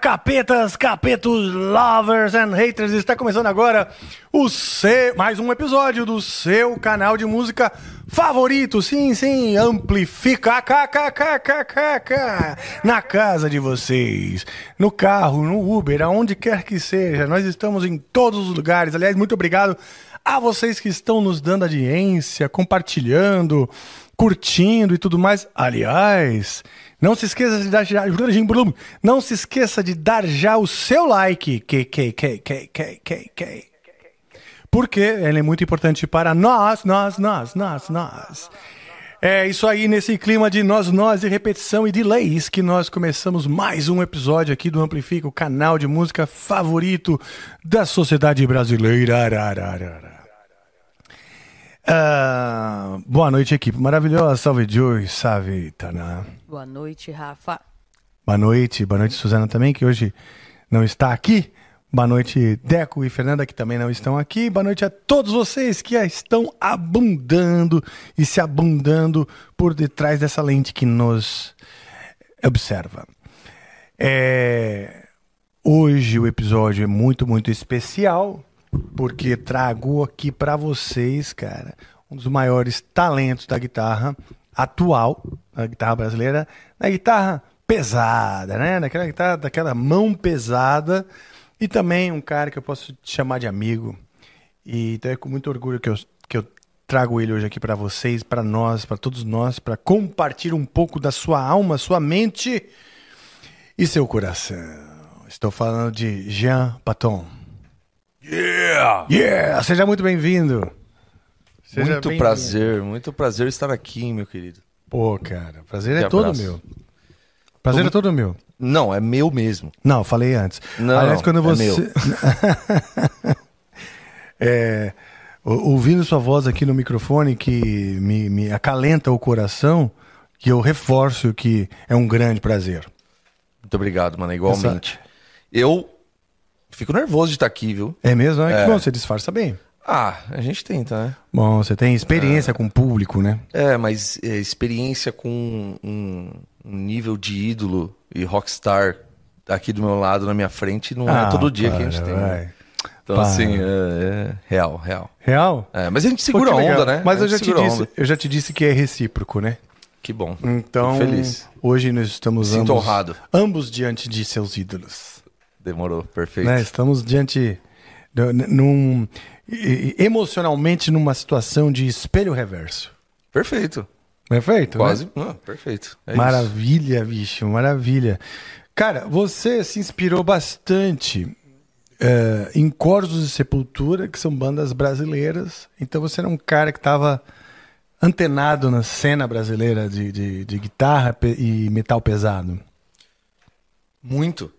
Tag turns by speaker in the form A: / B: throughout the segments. A: capetas, capetos, lovers and haters. Está começando agora o seu, mais um episódio do seu canal de música favorito. Sim, sim, amplifica kkkkkk na casa de vocês, no carro, no Uber, aonde quer que seja. Nós estamos em todos os lugares. Aliás, muito obrigado a vocês que estão nos dando audiência, compartilhando, curtindo e tudo mais. Aliás, não se esqueça de dar já, não se esqueça de dar já o seu like. Que que que que que que que porque ele é muito importante para nós, nós, nós, nós, nós. É isso aí, nesse clima de nós, nós e repetição e delays, que nós começamos mais um episódio aqui do Amplifica, o canal de música favorito da sociedade brasileira. Arararara. Ah, boa noite, equipe maravilhosa. Salve, Joy. Salve, Taná.
B: Boa noite, Rafa.
A: Boa noite, boa noite Suzana também, que hoje não está aqui. Boa noite, Deco e Fernanda, que também não estão aqui. Boa noite a todos vocês que estão abundando e se abundando por detrás dessa lente que nos observa. É, Hoje o episódio é muito, muito especial, porque trago aqui para vocês, cara, um dos maiores talentos da guitarra atual, da guitarra brasileira, da guitarra pesada, né? Daquela guitarra, daquela mão pesada, e também um cara que eu posso te chamar de amigo. E então é com muito orgulho que eu, que eu trago ele hoje aqui para vocês, para nós, para todos nós, para compartilhar um pouco da sua alma, sua mente e seu coração. Estou falando de Jean Paton. Yeah! Yeah! Seja muito bem-vindo. Seja
C: muito
A: bem-vindo.
C: prazer, muito prazer estar aqui, meu querido.
A: Pô, cara, prazer é
C: Que
A: todo
C: abraço.
A: meu. Prazer é todo meu.
C: Não, é meu mesmo.
A: Não, falei antes.
C: Não,
A: Aliás, quando
C: é
A: você.
C: meu.
A: É, ou- ouvindo sua voz aqui no microfone, que me, me acalenta o coração, que eu reforço que é um grande prazer.
C: Muito obrigado, mano, igualmente. Eu fico nervoso de estar aqui, viu?
A: É mesmo? É, Que bom, você disfarça bem.
C: Ah, a gente tenta, né?
A: Bom, você tem experiência com o público, né?
C: É, mas é, experiência com um, um nível de ídolo e rockstar aqui do meu lado, na minha frente, não é todo dia que a gente
A: Ah, para,
C: tem.
A: vai.
C: né? Então,
A: Para.
C: assim, é, é real, real.
A: Real?
C: É, mas a gente
A: Pô, que
C: segura a
A: legal.
C: onda, né?
A: Mas
C: A
A: eu
C: gente
A: já, te
C: segura a
A: disse,
C: onda.
A: eu já te disse que é recíproco, né?
C: Que bom.
A: Então,
C: Tô feliz.
A: hoje nós estamos ambos,
C: Sinto honrado.
A: ambos diante de seus ídolos.
C: Demorou, perfeito.
A: né? Estamos diante, de- n- num, e- e- emocionalmente, numa situação de espelho reverso.
C: Perfeito.
A: Perfeito? né?
C: Quase. Ah, perfeito. É isso.
A: maravilha, bicho, maravilha. Cara, você se inspirou bastante eh, em Corsos e Sepultura, que são bandas brasileiras. Então você era um cara que estava antenado na cena brasileira de, de, de guitarra pe- e metal pesado.
C: Muito.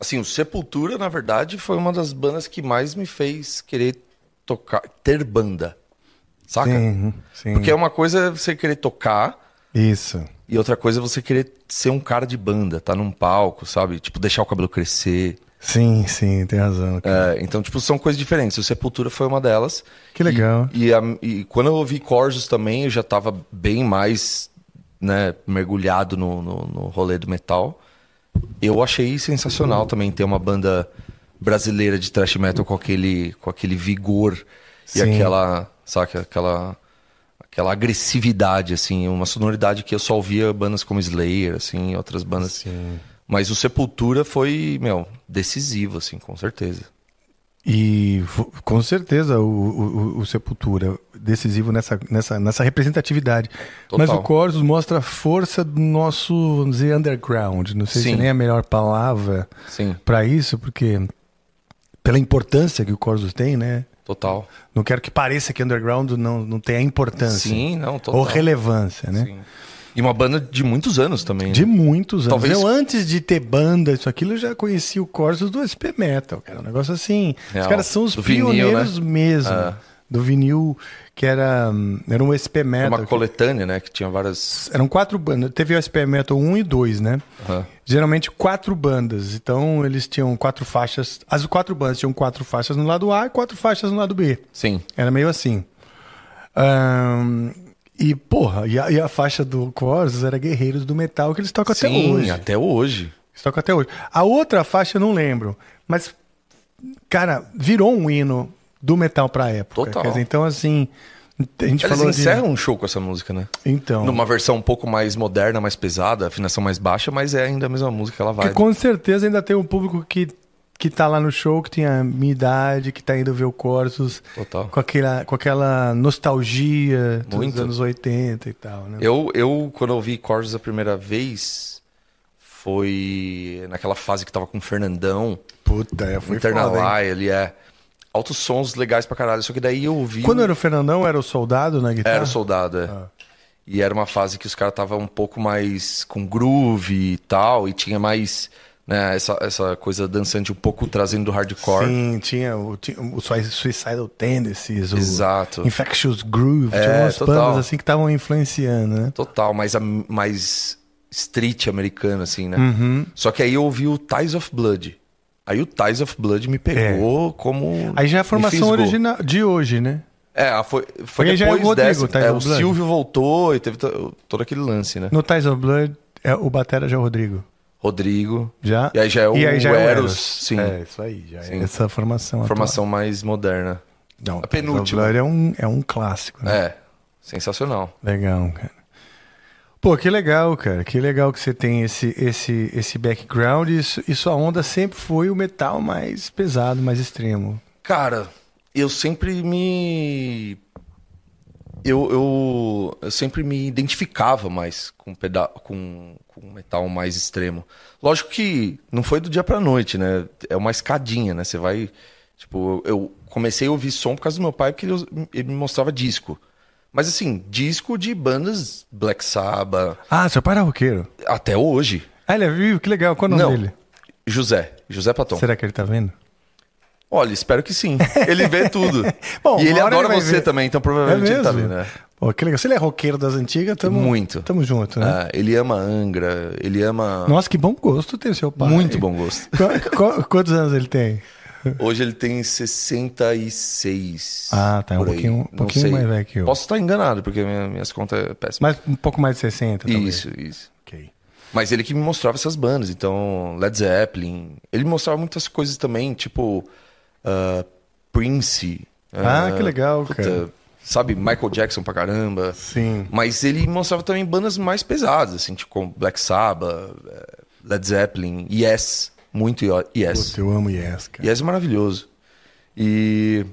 C: Assim, o Sepultura, na verdade, foi uma das bandas que mais me fez querer tocar, ter banda. Saca?
A: Sim, sim.
C: Porque é uma coisa você querer tocar
A: Isso.
C: e outra coisa é você querer ser um cara de banda, tá num palco, sabe? Tipo, deixar o cabelo crescer.
A: Sim, sim, tem razão. cara.
C: É, então, tipo, são coisas diferentes. O Sepultura foi uma delas.
A: Que legal.
C: E, e a- e quando eu ouvi Corsos também, eu já tava bem mais, né, mergulhado no, no, no rolê do metal. Eu achei sensacional também ter uma banda brasileira de thrash metal com aquele, com aquele vigor e
A: Sim.
C: aquela, saca, aquela aquela agressividade assim, uma sonoridade que eu só ouvia bandas como Slayer, assim, outras bandas. Mas o Sepultura foi, meu, decisivo assim, com certeza.
A: E fo- com certeza o, o- o- o Sepultura, é decisivo nessa, nessa, nessa representatividade.
C: Total.
A: Mas o Corsos mostra a força do nosso, vamos dizer, underground. Não sei se
C: Sim.
A: nem é a melhor palavra
C: Sim,
A: para isso, porque pela importância que o Corsos tem, né?
C: total.
A: Não quero que pareça que underground não, não tenha importância
C: Sim, não, total.
A: ou relevância, né?
C: Sim. E uma banda de muitos anos também. né?
A: De muitos anos.
C: Talvez-
A: Eu, antes de ter banda, isso aquilo, eu já conheci o Corsos do SP Metal, cara. Um negócio assim. Os
C: Real.
A: caras são os
C: Do vinil,
A: pioneiros mesmo.
C: É.
A: Do vinil, que era, hum, era um SP
C: Era
A: Metal.
C: uma
A: que-
C: coletânea, né? Que tinha várias.
A: Eram quatro bandas. Teve o SP Metal 1 e 2, né?
C: Aham.
A: Geralmente quatro bandas. Então eles tinham quatro faixas. As quatro bandas tinham quatro faixas no lado A e quatro faixas no lado B.
C: Sim.
A: Era meio assim. Ahn, e, porra, e a, e a faixa do Corsos era Guerreiros do Metal, que eles tocam até
C: Sim,
A: hoje.
C: até hoje.
A: Eles tocam até hoje. A outra faixa eu não lembro, mas, cara, virou um hino do metal pra época.
C: Total.
A: Quer dizer, então, assim, a gente
C: Eles
A: falou
C: encerram um show com essa música, né?
A: de... Então,
C: Numa versão um pouco mais moderna, mais pesada, afinação mais baixa, mas é ainda a mesma música que ela vai.
A: que com certeza ainda tem um público que, que tá lá no show, que tem a minha idade, que tá indo ver o Corsos,
C: Total.
A: com aquela, com aquela nostalgia dos
C: Muito.
A: anos 80 e tal, né?
C: Eu, eu, quando eu vi Corsos a primeira vez, foi naquela fase que tava com o Fernandão,
A: Puta, é, foi
C: Interna
A: foda, hein?
C: Lie, ele é. Altos sons legais pra caralho. Só que daí eu ouvi.
A: Quando era o Fernandão, era o soldado na guitarra?
C: Era o soldado, é.
A: Ah.
C: E era uma fase que os caras estavam um pouco mais com groove e tal, e tinha mais né, essa, essa coisa dançante um pouco trazendo do hardcore.
A: Sim, tinha o, tinha o Sui- Suicidal Tendencies, o
C: Exato.
A: Infectious Groove, tinha
C: É,
A: umas
C: total. Hum.
A: bandas assim que estavam influenciando, né?
C: Total, mais, a- mais street americano, assim, né?
A: Uhum.
C: Só que aí eu ouvi o Ties of Blood. Aí o Ties of Blood me pegou como.
A: Aí já é a
C: me
A: formação
C: fisgou.
A: original de hoje, né?
C: É, a foi, foi
A: Porque já é o
C: depois
A: Rodrigo,
C: dessa.
A: Ties
C: é,
A: of
C: o
A: Blood.
C: Silvio voltou e teve to- todo aquele lance, né?
A: No Ties of Blood, é, o Batera já é o Rodrigo.
C: Rodrigo.
A: Já?
C: E aí já é o
A: aí
C: Eros,
A: Sim.
C: sim.
A: É, isso aí, já é
C: Sim.
A: essa formação.
C: Formação mais moderna.
A: Atual. Não,
C: a penúltima.
A: Ties of Blood é um, é um clássico, né?
C: É, sensacional.
A: Legal, cara. Pô, que legal, cara. Que legal que você tem esse, esse, esse background e, su- e sua onda sempre foi o metal mais pesado, mais extremo.
C: Cara, eu sempre me. Eu, eu, eu sempre me identificava mais com peda com, com metal mais extremo. Lógico que não foi do dia pra noite, né? É uma escadinha, né? Você vai. Tipo, eu comecei a ouvir som por causa do meu pai, porque ele, ele me mostrava disco. Mas assim, disco de bandas Black Sabbath
A: Ah, seu pai era roqueiro.
C: até hoje.
A: Ah, ele é vivo, que legal. Qual é o nome
C: Não,
A: dele?
C: José, José Platão.
A: Será que ele tá vendo?
C: Olha, espero que sim. Ele vê tudo.
A: Bom,
C: e ele
A: uma hora
C: adora
A: ele vai
C: você
A: ver.
C: também, então provavelmente ele tá vendo. né?
A: É Pô, que legal. Se ele é roqueiro das antigas, tamo,
C: Muito.
A: tamo junto, né?
C: Ah, ele ama Angra, ele ama.
A: Nossa, que bom gosto tem o seu pai.
C: Muito bom gosto.
A: Qu- qu- quantos anos ele tem?
C: Hoje ele tem 66.
A: Ah, tá, um
C: por aí.
A: pouquinho- um
C: Não
A: pouquinho
C: sei.
A: mais velho que eu.
C: Posso estar enganado, porque minha- minhas contas é péssimas.
A: Mais, um pouco mais de 60, talvez.
C: Isso, isso.
A: Ok.
C: Mas ele que me mostrava essas bandas, então Led Zeppelin. Ele me mostrava muitas coisas também, tipo ah, Prince.
A: Ah, que legal, cara.
C: Sabe, Michael Jackson pra caramba.
A: Sim.
C: Mas ele mostrava também bandas mais pesadas, assim, tipo como Black Sabbath, eh, Led Zeppelin, Yes, muito Yo- Yes.
A: Puta, eu amo Yes, cara.
C: Yes é maravilhoso. E,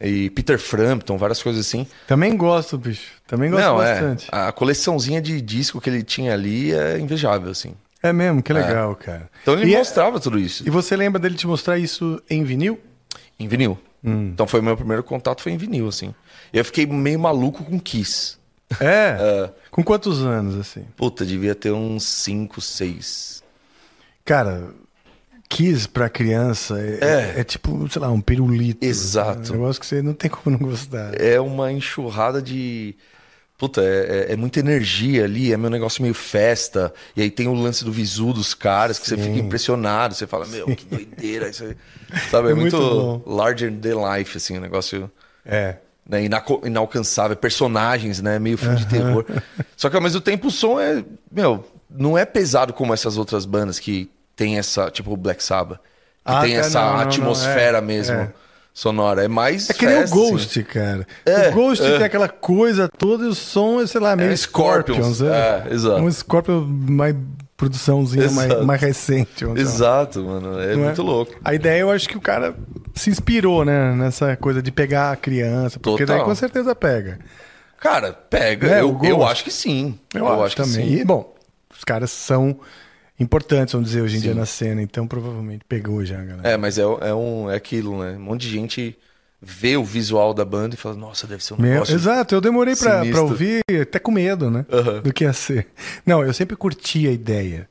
C: e Peter Frampton, várias coisas assim.
A: Também gosto, bicho. Também gosto
C: Não, é,
A: bastante.
C: a coleçãozinha de disco que ele tinha ali é invejável, assim.
A: É. mesmo, que legal, cara.
C: Então ele
A: e, é
C: mostrava tudo isso
A: e você lembra dele te mostrar isso em vinil?
C: em vinil. Então foi o meu primeiro contato foi em vinil, assim. E eu fiquei meio maluco com Kiss.
A: É. Com quantos anos, assim?
C: Puta, devia ter uns 5, 6.
A: Cara, Kiss pra criança é, é tipo, sei lá, um pirulito.
C: Exato.
A: É um negócio que você não tem como não gostar.
C: é uma enxurrada de. Puta, é, é- é muita energia ali, é meu negócio meio festa. E aí tem o lance do visu dos caras, que você fica impressionado, você fala, meu, que doideira isso aí. Sabe, é,
A: É muito
C: muito,
A: bom.
C: larger than life, assim, o negócio
A: É.
C: né, inaco- inalcançável, personagens, né? Meio filme de terror. Só que ao mesmo tempo o som é, meu, não é pesado como essas outras bandas que tem essa, tipo o Black Sabbath, que
A: Ah,
C: tem
A: tá,
C: essa
A: não, não, não,
C: atmosfera
A: é,
C: mesmo
A: é.
C: sonora. É mais.
A: É que nem o
C: festa, assim.
A: Ghost, cara.
C: É,
A: o Ghost
C: é.
A: tem aquela coisa toda e o som é, sei lá, meio
C: É Scorpions,
A: é.
C: é, exato.
A: Um Scorpion mais produçãozinha mais,
C: Exato.
A: mais recente. vamos dizer.
C: Exato, mano. É
A: então. Não é?
C: muito louco.
A: A ideia, eu acho que o cara se inspirou, né? Nessa coisa de pegar a criança. Porque
C: Total.
A: daí com certeza pega.
C: Cara, pega.
A: É, o
C: eu,
A: gosto.
C: eu acho que sim. Eu, acho, que
A: também.
C: sim.
A: E, bom, os caras são importantes, vamos dizer, hoje em dia na cena. Então, provavelmente pegou já, galera.
C: É, mas é, é, um, é aquilo, né? Um monte de gente vê o visual da banda e fala, nossa, deve ser um
A: Meu,
C: negócio.
A: exato, eu demorei pra, pra
C: sinistro.
A: ouvir, até com medo, né?
C: Aham.
A: Do que ia ser. Não, eu sempre curti a ideia.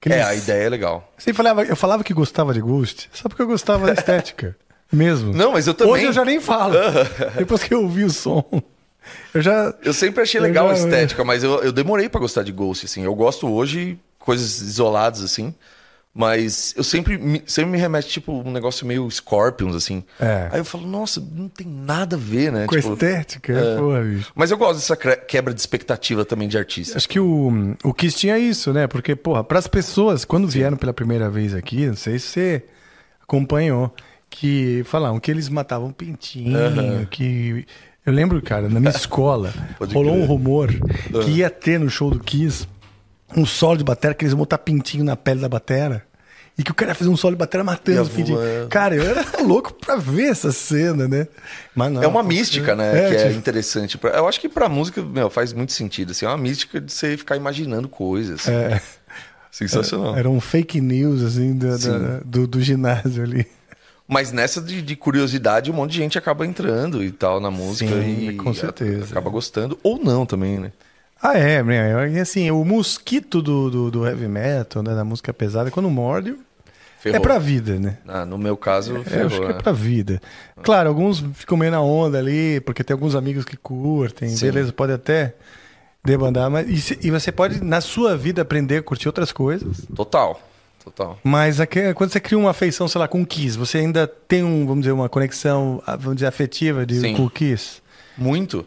A: Aqueles-
C: É, a ideia é legal.
A: Sempre falava, eu falava que gostava de Ghost, só porque eu gostava da estética. mesmo.
C: Não, mas eu também.
A: Hoje eu já nem falo. Depois que eu ouvi o som, eu já.
C: Eu sempre achei
A: Eu
C: legal a
A: já-
C: estética, mas eu, eu demorei pra gostar de Ghost, assim. Eu gosto hoje, coisas isoladas, assim. Mas eu sempre, me- sempre me remete, tipo, um negócio meio Scorpions, assim.
A: É.
C: Aí eu falo, nossa, não tem nada a ver, né?
A: Com
C: Tipo,
A: estética, porra, bicho.
C: mas eu gosto dessa cre- quebra de expectativa também de artista.
A: Acho que o, o Kiss tinha isso, né? Porque, porra, pras pessoas, quando vieram pela primeira vez aqui, não sei se você acompanhou, que falavam que eles matavam um pintinho, que... Eu lembro, cara, na minha escola,
C: Pode
A: rolou
C: crer.
A: um rumor que ia ter no show do Kiss um solo de batera, que eles iam botar pintinho na pele da batera. E que o cara ia fazer um solo de batera matando
C: Ia
A: os pintinhos.
C: voando.
A: Cara, eu era louco pra ver essa cena, né? Mas não.
C: É uma mística, né?
A: É,
C: que é
A: tipo,
C: interessante. pra- Eu acho que pra música, meu, faz muito sentido. Assim, é uma mística de você ficar imaginando coisas.
A: é.
C: Sensacional.
A: Era um fake news, assim, da- da-
C: Sim.
A: do, do ginásio ali.
C: Mas nessa de, de curiosidade, um monte de gente acaba entrando e tal na música.
A: Sim,
C: e
A: com
C: a-
A: certeza.
C: Acaba gostando. Ou não também, né?
A: Ah, é, né? E assim, o mosquito do, do, do heavy metal, né, da música pesada, quando morde,
C: Ferrou.
A: é pra vida, né?
C: Ah, no meu caso,
A: É, eu acho
C: ferrou.
A: que é
C: né?
A: pra vida. Claro, alguns ficam meio na onda ali, porque tem alguns amigos que curtem,
C: Sim.
A: beleza, pode até debandar, mas e, se- e você pode, na sua vida, aprender a curtir outras coisas,
C: Total. Total.
A: mas aque- quando você cria uma afeição, sei lá, com o Kiss, você ainda tem um, vamos dizer, uma conexão, ah, vamos dizer, afetiva de,
C: Sim.
A: com o Kiss?
C: Muito.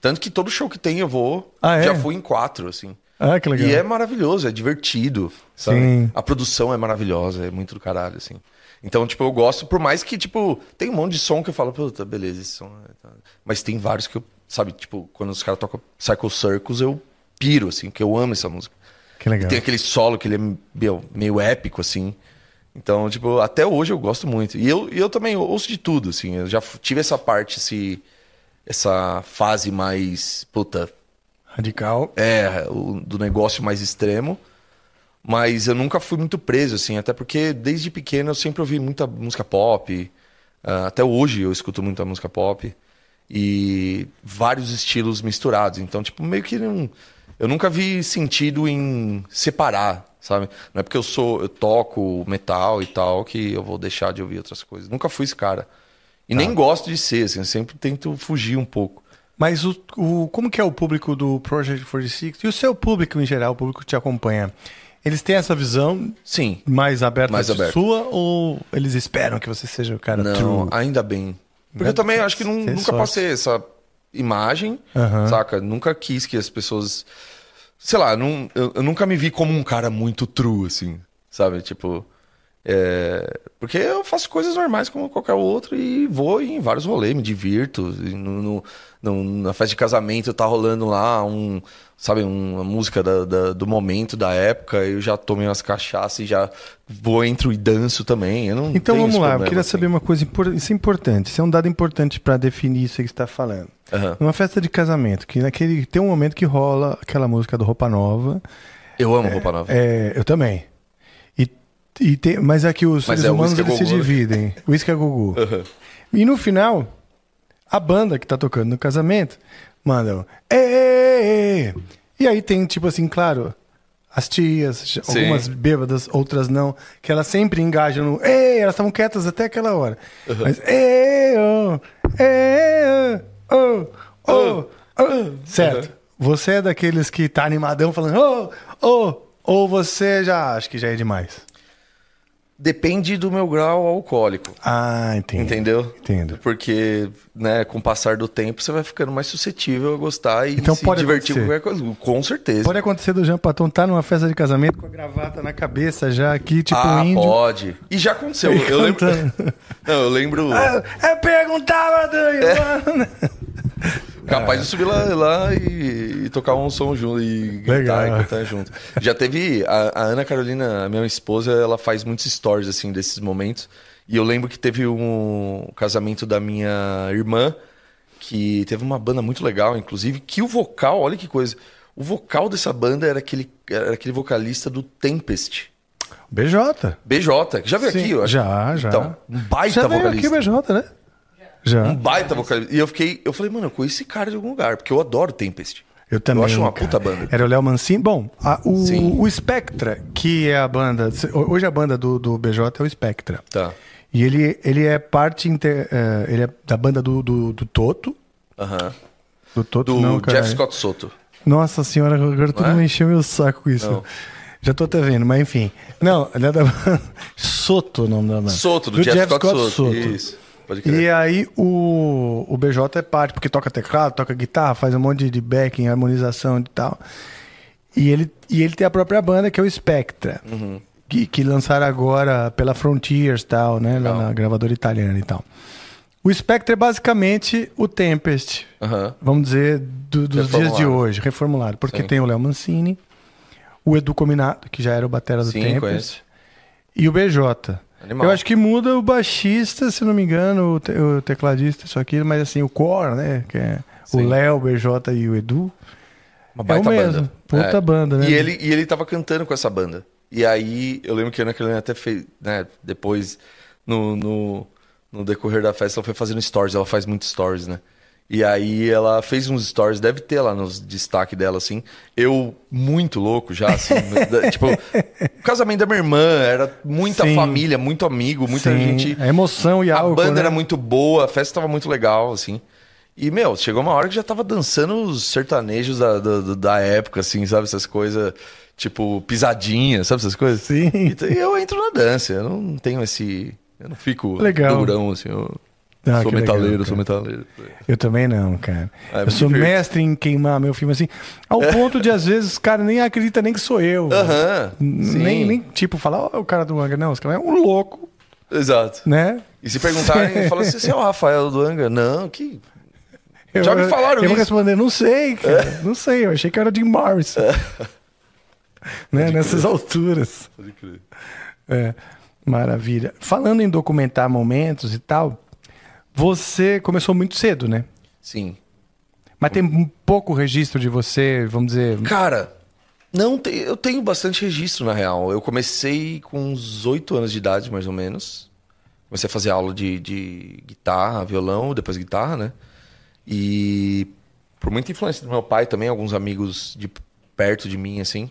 C: Tanto que todo show que tem eu vou.
A: Ah, é?
C: Já fui em quatro, assim.
A: Ah, que legal.
C: E é maravilhoso, é divertido. Sabe?
A: Sim.
C: A produção é maravilhosa, é muito do caralho, assim. Então, tipo, eu gosto, por mais que, tipo, tem um monte de som que eu falo, puta, beleza, esse som. é tal. Mas tem vários que eu, sabe, tipo, quando os caras tocam Cycle Circles, eu piro, assim, porque eu amo essa música.
A: Que legal.
C: Tem aquele solo que ele é meu, meio épico, assim. Então, tipo, até hoje eu gosto muito. E eu, e eu também ouço de tudo, assim. Eu já f- tive essa parte, esse, essa fase mais, puta,
A: Radical.
C: é, o- do negócio mais extremo. Mas eu nunca fui muito preso, assim. Até porque desde pequeno eu sempre ouvi muita música pop. ah, até hoje eu escuto muita música pop. E vários estilos misturados. Então, tipo, meio que não. Eu nunca vi sentido em separar, sabe? Não é porque eu sou, eu toco metal e tal que eu vou deixar de ouvir outras coisas. Nunca fui esse cara. E nem gosto de ser, assim, eu sempre tento fugir um pouco.
A: Mas o, o- como que é o público do Project 46 e o seu público em geral, o público que te acompanha? Eles têm essa visão
C: Sim,
A: mais aberta
C: Mais
A: de
C: aberta.
A: sua ou eles esperam que você seja o cara
C: Não,
A: true?
C: ainda bem. Porque
A: Ainda
C: eu também
A: bem.
C: acho que nun-
A: Tem
C: nunca
A: sorte.
C: passei essa imagem,
A: Aham.
C: saca? Nunca quis que as pessoas. Sei lá, nun- eu, eu nunca me vi como um cara muito true, assim, sabe? Tipo. é, Porque eu faço coisas normais como qualquer outro e vou em vários rolês, me divirto. E no- no- no- na festa de casamento tá rolando lá um, sabe, uma música da- da- do momento, da época. Eu já tomei umas cachaças e já vou, entro e danço também. Eu não
A: Então
C: tenho
A: vamos
C: esse
A: lá, eu
C: problema,
A: queria
C: assim.
A: saber uma coisa impor- isso é importante, isso é um dado importante para definir isso aí que você está falando.
C: Aham.
A: Numa festa de casamento, que naquele tem um momento que rola aquela música do Roupa Nova.
C: Eu amo roupa nova.
A: É, eu também. E, e tem, mas é que os
C: Mas
A: seres
C: é o
A: humanos
C: Whisky a
A: eles se
C: Gogô, né?
A: dividem. Whisky a Gugu. E no final, a banda que tá tocando no casamento mandam. "Ê, ê, ê, ê". E aí tem, tipo assim, claro, as tias, algumas bêbadas, outras não, que elas sempre engajam no. Ei, elas estavam quietas até aquela hora. Mas. Ei, oh, ei, oh, oh, oh, oh". Certo. Você é daqueles que tá animadão falando. Oh, oh, ou você já acha que já é demais?
C: Depende do meu grau alcoólico,
A: Ah, entendi.
C: entendeu?
A: Entendo.
C: Porque, né, com o passar do tempo, você vai ficando mais suscetível a gostar e
A: Então
C: se
A: pode
C: divertir com
A: acontecer.
C: qualquer coisa. Com certeza.
A: Pode acontecer do Jean Paton tá numa festa de casamento com a gravata na cabeça já aqui, tipo
C: ah,
A: um índio.
C: pode. E já aconteceu.
A: E
C: Eu lembro...
A: cantando. Ah,
C: Não, eu lembro...
A: Eu, eu perguntava do Ivan.
C: É. Capaz
A: É.
C: de subir lá, lá e, e tocar um som junto e gritar, e
A: Legal.
C: cantar junto. Já teve. A, a Ana Carolina, a minha esposa, ela faz muitos stories assim desses momentos. E eu lembro que teve um casamento da minha irmã, que teve uma banda muito legal, inclusive, que o vocal, olha que coisa. O vocal dessa banda era aquele, era aquele vocalista do Tempest.
A: BJ.
C: BJ, que já veio
A: Sim,
C: aqui, eu acho.
A: já, já.
C: Então, um baita
A: Já veio
C: vocalista.
A: aqui o BJ, né? Já.
C: Um baita vocalista. E eu fiquei, eu falei, mano, eu conheço esse cara de algum lugar, porque eu adoro Tempest.
A: Eu também.
C: Eu acho uma
A: cara.
C: puta banda.
A: Era o Léo Mancini. Bom, a-
C: Sim.
A: o, o Spectra, que é a banda. Hoje a banda do, do BJ é o Spectra.
C: Tá.
A: E ele, ele é parte. inte- eh, ele é da banda do, do, do Toto.
C: Aham.
A: Do Toto,
C: Do
A: não, cara.
C: Jeff Scott Soto.
A: Nossa senhora, agora tu
C: Não é?
A: não encheu meu saco com isso.
C: Não.
A: Já tô até vendo, mas enfim. Não, ele é da banda. Soto é o nome da banda.
C: Soto, do, Jeff, Scott, Soto. Isso. Pode crer.
A: E aí o, o BJ é parte, porque toca teclado, toca guitarra, faz um monte de backing, harmonização e tal. E ele, e ele tem a própria banda, que é o Spectra.
C: Uhum.
A: Que, que lançaram agora pela Frontiers e tal, né? Lá
C: Legal.
A: na gravadora italiana e tal. O Spectra é basicamente o Tempest,
C: Aham.
A: vamos dizer, do- dos dias de
C: Reformulado.
A: hoje, reformulado. Porque
C: Sim.
A: tem o Léo Mancini, o Edu Cominato, que já era o batera do
C: Sim,
A: Tempest,
C: conheço.
A: e o BJ.
C: Animal.
A: Eu acho que muda o baixista, se não me engano, o, te- o tecladista, isso aqui, mas assim, o core, né? Que é
C: Sim.
A: o Léo, o BJ e o Edu. É
C: Uma
A: o
C: baita
A: mesmo.
C: banda. É.
A: Puta banda, né?
C: E ele, e ele tava cantando com essa banda. E aí, eu lembro que a Ana Carolina até fez, né, depois, no, no, no decorrer da festa, ela foi fazendo stories, ela faz muitos stories, né? E aí ela fez uns stories, deve ter lá nos destaques dela, assim. Eu, muito louco já, assim. da- tipo, o casamento da minha irmã, era muita
A: Sim.
C: família, muito amigo, muita
A: Sim, É
C: gente.
A: A emoção e
C: A
A: álcool,
C: banda
A: né?
C: era muito boa, a festa tava muito legal, assim. E, meu, chegou uma hora que já tava dançando os sertanejos da, da, da- da época, assim, sabe? Essas coisas, tipo, pisadinha, sabe essas coisas?
A: Sim.
C: E t- eu entro na dança, eu não tenho esse... Eu não fico
A: Legal.
C: durão, assim, eu
A: Ah,
C: sou
A: que
C: metaleiro,
A: legal,
C: sou metaleiro.
A: Eu também não, cara.
C: Ah,
A: eu
C: me
A: sou
C: divirto.
A: mestre em queimar meu filme assim, ao ponto de às vezes os caras nem acreditam nem que sou eu.
C: Aham, sim.
A: Nem, nem tipo falar, ó, o cara do Angra, não, os caras é um louco,
C: Exato.
A: né?
C: E se perguntarem, falam assim, você é o Rafael do Angra? Não, que...
A: Eu,
C: Já me falaram
A: eu, Eu vou
C: isso.
A: responder, não sei, cara. Não sei, eu achei que era Jim Morris.
C: É.
A: né? Nessas alturas.
C: Pode crer.
A: É, maravilha. Falando em documentar momentos e tal, você começou muito cedo, né?
C: Sim.
A: Mas tem um pouco registro de você, vamos dizer.
C: Cara, não te- eu tenho bastante registro, na real. Eu comecei com uns 8 anos de idade, mais ou menos. Comecei a fazer aula de, de guitarra, violão, depois guitarra, né? E por muita influência do meu pai também, alguns amigos de perto de mim, assim.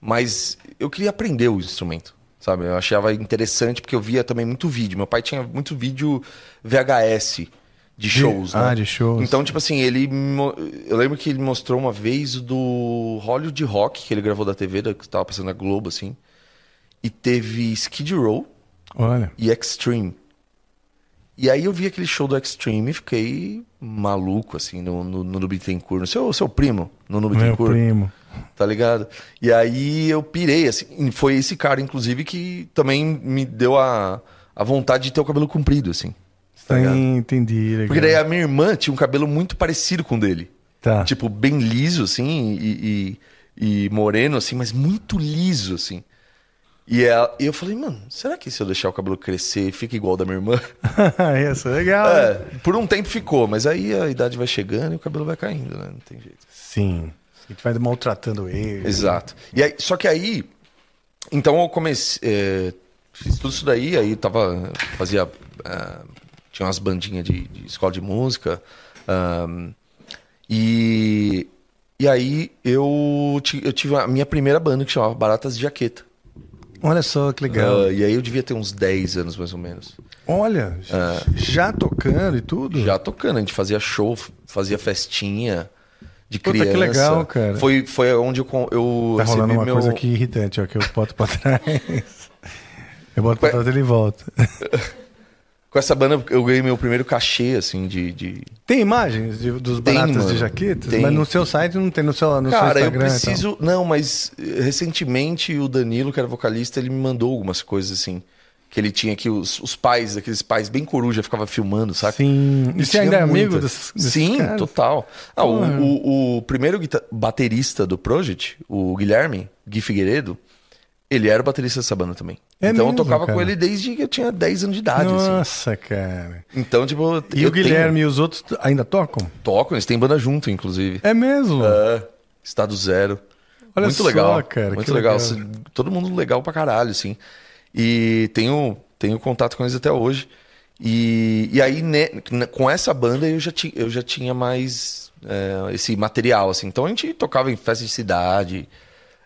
C: Mas eu queria aprender o instrumento, sabe? Eu achava interessante porque eu via também muito vídeo. Meu pai tinha muito vídeo VHS de shows, né?
A: Ah, de shows.
C: Então, tipo assim, ele. me mo- Eu lembro que ele mostrou uma vez o do Hollywood Rock, que ele gravou da TV, da- que tava passando na Globo, assim. E teve Skid Row
A: Olha.
C: e Extreme. E aí eu vi aquele show do Extreme e fiquei maluco, assim, no, no, no Bittencourt. No seu, seu primo, no Nuno
A: Meu
C: Bittencourt
A: primo.
C: tá ligado? E aí eu pirei, assim. e Foi esse cara, inclusive, que também me deu a, a vontade de ter o cabelo comprido, assim. Tá ligado?
A: Sim, entendi. legal.
C: Porque daí a minha irmã tinha um cabelo muito parecido com o dele.
A: Tá.
C: Tipo, bem liso, assim, e, e, e moreno, assim, mas muito liso, assim. E, ela, e eu falei, mano, será que se eu deixar o cabelo crescer, fica igual ao da minha irmã?
A: Isso, legal.
C: É, por um tempo ficou, mas aí a idade vai chegando e o cabelo vai caindo, né? Não tem jeito.
A: Sim. A gente vai maltratando ele.
C: Exato. E aí- só que aí, então eu comecei, eh, fiz tudo isso daí, aí tava, fazia, ah, tinha umas bandinhas de, de escola de música, ahm, e, e aí eu, ti- eu tive a minha primeira banda que chamava Baratas de Jaqueta.
A: Olha só que legal.
C: Ah, e aí eu devia ter uns 10 anos mais ou menos.
A: Olha, j- já tocando e tudo.
C: ah. Já tocando, a gente fazia show, f- fazia festinha de
A: Puta, que
C: criança.
A: legal, cara.
C: Foi, foi onde eu, con- eu
A: Tá rolando uma
C: meu...
A: coisa aqui irritante, ó, que eu boto pra trás. Eu boto pra
C: Ué.
A: trás e ele volta.
C: Com essa banda eu ganhei meu primeiro cachê, assim, de. de-
A: Tem imagens de- dos
C: Tem,
A: baratas de
C: mano.
A: jaquetas?
C: Tem.
A: Mas no seu site não tem, no seu, no seu
C: Cara, eu
A: Instagram. então. e tal.
C: preciso. Não, mas eh, recentemente o Danilo, que era vocalista, ele me mandou algumas coisas, assim. Que ele tinha que os, os pais, aqueles pais bem coruja, ficava filmando, saca?
A: Sim. E
C: E
A: você
C: tinha
A: ainda é
C: muita.
A: amigo desses, desses
C: Sim,
A: caras?
C: total. Ah, o,
A: Porra.
C: o- o primeiro guita- baterista do Project, o Guilherme, Gui Figueiredo, ele era o baterista dessa banda também.
A: É
C: então
A: mesmo,
C: eu tocava
A: cara?
C: com ele desde que eu tinha 10 anos de idade, assim.
A: Nossa, cara.
C: Então, tipo,
A: E
C: eu
A: o Guilherme e os outros t- ainda tocam?
C: tenho- tocam, eles têm banda junto, inclusive.
A: É mesmo?
C: É, Estado Zero.
A: Olha
C: Muito
A: só,
C: legal.
A: cara, que
C: Muito legal. Assim,
A: legal.
C: Todo mundo legal pra caralho, assim. E tenho, tenho contato com eles até hoje. E, e aí, né, com essa banda, eu já, ti, eu já tinha mais é, esse material, assim. Então a gente tocava em festa de cidade.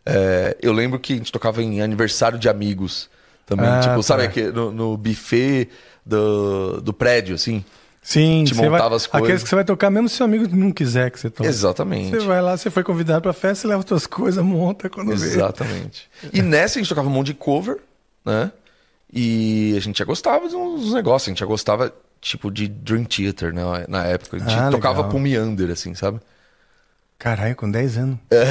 C: É, eu lembro que a gente tocava em aniversário de amigos também.
A: Ah,
C: tipo,
A: tá.
C: sabe, aquele- no, no buffet do, do prédio, assim.
A: Sim,
C: Te
A: você vai-
C: montava as coisas.
A: Aqueles que você vai tocar, mesmo se seu amigo não quiser é que você toque.
C: Exatamente.
A: Você vai lá, você foi convidado pra festa, você leva suas coisas, monta quando vê.
C: Exatamente. E nessa a gente tocava um monte de cover, né? E a gente já gostava de uns negócios, a gente já gostava, tipo, de Dream Theater né? na época. A gente
A: Ah,
C: tocava
A: legal.
C: pro Meander, assim, sabe?
A: Caralho, com 10 anos.
C: É,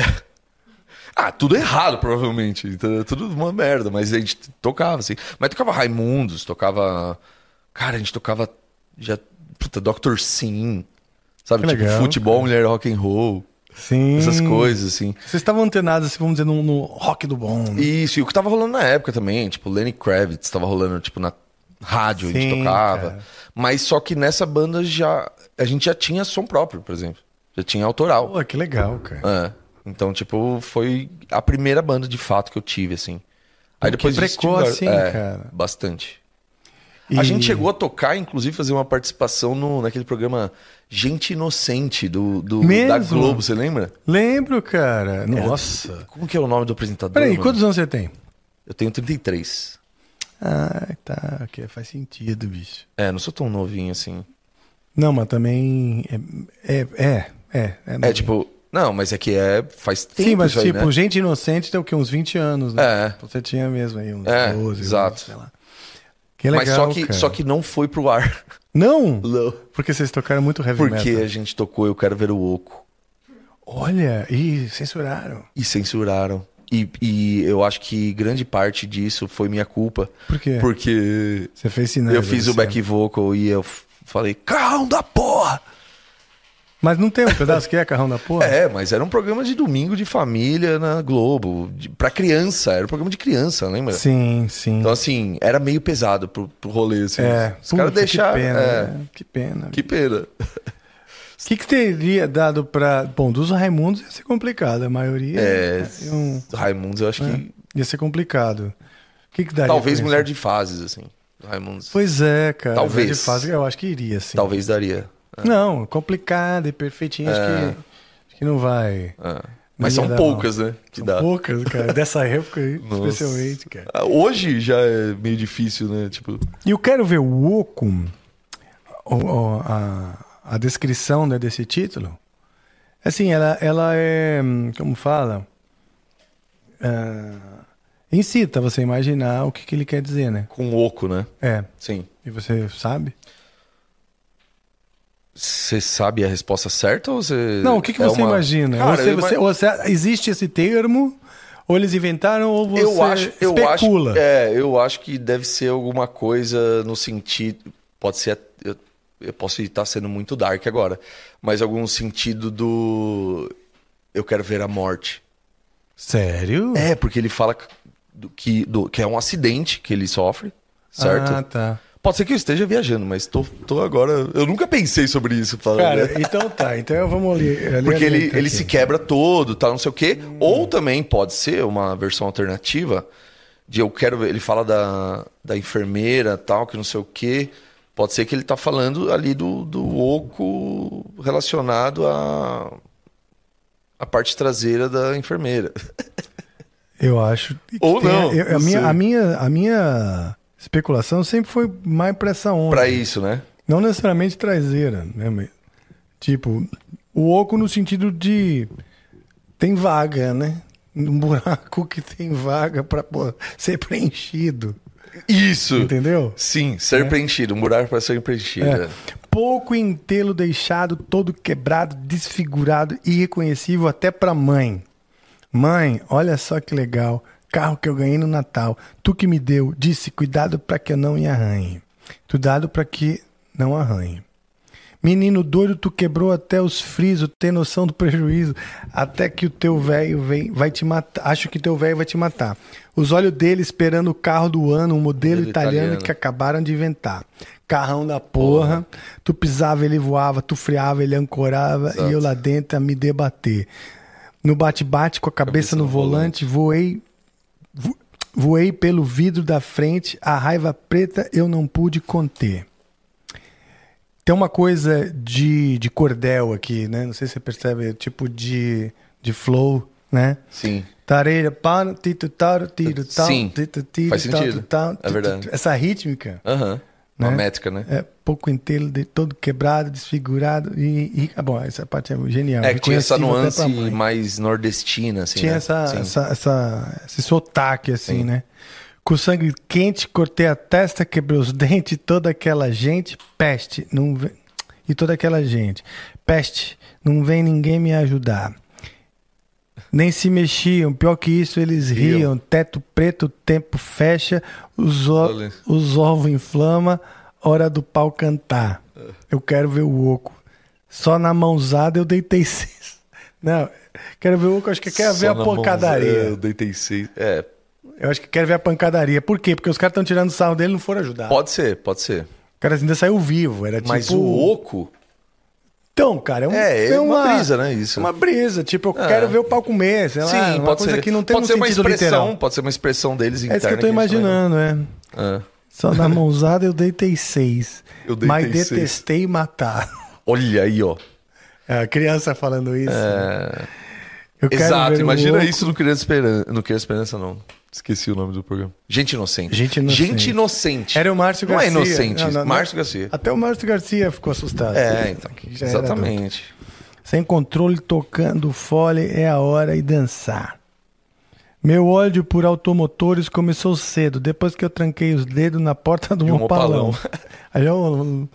C: Ah, tudo errado, provavelmente. Tudo tudo uma merda, mas a gente tocava, assim. Mas tocava Raimundos, tocava. Cara, a gente tocava já. Puta, Dr. Sim. Sabe?
A: Que
C: tipo,
A: legal, Hum.
C: futebol, mulher rock and roll,
A: Sim.
C: essas coisas, assim.
A: Vocês estavam antenados, assim, vamos dizer, no, no rock do bom. né?
C: Isso, e o que tava rolando na época também, tipo, Lenny Kravitz tava rolando, tipo, na rádio a gente
A: Sim,
C: tocava.
A: cara.
C: Mas só que nessa banda já. A gente já tinha som próprio, por exemplo. Já tinha autoral.
A: Pô, que legal, cara.
C: É. Então, tipo, foi a primeira banda de fato que eu tive, assim. Aí depois disso,
A: precoce,
C: tiveram-
A: hein,
C: é,
A: assim, cara?
C: Bastante.
A: E-
C: A gente chegou a tocar, inclusive, fazer uma participação no, naquele programa Gente Inocente do, do- da
A: Mesmo?
C: Globo, você lembra?
A: Lembro, cara. Nossa.
C: Como que é o nome do apresentador?
A: Peraí,
C: mano?
A: quantos anos você tem?
C: Eu tenho 33.
A: Ah, tá. ok, faz sentido, bicho.
C: É, não sou tão novinho assim.
A: Não, mas também. É. É. É. é, é,
C: É tipo, não, mas é que é faz tempo
A: Sim, mas
C: isso aí,
A: tipo,
C: né?
A: gente inocente tem o quê? Uns 20 anos, né?
C: É.
A: Então Você tinha mesmo aí uns
C: É,
A: 12,
C: exato.
A: 11, sei lá. Que legal,
C: mas só que
A: cara.
C: só que não foi pro ar.
A: Não!
C: Não.
A: Porque vocês tocaram muito heavy
C: Porque
A: metal.
C: a gente tocou Eu Quero Ver o Oco
A: Olha, e censuraram.
C: e censuraram. E, e eu acho que grande parte disso foi minha culpa.
A: Por quê?
C: Porque
A: Você é fez sinais.
C: eu fiz o
A: Luciano.
C: back vocal e eu f- falei, carrão da porra!
A: Mas não tem um pedaço que é carrão da porra?
C: É, mas era um programa de domingo de família na Globo, de, pra criança, era um programa de criança, lembra?
A: Sim, sim.
C: Então, assim, era meio pesado pro, pro rolê, assim.
A: é.
C: Os caras
A: Puta,
C: deixaram.
A: Que pena.
C: é,
A: né? Que pena.
C: Que pena.
A: O que, que teria dado pra. Bom, dos Raimundos ia ser complicado. A maioria.
C: É,
A: ia- um- né?
C: Raimundos, eu acho que.
A: Ia ser complicado. O que, que daria?
C: Talvez
A: pra
C: mulher
A: isso?
C: de fases, assim. Raimundos.
A: Pois é, cara.
C: Talvez.
A: Mulher de fase, eu acho que iria, sim.
C: Talvez daria.
A: Não, complicado e perfeitinho. Acho,
C: É.
A: que, acho que não vai.
C: Ah. Mas
A: Não ia
C: são
A: dar,
C: poucas, né? Que
A: São
C: dá.
A: poucas, cara. Dessa época aí,
C: Nossa.
A: especialmente, cara.
C: Ah, Hoje já é meio difícil, né? Tipo.
A: E eu quero ver o Oco, o- o- a, a descrição né, desse título. Assim, ela, ela é. hum, Como fala? Ah, incita você a imaginar o que, que ele quer dizer, né?
C: Com oco, né?
A: É.
C: Sim.
A: E você sabe?
C: Você sabe a resposta certa ou você.
A: Não, o que, que
C: é
A: você
C: uma-
A: imagina?
C: Cara,
A: Ou você-
C: eu ima-
A: você- ou você- existe esse termo, ou eles inventaram, ou você
C: eu acho, eu
A: especula.
C: acho, é, eu acho que deve ser alguma coisa no sentido, pode ser, eu, eu posso estar sendo muito dark agora, mas algum sentido do eu quero ver a morte.
A: Sério?
C: É, porque ele fala do, que do, que é um acidente que ele sofre, certo?
A: Ah, tá.
C: Pode ser que eu esteja viajando, mas tô, tô agora, eu nunca pensei sobre isso, pra-
A: Cara, então tá. Então vamos ler. ler
C: porque
A: a
C: ele,
A: letra
C: ele
A: aqui.
C: se quebra todo, tal, não sei o quê. Ou também pode ser uma versão alternativa de eu quero ver. Ele fala da, da enfermeira, tal, que não sei o quê. Pode ser que ele tá falando ali do, do oco relacionado à a parte traseira da enfermeira.
A: Eu acho. que
C: Ou
A: tem-
C: não,
A: eu- a,
C: não
A: minha,
C: sei.
A: a, minha, a minha especulação sempre foi mais pra essa onda.
C: Pra isso, né?
A: Não necessariamente traseira. Né? mas, Tipo, o oco no sentido de. Tem vaga, né? Um buraco que tem vaga pra pô, ser preenchido.
C: Isso!
A: Entendeu?
C: Sim, ser preenchido, um buraco pra ser preenchido.
A: É. Pouco entelo deixado, todo quebrado, desfigurado, irreconhecível até pra mãe. Mãe, olha só que legal. Carro que eu ganhei no Natal. Tu que me deu, disse cuidado pra que eu não me arranhe. Cuidado pra que não arranhe. Menino doido, tu quebrou até os frisos, tem noção do prejuízo, até que o teu velho vem, vai te matar. Acho que teu velho vai te matar. Os olhos dele esperando o carro do ano, um modelo
C: Modelo
A: italiano,
C: italiano.
A: que acabaram de inventar. Carrão da porra, tu pisava, ele voava, tu freava, ele ancorava e eu lá dentro a me debater. No bate-bate com a cabeça, no, volante, voei vo- voei pelo vidro da frente, a raiva preta eu não pude conter. Tem uma coisa de, de cordel aqui, né? Não sei se você percebe, tipo de, de flow, né?
C: Sim.
A: Tareira, pano, tito, taro, tiro, tal,
C: Sim.
A: tito, tiro,
C: Faz
A: tal,
C: sentido.
A: tal,
C: É verdade.
A: Essa rítmica,
C: Aham. Uma
A: né?
C: métrica, né?
A: É pouco inteiro, de, todo quebrado, desfigurado. E, e- ah, bom, essa parte é genial.
C: É, que tinha essa
A: reconhecível até
C: nuance
A: pra mãe.
C: mais nordestina, assim.
A: Tinha
C: né?
A: essa,
C: Sim.
A: essa, essa- esse sotaque, assim, né? Com sangue quente, cortei a testa, quebrei os dentes, toda aquela gente, peste, não vem... E toda aquela gente, peste, não vem ninguém me ajudar. Nem se mexiam, pior que isso, eles
C: Riam.
A: riam. Teto preto, o tempo fecha, os, o...
C: Olha.
A: os ovos inflama, hora do pau cantar.
C: É.
A: Eu quero ver o oco. Só na mãozada eu deitei seis. Não, quero ver o oco, acho que quer ver
C: Só
A: a
C: na mãos- É, Eu
A: pancadaria.
C: deitei seis. É,
A: Eu acho que quero ver a pancadaria. Por quê? Porque os caras estão tirando sarro dele e não foram ajudar.
C: pode ser, pode ser.
A: O cara ainda saiu vivo. Era
C: Mas
A: tipo.
C: o oco.
A: Então, cara, é, um-
C: É, é uma brisa, né, isso.
A: Uma brisa. Tipo, eu
C: É.
A: quero ver o pau comer. Sei lá, é
C: Sim,
A: uma
C: pode
A: coisa
C: ser.
A: que não tem
C: pode
A: no
C: ser uma
A: sentido
C: expressão,
A: literal.
C: pode ser uma expressão deles
A: É
C: interna.
A: isso que eu tô
C: a gente tá não vai-
A: imaginando, é.
C: Ah.
A: Só na mãozada eu deitei seis.
C: Eu deitei
A: mas
C: seis.
A: detestei matar.
C: Olha aí, ó.
A: É, a criança falando isso.
C: É,
A: Eu quero
C: Exato,
A: ver o
C: imagina
A: oco.
C: isso no Criança Esperança. No Criança Esperança, não. Esqueci o nome do programa. Gente Inocente.
A: Gente Inocente.
C: Gente Inocente.
A: Era o Márcio
C: não
A: Garcia.
C: Não é inocente.
A: Não, não, não.
C: Márcio Garcia.
A: Até o Márcio Garcia ficou assustado.
C: É, então.
A: Já era adulto.
C: Exatamente.
A: Sem controle, tocando fole, é a hora e dançar. Meu ódio por automotores começou cedo, depois que eu tranquei os dedos na porta do
C: De um
A: Opalão.
C: Opalão.
A: Aí é o, o-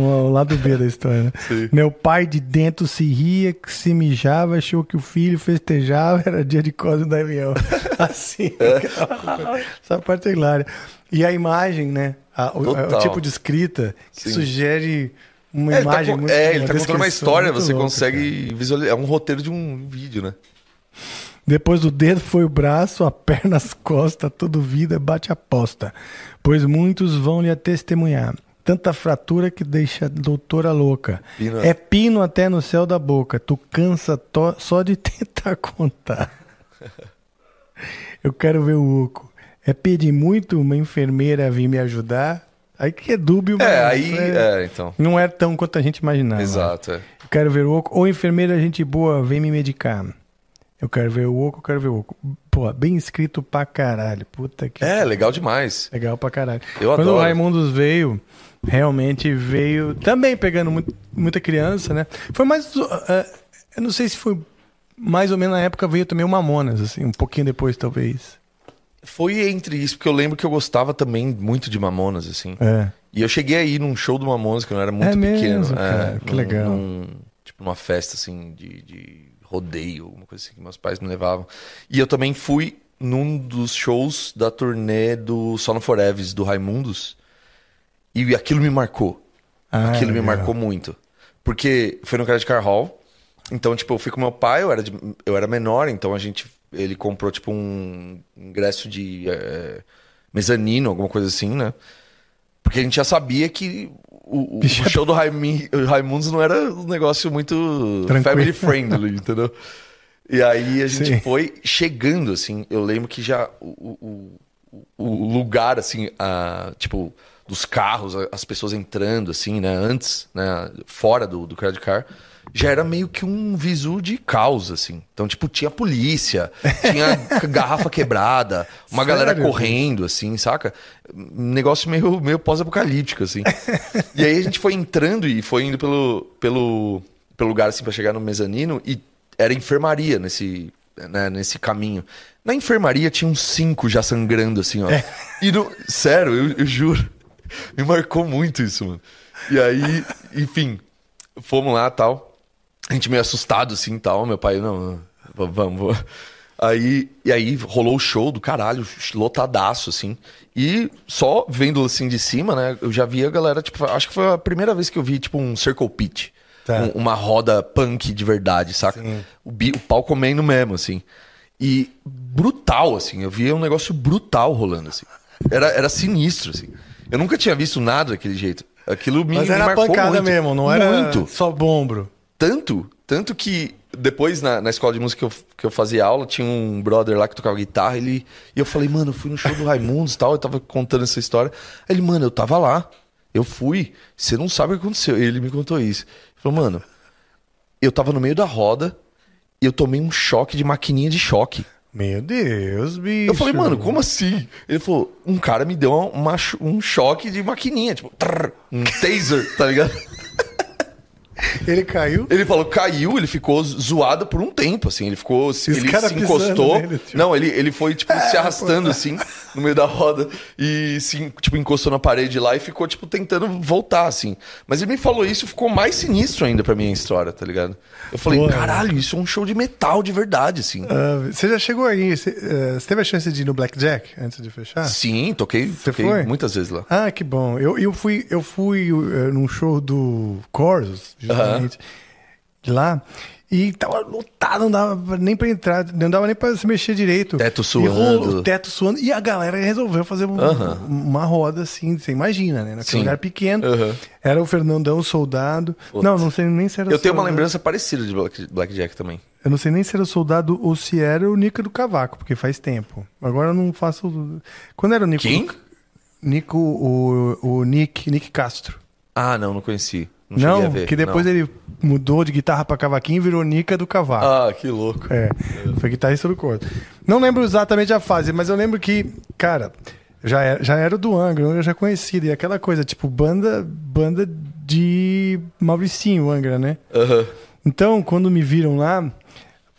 A: o lado B da história. né?
C: Sim.
A: Meu pai de dentro se ria, que se mijava, achou que o filho festejava, era dia de código da Damião. Assim. Essa parte é hilária. E a imagem, né? A- o, o
C: Total.
A: tipo de escrita que
C: Sim.
A: sugere uma
C: É, ele tá,
A: imagem
C: con-
A: muito
C: é,
A: uma
C: ele tá contando
A: descrição
C: uma história,
A: muito
C: você
A: louca,
C: consegue visualizar. É um roteiro de um vídeo, né?
A: Depois do dedo foi o braço, a perna, as costas, tudo vida, bate a posta. Pois muitos vão lhe testemunhar. Tanta fratura que deixa a doutora louca.
C: Pino.
A: É pino até no céu da boca. Tu cansa to- só de tentar contar. Eu quero ver o oco. É pedir muito uma enfermeira vir me ajudar. Aí que é dúbio, mas
C: É, aí. É, então.
A: não é tão quanto a gente imaginava.
C: Exato. é.
A: Eu quero ver o oco. Ou enfermeira, gente boa, vem me medicar. Eu quero ver o oco, eu quero ver o oco. Pô, bem escrito pra caralho. Puta que.
C: É, legal demais.
A: Legal pra caralho.
C: Eu
A: Quando o
C: adoro.
A: Raimundos veio, realmente veio também pegando muito- muita criança, né? Foi mais. eh, eu não sei se foi mais ou menos na época veio também o Mamonas, assim, um pouquinho depois talvez.
C: Foi entre isso, porque eu lembro que eu gostava também muito de Mamonas, assim.
A: É.
C: E eu cheguei aí num show do Mamonas, que eu não era muito
A: É
C: pequeno.
A: mesmo, cara?
C: é,
A: Que legal.
C: num- tipo, numa festa, assim, de, de rodeio, alguma coisa assim, que meus pais me levavam. E eu também fui num dos shows da turnê do Só no Foreves, do Raimundos. E aquilo me marcou.
A: Ah,
C: Aquilo me
A: legal.
C: marcou muito. Porque foi no Credit Car Hall. Então, tipo, eu fui com meu pai, eu era, de- eu era menor, então a gente. Ele comprou, tipo, um ingresso de eh, mezanino, alguma coisa assim, né? Porque a gente já sabia que o, o- o show do Raimi- Raimundos não era um negócio muito
A: Tranquilo.
C: family friendly, entendeu? E aí a gente
A: Sim.
C: foi chegando, assim. Eu lembro que já o, o- o- o lugar, assim, a, tipo, dos carros, a- as pessoas entrando, assim, né? Antes, né? Fora do, do credit car. Já era meio que um visu de caos, assim. Então, tipo, tinha polícia, tinha garrafa quebrada, uma
A: Sério,
C: galera
A: gente?
C: correndo, assim, saca? Um negócio meio, meio pós-apocalíptico, assim. e aí a gente foi entrando e foi indo pelo, pelo, pelo lugar, assim, pra chegar no mezanino e era enfermaria nesse, né, nesse caminho. Na enfermaria tinha uns cinco já sangrando, assim,
A: É.
C: ó. E no, sério, eu, eu juro. Me marcou muito isso, mano. E aí, enfim, fomos lá tal. A gente meio assustado, assim, tal. Meu pai, não, não, v- vamos, vamos. Aí, e aí rolou o show do caralho, lotadaço, assim. E só vendo assim de cima, né? Eu já vi a galera, tipo, acho que foi a primeira vez que eu vi, tipo, um circle pit.
A: Tá.
C: Um- uma roda punk de verdade, saca? O, bi- o pau comendo mesmo, assim. E brutal, assim. Eu via um negócio brutal rolando, assim. Era, era sinistro, assim. Eu nunca tinha visto nada daquele jeito. Aquilo me,
A: Mas
C: me
A: era
C: marcou
A: pancada
C: muito.
A: mesmo, não era
C: Muito.
A: só bombro.
C: Tanto, tanto que depois na, na escola de música que eu, que eu fazia aula, tinha um brother lá que tocava guitarra, ele, e eu falei, mano, eu fui no show do Raimundos e tal, eu tava contando essa história. Aí ele, mano, eu tava lá, eu fui, você não sabe o que aconteceu. E ele me contou isso. Ele falou, mano, eu tava no meio da roda e eu tomei um choque de maquininha de choque.
A: Meu Deus, bicho.
C: Eu falei, mano, como assim? Ele falou, um cara me deu uma- uma cho- um choque de maquininha, tipo, trrr, um taser, tá ligado?
A: Ele caiu.
C: Ele falou, caiu, ele ficou zoado por um tempo, assim. Ele ficou. ele
A: cara
C: se
A: pisando
C: encostou.
A: nele, tipo.
C: Não, ele, ele foi, tipo, se arrastando, assim, no meio da roda. E, se, tipo, encostou na parede lá e ficou, tipo, tentando voltar, assim. Mas ele me falou isso, ficou mais sinistro ainda pra minha história, tá ligado? Eu falei,
A: Boa.
C: caralho, isso é um show de metal de verdade, assim.
A: Ah, você já chegou aí? Você, ah, você teve a chance de ir no Blackjack antes de fechar?
C: Sim, toquei, toquei
A: foi?
C: muitas vezes lá.
A: Ah, que bom. Eu, eu fui, eu fui eh, num show do Corsos, justamente, de lá. E tava lotado, não dava nem pra entrar, não dava nem pra se mexer direito.
C: Teto
A: E
C: suando.
A: rolou- teto suando. E a galera resolveu fazer um- uma roda assim, você imagina, né? Naquele
C: Sim.
A: lugar pequeno.
C: Aham.
A: Era o Fernandão Soldado. Não, não sei nem se era
C: Eu tenho uma
A: soldado.
C: lembrança parecida de Black, Blackjack também.
A: Eu não sei nem se era o soldado ou se era o Nico do Cavaco, porque faz tempo. Agora eu não faço. Quando era o Nico?
C: Quem?
A: do- Nico, o, o Nick, Nick Castro.
C: Ah, não, não conheci. Não, cheguei a
A: não,
C: ver,
A: que depois
C: não.
A: ele mudou de guitarra pra cavaquinho e virou Nica do Cavaco.
C: Ah, que louco.
A: É, foi guitarrista do corpo. Não lembro exatamente a fase, mas eu lembro que, cara, já era, já era o do Angra, o Angra já é conhecido. E aquela coisa, tipo, banda, banda de Mauricinho, Angra, né?
C: Aham.
A: Então, quando me viram lá,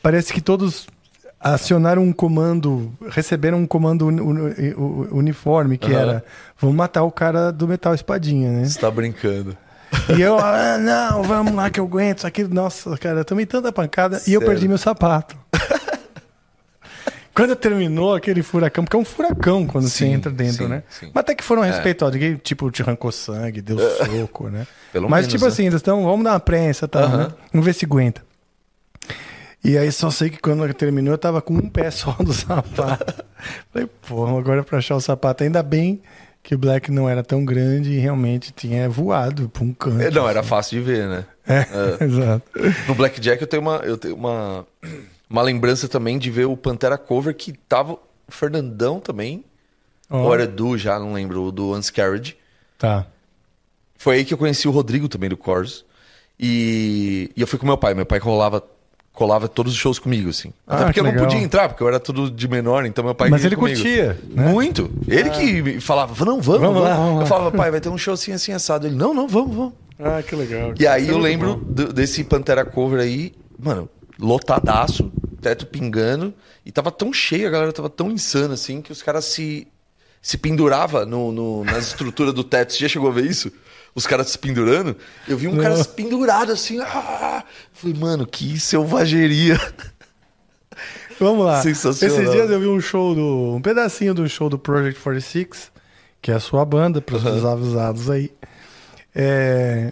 A: parece que todos acionaram um comando, receberam um comando uni- uni- u- uniforme, que
C: Aham.
A: era, vamos matar o cara do Metal Espadinha, né?
C: Você tá brincando.
A: E eu, ah, não, vamos lá que eu aguento isso aqui. Nossa, cara, eu tomei tanta pancada e eu
C: Sério?
A: perdi meu sapato. Quando terminou aquele furacão, porque é um furacão quando você
C: Sim,
A: entra dentro,
C: sim,
A: né?
C: sim. É.
A: Mas até que foram respeitosos. Ninguém, tipo, te arrancou sangue, deu soco, né?
C: Pelo
A: Mas,
C: menos,
A: tipo
C: né?
A: assim, eles estão, vamos dar uma prensa, tá?
C: Aham.
A: né? Vamos ver se aguenta. E aí só sei que quando terminou eu tava com um pé só do sapato. Falei, pô, agora pra achar o sapato. Ainda bem que o Black não era tão grande e realmente tinha voado pra um canto.
C: É, Não, era fácil de ver, né?
A: É, exato.
C: No Blackjack eu tenho uma, eu tenho uma, uma lembrança também de ver o Pantera Cover que tava o Fernandão também.
A: Ó,
C: Ou era Edu já, não lembro, o do Unscarried.
A: Tá.
C: Foi aí que eu conheci o Rodrigo também do Corus. E, e eu fui com meu pai. Meu pai colava, colava todos os shows comigo, assim. Até
A: Ah,
C: porque
A: que
C: eu não
A: legal.
C: podia entrar, porque eu era tudo de menor, então meu pai
A: Mas
C: ia
A: ele
C: comigo.
A: curtia, né? Ah.
C: Muito. Ele que me falava, não, vamos,
A: Vamos
C: vamos.
A: lá, vamos lá.
C: Eu falava, pai, vai ter um show assim, assim, assado. Ele, não, não, vamos, vamos.
A: Ah, que legal.
C: E aí eu lembro do- desse Pantera Cover aí, mano, lotadaço, teto pingando, e tava tão cheio, a galera tava tão insana assim, que os caras se, se pendurava no, no- nas estruturas do teto. Você já chegou a ver isso? Os caras se pendurando? Eu vi um cara
A: Não.
C: se pendurado assim. Ah! Falei, mano, que selvageria.
A: Vamos lá.
C: Sensacional.
A: Esses dias eu vi um show do. um pedacinho do show do Project 46, que é a sua banda, para os avisados aí. É,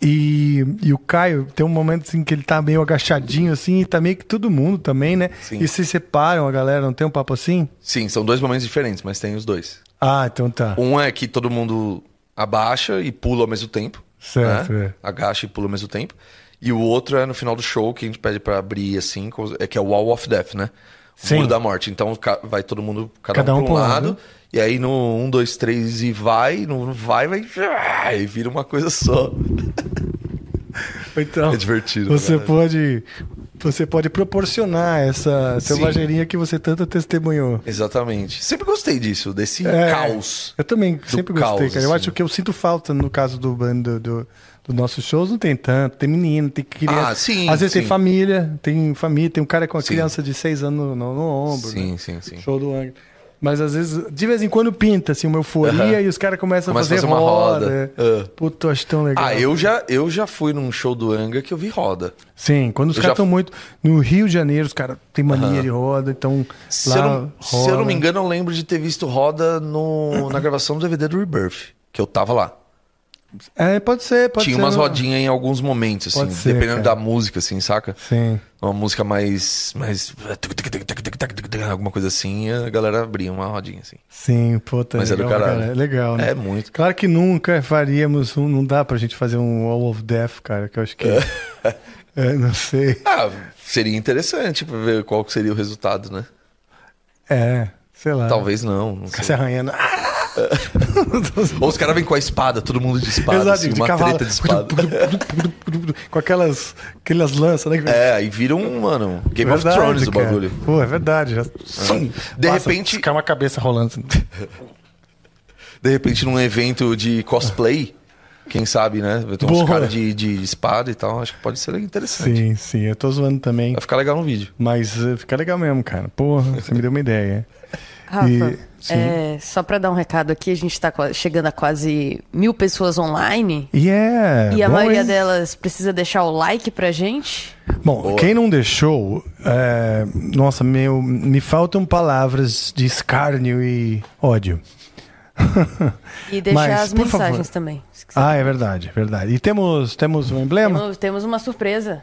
A: E, e o Caio tem um momento assim que ele tá meio agachadinho, assim, e tá meio que todo mundo também, né?
C: Sim.
A: E se separam, a galera não tem um papo assim?
C: Sim, são dois momentos diferentes, mas tem os dois.
A: Ah, então tá.
C: Um é que todo mundo abaixa e pula ao mesmo tempo.
A: Certo,
C: né?
A: é.
C: Agacha e pula ao mesmo tempo. E o outro é no final do show que a gente pede pra abrir assim, com- é que é o Wall of Death, né? O
A: Sim.
C: muro da morte. Então ca- vai todo mundo, cada,
A: Cada
C: um,
A: um
C: pra um
A: pro
C: lado.
A: lado.
C: E aí no um, dois, três e vai, não vai, vai, e vira uma coisa só.
A: Então,
C: É divertido,
A: Você
C: cara.
A: pode, você pode proporcionar essa selvageria que você tanto testemunhou.
C: Exatamente. Sempre gostei disso, desse
A: É,
C: caos.
A: Eu também sempre
C: caos,
A: gostei, cara. Eu
C: assim.
A: acho que eu sinto falta no caso do bando do, do nossos shows, não tem tanto, tem menino, tem criança.
C: Ah, sim,
A: Às vezes tem
C: sim.
A: família, tem família, tem um cara com uma
C: Sim.
A: criança de seis anos no, no- no ombro. né?
C: Sim, sim, sim.
A: Show do Angra. Mas às vezes, de vez em quando pinta assim uma euforia
C: Aham.
A: e os caras começam
C: Começa
A: a
C: a
A: fazer
C: fazer uma
A: roda.
C: roda.
A: é.
C: Ah.
A: Puta, eu acho tão legal.
C: Ah, eu já, eu já fui num show do Anga que eu vi roda.
A: Sim, quando os
C: Eu
A: caras
C: já-
A: estão muito. No Rio de Janeiro, os caras têm mania
C: Aham.
A: de roda, então.
C: Se,
A: lá
C: eu não, se eu não
A: rola. né?
C: me engano, eu lembro de ter visto roda no- na gravação do DVD do Rebirth, que eu tava lá.
A: É, pode ser, pode
C: Tinha
A: ser. né?
C: umas
A: não-
C: rodinhas em alguns momentos, assim,
A: Pode ser,
C: dependendo
A: cara.
C: da música, assim, saca?
A: Sim.
C: Uma música mais. mais. alguma coisa assim, a galera abria uma rodinha, assim.
A: Sim, puta.
C: Mas é do
A: legal,
C: caralho.
A: cara. Legal, né?
C: É muito.
A: Claro que nunca faríamos um. Não dá pra gente fazer um Wall of Death, cara, que eu acho que. É, não sei.
C: Ah, seria interessante pra ver qual que seria o resultado, né?
A: É, sei lá.
C: Talvez não, não
A: Ficar
C: sei.
A: se arranhando. Ah!
C: Ou os caras vêm com a espada, todo mundo de espada,
A: é Exato,
C: assim, uma treta de espada.
A: Com aquelas, aquelas lanças, né? que-
C: É, aí vira um, mano, Game of
A: Verdade,
C: Thrones o
A: cara.
C: bagulho.
A: Pô, é verdade. Já... Sim.
C: De repente-
A: Ficar uma cabeça rolando. assim.
C: De repente, num evento de cosplay, quem sabe, né? Vai ter uns
A: Ah. Boa.
C: caras de, de espada e tal. Acho que pode ser interessante.
A: Sim, sim. Eu tô zoando também.
C: Vai ficar legal no vídeo.
A: Mas eh, fica legal mesmo, cara. Porra, você me deu uma ideia.
B: Rafa,
A: E-
B: é, só para dar um recado aqui, a gente está chegando a quase mil pessoas online.
A: E é.
B: e a
A: bom,
B: maioria
A: hein?
B: delas precisa deixar o like pra gente.
A: Bom, quem não deixou, é, nossa, meu, me faltam palavras de escárnio e ódio.
B: E deixar
A: Mas,
B: as
A: por favor.
B: mensagens também. se quiser.
A: Ah, é verdade, verdade. E temos, temos um emblema,
B: Temos, temos uma surpresa.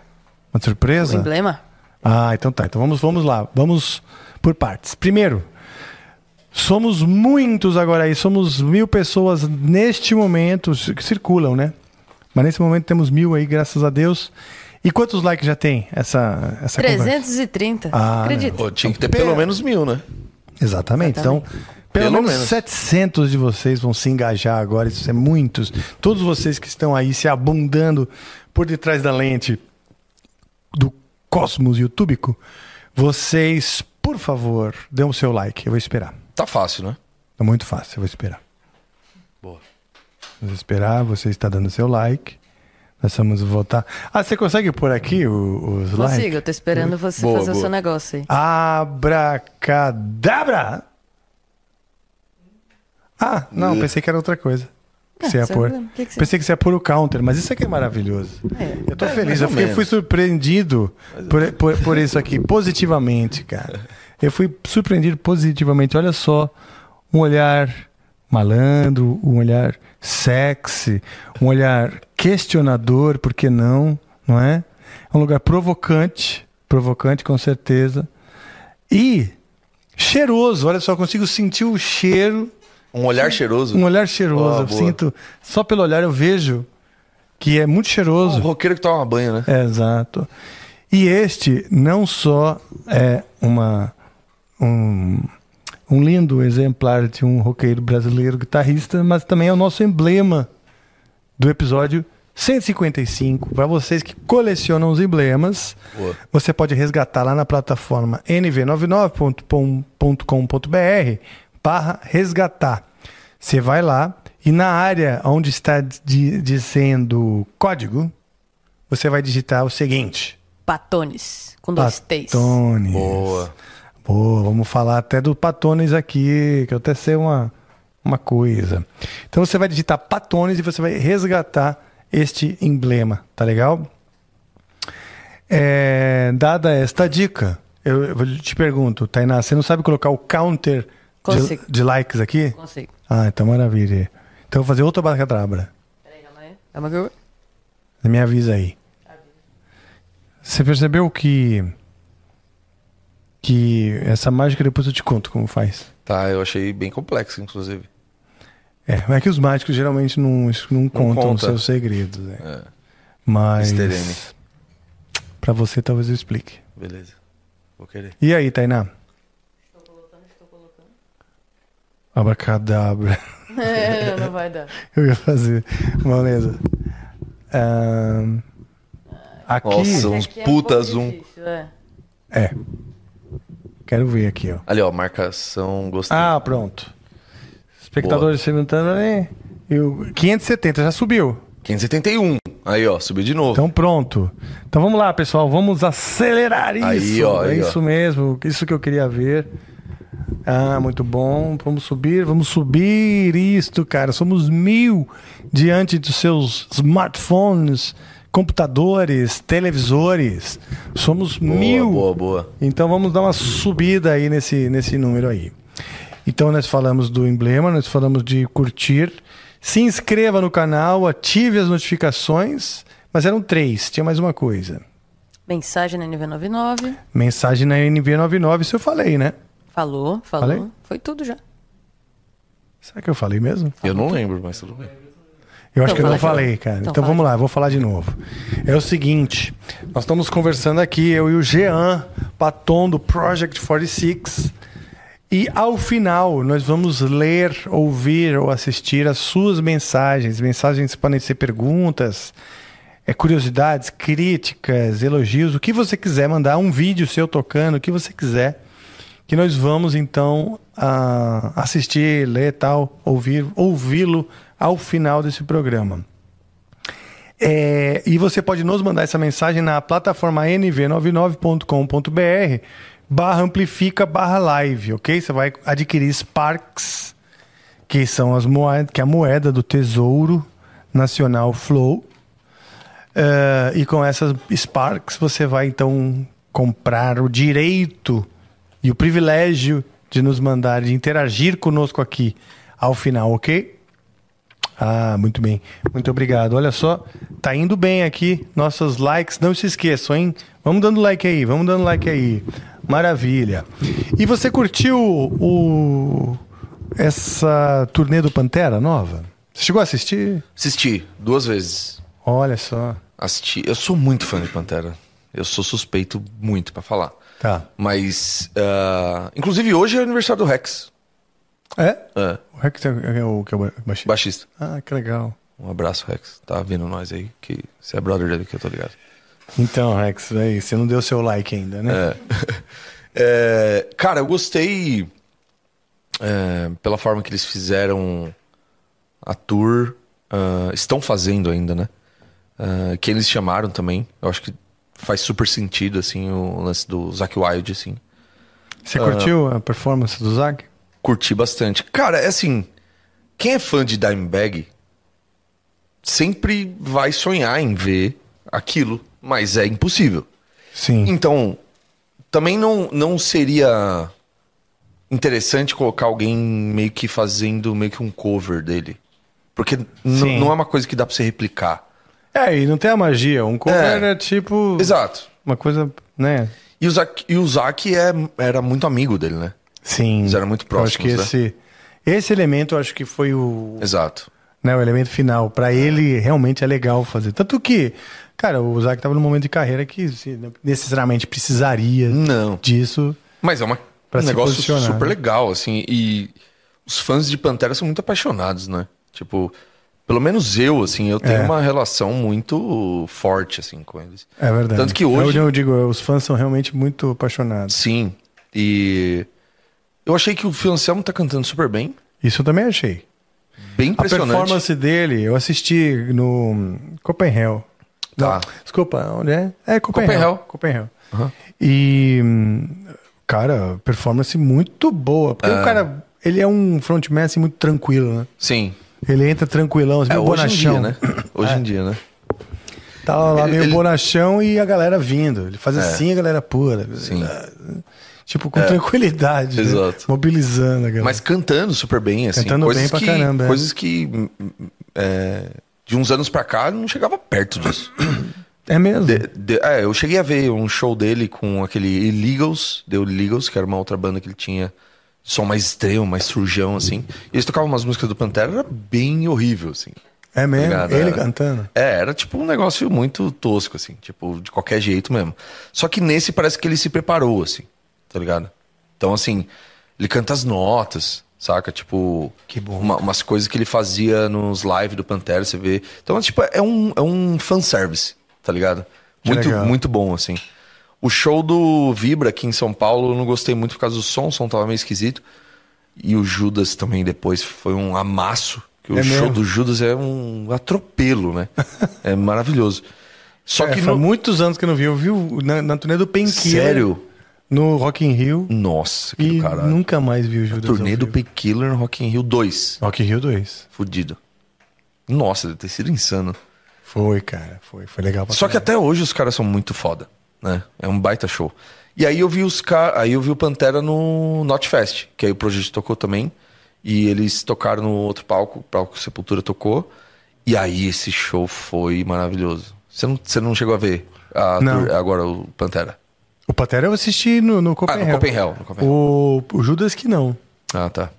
A: uma
B: Um
A: surpresa.
B: emblema.
A: Ah, então tá. Então vamos, vamos lá. Vamos por partes. Primeiro, somos muitos agora aí. Somos mil pessoas neste momento ci- que circulam, né? Mas nesse momento temos mil aí, graças a Deus. E quantos likes já tem essa essa conversa?
B: 330.
A: Ah,
B: Acredita?
C: Pô, tinha que ter pelo menos mil, né?
A: Exatamente. Então, pelo,
C: Pelo
A: menos,
C: menos.
A: 700 de vocês vão se engajar agora. Isso é muitos. Todos vocês que estão aí se abundando por detrás da lente do Cosmos YouTubico, vocês, por favor, dêem o seu like. Eu vou esperar.
C: Tá fácil, né?
A: É muito fácil, eu vou esperar.
C: Boa.
A: Vou esperar, você está dando seu like. Nós vamos votar. Ah, você consegue pôr aqui o- os likes?
B: Consigo, eu tô esperando você
C: Boa,
B: fazer o
C: boa.
B: seu negócio aí.
A: Ah, Abracadabra! Ah, não, pensei que era outra coisa. Que
B: Ah,
A: você ia
B: sem
A: pôr.
B: problema. O que que você-
A: Pensei que você ia pôr o counter, mas isso aqui é maravilhoso.
B: É.
A: Eu tô
C: É,
A: feliz,
C: mais
A: eu
C: ou
A: fiquei-
C: menos.
A: fui surpreendido por, por, por isso aqui, positivamente, cara. Eu fui surpreendido positivamente. Olha só, um olhar malandro, um olhar sexy, um olhar questionador, por que não, não é? É um lugar provocante, provocante com certeza. E cheiroso, olha só, eu consigo sentir o cheiro
C: Um olhar cheiroso.
A: um olhar cheiroso.
C: Ah,
A: eu
C: boa.
A: sinto, só pelo olhar eu vejo que é muito
C: Um
A: cheiroso.
C: roqueiro que toma banho, né?
A: É, exato. E este não só é uma um, um lindo exemplar de um roqueiro brasileiro guitarrista, mas também é o nosso emblema do episódio 155. Para vocês que colecionam os emblemas,
C: Boa.
A: você pode resgatar lá na plataforma nv99.com.br barra resgatar. Você vai lá e na área onde está di- dizendo código, você vai digitar o seguinte.
B: Patones, com Um, dois T's.
A: Patones.
C: Boa.
A: Pô, vamos falar até do Patones aqui, que eu até sei uma, uma coisa. Então você vai digitar Patones e você vai resgatar este emblema, tá legal? É, dada esta dica, eu, eu te pergunto, Tainá, você não sabe colocar o counter de,
B: Consigo.
A: de likes aqui?
B: Consigo.
A: Ah, então maravilha. Então eu vou fazer outra barcadrabra.
B: Peraí, calma aí. Calma que eu-
A: Me avisa aí. Você percebeu que. Que essa mágica depois eu te conto como faz.
C: Tá, eu achei bem complexo, inclusive.
A: É, é que os mágicos geralmente não, não contam os
C: conta.
A: seus segredos. né?
C: É,
A: Mas.
C: Mr. M.
A: Pra você talvez eu explique.
C: beleza. Vou querer.
A: E aí, Tainá? Abacadabra.
B: É, não vai dar.
A: Eu ia fazer. Beleza. Ahn, aqui.
C: Nossa. Uns
B: Aqui é
C: puta
B: pouco
C: zoom.
B: difícil, é.
A: É. Quero ver aqui, ó.
C: Ali, ó, marcação, gostei.
A: Ah, pronto. Espectadores perguntando ali. E o 570 já subiu.
C: 581. Aí, ó, subiu de novo.
A: Então pronto. Então vamos lá, pessoal. Vamos acelerar isso.
C: Aí, ó,
A: é
C: aí, ó.
A: isso mesmo. Isso que eu queria ver. Ah, muito bom. Vamos subir, vamos subir isto, cara. Somos mil diante dos seus smartphones, computadores, televisores. Somos
C: boa,
A: mil.
C: boa, boa.
A: Então vamos dar uma subida aí nesse, nesse número aí. Então nós falamos do emblema, nós falamos de curtir. Se inscreva no canal, ative as notificações. Mas eram três, tinha mais uma coisa.
B: Mensagem na NV99.
A: Mensagem na NV99, isso eu falei, né?
B: Falou, falou.
A: Falei?
B: Foi tudo já.
A: Será que eu falei mesmo?
C: Eu não lembro, mas tudo bem.
A: Eu acho
B: Então
A: que eu não
B: fala de
A: falei,
B: novo.
A: cara. Então,
B: Então fala
A: vamos
B: de
A: lá, eu vou falar de novo. É o seguinte, nós estamos conversando aqui, eu e o Jean Paton do Project 46. E ao final, nós vamos ler, ouvir ou assistir as suas mensagens. Mensagens podem ser perguntas, é, curiosidades, críticas, elogios, o que você quiser mandar, um vídeo seu tocando, o que você quiser. Que nós vamos então ah, assistir, ler tal, ouvir, ouvi-lo ao final desse programa. É, e você pode nos mandar essa mensagem na plataforma nv99.com.br barra amplifica barra live, ok? Você vai adquirir Sparks, que são as moedas, que é a moeda do Tesouro Nacional Flow. Eh, e com essas Sparks você vai então comprar o direito e o privilégio de nos mandar, de interagir conosco aqui ao final, ok? Ah, muito bem. Muito obrigado. Olha só, tá indo bem aqui. Nossos likes, não se esqueçam, hein? Vamos dando like aí, vamos dando like aí. Maravilha. E você curtiu o essa turnê do Pantera nova? Você chegou a assistir?
C: Assisti duas vezes.
A: Olha só.
C: Assisti. Eu sou muito fã de Pantera. Eu sou suspeito muito pra falar.
A: Tá.
C: Mas. ah, inclusive hoje é o aniversário do Rex.
A: É?
C: É,
A: O Rex é o que é o baixista?
C: baixista.
A: Ah, que legal.
C: Um abraço, Rex. Tá vendo nós aí, que você é brother dele que eu tô ligado.
A: Então, Rex, aí, você não deu seu like ainda, né?
C: É. É, cara, eu gostei é, pela forma que eles fizeram a tour. ah, estão fazendo ainda, né? Ah, que eles chamaram também. Eu acho que faz super sentido, assim, o lance do Zack Wild, assim.
A: Você curtiu a performance do Zac?
C: Curti bastante. Cara, é assim, quem é fã de Dimebag sempre vai sonhar em ver aquilo, mas é impossível.
A: Sim.
C: Então, também não, não seria interessante colocar alguém meio que fazendo meio que um cover dele. Porque n-
A: Sim.
C: não é uma coisa que dá pra você replicar.
A: É, e não tem a magia. Um cover é, tipo.
C: Exato.
A: Uma coisa, né?
C: E o Zack, e o Zack é, era muito amigo dele, né?
A: Sim.
C: Eles eram muito
A: Eu acho que
C: próximos, né?
A: esse, esse elemento, eu acho que foi o,
C: Exato.
A: né, o elemento final. Pra ele, realmente é legal fazer. Tanto que, cara, o Zac tava num momento de carreira que se, não necessariamente precisaria
C: Não.
A: disso.
C: Mas é uma,
A: Pra
C: um
A: se
C: negócio
A: posicionar,
C: super
A: né?
C: legal, assim. E os fãs de Pantera são muito apaixonados, né? Tipo, pelo menos eu, assim, eu tenho
A: É.
C: uma relação muito forte, assim, com eles.
A: É verdade.
C: Tanto que hoje-
A: Eu, eu digo, os fãs são realmente muito apaixonados.
C: Sim. E eu achei que o Phil Anselmo tá cantando super bem.
A: Isso eu também achei.
C: Bem
A: A
C: impressionante.
A: performance dele, eu assisti no Copenhague.
C: Tá.
A: Desculpa, onde é? É Copenhague.
C: Copenhague.
A: Copenhague. E, hum, cara, performance muito boa. Porque o cara, ele é um frontman assim, muito tranquilo, né?
C: Sim.
A: Ele entra tranquilão, assim,
C: É
A: meio
C: hoje em
A: bonachão. É.
C: dia, né? Hoje em dia, né?
A: Tava lá
C: Ele-
A: meio
C: ele- É.
A: bonachão e a galera vindo. Ele faz assim, a galera pura.
C: Sim. É.
A: Tipo, com tranquilidade. né?
C: Exato.
A: Mobilizando a galera.
C: Mas cantando super bem, assim.
A: Cantando
C: coisas
A: bem pra
C: que,
A: caramba, é.
C: Coisas que hum, hum, é, de uns anos pra cá não chegava perto disso.
A: é mesmo.
C: De- de- é, eu cheguei a ver um show dele com aquele Illegals, The Illegals, que era uma outra banda que ele tinha som mais extremo, mais surjão, assim. E eles tocavam umas músicas do Pantera, era bem horrível, assim.
A: é mesmo.
C: Obrigado,
A: ele
C: era.
A: cantando.
C: É, era tipo um negócio muito tosco, assim, tipo, de qualquer jeito mesmo. Só que nesse parece que ele se preparou, assim, tá ligado? Então, assim, ele canta as notas, saca? Tipo,
A: Que bom,
C: uma- umas coisas que ele fazia nos lives do Pantera, você vê. Então, tipo, é um, é um fanservice, tá ligado?
A: Que
C: Muito,
A: legal.
C: muito bom, assim. O show do Vibra aqui em São Paulo eu não gostei muito por causa do som, o som tava meio esquisito. E o Judas também depois foi um amasso. Que o
A: É
C: show
A: mesmo?
C: do Judas é um atropelo, né? é maravilhoso. Só
A: É,
C: que
A: foi
C: no...
A: muitos anos que eu não vi. Eu vi o- na, na turnê do Painkiller.
C: Sério?
A: No Rock in Rio.
C: Nossa, que
A: E
C: do caralho.
A: nunca é mais vi o Judas. ao
C: Turnê do
A: vivo.
C: Painkiller no Rock in Rio 2.
A: Rock in Rio 2.
C: Fudido. Nossa, deve ter sido insano.
A: Foi, cara. Foi, foi legal pra
C: Só que
A: caralho.
C: até hoje os caras são muito foda, né? É um baita show. E aí eu vi os caras. Aí eu vi o Pantera no Notfest, que aí o Projeto tocou também. E eles tocaram no outro palco, o palco Sepultura tocou. E aí esse show foi maravilhoso. Você não, você não chegou a ver a-
A: Não.
C: do- agora o Pantera?
A: O Patera eu assisti no, no
C: Ah,
A: Copenhague.
C: no Copenhague. No Copenhague.
A: O, o Judas que não.
C: Ah, tá.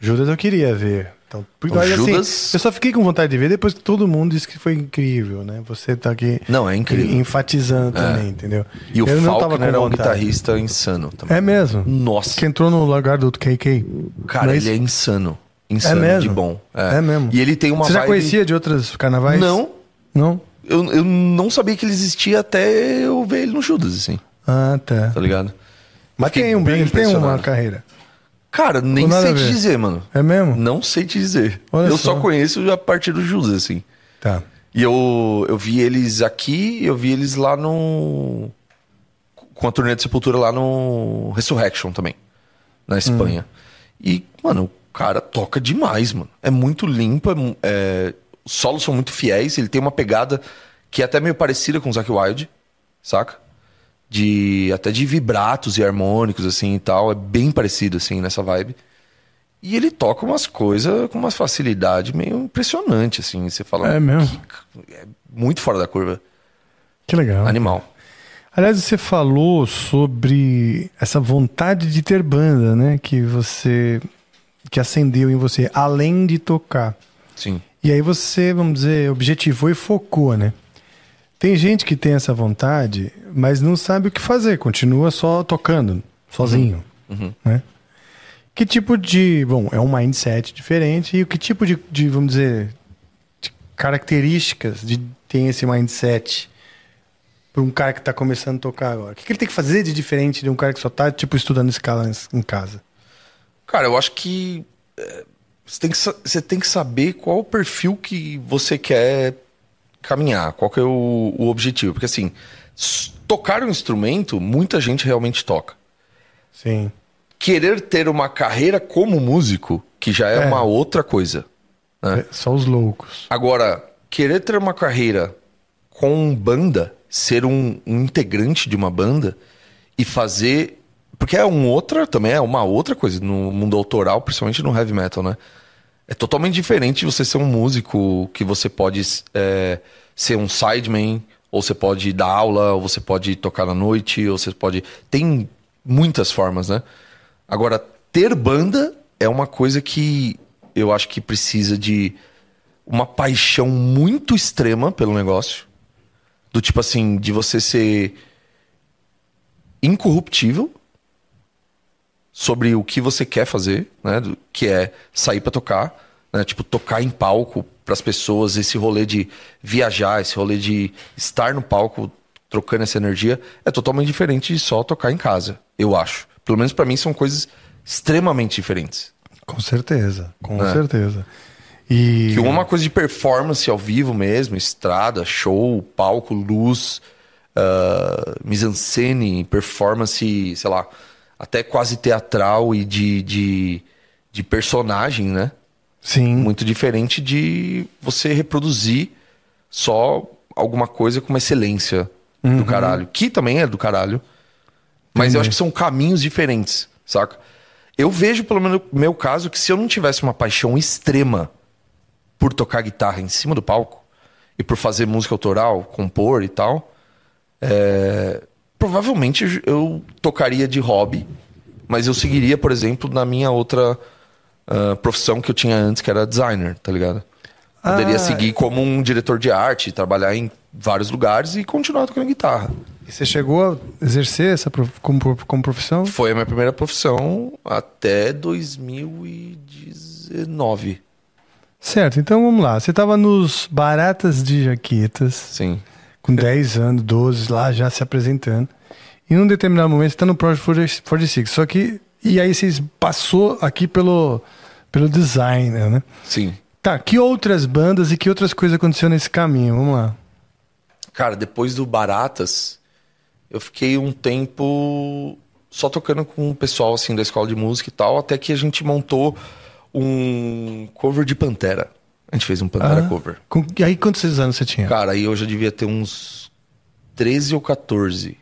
A: Judas eu queria ver. Então, porque, olha, assim,
C: Judas-
A: eu só fiquei com vontade de ver depois que todo mundo disse que foi incrível, né? Você tá aqui
C: Não, é incrível. É.
A: enfatizando também, entendeu?
C: E o
A: eu não tava com
C: Faulkner era um
A: vontade.
C: guitarrista insano também.
A: É mesmo.
C: Nossa,
A: Que entrou no lugar do KK.
C: cara,
A: Não é
C: ele é
A: isso?
C: insano. Insano
A: mesmo?
C: de bom.
A: É mesmo?
C: E ele tem uma
A: Você já
C: vibe-
A: conhecia de outros carnavais?
C: Não,
A: Não?
C: eu, eu não sabia que ele existia até eu ver ele no Judas, assim,
A: Ah, tá.
C: tá ligado?
A: Mas
C: Fiquei
A: tem um
C: bem
A: bem, tem uma
C: impressionado.
A: carreira.
C: Cara, nem
A: Com nada
C: sei
A: a
C: te
A: ver.
C: dizer, mano.
A: É mesmo?
C: Não sei te dizer.
A: Olha
C: eu
A: só.
C: só. conheço a partir do Judas, assim.
A: Tá.
C: E eu, eu vi eles aqui, eu vi eles lá no. Com a turnê de Sepultura lá no Resurrection também, na Espanha. E, mano, o cara toca demais, mano. É muito limpo, é, mu- é- os solos são muito fiéis, ele tem uma pegada que é até meio parecida com o Zack Wilde, saca? De, até de vibratos e harmônicos, assim e tal. É bem parecido, assim, nessa vibe. E ele toca umas coisas com uma facilidade meio impressionante, assim. Você fala,
A: É mesmo?
C: "Que- é muito fora da curva.
A: Que legal.
C: Animal.
A: Aliás, você falou sobre essa vontade de ter banda, né? Que você. que acendeu em você, além de tocar.
C: Sim.
A: E aí você, vamos dizer, objetivou e focou, né? Tem gente que tem essa vontade, mas não sabe o que fazer, continua só tocando, sozinho, né? Que tipo de... Bom, é um mindset diferente, e o que tipo de, de, vamos dizer, de características de, tem esse mindset para um cara que está começando a tocar agora? O que, que ele tem que fazer de diferente de um cara que só tá, tipo, estudando escala em- em casa?
C: Cara, eu acho que é, você tem que, sa- você tem que saber qual o perfil que você quer caminhar, qual que é o, o objetivo. Porque assim, s- tocar um instrumento, muita gente realmente toca.
A: Sim.
C: Querer ter uma carreira como músico, que já é.
A: É.
C: uma outra coisa. né?
A: Só os loucos.
C: Agora, querer ter uma carreira com um banda, ser um, um integrante de uma banda e fazer. Porque é um outra, também é uma outra coisa no mundo autoral, principalmente no heavy metal, né? É totalmente diferente você ser um músico que você pode é, ser um sideman, ou você pode dar aula, ou você pode tocar na noite, ou você pode. Tem muitas formas, né? Agora, ter banda é uma coisa que eu acho que precisa de uma paixão muito extrema pelo negócio. Do tipo assim, de você ser incorruptível sobre o que você quer fazer, né? Do, que é sair pra tocar, né? Tipo, tocar em palco pras pessoas, esse rolê de viajar, esse rolê de estar no palco trocando essa energia, é totalmente diferente de só tocar em casa, eu acho. Pelo menos pra mim são coisas extremamente diferentes.
A: Com certeza, com
C: É.
A: certeza. E
C: Que uma é uma coisa de performance ao vivo mesmo, estrada, show, palco, luz, ah, mise-en-scène, performance, sei lá, até quase teatral e de, de, de personagem, né?
A: sim,
C: Muito diferente de você reproduzir só alguma coisa com uma excelência do caralho, que também é do caralho, mas eu acho que são caminhos diferentes, saca? Eu vejo, pelo menos no meu caso, que se eu não tivesse uma paixão extrema por tocar guitarra em cima do palco e por fazer música autoral, compor e tal, é, provavelmente eu- eu tocaria de hobby, mas eu seguiria, por exemplo, na minha outra ah, profissão que eu tinha antes, que era designer, tá ligado? Poderia
A: Ah.
C: seguir como um diretor de arte, trabalhar em vários lugares e continuar tocando guitarra.
A: E você chegou a exercer essa prof- como, pro- como profissão?
C: Foi a minha primeira profissão até 2019.
A: Certo, então vamos lá. Você estava nos Baratas de Jaquetas,
C: Sim.
A: com
C: É.
A: 10 anos, 12, lá já se apresentando. E num determinado momento você está no Project 40 46. Só que. E aí você passou aqui pelo, pelo designer, né?
C: Sim.
A: Tá, que outras bandas e que outras coisas aconteceram nesse caminho? Vamos lá.
C: Cara, depois do Baratas, eu fiquei um tempo só tocando com o pessoal assim da escola de música e tal, até que a gente montou um cover de Pantera. A gente fez um Pantera
A: Ah,
C: cover.
A: com- e aí quantos anos você tinha?
C: Cara, aí eu já devia ter uns 13 ou 14.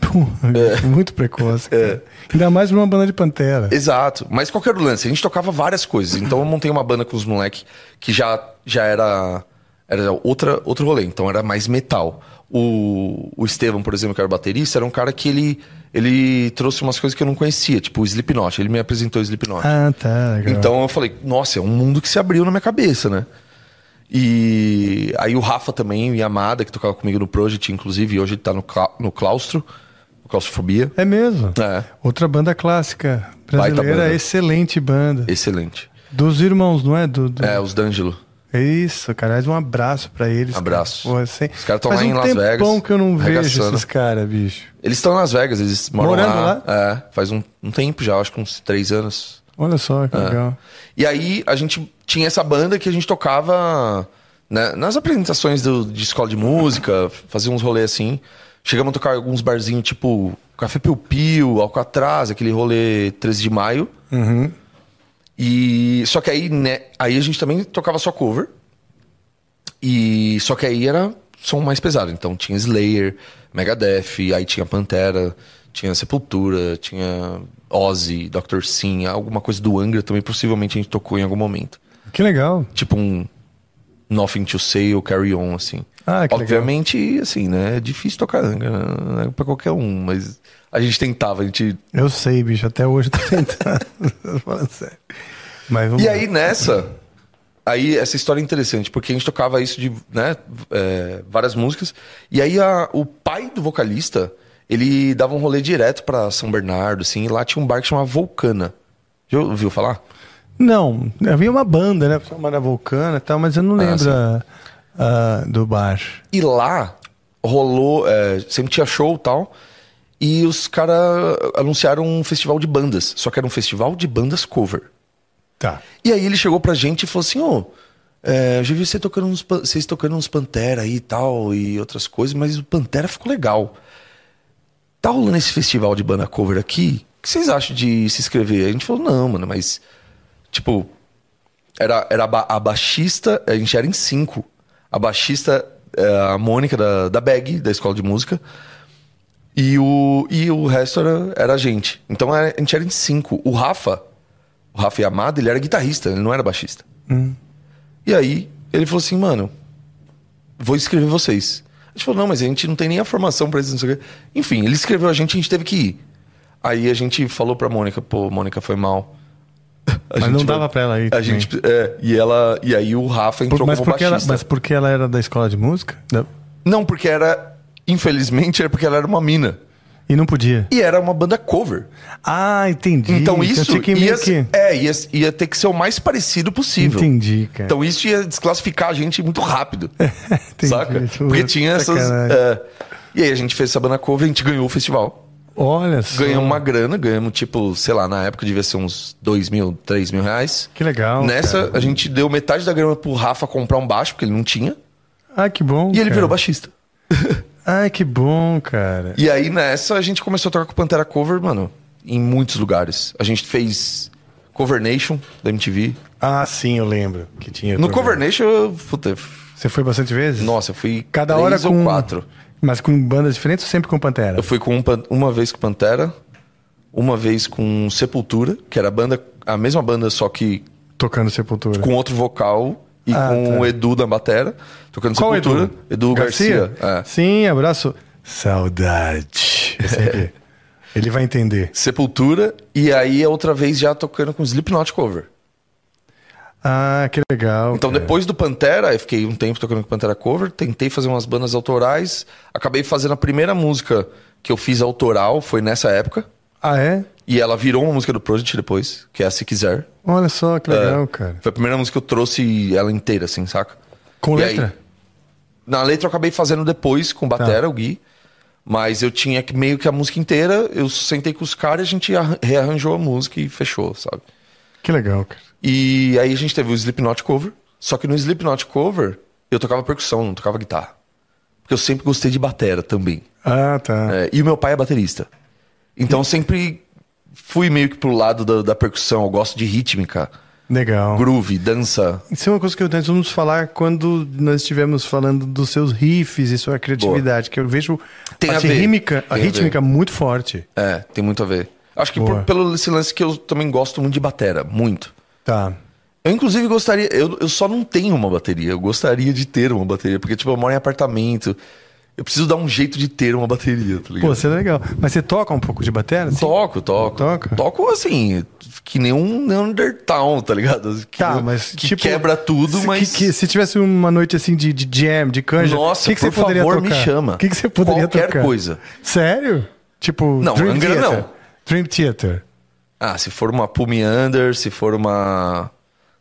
A: Pum,
C: É.
A: Muito precoce. cara. Ainda mais pra uma banda de pantera.
C: Exato. Mas qual que era o lance? A gente tocava várias coisas. Então eu montei uma banda com os moleques que já, já era, era outra, outro rolê. Então era mais metal. O, o Estevam, por exemplo, que era baterista, era um cara que ele, ele trouxe umas coisas que eu não conhecia, tipo o Slipknot. Ele me apresentou o Slipknot.
A: Ah, tá. Legal.
C: Então eu falei, nossa, é um mundo que se abriu na minha cabeça, né? E aí o Rafa também, e a Amada, que tocava comigo no Project, inclusive, e hoje ele tá no, cla- no claustro, claustrofobia.
A: É mesmo.
C: É.
A: Outra banda clássica
C: Baita
A: brasileira,
C: banda.
A: excelente banda.
C: É, Excelente.
A: Dos irmãos, não é? Do, do-
C: É, os D'Angelo.
A: Isso, cara. Aliás, um abraço pra eles. cara.
C: Abraço.
A: Pô, assim,
C: Os caras tão
A: faz
C: lá
A: um
C: em Las Vegas,
A: tempão que eu não vejo
C: arregaçando.
A: esses caras, bicho.
C: Eles estão em Las Vegas, eles moram
A: Morando
C: lá. É, faz um, um tempo já, acho que uns três anos. É.
A: Olha só que legal.
C: E aí a gente tinha essa banda que a gente tocava né, nas apresentações do- de escola de música, fazia uns rolês assim. Chegamos a tocar em alguns barzinhos tipo Café Piu Piu, Alcatraz, aquele rolê 13 de maio.
A: Uhum.
C: E só que aí, né, aí a gente também tocava só cover. E só que aí era som mais pesado, então tinha Slayer, Megadeth, aí tinha Pantera, tinha Sepultura, tinha Ozzy, Dr. Sim, alguma coisa do Angra também possivelmente a gente tocou em algum momento.
A: Que legal.
C: Tipo um Nothing to Say ou Carry On assim.
A: Ah, que legal.
C: Obviamente, assim, né, é difícil tocar Angra, né, não é pra qualquer um, mas a gente tentava, a gente
A: Eu sei, bicho. Até hoje eu tô tentando. Falando sério. Mas vamos
C: E
A: lá.
C: aí nessa, aí essa história é interessante, porque a gente tocava isso de né, é, várias músicas, e aí a- o pai do vocalista, ele dava um rolê direto pra São Bernardo, assim, e lá tinha um bar que chamava Vulcana. Já ouviu falar?
A: Não, havia uma banda, né? Chamada Vulcana e tal, mas eu não lembro
C: Ah, sim.
A: a- a- do bar.
C: E lá rolou, é, sempre tinha show e tal, e os caras anunciaram um festival de bandas, só que era um festival de bandas cover.
A: Tá.
C: E aí ele chegou pra gente e falou assim, ô, é, eu já vi você tocando uns, pan- vocês tocando uns Pantera aí e tal, e outras coisas, mas o Pantera ficou legal. Tá rolando esse festival de banda cover aqui? O que vocês acham de se inscrever? A gente falou, não, mano, mas, tipo, era, era a, ba- a baixista, a gente era em cinco. A baixista, é, a Mônica da, da BEG, da Escola de Música, e o, e o resto era, era a gente. Então a gente era em cinco. O Rafa, o Rafa Yamada, ele era guitarrista, ele não era baixista.
A: Hum.
C: E aí ele falou assim, mano, vou escrever vocês. A gente falou, não, mas a gente não tem nem a formação pra isso, não sei o quê. Enfim, ele escreveu a gente, a gente teve que ir. Aí a gente falou pra Mônica, pô, Mônica, foi mal. A
A: Mas não
C: foi-
A: dava pra ela ir
C: A
A: também.
C: gente, é, e ela. E aí o Rafa entrou
A: mas,
C: como
A: porque ela,
C: baixista.
A: mas porque ela era da escola de música? Da-
C: Não, porque era. Infelizmente, era porque ela era uma mina.
A: E não podia.
C: E era uma banda cover.
A: Ah, entendi.
C: Então isso
A: tinha que meio
C: ia,
A: que...
C: É, ia, ia ter que ser o mais parecido possível.
A: Entendi, cara.
C: Então isso ia desclassificar a gente muito rápido.
A: Entendi. é
C: saca? Porque tinha essas.
A: Sacanagem.
C: é. E aí a gente fez essa banda cover, a gente ganhou o festival.
A: Olha só.
C: Ganhamos uma grana, ganhamos tipo, sei lá, na época devia ser uns 2 mil, 3 mil reais.
A: Que legal,
C: Nessa,
A: cara.
C: a gente deu metade da grana pro Rafa comprar um baixo, porque ele não tinha.
A: Ah, que bom.
C: E ele
A: cara.
C: virou baixista.
A: Ah, que bom, cara.
C: E aí nessa a gente começou a tocar com Pantera Cover, mano, em muitos lugares. A gente fez Cover Nation da MTV.
A: Ah, sim, eu lembro que tinha.
C: No
A: também.
C: Cover Nation, eu, puta,
A: Você foi bastante vezes?
C: nossa, eu fui
A: Cada
C: três
A: hora
C: ou
A: com um.
C: quatro.
A: Mas com bandas diferentes ou sempre com Pantera?
C: Eu fui com um pan- uma vez com Pantera, uma vez com Sepultura, que era a banda, a mesma banda só que
A: Tocando Sepultura.
C: com outro vocal e
A: Ah, tá.
C: com o Edu da batera, tocando
A: Qual é
C: Sepultura,
A: Edu?
C: Garcia. é.
A: Sim, abraço. Saudade. Esse aqui. Ele vai entender.
C: Sepultura e aí a outra vez já tocando com Slipknot Cover.
A: Ah, que legal.
C: Então,
A: cara.
C: depois do Pantera, eu fiquei um tempo tocando com Pantera Cover, tentei fazer umas bandas autorais, acabei fazendo a primeira música que eu fiz autoral, foi nessa época,
A: Ah, é?
C: e ela virou uma música do Project depois, que é a Se Quiser.
A: Olha só
C: É.
A: que legal, cara.
C: Foi a primeira música que eu trouxe ela inteira, assim, saca?
A: Com
C: E
A: letra? Tá.
C: aí, na letra eu acabei fazendo depois com o Batera, o Gui, mas eu tinha que meio que a música inteira, eu sentei com os caras e a gente arran- rearranjou a música e fechou, sabe?
A: Que legal, cara.
C: E aí a gente teve o Slipknot cover. Só que no Slipknot cover, eu tocava percussão, não tocava guitarra. Porque eu sempre gostei de batera também.
A: Ah, tá.
C: É, e o meu pai é baterista. Então eu sempre fui meio que pro lado da, da percussão. Eu gosto de rítmica,
A: Legal.
C: groove, dança.
A: Isso é uma coisa que nós vamos falar quando nós estivermos falando dos seus riffs e sua criatividade, que eu vejo
C: Tem
A: a
C: a
A: parte
C: ver.
A: rítmica, a
C: Tem a
A: rítmica muito forte.
C: É, tem muito a ver. Acho que
A: Boa.
C: por, pelo esse lance que eu também gosto muito de batera, muito.
A: Tá.
C: Eu, inclusive, gostaria. Eu, eu só não tenho uma bateria. Eu gostaria de ter uma bateria, porque, tipo, eu moro em apartamento. Eu preciso dar um jeito de ter uma bateria, tá ligado?
A: Pô, você é legal. Mas você toca um pouco de bateria? assim?
C: Toco, toco.
A: Toca?
C: Toco assim, que nem um Neandertal, tá ligado? Que,
A: Tá, mas
C: que
A: tipo,
C: quebra tudo,
A: se,
C: mas.
A: que- que- se tivesse uma noite assim de, de jam, de canja,
C: Nossa,
A: que que
C: por
A: você poderia
C: favor,
A: tocar?
C: me chama.
A: O que, que você poderia
C: Qualquer
A: tocar?
C: coisa.
A: Sério? Tipo,
C: Não,
A: Dream
C: Angra
A: Theater.
C: não.
A: Dream Theater.
C: Ah, se for uma Pull Me Under, se for uma.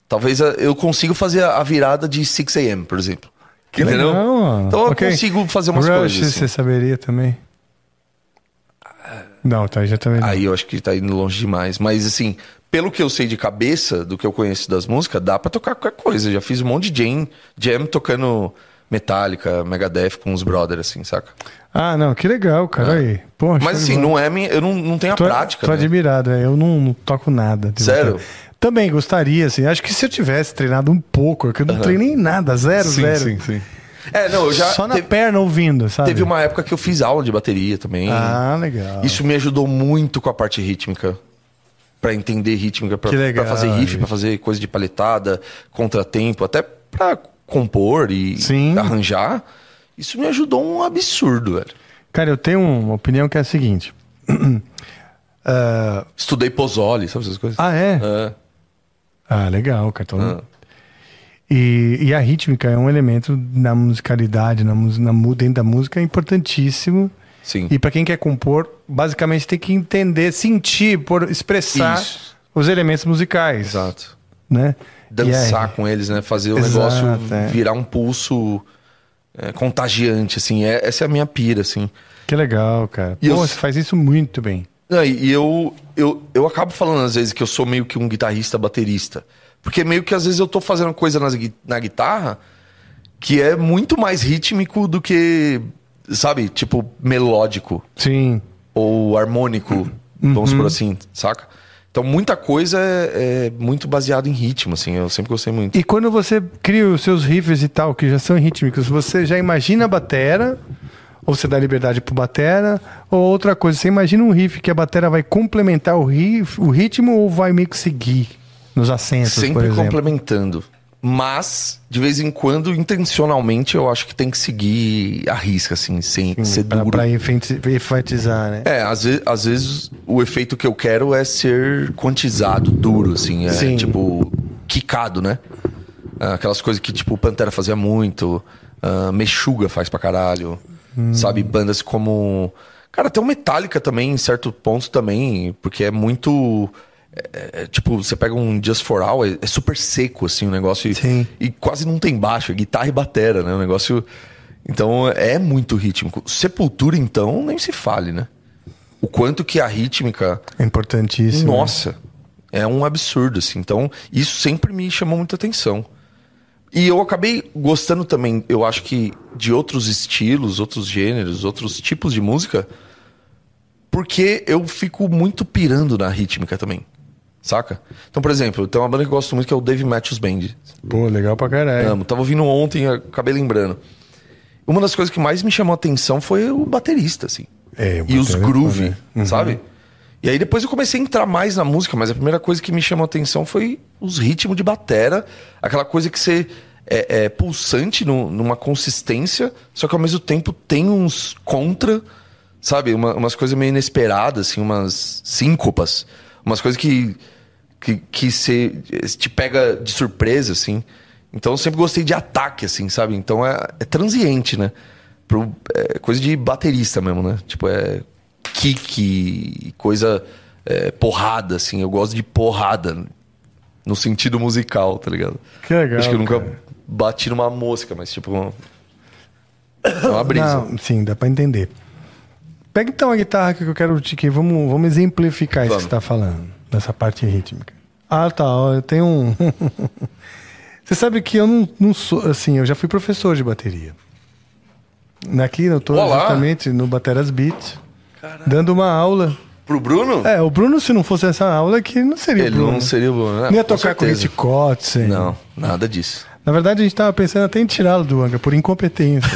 C: Talvez a- eu consiga fazer a a virada de 6 a.m., por exemplo.
A: Que
C: Entendeu?
A: legal.
C: Então
A: Ok.
C: eu consigo fazer umas
A: Rush,
C: coisas. assim.
A: você saberia também? Não, tá, já também. não.
C: Aí eu acho que tá indo longe demais. Mas assim, pelo que eu sei de cabeça, do que eu conheço das músicas, dá pra tocar qualquer coisa. Já fiz um monte de jam, jam tocando Metallica, Megadeth com os brothers, assim, saca?
A: Ah, não, que legal, cara. Aí. Poxa,
C: Mas assim, não é minha. Eu não, não tenho a
A: tô,
C: prática.
A: Tô
C: né?
A: admirado, é, eu não, não toco nada. de
C: Sério?
A: bateria. Também gostaria, assim. Acho que se eu tivesse treinado um pouco, é que eu não treinei nada, zero,
C: Sim,
A: zero.
C: sim, sim. É, não, eu já.
A: Só na
C: teve,
A: perna ouvindo, sabe?
C: teve uma época que eu fiz aula de bateria também.
A: Ah, legal.
C: Isso me ajudou muito com a parte rítmica. Pra entender rítmica, pra,
A: Que legal,
C: pra fazer riff,
A: gente.
C: pra fazer coisa de paletada, contratempo, até pra compor e
A: Sim.
C: arranjar. Isso me ajudou um absurdo, velho.
A: Cara, eu tenho uma opinião que é a seguinte. Ah,
C: Estudei Pozzoli, sabe essas coisas?
A: ah, é?
C: É.
A: Ah, legal, cara. Tô- E, e a rítmica é um elemento na musicalidade, na, mus- na, mu- dentro da música, importantíssimo.
C: Sim.
A: E para quem quer compor, basicamente tem que entender, sentir, por expressar
C: Isso.
A: os elementos musicais.
C: Exato.
A: Né?
C: Dançar com eles, né? Fazer o
A: Exato,
C: negócio
A: é.
C: virar um pulso é, contagiante, assim. É- essa é a minha pira, assim.
A: E aí, que legal, cara.
C: E
A: Pô,
C: eu-
A: você faz isso muito bem.
C: Não, e e eu, eu, eu acabo falando às vezes que eu sou meio que um guitarrista baterista. Porque meio que às vezes eu tô fazendo coisa nas gui- na guitarra que é muito mais rítmico do que, sabe, tipo, melódico
A: Sim.
C: ou harmônico, vamos
A: Uhum.
C: por assim, saca? Então muita coisa é, é muito baseado em ritmo, assim, eu sempre gostei muito.
A: E quando você cria os seus riffs e tal, que já são rítmicos, você já imagina a batera, ou você dá liberdade pro batera, ou outra coisa, você imagina um riff que a batera vai complementar o riff, o ritmo, ou vai meio que seguir nos acentos, por
C: Sempre
A: exemplo?
C: complementando. Mas, de vez em quando, intencionalmente, eu acho que tem que seguir a risca, assim, sem ser
A: Pra,
C: duro.
A: pra enfati- enfatizar, né?
C: É, às vezes, às vezes o efeito que eu quero é ser quantizado, duro, assim. É,
A: Sim.
C: Tipo, quicado, né? Ah, Aquelas coisas que, tipo, Pantera fazia muito, ah, Mexuga faz pra caralho.
A: Hum.
C: Sabe, bandas como. Cara, até o Metallica também, em certo ponto também, porque é muito. é, é, tipo, você pega um Just For All, é, é super seco, assim, o negócio. e-
A: Sim.
C: E, quase não tem baixo, é guitarra e batera, né? O negócio. Então, é muito rítmico. Sepultura, então, nem se fale, né? O quanto que a rítmica.
A: É importantíssimo.
C: Nossa, é um absurdo, assim. Então, isso sempre me chamou muita atenção. E eu acabei gostando também, eu acho que, de outros estilos, outros gêneros, outros tipos de música, porque eu fico muito pirando na rítmica também. Saca? Então, por exemplo, tem uma banda que eu gosto muito que é o Dave Matthews Band.
A: Pô, legal pra caralho.
C: Amo. Tava ouvindo ontem, acabei lembrando. Uma das coisas que mais me chamou a atenção foi o baterista, assim.
A: É, o
C: e os
A: baterista,
C: groove,
A: né? Uhum.
C: sabe? E aí depois eu comecei a entrar mais na música, mas a primeira coisa que me chamou a atenção foi os ritmos de batera, aquela coisa que você é, é pulsante no- numa consistência, só que ao mesmo tempo tem uns contra, sabe? Uma- umas coisas meio inesperadas, assim, umas síncopas, umas coisas que que, que cê, te pega de surpresa, assim. Então eu sempre gostei de ataque, assim, sabe? Então é, é transiente, né? Pro- é coisa de baterista mesmo, né? Tipo, é kick, coisa é, porrada, assim. Eu gosto de porrada no sentido musical, tá ligado?
A: Que legal,
C: Acho que eu nunca
A: cara.
C: bati numa mosca, mas tipo. uma- É uma brisa.
A: Não, sim, dá pra entender. Pega então a guitarra que eu quero te que vamos, vamos exemplificar isso que
C: Vamos.
A: você tá falando, dessa parte rítmica. Ah, tá, ó, eu tenho um. você sabe que eu não, não sou, assim, eu já fui professor de bateria. Aqui eu tô
C: Olá.
A: justamente no Bateras Beat, dando uma aula.
C: Pro Bruno?
A: É, o Bruno, se não fosse essa aula aqui, não seria o
C: Ele
A: Bruno.
C: não seria o Bruno. né?
A: Não ia
C: Com
A: tocar com
C: certeza.
A: esse Cote.
C: Não, nada disso.
A: Na verdade, a gente tava pensando até em tirá-lo do Angra, por incompetência.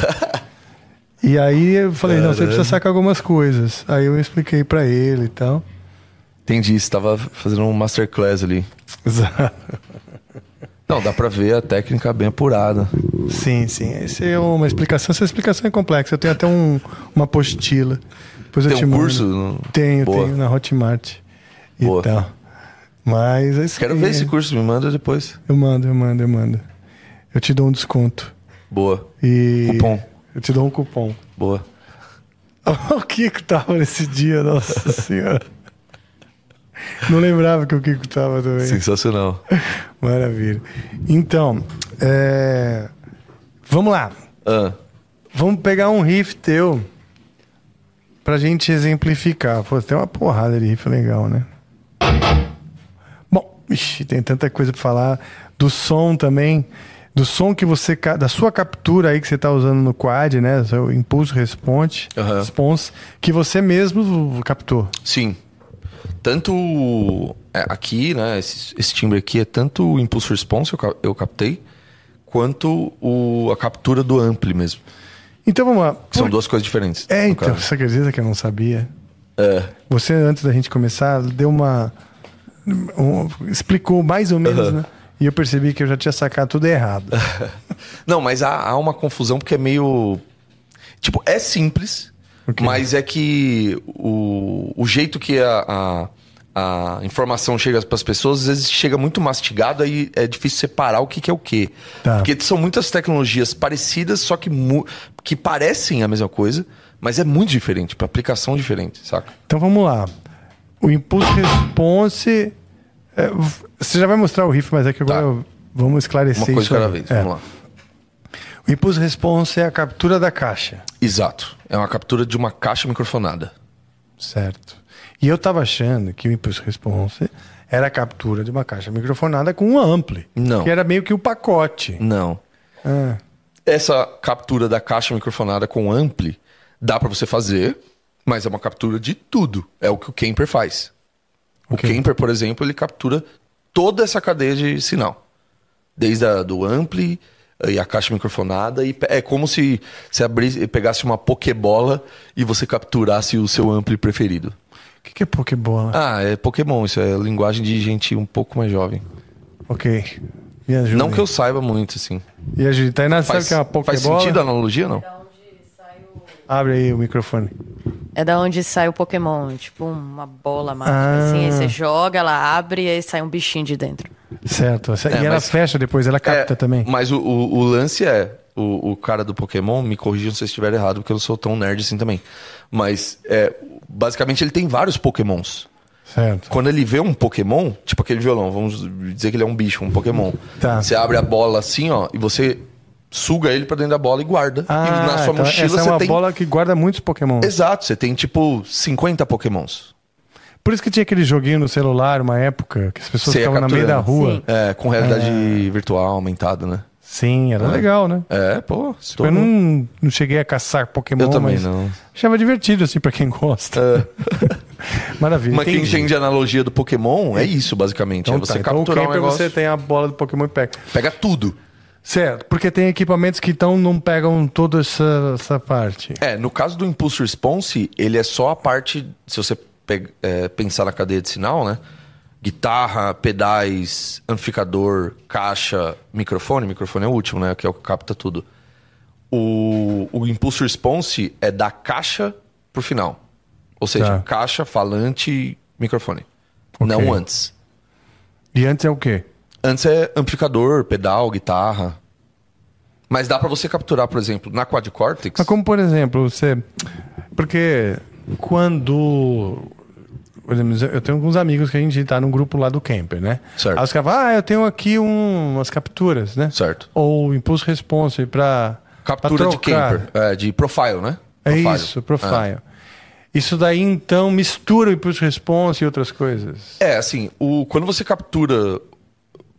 A: e aí eu falei, não, você
C: Caramba.
A: precisa sacar algumas coisas. Aí eu expliquei pra ele e tal.
C: Entendi, você tava fazendo um masterclass ali.
A: Exato.
C: Não, dá pra ver a técnica bem apurada.
A: Sim, sim. Essa é uma explicação. Essa explicação é complexa. Eu tenho até um, uma apostila. Depois eu
C: Tem
A: te
C: um
A: mando.
C: curso? No-
A: Tenho,
C: Boa.
A: tenho na Hotmart. E
C: Boa.
A: tal. Mas é isso
C: Quero
A: aí.
C: ver esse curso, me manda depois.
A: Eu mando, eu mando, eu mando. Eu te dou um desconto.
C: Boa,
A: E.
C: Cupom.
A: Eu te dou um cupom.
C: boa.
A: O Kiko tava nesse dia, nossa senhora. Não lembrava que o Kiko tava também.
C: Sensacional.
A: Maravilha. Então, é, vamos lá.
C: Ah,
A: Vamos pegar um riff teu pra gente exemplificar. Pô, tem uma porrada de riff legal, né? Bom, ixi, tem tanta coisa pra falar. Do som também. Do som que você. ca- Da sua captura aí que você tá usando no quad, né? Seu impulso response.
C: Aham.
A: response que você mesmo captou.
C: sim. Tanto é, aqui, né? Esse, esse timbre aqui é tanto o impulso response eu, ca- eu captei, quanto o, a captura do ampli mesmo.
A: Então vamos lá.
C: Que São duas coisas diferentes.
A: É,
C: no
A: então,
C: caso.
A: você acredita que eu não sabia?
C: É.
A: Você, antes da gente começar, deu uma. um- explicou mais ou menos, né? E eu percebi que eu já tinha sacado tudo errado.
C: Não, mas há, há uma confusão porque é meio. Tipo, é simples,
A: Ok.
C: mas é que o, o jeito que a, a, a informação chega para as pessoas, às vezes chega muito mastigado, aí é difícil separar o que, que é o quê.
A: Tá.
C: Porque são muitas tecnologias parecidas, só que, mu- que parecem a mesma coisa, mas é muito diferente, para aplicação diferente, saca?
A: Então vamos lá. O impulso response. é, v- você já vai mostrar o riff, mas é que agora
C: Tá.
A: eu- vamos esclarecer
C: Uma coisa
A: isso.
C: cada
A: aí.
C: vez,
A: É.
C: vamos lá.
A: O impulso response é a captura da caixa.
C: Exato. É uma captura de uma caixa microfonada.
A: Certo. E eu tava achando que o impulso response era a captura de uma caixa microfonada com um ampli.
C: Não. Hum.
A: Que era meio que o pacote.
C: Não.
A: Ah,
C: É. Essa captura da caixa microfonada com ampli dá pra você fazer, mas é uma captura de tudo. É o que o Kemper faz. O
A: Ok.
C: Kemper, por exemplo, ele captura toda essa cadeia de sinal. Desde a, do ampli eh, e a caixa microfonada. E pe- é como se você abrisse, pegasse uma pokebola e você capturasse o seu ampli preferido.
A: o que, que é Pokébola?
C: Ah, é Pokémon. Isso é linguagem de gente um pouco mais jovem.
A: Ok. Me ajuda.
C: Não
A: aí.
C: que eu saiba muito, assim.
A: E a gente tá aí na sabe
C: Faz,
A: que é uma
C: faz
A: Pokébola?
C: sentido a analogia, não?
A: Abre aí o microfone.
B: É da onde sai o Pokémon, tipo uma bola mágica,
A: Ah.
B: assim, aí você joga, ela abre e aí sai um bichinho de dentro.
A: Certo. e
C: É,
A: ela
C: mas-
A: fecha depois, ela capta
C: É,
A: também.
C: Mas o, o- o lance é. O, o cara do Pokémon, me corrijam se eu estiver errado, porque eu não sou tão nerd assim também. Mas, é, basicamente, ele tem vários Pokémons.
A: Certo.
C: Quando ele vê um Pokémon, tipo aquele violão, vamos dizer que ele é um bicho, um Pokémon.
A: Tá.
C: Você abre a bola assim, ó, e você suga ele pra dentro da bola e guarda. e na sua
A: então
C: mochila
A: essa é
C: você
A: uma
C: tem.
A: bola que guarda muitos Pokémon.
C: Exato, você tem tipo 50 Pokémons.
A: Por isso que tinha aquele joguinho no celular, uma época, que as pessoas
C: Você ia
A: ficavam na meio da
C: capturando.
A: rua. Sim,
C: É, com realidade virtual aumentada, né?
A: era legal, né?
C: É, pô. estou-
A: Eu não, não cheguei a caçar Pokémon,
C: Eu também
A: mas
C: não.
A: achava divertido, assim, pra quem gosta.
C: É.
A: Maravilha.
C: Mas quem
A: entendi.
C: entende a analogia do Pokémon é isso, basicamente.
A: Então,
C: é você
A: tá. então o
C: capturar um
A: camper
C: negócio,
A: você tem a bola do Pokémon e pega.
C: pega tudo.
A: Certo, porque tem equipamentos que então não pegam toda essa, essa parte.
C: É, no caso do Impulse Response, ele é só a parte, se você pe- é, pensar na cadeia de sinal, né? Guitarra, pedais, amplificador, caixa, microfone. Microfone é o último, né? Que é o que capta tudo. O, o Impulse Response é da caixa pro final. Ou seja,
A: Tá.
C: caixa, falante, microfone. Não antes.
A: E antes é o quê?
C: Antes é amplificador, pedal, guitarra. Mas dá pra você capturar, por exemplo, na Quadcortex.
A: Mas como, por exemplo, você... Porque quando... por exemplo, Eu tenho alguns amigos que a gente tá num grupo lá do camper, né?
C: Certo.
A: Aí os caras falam, ah, eu tenho aqui um- umas capturas, né?
C: Certo.
A: Ou impulso response pra pra
C: Captura de
A: trocar.
C: camper, é, de profile, né?
A: É
C: Profile. Ah.
A: isso, profile. Isso daí, então, mistura o impulso response e outras coisas.
C: É, assim, o, quando você captura.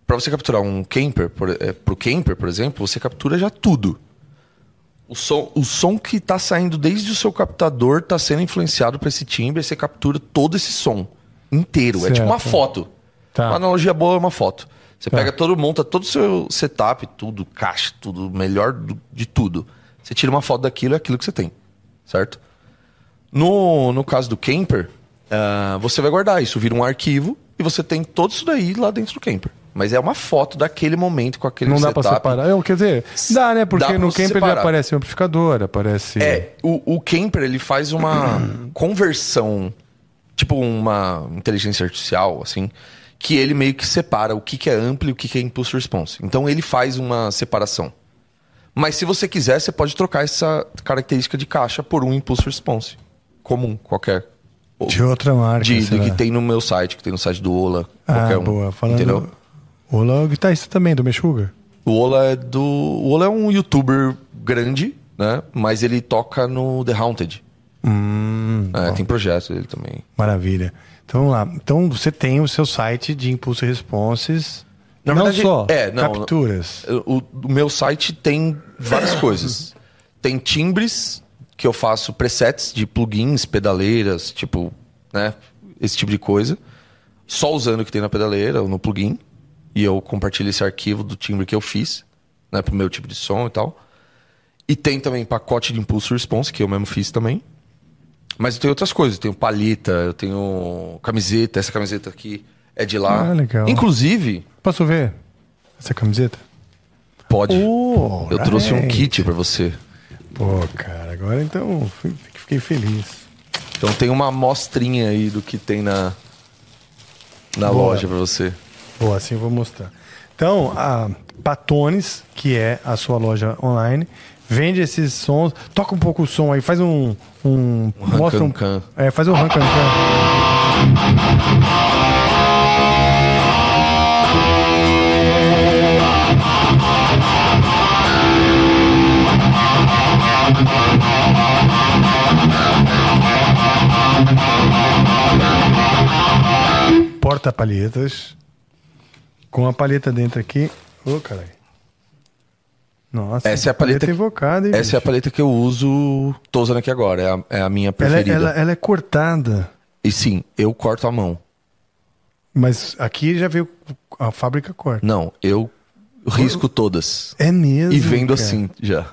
C: Pra você capturar um camper, por, é, pro camper, por exemplo, você captura já tudo. O som, o som que tá saindo desde o seu captador tá sendo influenciado pra esse timbre, você captura todo esse som inteiro. É tipo uma
A: Certo.
C: foto.
A: Tá.
C: Uma analogia boa é uma foto. Você pega todo, monta todo o seu setup, tudo, caixa, tudo, melhor do- de tudo. Você tira uma foto daquilo, é aquilo que você tem. Certo? No, no caso do camper, ah, você vai guardar isso, vira um arquivo e você tem tudo isso daí lá dentro do camper. Mas é uma foto daquele momento com aquele
D: Não dá pra
C: setup.
D: separar. Eu, quer dizer, dá, né?
C: Dá
D: Porque
C: pra
D: no camper
C: você
D: ele
C: separar.
D: aparece o amplificador, aparece.
C: É, o, o Kemper ele faz uma conversão, tipo uma inteligência artificial, assim, que ele meio que separa o que, que é amplo e o que, que é impulse response. Então ele faz uma separação. Mas se você quiser, você pode trocar essa característica de caixa por um impulse response comum, qualquer.
A: De outra marca.
C: De, do
A: será?
C: que tem no meu site, que tem no site do Ola, qualquer
A: Ah,
C: um.
A: boa. Falando.
C: Entendeu?
A: Ola é o guitarrista também, do Mexuga.
C: O Ola é do. O Ola é um youtuber grande, né? Mas ele toca no The Haunted.
A: Hum,
C: É, tem projeto dele também.
A: maravilha. Então vamos lá. Então você tem o seu site de impulso e responses.
C: Na
A: não
C: verdade,
A: só
C: é, não,
A: capturas.
C: O, o meu site tem várias coisas. Tem timbres, que eu faço presets de plugins, pedaleiras, tipo, né? Esse tipo de coisa. Só usando o que tem na pedaleira ou no plugin. E eu compartilho esse arquivo do timbre que eu fiz, né? Pro meu tipo de som e tal. E tem também pacote de impulso response, que eu mesmo fiz também. Mas eu tenho outras coisas. Eu tenho palheta, eu tenho camiseta. Essa camiseta aqui é de lá.
A: Ah, legal.
C: Inclusive,
A: Posso ver essa camiseta?
C: pode.
A: Oh,
C: Eu trouxe um
A: right.
C: kit pra você.
A: Pô, cara, agora então fui- fiquei feliz.
C: Então tem uma amostrinha aí do que tem na, na
A: Boa.
C: loja pra você.
A: Boa, assim eu vou mostrar. Então, a Patones, que é a sua loja online, vende esses sons. Toca um pouco o som aí, faz um. um mostra um.
C: rancan-can.
A: É, faz um rancan can. Porta-palhetas. Com a palheta dentro aqui. Ô, caralho. Nossa,
C: Essa é a palheta que-
A: invocada, hein,
C: Essa é a paleta que eu uso. Tô usando aqui agora. É a, é a minha
A: ela, é-
C: preferida.
A: ela- ela é cortada,
C: E sim, eu corto a mão.
A: mas aqui já veio a fábrica corta.
C: Não, eu risco todas.
A: É mesmo.
C: E vendo
A: cara.
C: assim já.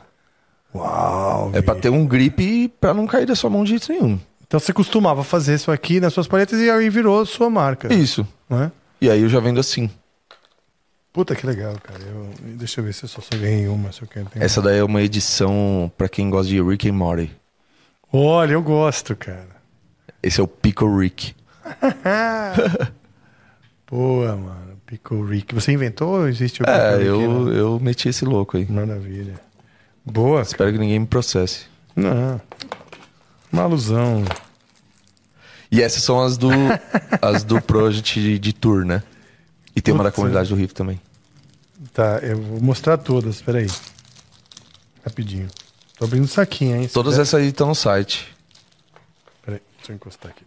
A: Uau.
C: É pra ter um grip pra não cair da sua mão de jeito nenhum.
A: Então você costumava fazer isso aqui nas suas paletas e aí virou sua marca.
C: Isso.
A: Não é?
C: E aí eu já vendo assim.
A: Puta que legal, cara. Eu- deixa eu ver se eu só ganhei uma, se eu quero. Tem-
C: Essa daí é uma edição pra quem gosta de Rick and Morty.
A: Olha, eu gosto, cara.
C: Esse é o Pico Rick.
A: Boa, mano. Pickle Rick. Você inventou ou existe o
C: É,
A: Pickle Rick,
C: eu, eu meti esse louco aí.
A: né? Maravilha. Boa. cara.
C: Espero que ninguém me processe.
A: Não. Malusão.
C: E essas são as do, as do Project de, de tour, né? E tem uma da
A: Putz, é.
C: comunidade do Riff também.
A: Tá, eu vou mostrar todas, peraí. Rapidinho. Tô abrindo o saquinho, hein? Se
C: Todas
A: der-
C: essas aí estão no site.
A: Peraí, deixa eu encostar aqui.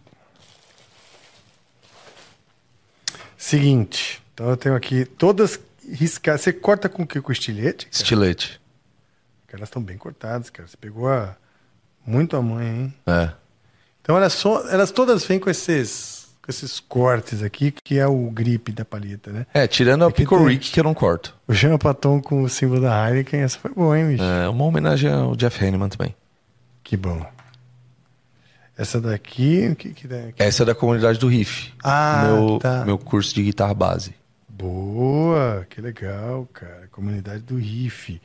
A: Seguinte, então eu tenho aqui todas riscadas. Você corta com o que? Com estilete? Cara,
C: Estilete.
A: Cara, elas estão bem cortadas, cara. Você pegou a... muito a mãe, hein?
C: É.
A: Então elas, só... elas todas vêm com esses... com esses cortes aqui, que é o gripe da palheta, né?
C: É, tirando a
A: Aqui
C: Pico
A: tem.
C: Rick que eu não corto.
A: O Jean Paton com o símbolo da Heineken, essa foi boa, hein, bicho?
C: É uma homenagem ao Jeff Hanneman também.
A: Que bom. Essa daqui, o que que dá?
C: Essa é da comunidade do Riff.
A: Ah,
C: meu,
A: tá.
C: meu curso de guitarra base.
A: Boa, que legal, cara. Comunidade do Riff.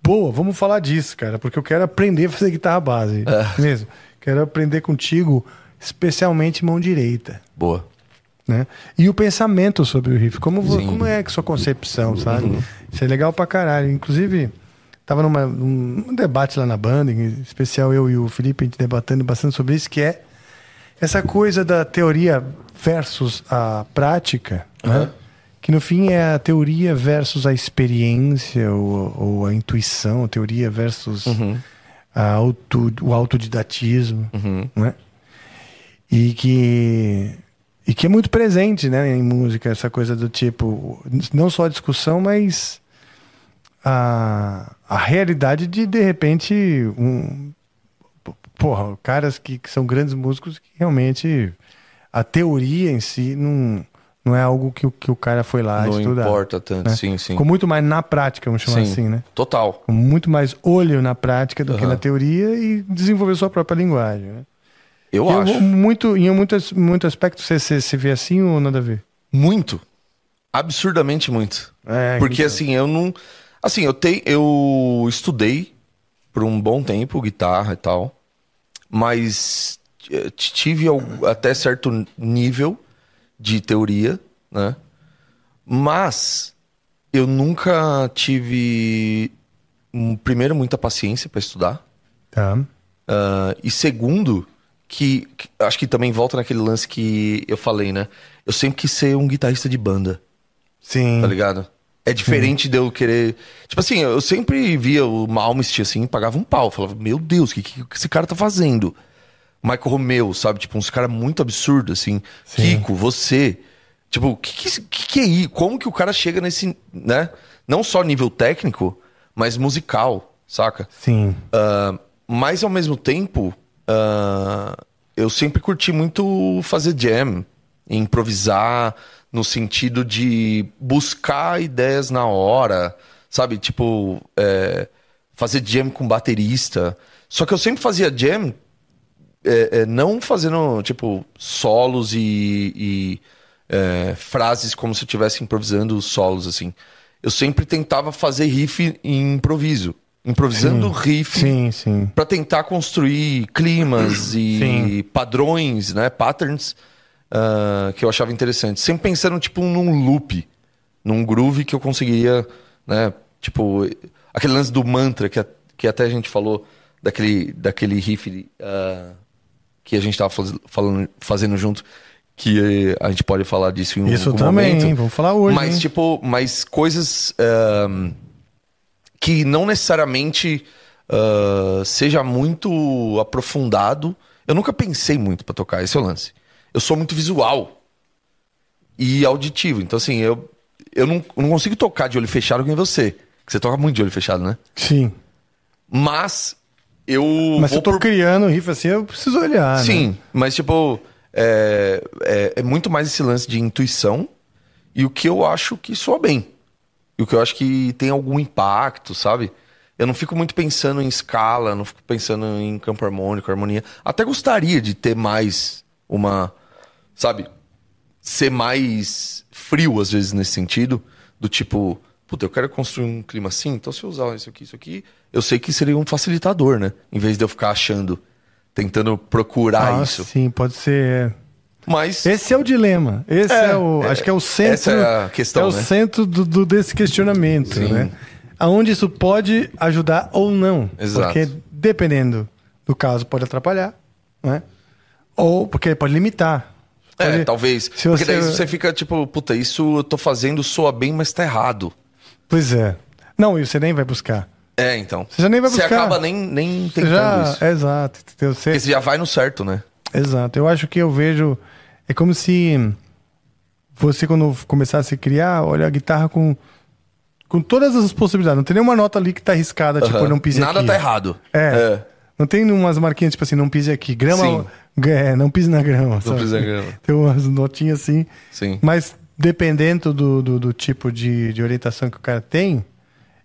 A: Boa, vamos falar disso, cara, porque eu quero aprender a fazer guitarra base.
C: É.
A: Mesmo. Quero aprender contigo, especialmente mão direita,
C: Boa.
A: né? E o pensamento sobre o riff. Como, vo-
C: Sim. Uhum.
A: como é que sua concepção, sabe? Isso é legal pra caralho. Inclusive, tava numa, num debate lá na banda, em especial eu e o Felipe, a gente debatendo bastante sobre isso, que é essa coisa da teoria versus a prática, né?
C: Aham.
A: que no fim é a teoria versus a experiência ou, ou a intuição, a teoria versus a auto, o autodidatismo, né? E que e que é muito presente, né, em música essa coisa do tipo não só a discussão, mas a, a realidade de de repente um p- porra, caras que, que são grandes músicos que realmente a teoria em si não, não é algo que, o- que o cara foi lá
C: não
A: estudar.
C: importa tanto.
A: Ah, né?
C: Sim, sim.
A: Ficou muito mais na prática, vamos chamar
C: Sim.
A: assim, né?
C: Total.
A: Com muito mais olho na prática do que
C: Aham.
A: na teoria e desenvolveu sua própria linguagem, né?
C: Eu
A: E
C: acho.
A: Muito, em muito, muito aspecto, você, você, você vê assim ou nada a ver?
C: Muito. Absurdamente muito.
E: É,
C: Porque
E: então.
C: assim, eu não. Assim, eu, te, eu estudei por um bom tempo guitarra e tal, mas eh, t- tive al- até certo n- nível de teoria, né? Mas eu nunca tive, hum, primeiro, muita paciência para estudar.
A: Tá.
C: Ah, e segundo, que, que acho que também volta naquele lance que eu falei, né? Eu sempre quis ser um guitarrista de banda,
A: Sim.
C: tá ligado? É diferente de eu querer. Tipo assim, eu sempre via o Malmsteen assim, pagava um pau. Falava, meu Deus, o que, que, que esse cara tá fazendo? Michael Romeo, sabe? Tipo, uns caras muito absurdos, assim. Kiko, você. Tipo, o que, que, esse- que que é aí? Como que o cara chega nesse, né? Não só nível técnico, mas musical, saca?
A: Sim.
C: Ah, mas ao mesmo tempo, ah, eu sempre curti muito fazer jam, improvisar no sentido de buscar ideias na hora, sabe? Tipo, é, fazer jam com baterista. Só que eu sempre fazia jam é, é, não fazendo, tipo, solos e, e, é, frases como se eu estivesse improvisando solos, assim. Eu sempre tentava fazer riff em improviso. Improvisando riff
A: Sim, sim.
C: para tentar construir climas e
A: Sim.
C: padrões, né? Patterns ah, que eu achava interessante. Sempre pensando, tipo, num loop, num groove que eu conseguiria, né? Tipo, aquele lance do mantra que, a- que até a gente falou daquele, daquele riff ah, que a gente tava faz- falando, fazendo junto, que eh, a gente pode falar disso em um
A: Isso
C: algum
A: também,
C: momento.
A: hein? Vamos falar hoje.
C: Mas,
A: hein?
C: tipo, mas coisas ahn, que não necessariamente ah, seja muito aprofundado. Eu nunca pensei muito pra tocar, esse é o lance. Eu sou muito visual e auditivo. Então, assim, eu, eu não, eu não consigo tocar de olho fechado com você. Que você toca muito de olho fechado, né?
A: Sim.
C: Mas eu.
A: Mas se
C: vou
A: eu tô
C: por-
A: criando riff assim, eu preciso olhar. né?
C: Sim, mas tipo, é, é- é muito mais esse lance de intuição e o que eu acho que soa bem. E o que eu acho que tem algum impacto, sabe? Eu não fico muito pensando em escala, não fico pensando em campo harmônico, harmonia. Até gostaria de ter mais uma, sabe? Ser mais frio às vezes nesse sentido, do tipo, puta, eu quero construir um clima assim, então se eu usar isso aqui, isso aqui, eu sei que seria um facilitador, né? Em vez de eu ficar achando, tentando procurar
A: Ah,
C: isso.
A: Sim, pode ser.
C: Mas
A: Esse é o dilema. Esse é,
C: É,
A: o. Acho que é o centro.
C: essa é a questão,
A: é o
C: né?
A: centro do, do- desse questionamento,
C: Sim.
A: né? Aonde isso pode ajudar ou não.
C: Exato.
A: Porque dependendo do caso, pode atrapalhar, né? Ou porque pode limitar.
C: É,
A: Pode-
C: talvez.
A: se
C: Porque daí
A: você-
C: você fica tipo, puta, isso eu tô fazendo soa bem, mas tá errado.
A: Pois é. Não, e você nem vai buscar.
C: É, então.
A: Você já nem vai buscar.
C: Você acaba nem, nem
A: Você
C: tentando
A: já. é-
C: isso.
A: Exato. entendeu? Você-
C: Porque você já vai no certo, né?
A: Exato. Eu acho que eu vejo. É como se você, quando começasse a criar, olha a guitarra com, com todas as possibilidades. Não tem nenhuma nota ali que tá arriscada, tipo,
C: Aham.
A: não pise
C: Nada
A: aqui.
C: tá errado.
A: É. Não tem umas marquinhas, tipo assim, não pise aqui. Grama.
C: Sim.
A: É, não pise na grama. Não
C: pise na grama.
A: Tem umas notinhas assim.
C: Sim.
A: Mas dependendo do, do, do tipo de, de orientação que o cara tem,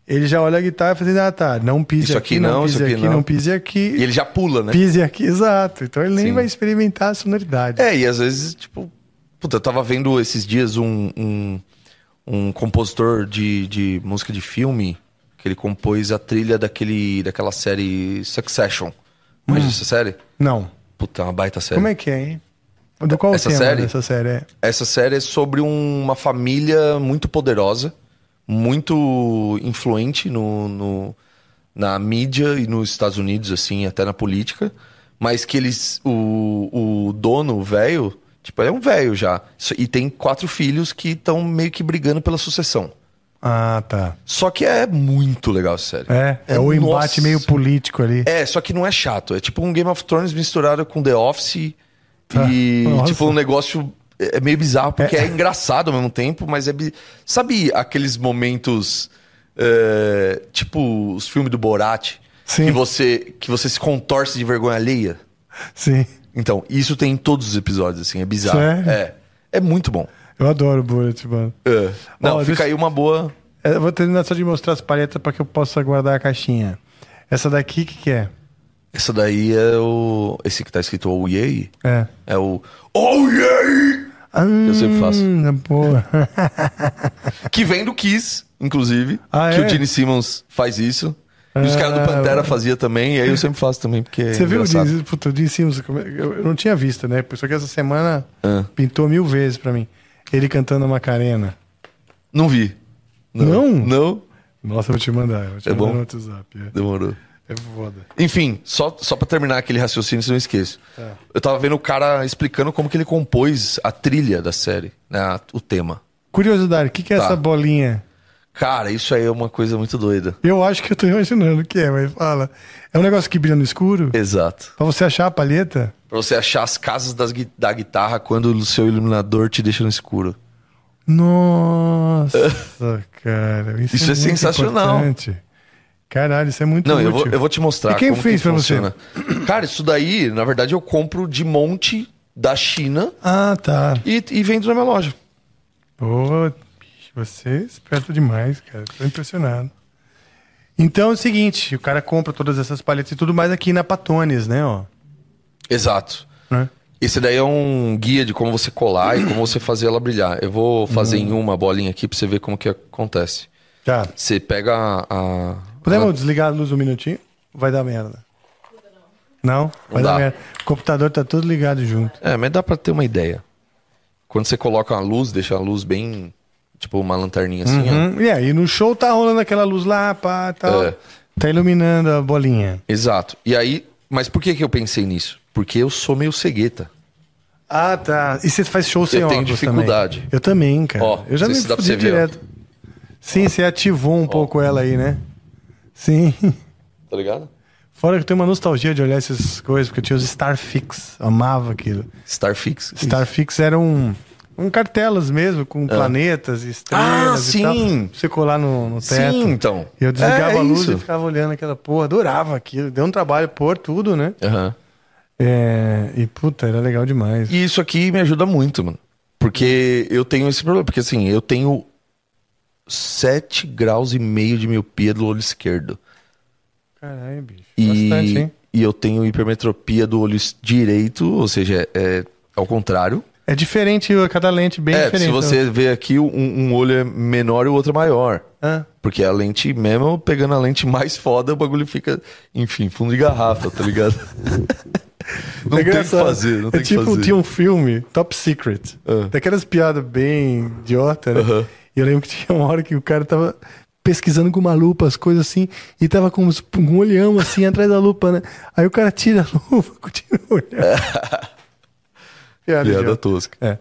A: ele já olha a guitarra e fala assim: ah, tá, não pise
C: Isso
A: aqui,
C: aqui
A: não,
C: não,
A: pise
C: isso aqui
A: aqui,
C: não.
A: não pise aqui.
C: E ele já pula, né?
A: Pise aqui, exato. Então ele nem
C: Sim.
A: vai experimentar a sonoridade.
C: É, e às vezes, tipo, puta, eu tava vendo esses dias um, um, um compositor de, de música de filme que ele compôs a trilha daquele, daquela série Succession. Mas essa série?
A: Não.
C: Puta, é uma baita série.
A: Hum. Como é que é, hein? Do qual
C: Essa
A: tema
C: série?
A: dessa série? É.
C: Essa série é sobre um- uma família muito poderosa, muito influente no, no- na mídia e nos Estados Unidos, assim, até na política. Mas que eles. O, o dono, o velho, tipo, ele é um velho já. so- E tem quatro filhos que estão meio que brigando pela sucessão.
A: Ah, tá.
C: Só que é muito legal essa série.
A: É, é, o embate
C: nossa.
A: meio político ali.
C: É, só que não é chato. É tipo um Game of Thrones misturado com The Office.
A: Tá.
C: E
A: Nossa.
C: tipo um negócio. É é meio bizarro, porque é. engraçado ao mesmo tempo, mas é. bi- Sabe aqueles momentos. é, tipo os filmes do Borat?
A: Sim.
C: Que você, que você se contorce de vergonha alheia?
A: Sim.
C: Então, isso tem em todos os episódios, assim. É bizarro.
A: Sério?
C: É. É muito bom.
A: Eu adoro o Bullet, mano.
C: É. Não,
A: Ó,
C: fica
A: deixa-
C: aí uma boa.
A: É, Eu vou terminar só de mostrar as palhetas para que eu possa guardar a caixinha. Essa daqui, o que, que é?
C: Essa daí é o. Esse que tá escrito Oh Yay.
A: É.
C: É o. Oh Yay! eu sempre faço.
A: Hum, porra.
C: Que vem do Kiss, inclusive.
A: Ah,
C: que
A: é? Ah.
C: o Gene Simmons faz isso. E os caras do Pantera fazia também, e aí eu sempre faço também, porque é
A: Você viu o
C: engraçado.
A: Dean- puta, o Dean Simmons? como é- Eu eu não tinha visto, né? Só que essa semana
C: Ah.
A: pintou mil vezes pra mim. Ele cantando a Macarena.
C: Não vi.
A: Não?
C: Não?
A: Nossa, eu vou te mandar. Eu vou te
C: É
A: mandar
C: bom?
A: no WhatsApp. É,
C: Demorou.
A: é foda.
C: Enfim, só, só pra terminar aquele raciocínio, se eu não esqueço.
A: É.
C: Eu tava vendo o cara explicando como que ele compôs a trilha da série, né, a- o tema.
A: Curiosidade, o que, que é
C: Tá.
A: essa bolinha?
C: Cara, isso aí é uma coisa muito doida.
A: Eu acho que eu tô imaginando o que é, mas fala. É um negócio que brilha no escuro?
C: É. Exato.
A: Pra você achar a palheta?
C: Pra você achar as casas das gui- da guitarra quando o seu iluminador te deixa no escuro.
A: Nossa, cara. Isso,
C: Isso é
A: muito
C: sensacional.
A: importante. Caralho, isso é muito
C: Não,
A: útil.
C: eu vou, eu vou te mostrar.
A: E quem
C: como
A: fez
C: que
A: pra você?
C: funciona. Cara, isso daí, na verdade, eu compro de monte da China
A: Ah, tá.
C: e, e vendo na minha loja.
A: Pô, bicho, você é esperto demais, cara. Tô impressionado. Então é o seguinte, o cara compra todas essas palhetas e tudo mais aqui na Patones, né, ó.
C: Exato.
A: Né?
C: Esse daí é um guia de como você colar e como você fazer ela brilhar. Eu vou fazer
A: Hum.
C: em uma bolinha aqui pra você ver como que acontece.
A: Tá.
C: Você pega a. a-
A: Podemos
C: a-
A: desligar a luz um minutinho? Vai dar merda. Não? Vai
C: dá.
A: dar merda. O computador tá todo ligado junto.
C: É, mas dá pra ter uma ideia. Quando você coloca a luz, deixa a luz bem. Tipo uma lanterninha assim, ó.
A: Hum, E aí, no show tá rolando aquela luz lá, pá, tal.
C: É.
A: Tá iluminando a bolinha.
C: Exato. E aí. Mas por que, que eu pensei nisso? Porque eu sou meio cegueta.
A: Ah, tá. E você faz show sem
C: tenho
A: óculos
C: dificuldade.
A: Também. Eu também, cara.
C: Ó,
A: eu já
C: não sei
A: me
C: se dá pra
A: fudi
C: você ver, ó.
A: direto. Sim, você ativou um pouco ela aí, né? Sim.
C: Tá ligado?
A: Fora que eu tenho uma nostalgia de olhar essas coisas, porque eu tinha os Starfix. Amava aquilo.
C: Starfix.
A: Starfix era um, um cartelas mesmo, com planetas e estrelas
C: É. Ah,
A: e tal.
C: sim.
A: Pra Você colar no, no teto.
C: Sim, então.
A: E eu desligava
C: É, é
A: a luz
C: isso.
A: e ficava olhando aquela porra. Adorava aquilo. Deu um trabalho pôr tudo, né?
C: Aham.
A: É, E puta, era legal demais.
C: E isso aqui me ajuda muito, mano. Porque eu tenho esse problema. Porque assim, eu tenho 7 graus e meio de miopia do olho esquerdo.
A: Caralho, bicho.
C: E,
A: Bastante, hein?
C: e eu tenho hipermetropia do olho es- direito, ou seja, é ao contrário.
A: É diferente, cada lente bem
C: é,
A: diferente. né?
C: se você vê aqui, um, um olho é menor e o outro é maior.
A: Hã?
C: Porque a lente mesmo, pegando a lente mais foda, o bagulho fica, enfim, fundo de garrafa, tá ligado?
A: É
C: não tem o que
A: engraçado.
C: fazer, não tem
A: é
C: o
A: tipo,
C: que fazer.
A: tinha um filme, Top Secret,
C: Ah.
A: daquelas piadas bem idiota, né?
C: Aham.
A: E eu lembro que tinha uma hora que o cara tava pesquisando com uma lupa as coisas assim, e tava com uns- com um olhão assim atrás da lupa, né? Aí o cara tira a lupa, continua olhando. piada
C: Piada
A: idiota.
C: tosca.
A: É.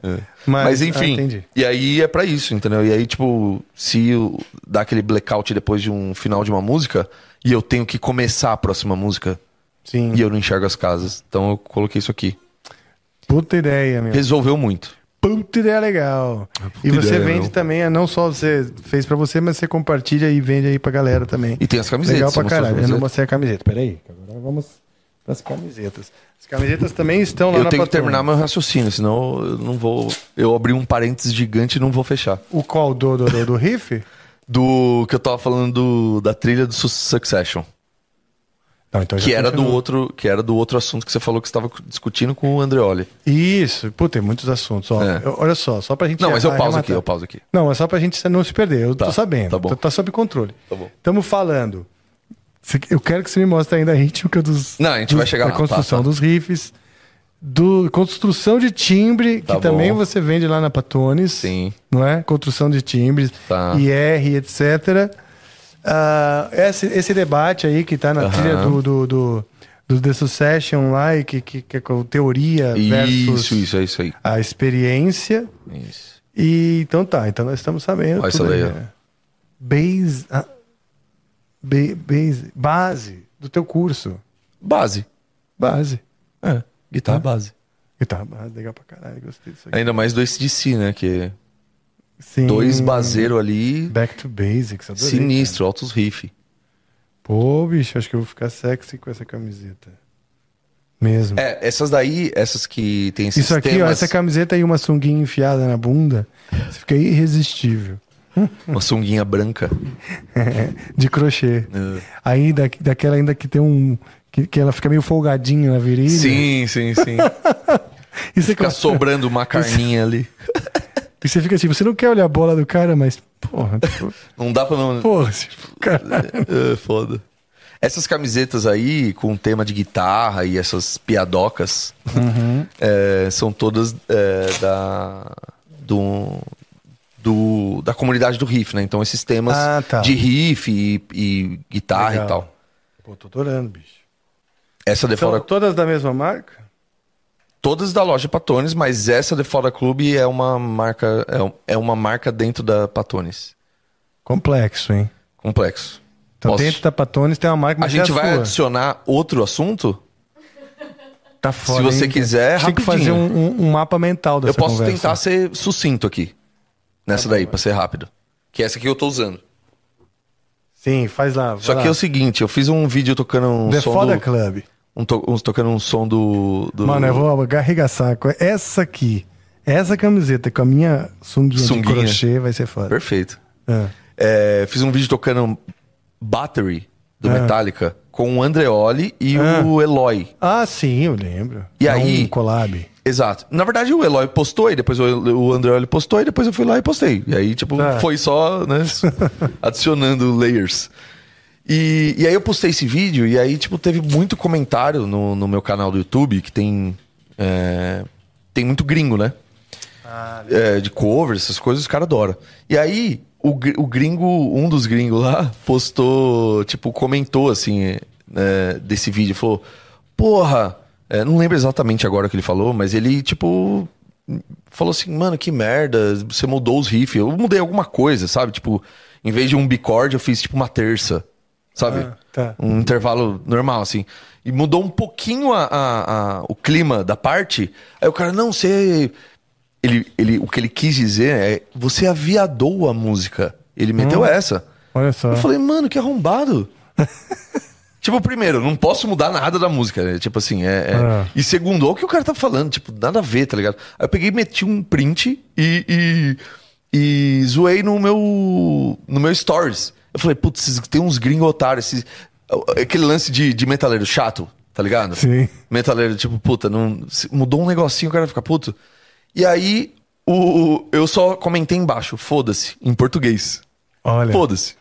A: Mas-
C: Mas,
A: ah,
C: enfim,
A: entendi.
C: e aí é pra isso, entendeu? E aí, tipo, se o- dá aquele blackout depois de um final de uma música e eu tenho que começar a próxima música
A: Sim,
C: e eu não enxergo as casas, então eu coloquei isso aqui.
A: puta ideia, meu.
C: Resolveu muito.
A: Puta ideia legal. e
C: puta
A: você
C: ideia,
A: vende
C: meu.
A: também, é não só você fez pra você, mas você compartilha e vende aí pra galera também.
C: E tem as camisetas.
A: Legal
C: você
A: pra
C: mostrou as
A: caralho. Eu não
C: camisetas?
A: mostrei a camiseta. Peraí, que agora vamos pras camisetas. As camisetas também estão lá
C: Eu
A: na
C: tenho que
A: Patrônia.
C: terminar meu raciocínio, senão eu não vou. Eu abri um parênteses gigante e não vou fechar.
A: O qual? Do, do, do, do riff?
C: Do que eu tava falando do- da trilha do Su- Succession.
A: Não, então já
C: Que era, do
A: continua.
C: outro, que era do outro assunto que você falou que você tava discutindo com o Andreoli.
A: Isso. Pô, tem muitos assuntos. ó.
C: É.
A: Eu- olha só, só pra gente...
C: Não, mas eu
A: arrematar.
C: pauso aqui, eu pauso aqui.
A: Não, é só pra gente não se perder. Eu
C: Tá,
A: tô sabendo.
C: tá bom.
A: Tá, tá sob controle.
C: Tá bom.
A: Estamos falando... Cê- Eu quero que você me mostre ainda a rítmica dos...
C: Não, a gente
A: dos-
C: vai chegar
A: Da
C: lá,
A: construção
C: tá, tá.
A: dos riffs. Do, construção de timbre,
C: Tá
A: que também
C: bom.
A: você vende lá na Patones.
C: Sim.
A: não é? Construção de timbres,
C: Tá.
A: IR, etc. Ah, esse, esse debate aí que tá na trilha do, do, do, do The Succession lá, e que, que, que é com teoria versus
C: Isso, isso, é isso aí.
A: a experiência.
C: Isso.
A: E, então tá, então nós estamos sabendo.
C: Olha
A: tudo
C: essa
A: aí,
C: daí, ó.
A: né? Base, ah, ba- base, base do teu curso.
C: Base.
A: Base.
C: É, guitarra base.
A: E tá, base, legal pra caralho, gostei disso aqui.
C: Ainda mais do ACDC, né? Que
A: Sim.
C: dois baseiro ali,
A: Back to basics, adorei. cara.
C: sinistro, altos riff.
A: Pô, bicho, acho que eu vou ficar sexy com essa camiseta. Mesmo.
C: É, essas daí, essas que tem esses
A: Isso aqui, ó,
C: temas,
A: essa é camiseta e uma sunguinha enfiada na bunda, você fica irresistível.
C: uma sunguinha branca.
A: De crochê.
C: É.
A: Aí da, daquela ainda que tem um. Que, que ela fica meio folgadinha na virilha.
C: Sim, sim, sim.
A: E você,
C: Fica
A: fica
C: sobrando uma carninha ali.
A: e você fica tipo, você não quer olhar a bola do cara, mas. Porra, tipo,
C: Não dá pra não.
A: porra, esse cara.
C: É, foda. Essas camisetas aí, com tema de guitarra e essas piadocas,
A: Uhum.
C: é, são todas é, da, do, do- da comunidade do riff, né? Então esses temas
A: Ah, tá.
C: de riff e, e guitarra
A: é Legal.
C: Tá, e
A: Pô,
C: tal.
A: tô adorando, bicho.
C: Essa The
A: São
C: Fora,
A: todas da mesma marca?
C: todas da loja Patones, mas essa The Fora Clube é uma marca é, um- é uma marca dentro da Patones.
A: Complexo, hein?
C: Complexo.
A: Então
C: Posso-
A: dentro da Patones tem uma marca,
C: A
A: mas
C: gente
A: é a
C: vai
A: sua.
C: adicionar outro assunto?
A: Tá foda,
C: se você
A: hein?
C: quiser,
A: Tem que
C: É rapidinho.
A: fazer um, um- um mapa mental dessa
C: Eu posso
A: conversa. Tá
C: tentar ser sucinto aqui. Nessa daí, pra ser rápido. Que é essa que eu tô usando.
A: Sim, faz lá. vai
C: Só que
A: lá.
C: é o seguinte, eu fiz um vídeo tocando um
A: The
C: som
A: Foda
C: do...
A: Club.
C: Um to- uns tocando um som do... do-
A: Mano, é eu vou arregaçar. com Essa aqui, essa camiseta com a minha sunguinha,
C: Sunguinha.
A: de crochê vai ser foda.
C: Perfeito.
A: É.
C: É, fiz um vídeo tocando Battery, do
A: Ah.
C: Metallica, com o Andreoli e
A: Ah.
C: o Eloy.
A: Ah, sim, eu lembro.
C: E
A: É
C: aí-
A: Um collab.
C: Exato. Na verdade, o Eloy postou e depois o, o Andreoli postou e depois eu fui lá e postei. E aí, tipo,
A: Tá.
C: foi só, né, adicionando layers. E, e aí eu postei esse vídeo e aí, tipo, teve muito comentário no, no meu canal do YouTube que tem... é, tem muito gringo, né? É, de covers, essas coisas, os caras adoram. E aí, o, gr- o gringo, um dos gringos lá, postou, tipo, comentou assim, é, é, desse vídeo, falou, porra, é, não lembro exatamente agora o que ele falou, mas ele, tipo, falou assim, mano, que merda, você mudou os riffs, eu mudei alguma coisa, sabe? Tipo, em vez de um bicorde, eu fiz, tipo, uma terça, sabe?
A: Ah, tá.
C: um intervalo normal, assim. E mudou um pouquinho a, a- a- o clima da parte. Aí o cara, não, você. Ele, ele, o que ele quis dizer é: você aviadou a música. Ele meteu essa.
A: Olha só.
C: Eu falei, mano, que arrombado. tipo, primeiro, não posso mudar nada da música, né? Tipo assim, é. é-
A: Ah.
C: E segundo, olha o que o cara tá falando, tipo, nada a ver, tá ligado? Aí eu peguei, meti um print e. e, e zoei no meu. no meu stories. Eu falei, putz, esses- tem uns gringos otários, esses- aquele lance de, de metaleiro chato, tá ligado?
A: Sim.
C: Metaleiro, tipo, puta, não, se- mudou um negocinho, o cara fica puto. E aí, o, o- eu só comentei embaixo, foda-se, em português.
A: Olha.
C: Foda-se.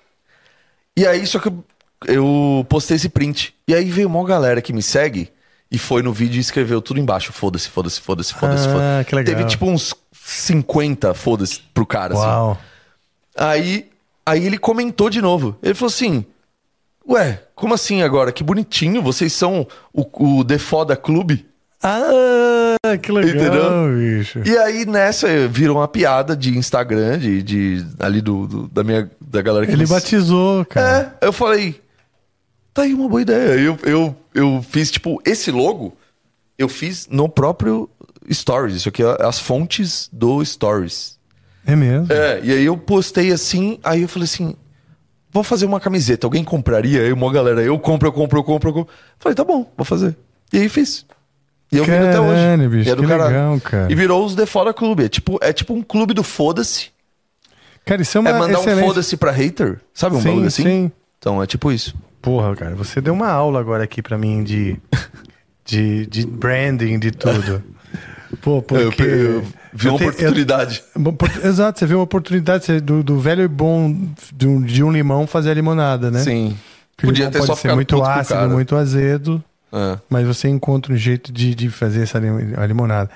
C: E aí, só que eu, eu postei esse print. E aí veio uma galera que me segue e foi no vídeo e escreveu tudo embaixo. Foda-se, foda-se, foda-se, foda-se.
A: Ah,
C: foda-se.
A: que legal.
C: Teve tipo uns 50 foda-se pro cara. assim.
A: Uau.
C: Aí, aí ele comentou de novo. Ele falou assim: Ué, como assim agora? Que bonitinho, vocês são o, o The Foda Clube.
A: Ah, que legal,
C: Entendeu?
A: bicho.
C: E aí nessa virou uma piada de Instagram, de, de- ali do, do- da minha da galera que
A: Ele
C: me-
A: batizou, cara.
C: É, eu falei, tá aí uma boa ideia. Eu, eu, eu fiz, tipo, esse logo, eu fiz no próprio Stories. Isso aqui é as fontes do Stories.
A: É, mesmo?
C: É, e aí eu postei assim, aí eu falei assim, vou fazer uma camiseta, alguém compraria? Aí uma galera, eu compro, eu compro, eu compro, eu compro. Falei, tá bom, vou fazer. E aí fiz. E eu vendo até hoje.
A: Caralho, bicho,
C: e é do
A: que
C: caralho.
A: legal, cara.
C: E virou os The Fora Clube. É tipo, é tipo um clube do foda-se.
A: Cara, isso é uma
C: É mandar um
A: excelente...
C: foda-se pra hater. Sabe um
A: Sim,
C: bagulho assim?
A: sim.
C: Então é tipo isso.
A: Porra, cara, você deu uma aula agora aqui pra mim de, de, de branding, de tudo. Pô, porque...
C: Eu, eu vi
A: eu
C: uma
A: te- eu-
C: oportunidade.
A: Bom, por- Exato, você vê uma oportunidade você- do, do velho e bom de um, de um limão fazer a limonada, né?
C: Sim.
A: Que o
C: Podia
A: limão
C: ter
A: pode
C: só
A: ser
C: ficado
A: muito
C: puto com o
A: ácido,
C: cara.
A: muito azedo,
C: É.
A: mas você encontra um jeito de, de fazer essa lim- a limonada.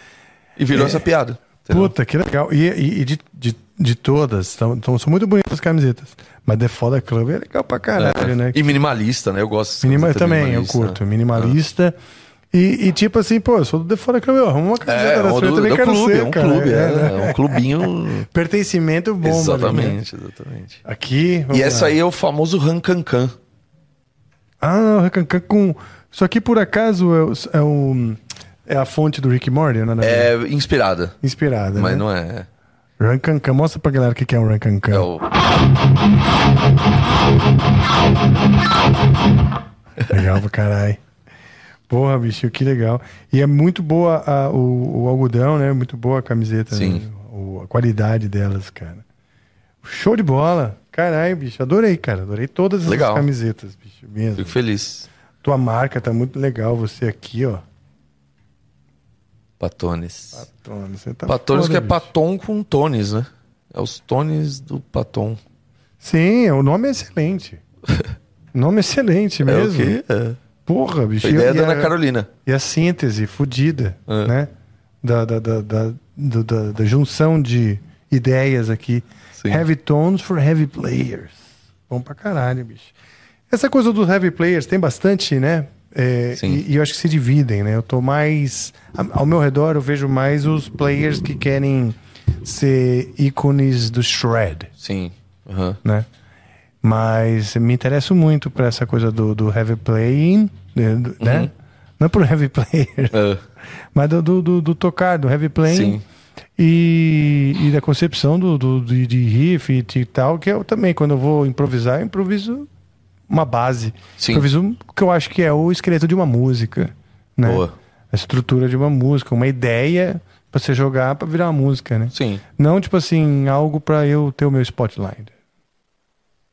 C: E virou essa piada. entendeu?
A: É. Puta, que legal. E, e- e de, de, de todas, são, são- são muito bonitas as camisetas. Mas The Foda Club é legal pra caralho, né?
C: E minimalista, né? Eu gosto. dessa
A: Minimal
C: camiseta
A: também, eu
C: minimalista,
A: curto.
C: né?
A: Minimalista. E, e tipo assim, pô, eu sou do The Foda Club, eu arrumo uma camiseta
C: É,
A: dessa,
C: um,
A: eu
C: do,
A: também
C: do
A: quero
C: clube,
A: ser,
C: é um
A: cara.
C: clube, é,
A: né?
C: é um clubinho.
A: Pertencimento bom, mano, né?
C: exatamente, exatamente.
A: Aqui.
C: E
A: vamos
C: essa
A: lá.
C: aí é o famoso rancancan.
A: Ah, o Recancan com. Isso aqui, por acaso, é, o- é, o, é a fonte do Rick Morty, né? na verdade?
C: É inspirada,
A: Inspirada.
C: mas
A: né?
C: não é.
A: Rancancan, mostra pra galera o que que é um Rancancan.
C: É o...
A: Legal pra caralho. Porra, bicho, que legal. E é muito boa a- o, o algodão, né? Muito boa a camiseta.
C: Sim.
A: né? O- a qualidade delas, cara. Show de bola. Caralho, bicho. Adorei, cara. Adorei todas essas
C: Legal.
A: camisetas, bicho. Mesmo.
C: Fico feliz.
A: Tua marca tá muito legal. Você aqui, ó.
C: Patones.
A: Tony, você tá
C: Patones
A: foda,
C: que é
A: bicho.
C: Paton com Tones, né? É os Tones do Paton.
A: Sim, o nome é excelente. nome é excelente mesmo.
C: É o que? É.
A: Porra, bicho.
C: A ideia é da
A: e,
C: Ana
A: a,
C: Carolina.
A: e a síntese fodida,
C: É.
A: né? Da, da, da, da, do- da- da junção de ideias aqui.
C: Sim.
A: Heavy tones for heavy players. Bom pra caralho, bicho. Essa coisa dos heavy players tem bastante, né? É,
C: Sim.
A: e, e eu acho que se dividem, né? Eu tô mais. a- Ao meu redor eu vejo mais os players que querem ser ícones do shred
C: Sim. Aham.
A: né? Mas me interesso muito pra essa coisa do, do heavy playing, né? Do-
C: Uhum.
A: né? Não pro heavy player,
C: É.
A: mas do, do, do- do tocar, do heavy playing.
C: Sim.
A: E, e da concepção do, do, de, de riff e de tal, que eu também, quando eu vou improvisar, eu improviso uma base.
C: Sim.
A: Improviso o que eu acho que é o esqueleto de uma música. Né?
C: Boa.
A: A estrutura de uma música, uma ideia pra você jogar pra virar uma música, né?
C: Sim.
A: Não, tipo assim, algo pra eu ter o meu spotlight.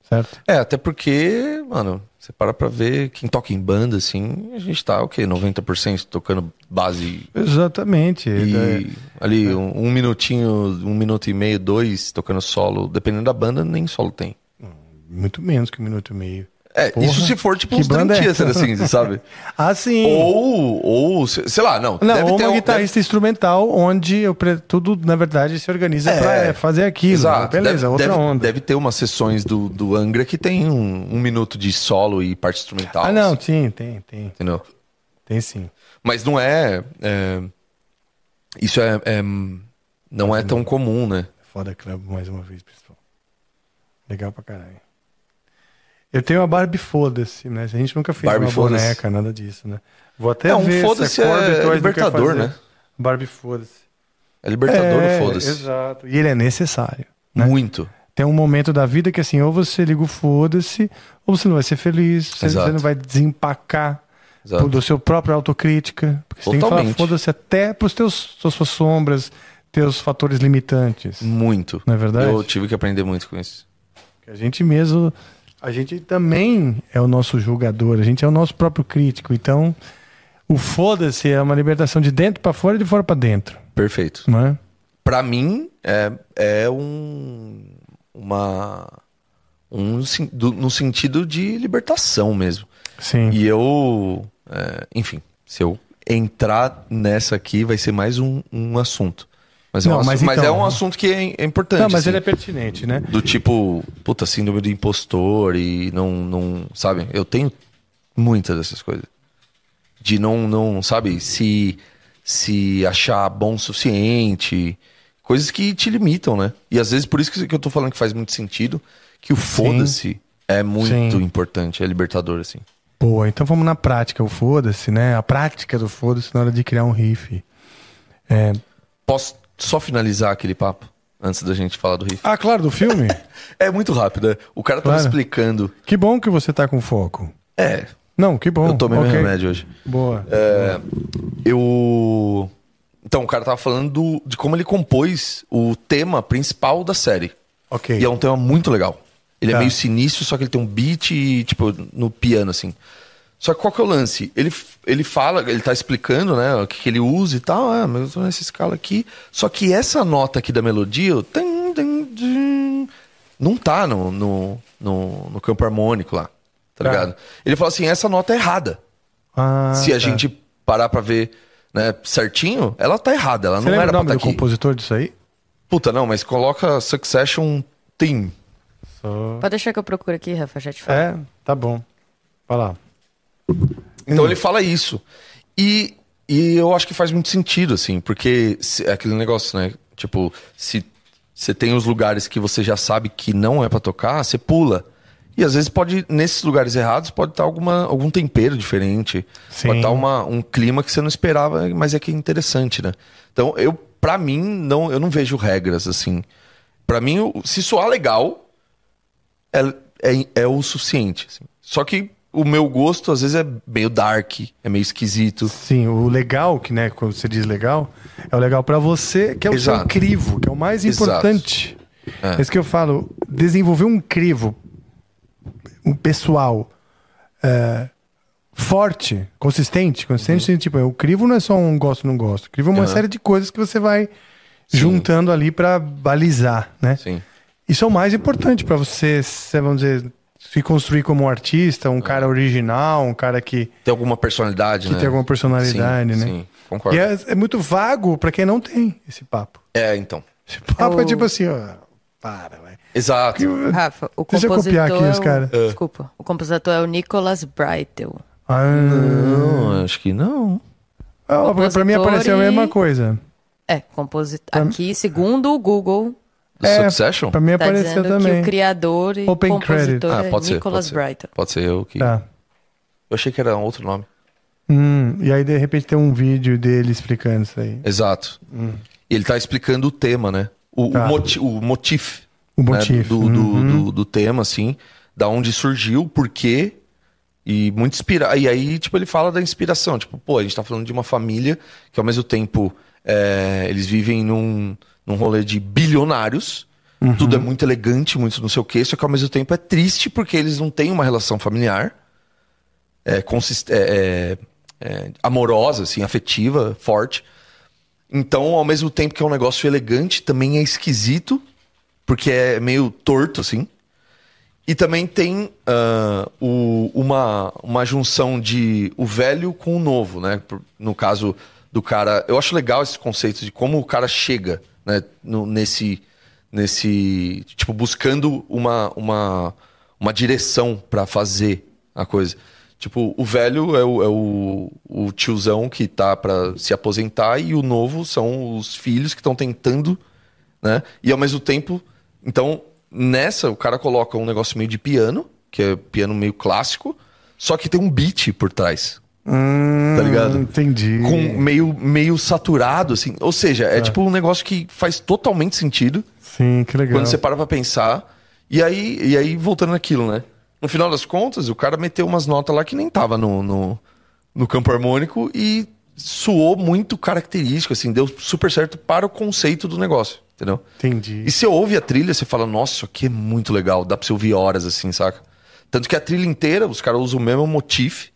A: Certo?
C: É, até porque, mano, você para pra ver quem toca em banda, assim, a gente tá, o quê? 90% tocando base
A: Exatamente. é
C: e ali um, um minutinho, um minuto e meio, dois, tocando solo. Dependendo da banda, nem solo tem.
A: Muito menos que um minuto e meio.
C: É,
A: Porra,
C: isso se for tipo
A: que
C: uns
A: banda é
C: dentistas,
A: essa?
C: assim, sabe?
A: Ah, sim.
C: ou, ou, se- sei lá, não.
A: Não, ou
C: ter
A: uma
C: um-
A: guitarrista instrumental, onde eu pre- tudo, na verdade, se organiza
C: É.
A: pra é, fazer aquilo.
C: Exato.
A: Beleza,
C: deve,
A: outra
C: deve-
A: onda.
C: Deve ter umas sessões do, do Angra que tem um, um minuto de solo e parte instrumental.
A: ah, não,
C: assim,
A: sim, tem, tem.
C: entendeu?
A: Tem sim.
C: Mas não é. é, isso é, é, Não é tão comum, né?
A: Foda Club mais uma vez, pessoal. Legal pra caralho. Eu tenho a Barbie Foda-se, né? A gente nunca fez
C: Barbie
A: uma
C: Foda-se.
A: boneca, nada disso, né? Vou até
C: É, um
A: ver
C: foda-se
A: se então a Corby
C: é
A: Toys não quer
C: libertador,
A: fazer.
C: né?
A: Barbie Foda-se.
C: É libertador,
A: É,
C: foda-se.
A: Exato. E ele é necessário. né?
C: Muito.
A: Tem um momento da vida que assim, ou você liga o foda-se, ou você não vai ser feliz, você,
C: Exato.
A: você não vai desempacar
C: Exato.
A: do seu próprio autocrítica. Porque você tem que
C: Totalmente.
A: falar foda-se até pros teus suas, suas sombras, teus fatores limitantes.
C: Muito.
A: Não é verdade?
C: Eu tive que aprender muito com isso.
A: Que A gente mesmo, a gente também é o nosso julgador, a gente é o nosso próprio crítico. Então, o foda-se é uma libertação de dentro pra fora e de fora pra dentro,
C: Perfeito.
A: não é?
C: Pra mim, é, é um. Uma. Um, sen- do- no sentido de libertação mesmo.
A: Sim.
C: E eu. é, enfim, se eu entrar nessa aqui, vai ser mais um, um assunto. Mas, é
A: Não,
C: um, assu-
A: mas
C: mas
A: então-
C: é um assunto que é, é importante.
A: Não, mas
C: assim.
A: ele é pertinente, né?
C: Do tipo, puta, síndrome do impostor e não, não. Sabe? Eu tenho muitas dessas coisas. De não, não sabe? Se, se achar bom o suficiente. Coisas que te limitam, né? E às vezes por isso que que eu tô falando que faz muito sentido. Que o foda-se é muito
A: Sim.
C: importante, é libertador, assim.
A: Boa, então vamos na prática, o foda-se, né? A prática do foda-se na hora de criar um riff. É...
C: Posso só finalizar aquele papo antes da gente falar do riff?
A: Ah, claro, do filme?
C: É muito rápido, né? O cara tava
A: Claro.
C: explicando.
A: que bom que você tá com foco.
C: É,
A: Não, que bom.
C: eu tomei
A: ok.
C: meu remédio hoje.
A: Boa.
C: É, eu. Então, o cara tava falando do- de como ele compôs o tema principal da série.
A: Ok.
C: E é um tema muito legal. Ele
A: Tá.
C: é meio sinistro, só que ele tem um beat, tipo, no piano, assim. Só que qual que é o lance? Ele, ele fala, ele tá explicando, né, o que, que ele usa e tal. Ah, mas eu tô nessa escala aqui. Só que essa nota aqui da melodia, o tum, tum, tum, não tá no, no, no, no campo harmônico lá,
A: Tá.
C: tá, ligado? Ele fala assim, essa nota é errada.
A: Ah,
C: Se a
A: tá.
C: gente parar pra ver né, certinho, ela tá errada, ela
A: Você
C: não
A: lembra
C: era
A: o
C: pra
A: nome
C: estar
A: do
C: aqui.
A: compositor disso aí?
C: Puta, não, mas coloca Succession Team.
A: Ah.
B: Pode deixar que eu procuro aqui, Rafa, já te falo.
A: É, tá bom. Vai lá.
C: Então ele fala isso. E, e eu acho que faz muito sentido, assim, porque se- é aquele negócio, né? Tipo, se você tem os lugares que você já sabe que não é pra tocar, você pula. E às vezes pode, nesses lugares errados, pode estar alguma, algum tempero diferente.
A: Sim.
C: Pode estar uma, um clima que você não esperava, mas é que é interessante, né? Então, eu, pra mim, não, eu não vejo regras, assim. Pra mim, o- se soar legal, é, é, é o suficiente. assim. Só que o meu gosto, às vezes, é meio dark, é meio esquisito.
A: Sim, o legal, que né, quando você diz legal, é o legal pra você, que é o seu
C: Exato.
A: crivo, que é o mais
C: Exato.
A: importante.
C: É.
A: É isso que eu falo, desenvolver um crivo, um pessoal, é, forte, consistente.
C: Uhum.
A: Consistente, tipo, o crivo não é só um gosto, não gosto. O crivo é uma
C: Aham.
A: série de coisas que você vai juntando ali pra balizar, né?
C: Sim.
A: Isso é o mais importante pra você, se- vamos dizer, se construir como um artista,
C: É.
A: um cara original, um cara que,
C: Tem alguma personalidade,
A: que
C: né?
A: tem alguma personalidade,
C: sim,
A: né?
C: Sim, concordo.
A: E é, é muito vago pra quem não tem esse papo.
C: É, então.
A: Esse papo é,
B: o-
A: tipo assim, ó, para, velho.
C: Exato.
B: Rafa, o
A: É. Deixa eu
B: compositor.
A: copiar aqui
B: é
A: os
B: o-
A: cara.
B: Desculpa. O compositor é o Nicholas Breitel.
A: Ah,
B: Hum.
C: Não, acho que não.
A: ó, Ah, pra- pra mim apareceu a
B: Compositor e-
A: mesma coisa.
B: É, compositor. Aqui, segundo o Google,
A: É,
C: Succession?
A: Pra mim
B: tá
A: apareceu
B: dizendo que
A: também.
B: o criador e
A: Open credit.
B: compositor
C: Ah,
B: é
C: pode ser.
B: Nicholas
C: pode ser.
B: Breitel.
C: Pode ser eu que.
A: Tá.
C: Eu achei que era um outro nome.
A: Hum, e aí, de repente, tem um vídeo dele explicando isso aí.
C: Exato. E ele tá explicando o tema, né? O,
A: Hum. Tá.
C: o, moti o motif.
A: O
C: né?
A: motif, Uhum.
C: Do, do, do, do tema, assim. Da onde surgiu, por quê. E muito inspira... E aí, tipo, ele fala da inspiração. Tipo, pô, a gente tá falando de uma família que ao mesmo tempo é, eles vivem num, num rolê de bilionários.
A: Uhum.
C: Tudo é muito elegante, muito não sei o quê. Só que ao mesmo tempo é triste porque eles não têm uma relação familiar é, consist... é, é, é, amorosa, assim, afetiva, forte. Então, ao mesmo tempo que é um negócio elegante, também é esquisito, porque é meio torto, assim. E também tem ah, o- uma, uma junção de o velho com o novo, né? Por- No caso do cara. Eu acho legal esse conceito de como o cara chega, né? No- nesse. Nesse. Tipo, buscando uma, uma, uma direção pra fazer a coisa. Tipo, o velho é, o, é o, o tiozão que tá pra se aposentar e o novo são os filhos que estão tentando né? E ao mesmo tempo, então, nessa, o cara coloca um negócio meio de piano, que é piano meio clássico, só que tem um beat por trás,
A: Hum,
C: Tá ligado?
A: Entendi.
C: com meio, meio saturado, assim. Ou seja, é, tipo um negócio que faz totalmente sentido
A: Sim, que legal.
C: quando você para pra pensar. E aí, e aí, voltando naquilo, né? No final das contas, o cara meteu umas notas lá que nem tava no, no, no campo harmônico e soou muito característico, assim, deu super certo para o conceito do negócio, entendeu?
A: Entendi.
C: E você ouve a trilha, você fala, nossa, isso aqui é muito legal, dá pra você ouvir horas assim, saca? Tanto que a trilha inteira, os caras usam o mesmo motif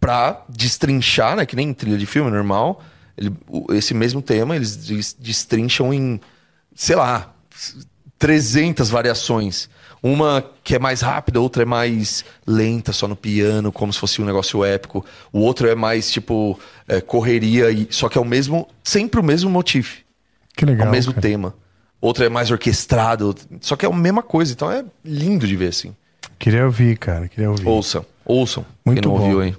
C: pra destrinchar, né? Que nem trilha de filme normal. Ele- o- esse mesmo tema, eles des- destrincham em, sei lá, 300 variações. Uma que é mais rápida, outra é mais lenta, só no piano, como se fosse um negócio épico. O outro é mais, tipo, é, correria, e, só que é o mesmo, sempre o mesmo motif
A: Que
C: é
A: legal.
C: o mesmo
A: cara.
C: tema. Outro é mais orquestrado, outro- só que é a mesma coisa, então é lindo de ver assim.
A: Queria ouvir, cara. Queria ouvir.
C: Ouçam, ouçam.
A: Muito
C: quem não
A: bom.
C: ouviu, hein?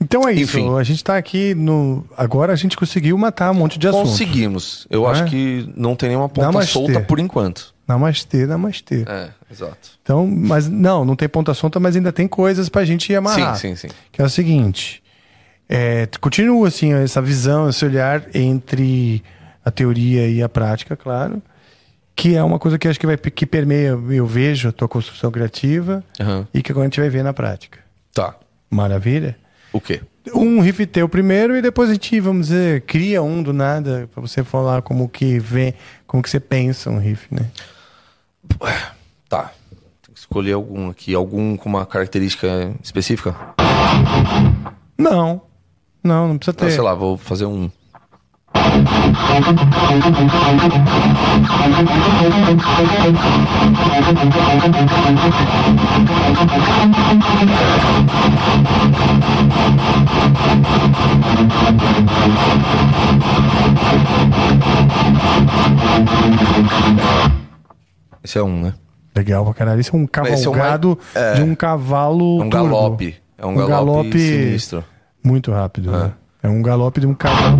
A: Então é isso.
C: Enfim.
A: A gente tá aqui no. Agora a gente conseguiu matar um monte de assunto.
C: Conseguimos. Eu acho
A: É?
C: que não tem nenhuma ponta
A: Namastê.
C: solta por enquanto.
A: Namastê, namastê.
C: É, exato.
A: Então, mas não, não tem ponta solta, mas ainda tem coisas pra gente amarrar.
C: Sim, sim, sim.
A: Que é o seguinte. é, continua assim essa visão, esse olhar entre a teoria e a prática, claro. Que é uma coisa que acho que vai que permeia, eu vejo, a tua construção criativa
C: Aham.
A: e que agora a gente vai ver na prática.
C: Tá.
A: Maravilha?
C: O quê?
A: um riff teu primeiro e depois a gente, vamos dizer, cria um do nada pra você falar como que vem, como que você pensa um riff, né?
C: Tá. Tem que escolher algum aqui, algum com uma característica específica?
A: Não. Não, não precisa
C: Ah,
A: ter.
C: sei lá, vou fazer um. Esse é um, né?
A: Legal pra caralho. Isso é um
C: Esse é um
A: cavalgado
C: mais- é.
A: de um cavalo.
C: É um
A: turbo.
C: galope. É um, galope, sinistro.
A: Muito rápido.
C: É.
A: né? É um galope de um cavalo.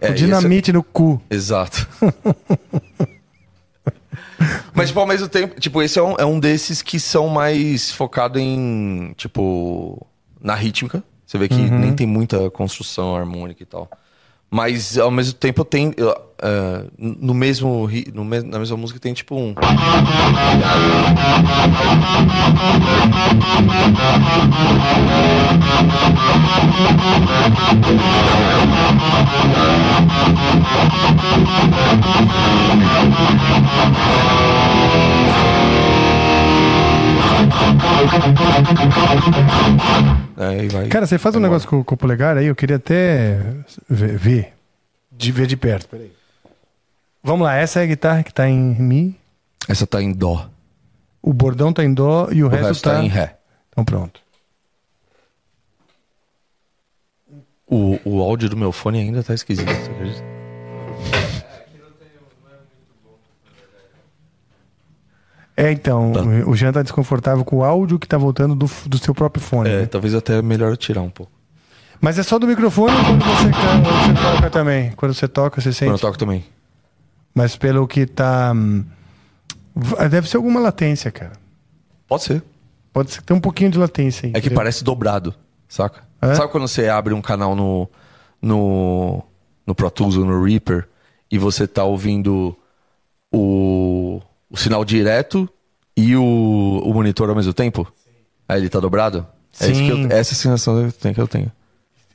C: É,
A: O
C: esse é-
A: dinamite no cu.
C: Exato. Mas, tipo, ao mesmo tempo, tipo, esse é um, é um desses que são mais focado em, tipo, na rítmica. Você vê que
A: Uhum.
C: nem tem muita construção harmônica e tal. Mas, ao mesmo tempo, tem... eu, é, no mesmo, ri- no mes- na mesma música tem, tipo, um...
F: Thank
C: É, Aí vai.
A: Cara, você faz um
C: Vai
A: negócio com, com o polegar aí, eu queria até ver, ver. de, ver de perto. Peraí. Vamos lá, essa é a guitarra que tá em Mi,
C: Essa tá em dó.
A: o bordão tá em Dó e o,
C: O resto tá em ré.
A: Então pronto.
C: O, o áudio do meu fone ainda tá esquisito. você acredita?
A: É, então, o Jean tá desconfortável com o áudio que tá voltando do, f- do seu próprio fone.
C: É,
A: né?
C: talvez até melhor eu tirar um pouco.
A: Mas é só do microfone ou quando você, can- quando você toca também? Quando você toca, você sente.
C: Quando eu toco também.
A: Mas pelo que tá. hum, v- ah, Deve ser alguma latência, cara.
C: Pode ser.
A: Pode ser que tenha um pouquinho de latência aí.
C: É que
A: entendeu?
C: parece dobrado, saca?
A: É?
C: Sabe quando você abre um canal no, no, no Pro Tools ou no Reaper e você tá ouvindo o, o sinal direto e o, o monitor ao mesmo tempo? Aí ele tá dobrado? É isso que eu-
A: Sim.
C: essa sensação que eu tenho. Que eu tenho.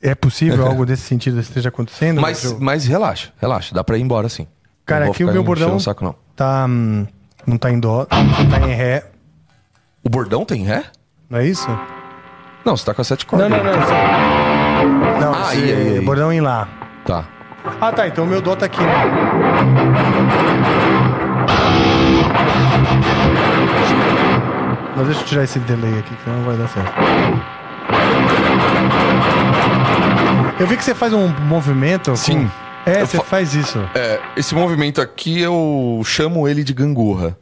A: É possível algo desse sentido esteja acontecendo?
C: Mas,
A: eu-
C: mas relaxa, relaxa. Dá pra ir embora sim.
A: Cara,
C: Não vou
A: aqui o
C: ficar
A: meu
C: enchendo
A: bordão-
C: o saco, não.
A: tá. hum, Não tá em dó, tá em ré.
C: O bordão tem ré?
A: Não é isso?
C: Não, você tá com a sete cordas.
A: não. Não,
C: Ah,
A: esse
C: aí, aí, aí.
A: bordão em lá.
C: Tá.
A: Ah, tá. Então o meu dó tá aqui, né? Mas deixa eu tirar esse delay aqui, que senão não vai dar certo. Eu vi que você faz um movimento. com-
C: Sim.
A: É,
C: Eu
A: você
C: fa-
A: faz isso.
C: É, esse movimento aqui eu chamo ele de gangorra.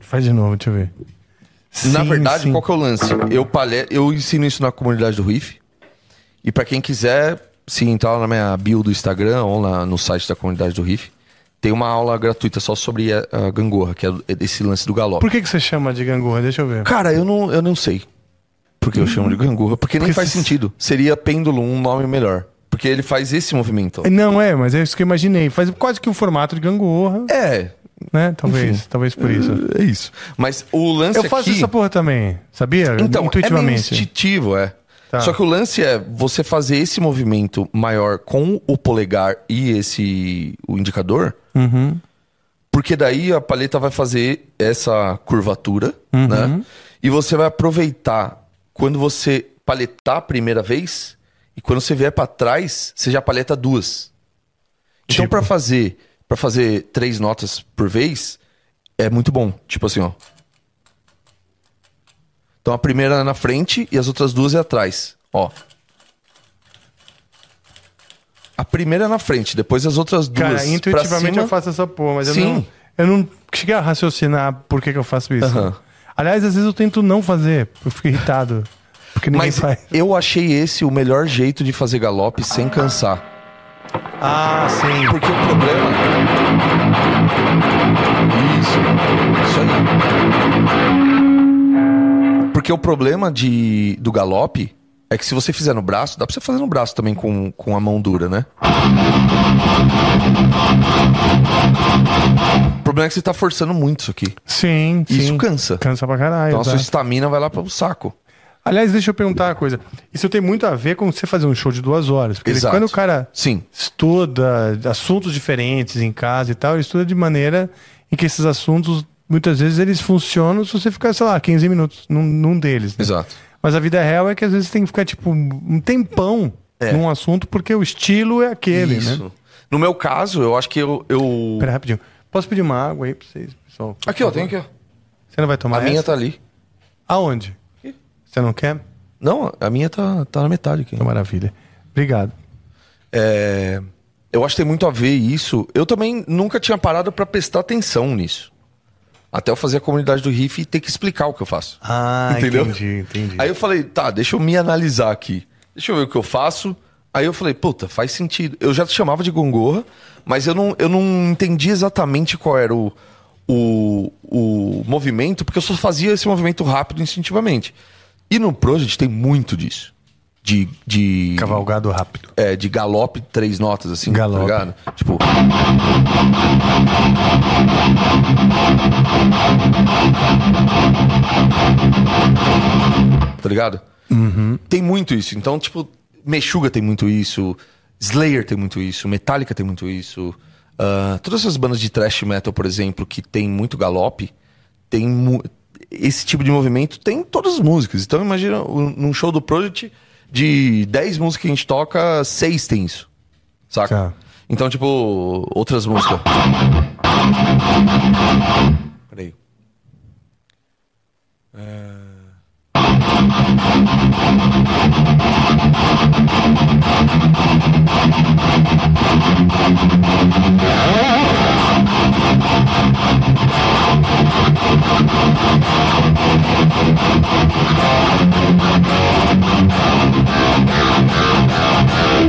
A: Faz de novo, deixa eu ver.
C: Na
A: Sim,
C: verdade,
A: sim.
C: qual que é o lance? Eu, palhe... eu ensino isso na comunidade do RIF. E pra quem quiser, se entrar lá na minha bio do Instagram ou lá no site da comunidade do RIF, tem uma aula gratuita só sobre a, a gangorra, que é esse lance do galope.
A: Por que, que você chama de gangorra? Deixa eu ver.
C: Cara, eu não, eu não sei porque eu chamo de gangorra. Porque nem
A: Porque
C: faz
A: se-
C: sentido. Seria pêndulo um nome melhor. Porque ele faz esse movimento.
A: Não, é, mas é isso que eu imaginei. Faz quase que o formato de gangorra,
C: É,
A: né? Talvez, talvez por isso.
C: é isso. Mas o lance
A: Eu faço
C: aqui...
A: essa porra também, sabia?
C: Então, é meio
A: Intuitivamente.
C: instintivo, é.
A: Tá.
C: Só que o lance é você fazer esse movimento maior com o polegar e esse o indicador,
A: Uhum.
C: porque daí a palheta vai fazer essa curvatura,
A: Uhum.
C: né? E você vai aproveitar quando você paletar a primeira vez e quando você vier pra trás, você já paleta duas. Então
A: Tipo.
C: pra fazer, para fazer três notas por vez, é muito bom, tipo assim, ó. Então a primeira é na frente e as outras duas é atrás. Ó. A primeira é na frente, depois as outras duas.
A: Cara,
C: pra
A: intuitivamente
C: cima.
A: eu faço essa porra, mas eu
C: Sim.
A: não, eu não cheguei a raciocinar por que, que eu faço isso.
C: Aham.
A: Aliás, às vezes eu tento não fazer, eu fico irritado. Porque ninguém
C: Mas
A: faz.
C: eu achei esse o melhor jeito de fazer galope sem cansar.
A: Ah, sim.
C: Porque o problema. Isso. Isso aí. Porque o problema de, do galope é que se você fizer no braço, dá pra você fazer no braço também com, com a mão dura, né? O problema é que você tá forçando muito isso aqui.
A: Sim, sim.
C: Isso cansa.
A: Cansa pra caralho.
C: Então a sua
A: exato.
C: estamina vai lá pro saco.
A: Aliás, deixa eu perguntar uma coisa. Isso tem muito a ver com você fazer um show de duas horas. Porque
C: Exato.
A: quando o cara
C: Sim.
A: estuda assuntos diferentes em casa e tal, ele estuda de maneira em que esses assuntos, muitas vezes, eles funcionam se você ficar, sei lá, 15 minutos num, num deles. né?
C: Exato.
A: Mas a vida real é que às vezes tem que ficar, tipo, um tempão
C: É.
A: num assunto, porque o estilo é aquele, né?
C: Isso. No meu caso, eu acho que eu. eu...
A: Pera, rapidinho. Posso pedir uma água aí pra vocês, pessoal?
C: Aqui, ó, tem aqui, ó.
A: Você não vai tomar
C: A minha
A: essa?
C: tá ali.
A: Aonde? Você não quer?
C: Não, a minha tá, tá na metade aqui.
A: Então, maravilha. Obrigado.
C: É, eu acho que tem muito a ver isso. Eu também nunca tinha parado pra prestar atenção nisso. Até eu fazer a comunidade do riff e ter que explicar o que eu faço.
A: Ah,
C: Entendeu?
A: entendi, entendi.
C: Aí eu falei, tá, deixa eu me analisar aqui. Deixa eu ver o que eu faço. Aí eu falei, puta, faz sentido. Eu já te chamava de gongorra, mas eu não, eu não entendi exatamente qual era o, o, o movimento, porque eu só fazia esse movimento rápido instintivamente. E no Project tem muito disso. De, de
A: Cavalgado rápido.
C: é, de galope, três notas, assim,
A: Galope.
C: tá ligado? Tipo. Tá ligado? Tem muito isso. Então, tipo, Mexuga tem muito isso, Slayer tem muito isso, Metallica tem muito isso. Ah, todas essas bandas de thrash metal, por exemplo, que tem muito galope, tem, mu- esse tipo de movimento tem em todas as músicas. Então imagina um- num show do Project, de 10 músicas que a gente toca, 6 tem isso. Saca?
A: Tá.
C: Então, tipo, outras músicas. Peraí.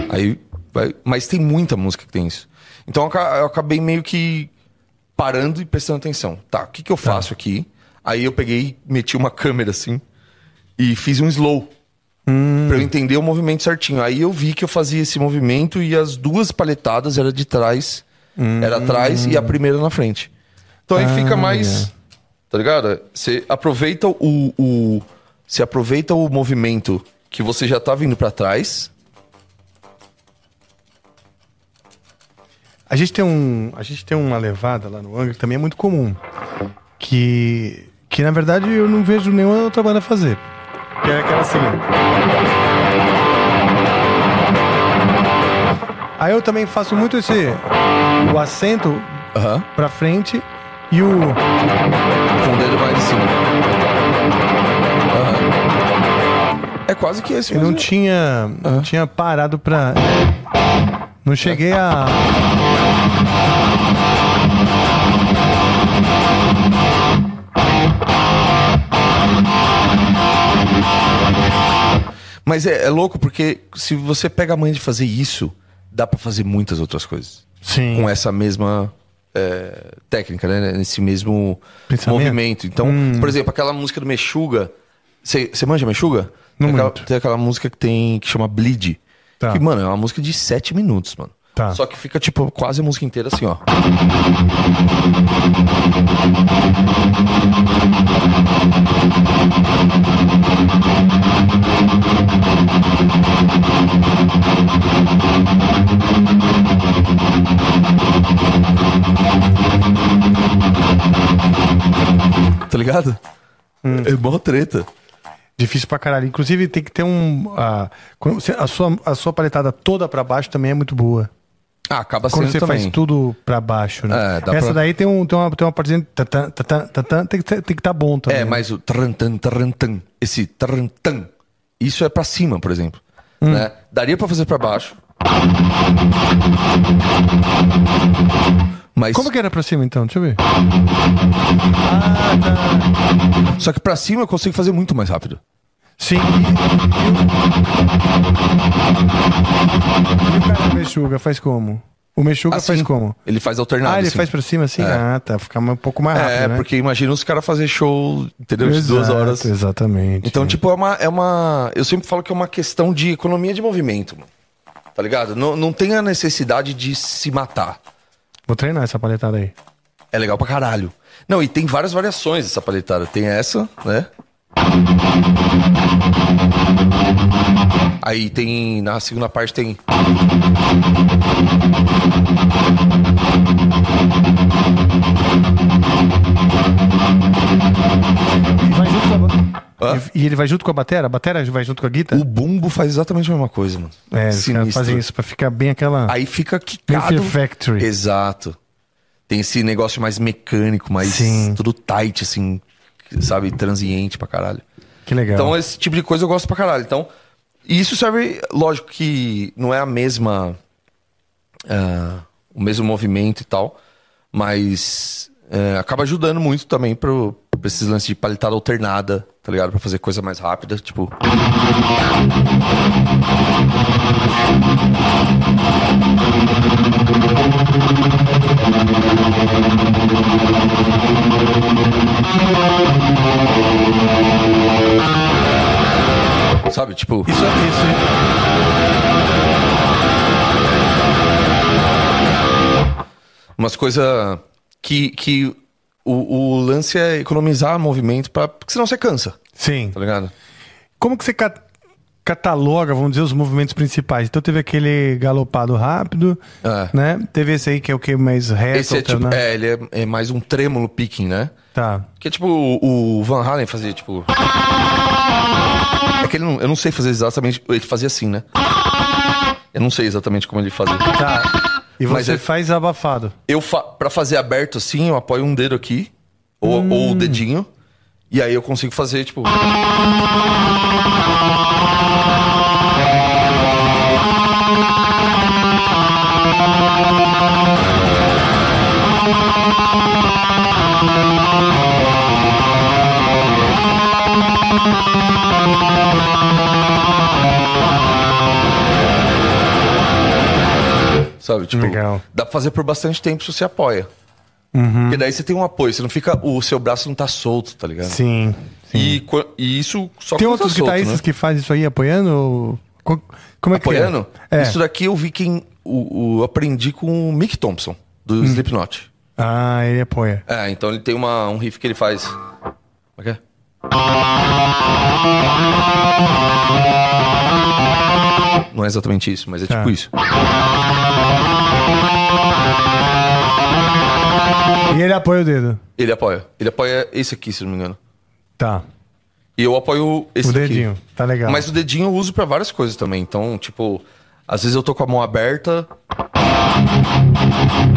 C: Aí vai- Mas tem muita música que tem isso. Então eu aca- eu acabei meio que parando e prestando atenção. Tá, o que, que eu faço aqui? Aí eu peguei, meti uma câmera assim e fiz um slow. Pra eu entender o movimento certinho. Aí eu vi que eu fazia esse movimento e as duas paletadas era de trás. Era atrás e a primeira na frente. Então aí fica mais. Tá ligado? Você aproveita o. o você aproveita o movimento que você já tá vindo pra trás.
A: A gente tem um, a gente tem uma levada lá no Angra que também é muito comum, que que na verdade eu não vejo nenhuma outra banda fazer. Que é aquela assim. Aí eu também faço muito esse o acento
C: Aham.
A: pra frente e o
C: Com o dedo mais em cima. Aham. É quase que esse
A: eu não
C: mesmo.
A: tinha não tinha parado pra não cheguei a
C: Mas é, é louco porque se você pega a manha de fazer isso, dá pra fazer muitas outras coisas.
A: Sim.
C: Com essa mesma é, técnica, né? Nesse mesmo
A: Pensamento. Hum.
C: movimento. Então, por exemplo, aquela música do Mexuga. Você manja Mexuga?
A: Não
C: tem, aquela,
A: muito.
C: tem aquela música que tem que chama Bleed.
A: Tá.
C: Que, mano, é uma música de 7 minutos, mano.
A: Tá.
C: Só que fica, tipo, quase a música inteira assim, ó. Tá ligado?
A: Hum.
C: É mó treta.
A: Difícil pra caralho. Inclusive, tem que ter um. A, quando você- a sua, a sua paletada toda pra baixo também é muito boa.
C: Ah, acaba
A: Quando
C: sendo
A: você
C: também.
A: faz tudo pra baixo, né?
C: É, dá
A: Essa
C: pra-
A: daí tem, um, tem uma, tem uma partezinha. de tatã, tatã, tatã, Tem que estar tá bom também.
C: É, mas o tarantan, tarantan, esse tarantan, isso é pra cima, por exemplo.
A: Hum.
C: Né? Daria pra fazer pra baixo. Mas
A: Como que era pra cima então? Deixa eu ver.
C: só que pra cima eu consigo fazer muito mais rápido.
A: Sim. E o cara do tá Mexuga faz como? O Mexuga
C: Assim,
A: faz como?
C: Ele faz alternado.
A: ah, ele
C: assim.
A: faz pra cima assim? Ah, tá. Fica mais- um pouco mais rápido.
C: É,
A: né?
C: porque imagina os caras fazer show, entendeu? De duas
A: Exato,
C: horas.
A: Exatamente.
C: Então, tipo, é uma, é uma. Eu sempre falo que é uma questão de economia de movimento, mano. Tá ligado? Não, não tem a necessidade de se matar.
A: Vou treinar essa paletada aí.
C: É legal pra caralho. Não, e tem várias variações dessa paletada. Tem essa, né? Aí tem. Na segunda parte tem.
A: E vai junto com a
C: Hã?
A: ba- E e ele vai junto com a batera? A batera vai junto com a guitarra?
C: O bumbo faz exatamente a mesma coisa, mano.
A: É, os
C: Sinistro.
A: caras fazem isso pra ficar bem aquela.
C: Aí fica
A: Meio
C: quicado.
A: Fear Factory.
C: Exato. Tem esse negócio mais mecânico, mais
A: Sim.
C: tudo tight, assim, sabe, transiente pra caralho.
A: Que legal.
C: Então, esse tipo de coisa eu gosto pra caralho. Então, e isso serve, lógico que não é a mesma. ah, o mesmo movimento e tal, mas eh, acaba ajudando muito também pro, pra esses lances de paletada alternada, tá ligado? Pra fazer coisa mais rápida, tipo. Sabe? Tipo.
A: Isso, isso.
C: umas coisas que, que o, o lance é economizar movimento, pra, porque senão você cansa,
A: Sim.
C: tá ligado?
A: Como que você ca- cataloga, vamos dizer, os movimentos principais. Então teve aquele galopado rápido,
C: É.
A: né? Teve esse aí que é o que mais reto,
C: Esse é tipo.
A: alternado.
C: É, ele é, é mais um trêmulo picking, né?
A: Tá.
C: Que é tipo o o Van Halen fazia, tipo. É que ele não, eu não sei fazer exatamente. Ele fazia assim, né? Eu não sei exatamente como ele fazia.
A: Tá. E
C: Mas
A: você
C: é-
A: faz abafado.
C: Eu fa pra fazer aberto assim, eu apoio um dedo aqui, ou, ou o dedinho, e aí eu consigo fazer, tipo. Sabe, tipo,
A: Legal. Uhum.
C: dá pra fazer por bastante tempo se você apoia. Porque daí você tem um apoio, você não fica. O seu braço não tá solto, tá ligado?
A: Sim.
C: E, co- e isso só
A: Tem
C: quando
A: outros
C: tá solto,
A: guitarristas
C: né?
A: que fazem isso aí apoiando? ou- Co- Como é que
C: apoiando.
A: É? É.
C: Isso daqui eu vi quem. O, o- eu aprendi com o Mick Thompson,
A: Hum.
C: do Slipknot.
A: Ah, ele apoia.
C: É, então ele tem uma, um riff que ele faz. Como é que é? Não é exatamente isso, mas é
A: Tá.
C: tipo isso.
A: E ele apoia o dedo.
C: Ele apoia. Ele apoia esse aqui, se não me engano.
A: Tá.
C: E eu apoio esse
A: O
C: daqui.
A: dedinho. Tá legal.
C: Mas o dedinho eu uso pra várias coisas também. Então, tipo, às vezes eu tô com a mão aberta,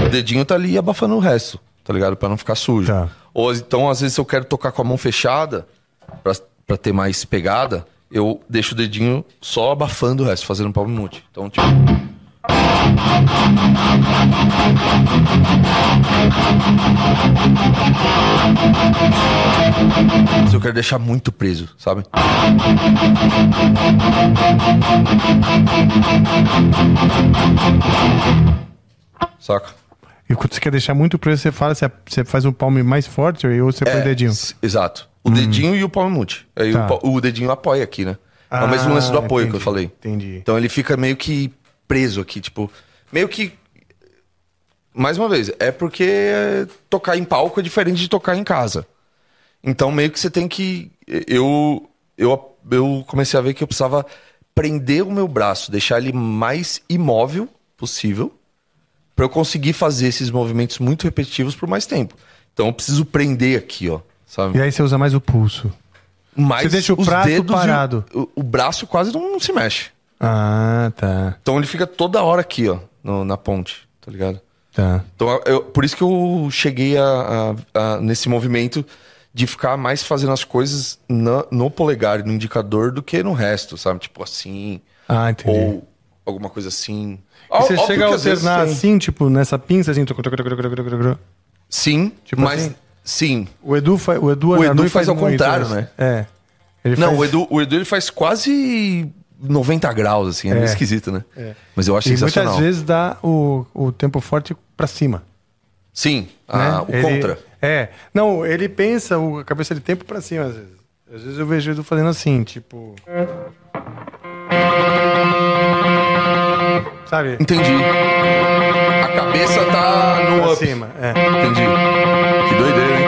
C: o dedinho tá ali abafando o resto, tá ligado? Pra não ficar sujo.
A: Tá.
C: Ou então, às vezes eu quero tocar com a mão fechada, pra, pra ter mais pegada, eu deixo o dedinho só abafando o resto, fazendo um palmo mute. Então, tipo. Se eu quero deixar muito preso, sabe? Saca?
A: E quando você quer deixar muito preso, você fala, você, você faz um palme mais forte ou você põe o dedinho.
C: É,
A: Hum.
C: s- Exato. O dedinho e o palmo mute. Aí
A: Tá.
C: o, pa- o dedinho apoia aqui, né? é
A: Ah,
C: o mesmo lance do apoio que
A: entendi,
C: eu falei.
A: entendi.
C: Então ele fica meio que preso aqui, tipo. Meio que. Mais uma vez, é porque tocar em palco é diferente de tocar em casa. Então meio que você tem que. Eu, eu, eu comecei a ver que eu precisava prender o meu braço, deixar ele mais imóvel possível pra eu conseguir fazer esses movimentos muito repetitivos por mais tempo. Então eu preciso prender aqui, ó,
A: E
C: sabe?
A: aí você usa mais o pulso.
C: Mas
A: Você deixa o
C: os
A: braço
C: dedos e o-
A: parado.
C: O, o braço quase não se mexe.
A: Ah, tá.
C: Então ele fica toda hora aqui, ó, no- na ponte, tá ligado?
A: Tá.
C: Então eu- eu- por isso que eu cheguei a, a- a- nesse movimento de ficar mais fazendo as coisas na- no polegar, no indicador, do que no resto, sabe? Tipo assim,
A: Ah, entendi.
C: ou alguma coisa assim.
A: E você
C: Óbvio
A: chega a
C: que às vezes
A: alternar
C: tem-
A: assim, tipo, nessa pinça, assim. tucu, tucu, tucu, tucu, tucu, tucu.
C: Sim,
A: Tipo
C: mas
A: assim?
C: sim.
A: O Edu, fa... o Edu,
C: O
A: Ananui
C: Edu faz ao
A: muito
C: contrário,
A: isso.
C: né?
A: É. Ele
C: Não,
A: faz-
C: o Edu, o Edu ele faz quase 90 graus, assim, é, meio
A: É.
C: esquisito, né? Mas eu acho
A: E
C: sensacional.
A: muitas vezes dá o, o tempo forte pra cima.
C: Sim, a-
A: né?
C: Ah, o
A: Ele-
C: contra.
A: É. Não, ele pensa o- a cabeça de tempo pra cima, às vezes. Às vezes eu vejo o Edu fazendo assim, tipo. Sabe?
C: Entendi. A cabeça tá no
A: Pra
C: up.
A: cima. É.
C: Entendi. Que doideira, hein?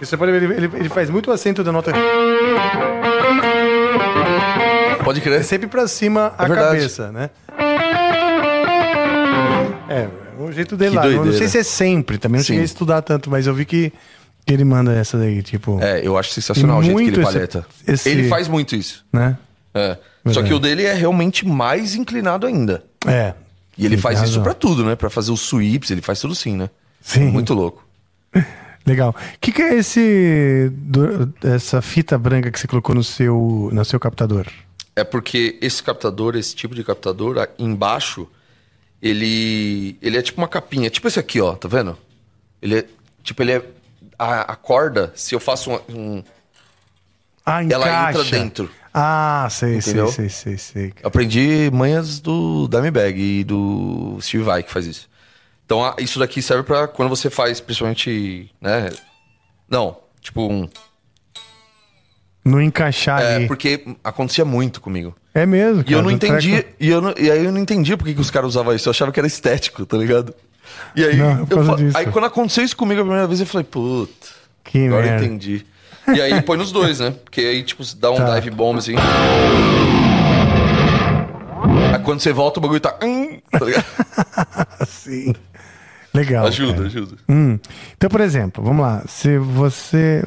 A: E Você pode ver, ele, ele- ele faz muito acento da nota.
C: Pode
A: É
C: crer.
A: sempre pra cima a
C: verdade.
A: cabeça, né? É, é o jeito dele
C: Que
A: lá. Não, não sei
C: doideira.
A: se é sempre, também não
C: Sim.
A: cheguei a estudar tanto, mas eu vi que, que ele manda essa daí, tipo.
C: É, eu acho sensacional o
A: E
C: jeito que
A: muito
C: ele
A: esse-
C: palheta.
A: esse-
C: Ele faz muito isso.
A: Né?
C: É. Só que
A: Verdade.
C: o dele é realmente mais inclinado ainda.
A: É.
C: E ele
A: Tem
C: faz isso
A: razão.
C: pra tudo, né? Pra fazer os sweeps, ele faz tudo sim, né?
A: Sim.
C: Muito louco.
A: Legal. O que, que é esse do- essa fita branca que você colocou no seu, no seu captador?
C: É porque esse captador, esse tipo de captador, a- embaixo, ele ele é tipo uma capinha, tipo esse aqui, ó, tá vendo? Ele é tipo ele é a, a corda, se eu faço um, um-
A: Ah,
C: Ela
A: encaixa.
C: entra dentro.
A: Ah, sei, sei,
C: Entendeu?
A: sei, sei, sei.
C: eu aprendi manhas do Dimebag e do Steve Vai que faz isso. Então a- isso daqui serve pra quando você faz principalmente, né? Não, tipo um
A: Não encaixar
C: é
A: ali.
C: porque acontecia muito comigo.
A: É mesmo.
C: E eu
A: cara,
C: não
A: do treco.
C: entendi, e, eu não- e aí eu não entendi por que, que os caras usavam isso. Eu achava que era estético, tá ligado? E aí,
A: Não, é por
C: eu
A: causa
C: fa-
A: disso.
C: aí quando aconteceu isso comigo a primeira vez, eu falei, puta,
A: Que
C: agora eu
A: merda.
C: entendi. E aí põe nos dois, né? Porque aí, tipo, dá um
A: Tá.
C: dive bomb assim. quando você volta, o bagulho tá. hum, tá ligado?
A: Ah, Sim. assim. Legal.
C: ajuda,
A: cara.
C: ajuda.
A: Hum. Então, por exemplo, vamos lá. Se você.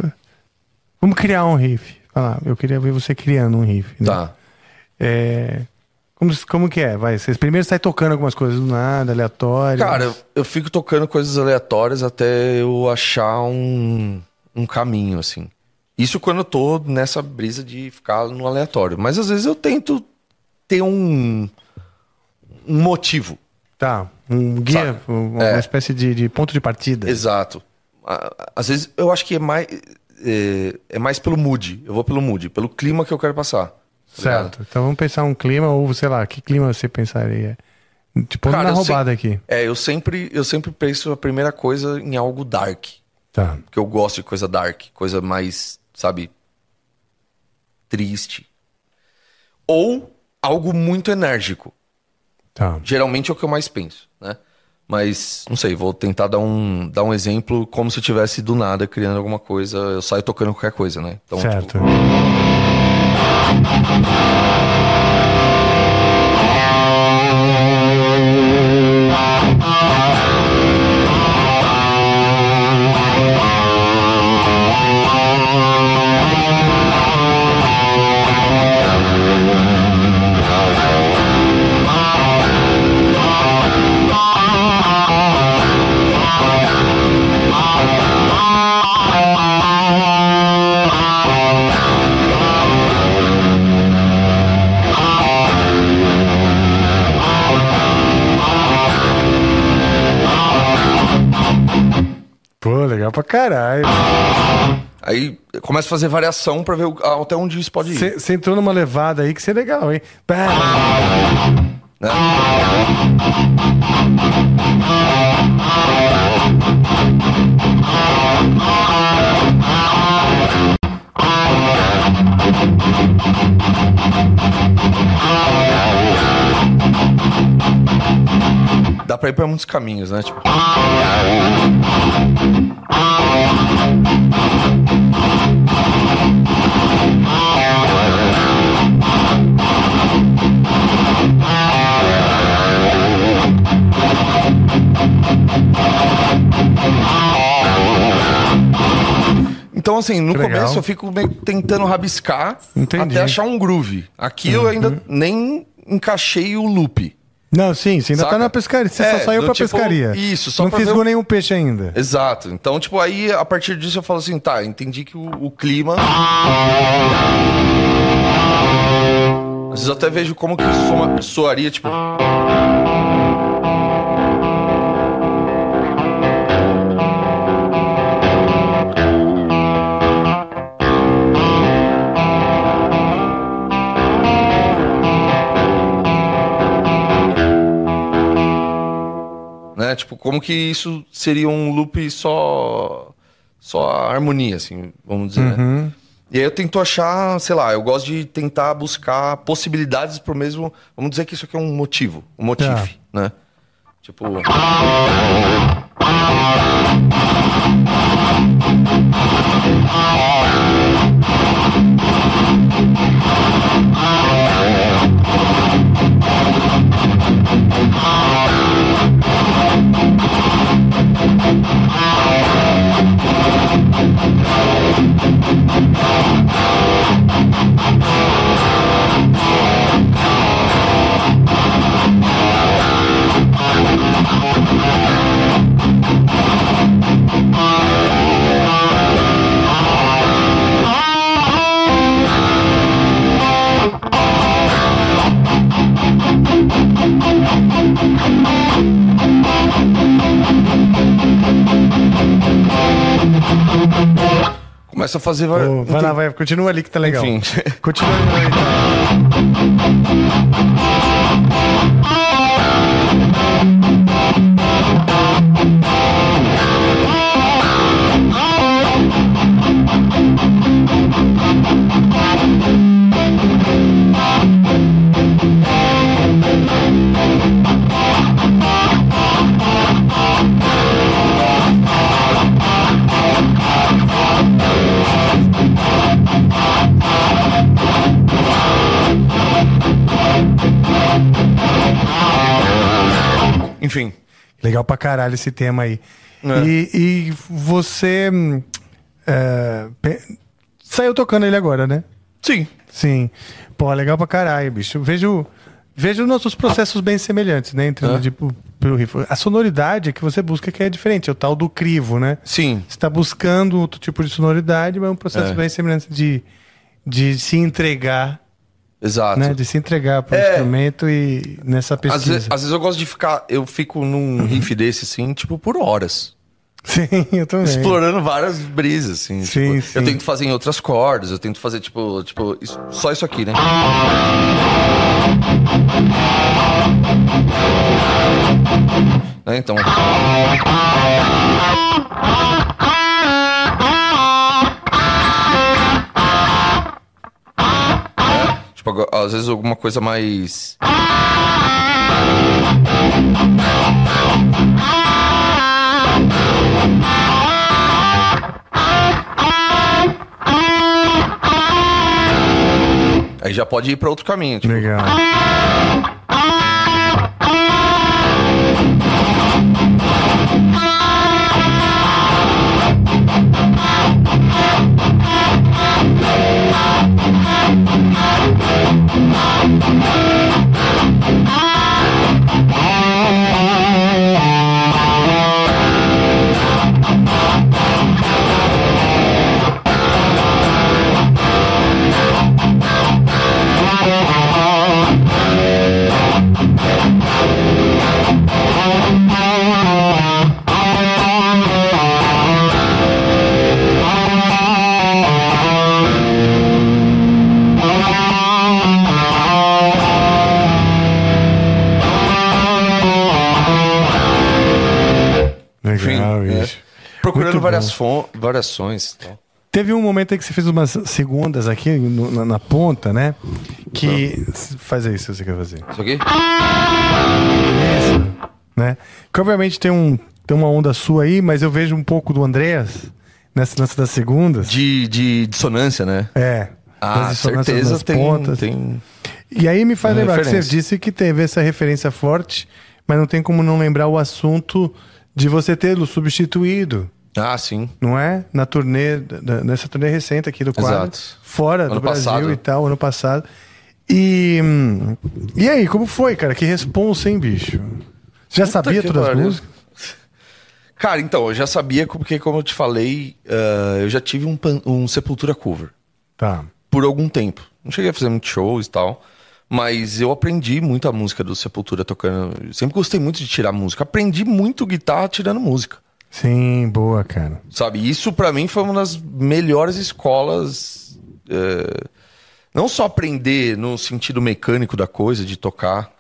A: Vamos criar um riff. Vai lá, eu queria ver você criando um riff. né?
C: Tá.
A: É, Como, como que é? Vai, vocês primeiro saem tocando algumas coisas do nada, aleatórias.
C: Cara, eu, eu fico tocando coisas aleatórias até eu achar um, um caminho, assim. Isso quando eu tô nessa brisa de ficar no aleatório. Mas às vezes eu tento ter um, um motivo.
A: Tá. Um guia,
C: Saca?
A: uma
C: É.
A: espécie de, de ponto de partida.
C: Exato. A- Às vezes eu acho que é mais, é, é mais pelo mood. Eu vou pelo mood, pelo clima que eu quero passar. tá ligado?
A: certo. Então vamos pensar um clima, ou sei lá, que clima você pensaria? Tipo,
C: Cara,
A: na
C: eu
A: roubada aqui.
C: É, eu sempre, eu sempre penso a primeira coisa em algo dark.
A: Tá.
C: Porque eu gosto de coisa dark, coisa mais, sabe, triste. Ou algo muito enérgico.
A: Tá.
C: Geralmente é o que eu mais penso, né? Mas, não sei, vou tentar dar um, dar um exemplo como se eu tivesse do nada criando alguma coisa. Eu saio tocando qualquer coisa, né? Então, tipo,
A: certo. Pô, legal pra caralho.
C: aí eu começo a fazer variação pra ver o- até onde isso pode ir.
A: Você entrou numa levada aí que você é legal, hein? Pá,
C: né? Dá pra ir pra muitos caminhos, né? Tipo, Então, assim, no
A: Que legal.
C: começo eu fico meio que tentando rabiscar
A: Entendi. Uhum.
C: até achar um groove. Aqui eu ainda nem encaixei o loop.
A: Não, sim, você ainda
C: Saca?
A: tá na pescaria. Você
C: É,
A: só saiu
C: do
A: pra
C: tipo,
A: pescaria.
C: isso, só
A: Não
C: pra
A: fisgou
C: ver o-
A: nenhum peixe ainda.
C: Exato. Então, tipo, aí a partir disso eu falo assim, tá, entendi que o, o clima. Às vezes eu até vejo como que soma, soaria, tipo. Né? Tipo, como que isso seria um loop só. Só a harmonia, assim, vamos dizer, né?
A: Uhum.
C: E aí eu tento achar, sei lá, eu gosto de tentar buscar possibilidades pro mesmo. Vamos dizer que isso aqui é um motivo, um motivo,
A: Tá.
C: né? Tipo. Começa a fazer. então, var-
A: Pô, vai lá, vai, continua ali que tá legal.
C: É, Enfim.
A: Continua ali. Tá.
C: Enfim.
A: Legal pra caralho esse tema aí.
C: É.
A: E, e você. hum, é, pe- saiu tocando ele agora, né?
C: Sim.
A: Sim. Pô, legal pra caralho, bicho. Vejo, vejo nossos processos bem semelhantes, né? Entrando
C: Ah.
A: de, pro, pro riff. A sonoridade que você busca que é diferente, é o tal do crivo, né?
C: Sim.
A: Você tá buscando outro tipo de sonoridade, mas é um processo
C: É.
A: bem semelhante de, de se entregar,
C: Exato.
A: né? De se entregar pro
C: É.
A: instrumento e nessa
C: Às
A: pesquisa. Uhum.
C: vezes, às vezes eu gosto de ficar. Eu fico num riff desse, assim, tipo, por horas.
A: Sim, eu também.
C: Explorando várias brisas, assim.
A: É. Sim,
C: tipo, Eu
A: sim.
C: tento fazer em outras cordas, eu tento fazer, tipo, tipo, isso- só isso aqui, né? Né, Então. Né? Tipo, agora- às vezes alguma coisa mais. Aí já pode ir pra outro caminho. Tipo,
A: Legal.
C: enfim,
A: Legal,
C: né?
A: bicho.
C: Procurando
A: Muito
C: várias,
A: bom.
C: fon- variações. e tal.
A: Teve um momento aí que você fez umas segundas aqui no- na, na ponta, né? Que.
C: Tá.
A: Faz aí se você quer fazer.
C: Isso aqui?
A: né? Que obviamente tem, um, tem uma onda sua aí, mas eu vejo um pouco do Andreas nessa dança das segundas.
C: De, de dissonância, né?
A: É. das
C: Ah,
A: dissonâncias
C: certeza
A: nas
C: tem,
A: pontas.
C: tem.
A: E aí me faz
C: Uma
A: lembrar que
C: referência.
A: você disse que teve essa referência forte, mas não tem como não lembrar o assunto de você tê-lo substituído,
C: Ah, sim.
A: não é? Na turnê, da- nessa turnê recente aqui do quadro.
C: Exato.
A: Fora do
C: Ano
A: Brasil
C: passado.
A: e tal, ano passado. E, hum, e aí, como foi, cara? Que responsa, hein, bicho? Você já sabia
C: que
A: todas as
C: pariu.
A: músicas?
C: Cara, então, eu já sabia, porque como eu te falei, ah, eu já tive um, pan- um Sepultura cover
A: Tá.
C: por algum tempo. Não cheguei a fazer muitos shows e tal, mas eu aprendi muito a música do Sepultura tocando. Eu sempre gostei muito de tirar música. Aprendi muito guitarra tirando música.
A: Sim, boa, cara.
C: Sabe, isso pra mim foi uma das melhores escolas. eh, não só aprender no sentido mecânico da coisa, de tocar,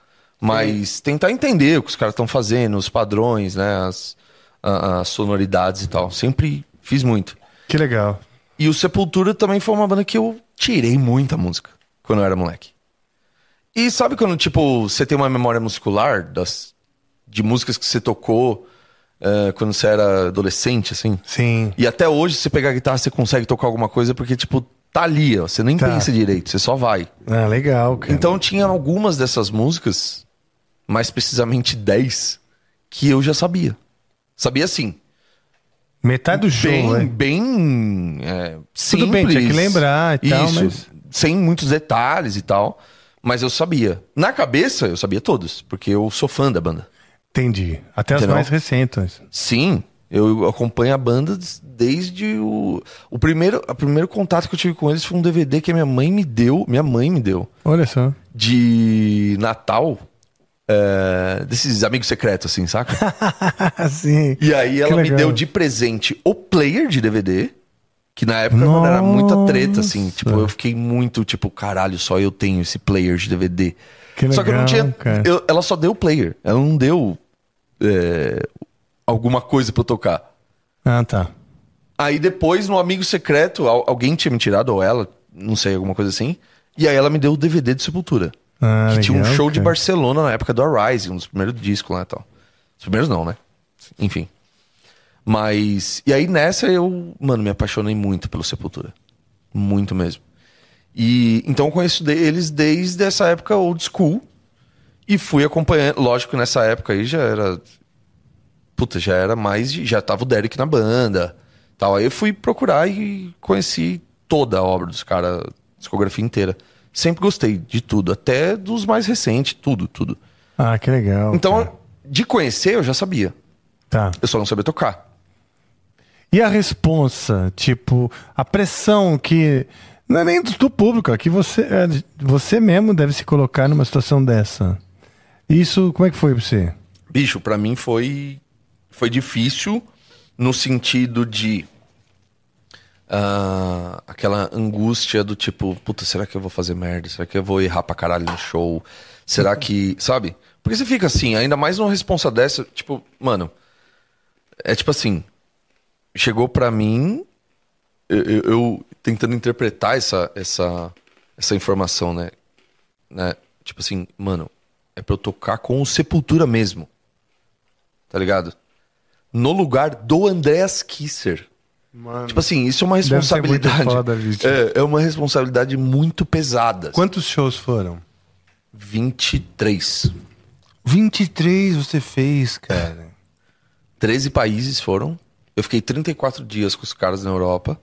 C: mas tentar entender o que os caras estão fazendo, os padrões, né? As, a- as sonoridades e tal. Sempre fiz muito.
A: Que legal.
C: E o Sepultura também foi uma banda que eu tirei muita música quando eu era moleque. E sabe quando, tipo, você tem uma memória muscular das, de músicas que você tocou eh, quando você era adolescente, assim?
A: Sim.
C: E até hoje, se você pegar a guitarra, você consegue tocar alguma coisa, porque, tipo, tá ali, ó. Você nem
A: Tá.
C: pensa direito, você só vai.
A: Ah, legal, cara.
C: Então tinha algumas dessas músicas, mais precisamente 10, que eu já sabia. Sabia assim.
A: Metade do show,
C: bem,
A: né?
C: bem. é, simples.
A: Tudo bem, tinha que lembrar e tal,
C: Isso,
A: mas-
C: Sem muitos detalhes e tal. Mas eu sabia. Na cabeça, eu sabia todos, porque eu sou fã da banda.
A: Entendi. Até as
C: Entendeu?
A: mais recentes.
C: Sim, eu acompanho a banda des- desde o. O primeiro, o primeiro contato que eu tive com eles foi um DVD que a minha mãe me deu. Minha mãe me deu.
A: Olha só.
C: De Natal. é, desses amigos secretos, assim, saca?
A: Sim.
C: E aí
A: Que
C: ela me
A: legal.
C: deu de presente o player de DVD. Que na época mano, era muita treta, assim. Tipo, eu fiquei muito, tipo, caralho, só eu tenho esse player de DVD.
A: Que
C: só que eu não
A: legal,
C: tinha.
A: cara.
C: eu- ela só deu o player. Ela não deu é, alguma coisa pra eu tocar.
A: Ah, tá.
C: Aí depois, no Amigo Secreto, al- alguém tinha me tirado, ou ela, não sei, alguma coisa assim. E aí ela me deu o DVD de Sepultura.
A: Ah,
C: que tinha um
A: legal,
C: show de
A: cara.
C: Barcelona na época do Arise, um dos primeiros discos lá e tal. Os primeiros não, né? Enfim. Mas. E aí nessa eu, mano, me apaixonei muito pelo Sepultura. Muito mesmo. E então eu conheço de- eles desde essa época old school. E fui acompanhando. Lógico que nessa época aí já era. Puta, já era mais. de- Já tava o Derek na banda. Tal. Aí eu fui procurar e conheci toda a obra dos caras, a discografia inteira. Sempre gostei de tudo, até dos mais recentes, tudo, tudo.
A: Ah, que legal.
C: Então,
A: cara.
C: de conhecer eu já sabia.
A: Tá.
C: Eu só não sabia tocar.
A: E a responsa, tipo, a pressão que. Não é nem do, do público, é que você, é, você mesmo deve se colocar numa situação dessa. Isso, como é que foi pra você?
C: Bicho, pra mim foi foi difícil no sentido de ah, aquela angústia do tipo, puta, será que eu vou fazer merda? Será que eu vou errar pra caralho no show? Será que, sabe? Porque você fica assim, ainda mais numa responsa dessa, tipo, mano, é tipo assim, chegou pra mim eu, eu- eu tentando interpretar essa essa essa informação, né? né? Tipo assim, mano, é pra eu tocar com o Sepultura mesmo. Tá ligado? No lugar do Andreas Kisser. Tipo assim, isso é uma
A: Deve ser muito
C: responsabilidade.
A: foda, bicho.
C: é, é uma responsabilidade muito pesada.
A: Quantos shows foram?
C: 23.
A: 23 você fez, cara.
C: 13 países foram. Eu fiquei 34 dias com os caras na Europa.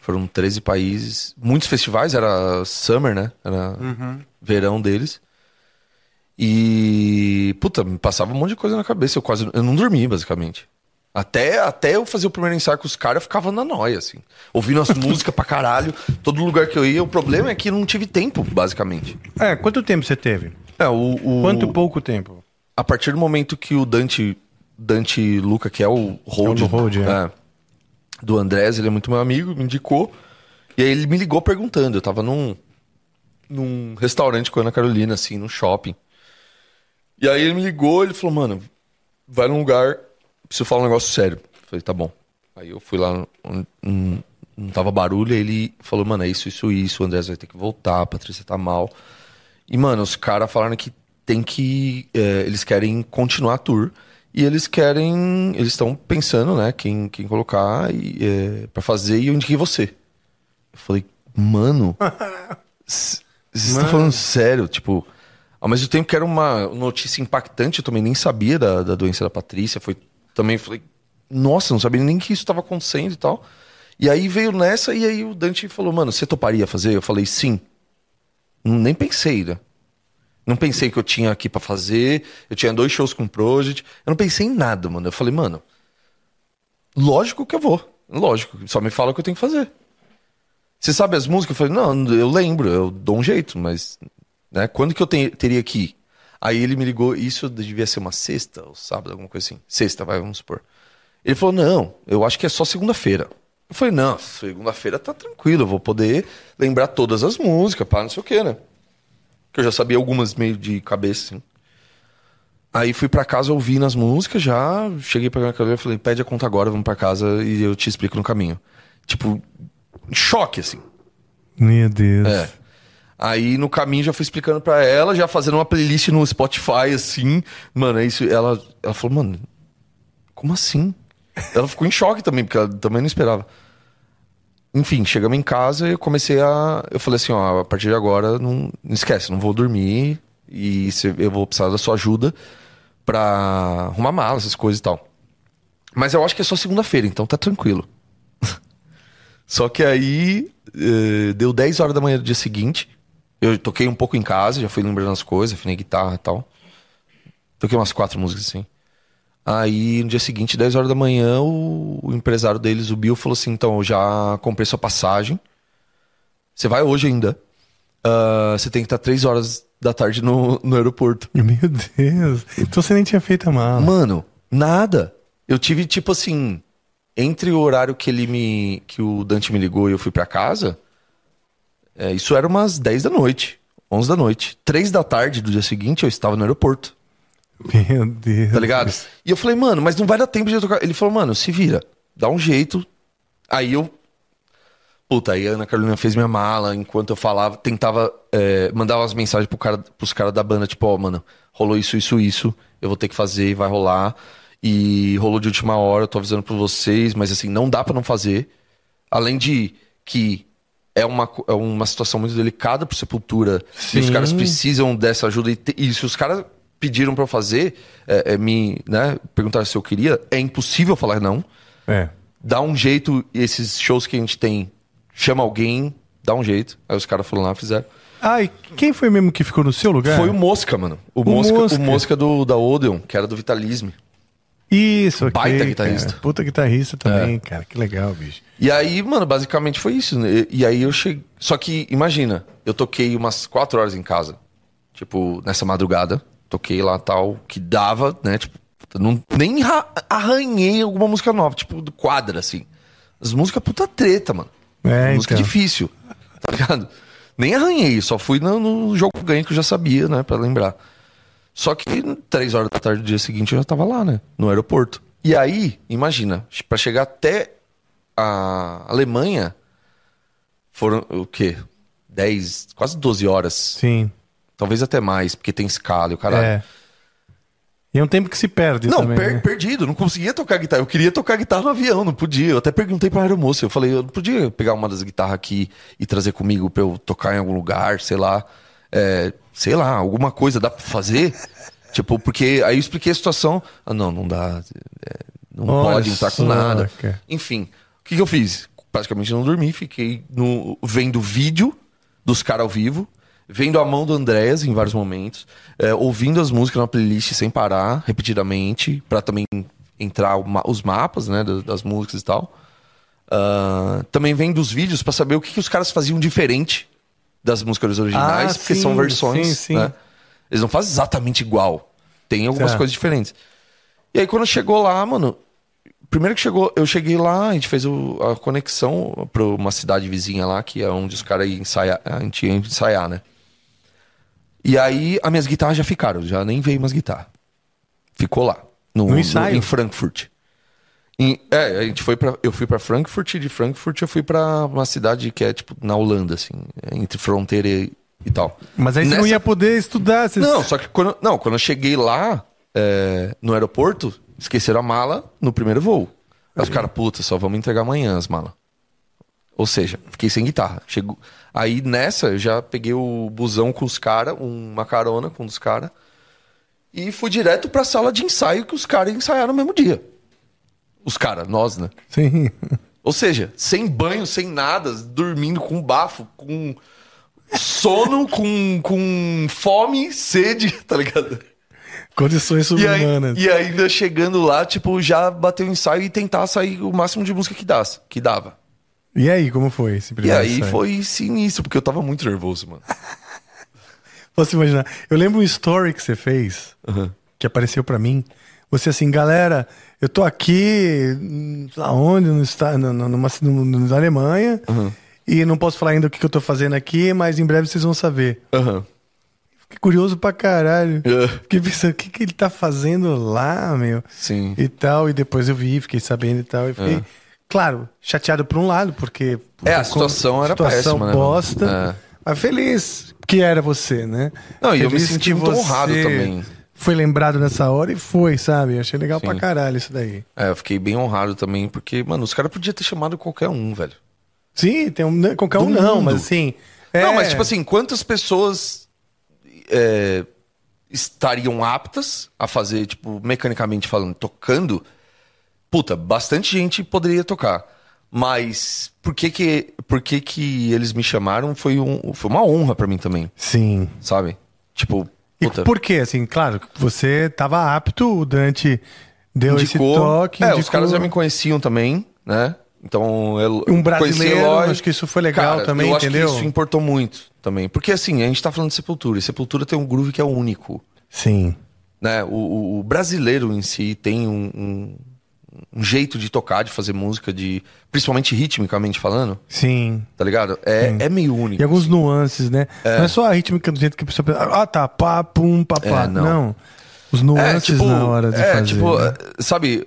C: Foram 13 países. Muitos festivais, era summer, né? Era verão deles. E, puta, me passava um monte de coisa na cabeça. Eu quase eu não dormi, basicamente. Até, até eu fazer o primeiro ensaio com os caras, eu ficava na noia, assim. Ouvindo as músicas pra caralho. Todo lugar que eu ia. O problema é que eu não tive tempo, basicamente.
A: É, quanto tempo você teve?
C: É, o, o-
A: Quanto pouco tempo?
C: a partir do momento que o Dante Dante Luca, que é o hold,
A: É o do hold, é.
C: do Andrés, ele é muito meu amigo, me indicou. E aí ele me ligou perguntando. Eu tava num, num restaurante com a Ana Carolina, assim, num shopping. E aí ele me ligou, ele falou, mano, vai num lugar, preciso falar um negócio sério. Eu falei, tá bom. Aí eu fui lá, onde não- não tava barulho, aí ele falou, mano, é isso, isso, isso, o Andrés vai ter que voltar, a Patrícia tá mal. E, mano, os caras falaram que tem que. é, eles querem continuar a tour. E eles querem. Eles estão pensando, né? Quem, quem colocar e, é, pra fazer. E eu indiquei você. Eu falei, mano. c- Vocês estão falando sério? Tipo. Ao mesmo tempo que era uma notícia impactante, eu também nem sabia da, da doença da Patrícia. Foi também. Falei, nossa, não sabia nem que isso estava acontecendo e tal. E aí veio nessa, e aí o Dante falou, mano, você toparia fazer? Eu falei, sim. Nem pensei, né? Não pensei que eu tinha aqui pra fazer. Eu tinha dois shows com o Project. Eu não pensei em nada, mano. Eu falei, mano, lógico que eu vou. Lógico. Só me fala o que eu tenho que fazer. Você sabe as músicas? Eu falei, não, eu lembro, eu dou um jeito, mas. Né, quando que eu te- teria que ir? Aí ele me ligou, isso devia ser uma sexta ou sábado, alguma coisa assim. Sexta, vai, vamos supor. Ele falou, não, eu acho que é só segunda-feira. Eu falei, não, segunda-feira tá tranquilo, eu vou poder lembrar todas as músicas, pá, não sei o quê, né? Que eu já sabia algumas meio de cabeça, assim. Aí fui pra casa ouvindo as músicas já, cheguei pra minha cabeça e falei, pede a conta agora, vamos pra casa e eu te explico no caminho. Tipo, em choque, assim.
A: Meu Deus.
C: É. Aí no caminho já fui explicando pra ela, já fazendo uma playlist no Spotify, assim. Mano, é isso. Ela, ela falou, mano, como assim? Ela ficou em choque também, porque ela também não esperava. Enfim, chegamos em casa e eu comecei a. Eu falei assim: ó, a partir de agora, não, não esquece, não vou dormir e se- eu vou precisar da sua ajuda pra arrumar mala, essas coisas e tal. Mas eu acho que é só segunda-feira, então tá tranquilo. Só que aí eh, deu 10 horas da manhã do dia seguinte. Eu toquei um pouco em casa, já fui lembrando as coisas, afinei guitarra e tal. Toquei umas quatro músicas assim. Aí no dia seguinte, 10 horas da manhã, o, o empresário deles, o Bill, falou assim: então, eu já comprei sua passagem. Você vai hoje ainda. Ah, você tem que estar 3 horas da tarde no, no aeroporto.
A: Meu Deus. Então você nem tinha feito a mala.
C: Mano, nada. Eu tive, tipo assim, entre o horário que ele me. que o Dante me ligou e eu fui pra casa. é, isso era umas 10 da noite. 11 da noite. 3 da tarde do dia seguinte eu estava no aeroporto,
A: Meu Deus.
C: tá ligado? E eu falei, mano, mas não vai dar tempo de eu tocar. Ele falou, mano, se vira, dá um jeito. Aí eu. Puta, aí a Ana Carolina fez minha mala enquanto eu falava, tentava, é, mandava umas mensagens pro cara, pros caras da banda, tipo, ó, mano, rolou isso, isso, isso, eu vou ter que fazer, vai rolar. E rolou de última hora, eu tô avisando pra vocês, mas assim, não dá pra não fazer. Além de que é uma, co- é uma situação muito delicada pro Sepultura. E os caras precisam dessa ajuda. E, te- e se os caras pediram pra eu fazer, é, é, me né, perguntaram se eu queria, é impossível falar não.
A: É.
C: Dá um jeito, esses shows que a gente tem, chama alguém, dá um jeito. Aí os caras foram lá, fizeram.
A: Ah, e quem foi mesmo que ficou no seu lugar?
C: Foi um o Mosca, mano. O, Mosca,
A: Mosca.
C: o Mosca do, da Odeon, que era do Vitalisme.
A: Isso, ok.
C: Baita
A: cara.
C: guitarrista. É.
A: Puta guitarrista também, cara. Que legal, bicho.
C: E aí, mano, basicamente foi isso. né? E, e aí eu cheguei. Só que, imagina, eu toquei umas quatro horas em casa. Tipo, nessa madrugada. Toquei lá tal, que dava, né? Tipo, eu não, nem ra- arranhei alguma música nova, tipo, do quadra, assim. As músicas puta treta, mano.
A: É,
C: música
A: então.
C: difícil, tá ligado? Nem arranhei, só fui no, no jogo ganho que eu já sabia, né? Pra lembrar. Só que três horas da tarde do dia seguinte eu já tava lá, né? No aeroporto. E aí, imagina, pra chegar até a Alemanha, foram o quê? 10, quase 12 horas.
A: Sim.
C: Talvez até mais, porque tem escala e o caralho.
A: É. E é um tempo que se perde
C: Não,
A: também.
C: per-
A: né?
C: perdido, não conseguia tocar guitarra. Eu queria tocar guitarra no avião, não podia. Eu até perguntei pra aeromoça, eu falei, eu não podia pegar uma das guitarras aqui e trazer comigo pra eu tocar em algum lugar, sei lá. É, sei lá, alguma coisa dá pra fazer? tipo, porque aí eu expliquei a situação. Ah, não, não dá. é, não
A: Olha
C: pode entrar com
A: só,
C: nada.
A: cara.
C: Enfim, o que, que eu fiz? Praticamente não dormi, fiquei no, vendo vídeo dos caras ao vivo, vendo a mão do Andréas em vários momentos, é, ouvindo as músicas na playlist sem parar, repetidamente, pra também entrar o ma- os mapas né, da- das músicas e tal. Ah, também vendo os vídeos pra saber o que, que os caras faziam diferente das músicas originais,
A: Ah,
C: porque
A: sim,
C: são versões.
A: sim, sim.
C: né? Eles não fazem exatamente igual. Tem algumas
A: Tá.
C: coisas diferentes. E aí quando chegou lá, mano, primeiro que chegou, eu cheguei lá, a gente fez o- a conexão pra uma cidade vizinha lá, que é onde os caras iam ensaiar, a gente ia ensaiar, né? E aí as minhas guitarras já ficaram, já nem veio mais guitarra. Ficou lá, no,
A: No ensaio?
C: em Frankfurt. Em- é, a gente foi para eu fui pra Frankfurt e de Frankfurt eu fui pra uma cidade que é tipo na Holanda assim, entre fronteira e, e tal.
A: Mas aí você não
C: Nessa-
A: ia poder estudar. Você...
C: não, só que quando, não, quando eu cheguei lá é, no aeroporto, esqueceram a mala no primeiro voo. Aí os caras, puta, só vamos entregar amanhã as malas. Ou seja, fiquei sem guitarra. Chegou... Aí nessa eu já peguei o busão com os caras, uma carona com um dos caras, e fui direto pra sala de ensaio que os caras ensaiaram no mesmo dia. Os caras, nós, né?
A: Sim.
C: Ou seja, sem banho, sem nada, dormindo com bafo, com sono, com, com fome, sede, tá ligado?
A: Condições
C: E, aí-
A: subhumanas.
C: e ainda chegando lá, tipo, já bater o ensaio e tentar sair o máximo de música que, dá, que dava.
A: E, aí, como foi esse
C: E
A: primeiro
C: aí
A: ensaio?
C: foi sinistro, porque eu tava muito nervoso, mano.
A: Posso imaginar. Eu lembro um story que você fez, que apareceu pra mim. Você assim, galera, eu tô aqui, hum, sei lá onde, no, esta- no- no- numa, no- no- na Alemanha, e não posso falar ainda o que, que eu tô fazendo aqui, mas em breve vocês vão saber.
C: Aham.
A: Fiquei curioso pra caralho.
C: É.
A: Fiquei pensando, o que, que ele tá fazendo lá, meu?
C: Sim.
A: E tal, e depois eu vi, fiquei sabendo e tal, e fiquei... Claro, chateado por um lado, porque...
C: É, a situação era
A: situação
C: péssima, né, mano?
A: bosta,
C: É.
A: mas feliz que era você, né?
C: Não, e eu me
A: Feliz
C: senti
A: que
C: muito
A: você
C: honrado também.
A: Foi lembrado nessa hora e foi, sabe? Achei legal pra
C: Sim.
A: caralho isso daí.
C: É, eu fiquei bem honrado também, porque, mano, os caras podiam ter chamado qualquer um, velho.
A: Sim, tem um... né, Qualquer
C: Do
A: um não,
C: mundo.
A: mas assim...
C: Não,
A: é,
C: mas tipo assim, quantas pessoas é, estariam aptas a fazer, tipo, mecanicamente falando, tocando? Puta, bastante gente poderia tocar. Mas por que que, por que, que eles me chamaram foi, um, foi uma honra pra mim também,
A: Sim.
C: sabe? Tipo,
A: E
C: puta,
A: por quê? Assim, claro, você tava apto, o Dante deu
C: indicou...
A: Então, esse toque.
C: é, os
A: indicou-
C: caras já me conheciam também, né? Então, eu
A: Um
C: conheci
A: brasileiro,
C: o Eloy.
A: acho que isso foi legal
C: Cara,
A: também,
C: eu acho
A: entendeu?
C: que isso importou muito também. Porque assim, a gente tá falando de Sepultura, e Sepultura tem um groove que é único.
A: Sim.
C: né? O, o- o brasileiro em si tem um, um- um jeito de tocar, de fazer música, de principalmente ritmicamente falando,
A: Sim.
C: tá ligado? É, é meio único.
A: E alguns nuances, né? Não é só a rítmica do jeito que a pessoa pensa. Ah, tá, pá, pum, pá, pá.
C: É,
A: não.
C: não.
A: Os
C: É,
A: nuances na hora de
C: é,
A: fazer.
C: tipo,
A: né?
C: sabe,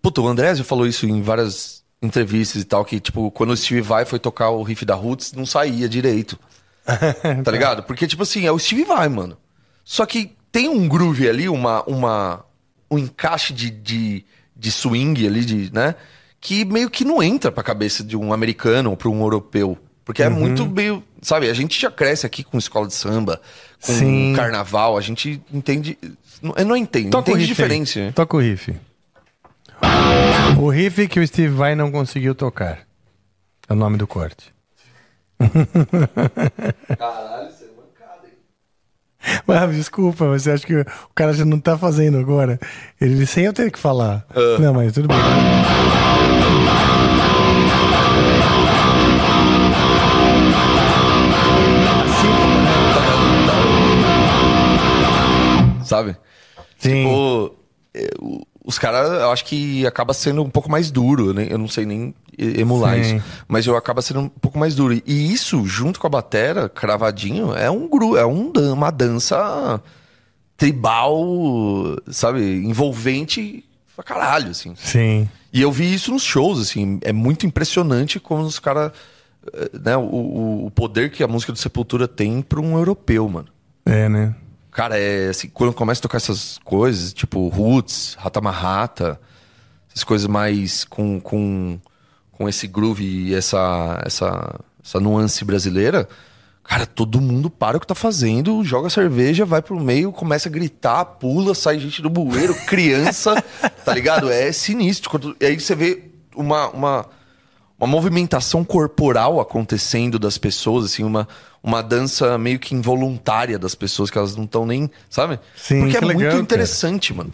C: puto, o André já falou isso em várias entrevistas e tal, que tipo, quando o Steve Vai foi tocar o riff da Roots, não saía direito. tá ligado? Porque, tipo assim, é o Steve Vai, mano. Só que tem um groove ali, uma, uma, um encaixe de, de, de swing ali, de, né? Que meio que não entra pra cabeça de um americano ou pra um europeu. Porque é
G: Uhum.
C: muito meio. Sabe, a gente já cresce aqui com escola de samba, com
A: Sim.
C: carnaval, a gente entende. não- Eu não entendo,
G: Toca o
C: entende
G: riff
C: diferença.
G: aí. Toca o riff.
A: O riff que o Steve Vai não conseguiu tocar. É o nome do corte.
C: Caralho, você é mancada, hein?
A: Mas, Ah, desculpa, você acha que o cara já não tá fazendo agora? Ele sem eu ter que falar.
C: Ah.
A: Não, mas tudo bem.
C: Sabe?
A: Sim.
C: Tipo, é, o- os caras, eu acho que acaba sendo um pouco mais duro, né? Eu não sei nem e- emular
A: Sim.
C: isso, mas eu acaba sendo um pouco mais duro. E isso, junto com a batera, cravadinho, é um gru, é um dan- uma dança tribal, sabe, envolvente pra caralho, assim.
A: Sim.
C: E eu vi isso nos shows, assim, é muito impressionante como os caras, eh, né, o- o, o poder que a música do Sepultura tem pra um europeu, mano.
A: É, né?
C: Cara, é assim, quando começa a tocar essas coisas, tipo Roots, Ratamarrata, essas coisas mais com, com, com esse groove e essa, essa, essa nuance brasileira, cara, todo mundo para o que tá fazendo, joga cerveja, vai pro meio, começa a gritar, pula, sai gente do bueiro, criança, tá ligado? É sinistro. Quando- E aí você vê uma, uma, uma movimentação corporal acontecendo das pessoas, assim, uma, uma dança meio que involuntária das pessoas, que elas não estão nem, sabe?
A: Sim,
C: Porque é
A: que legal,
C: muito
A: cara.
C: interessante, mano.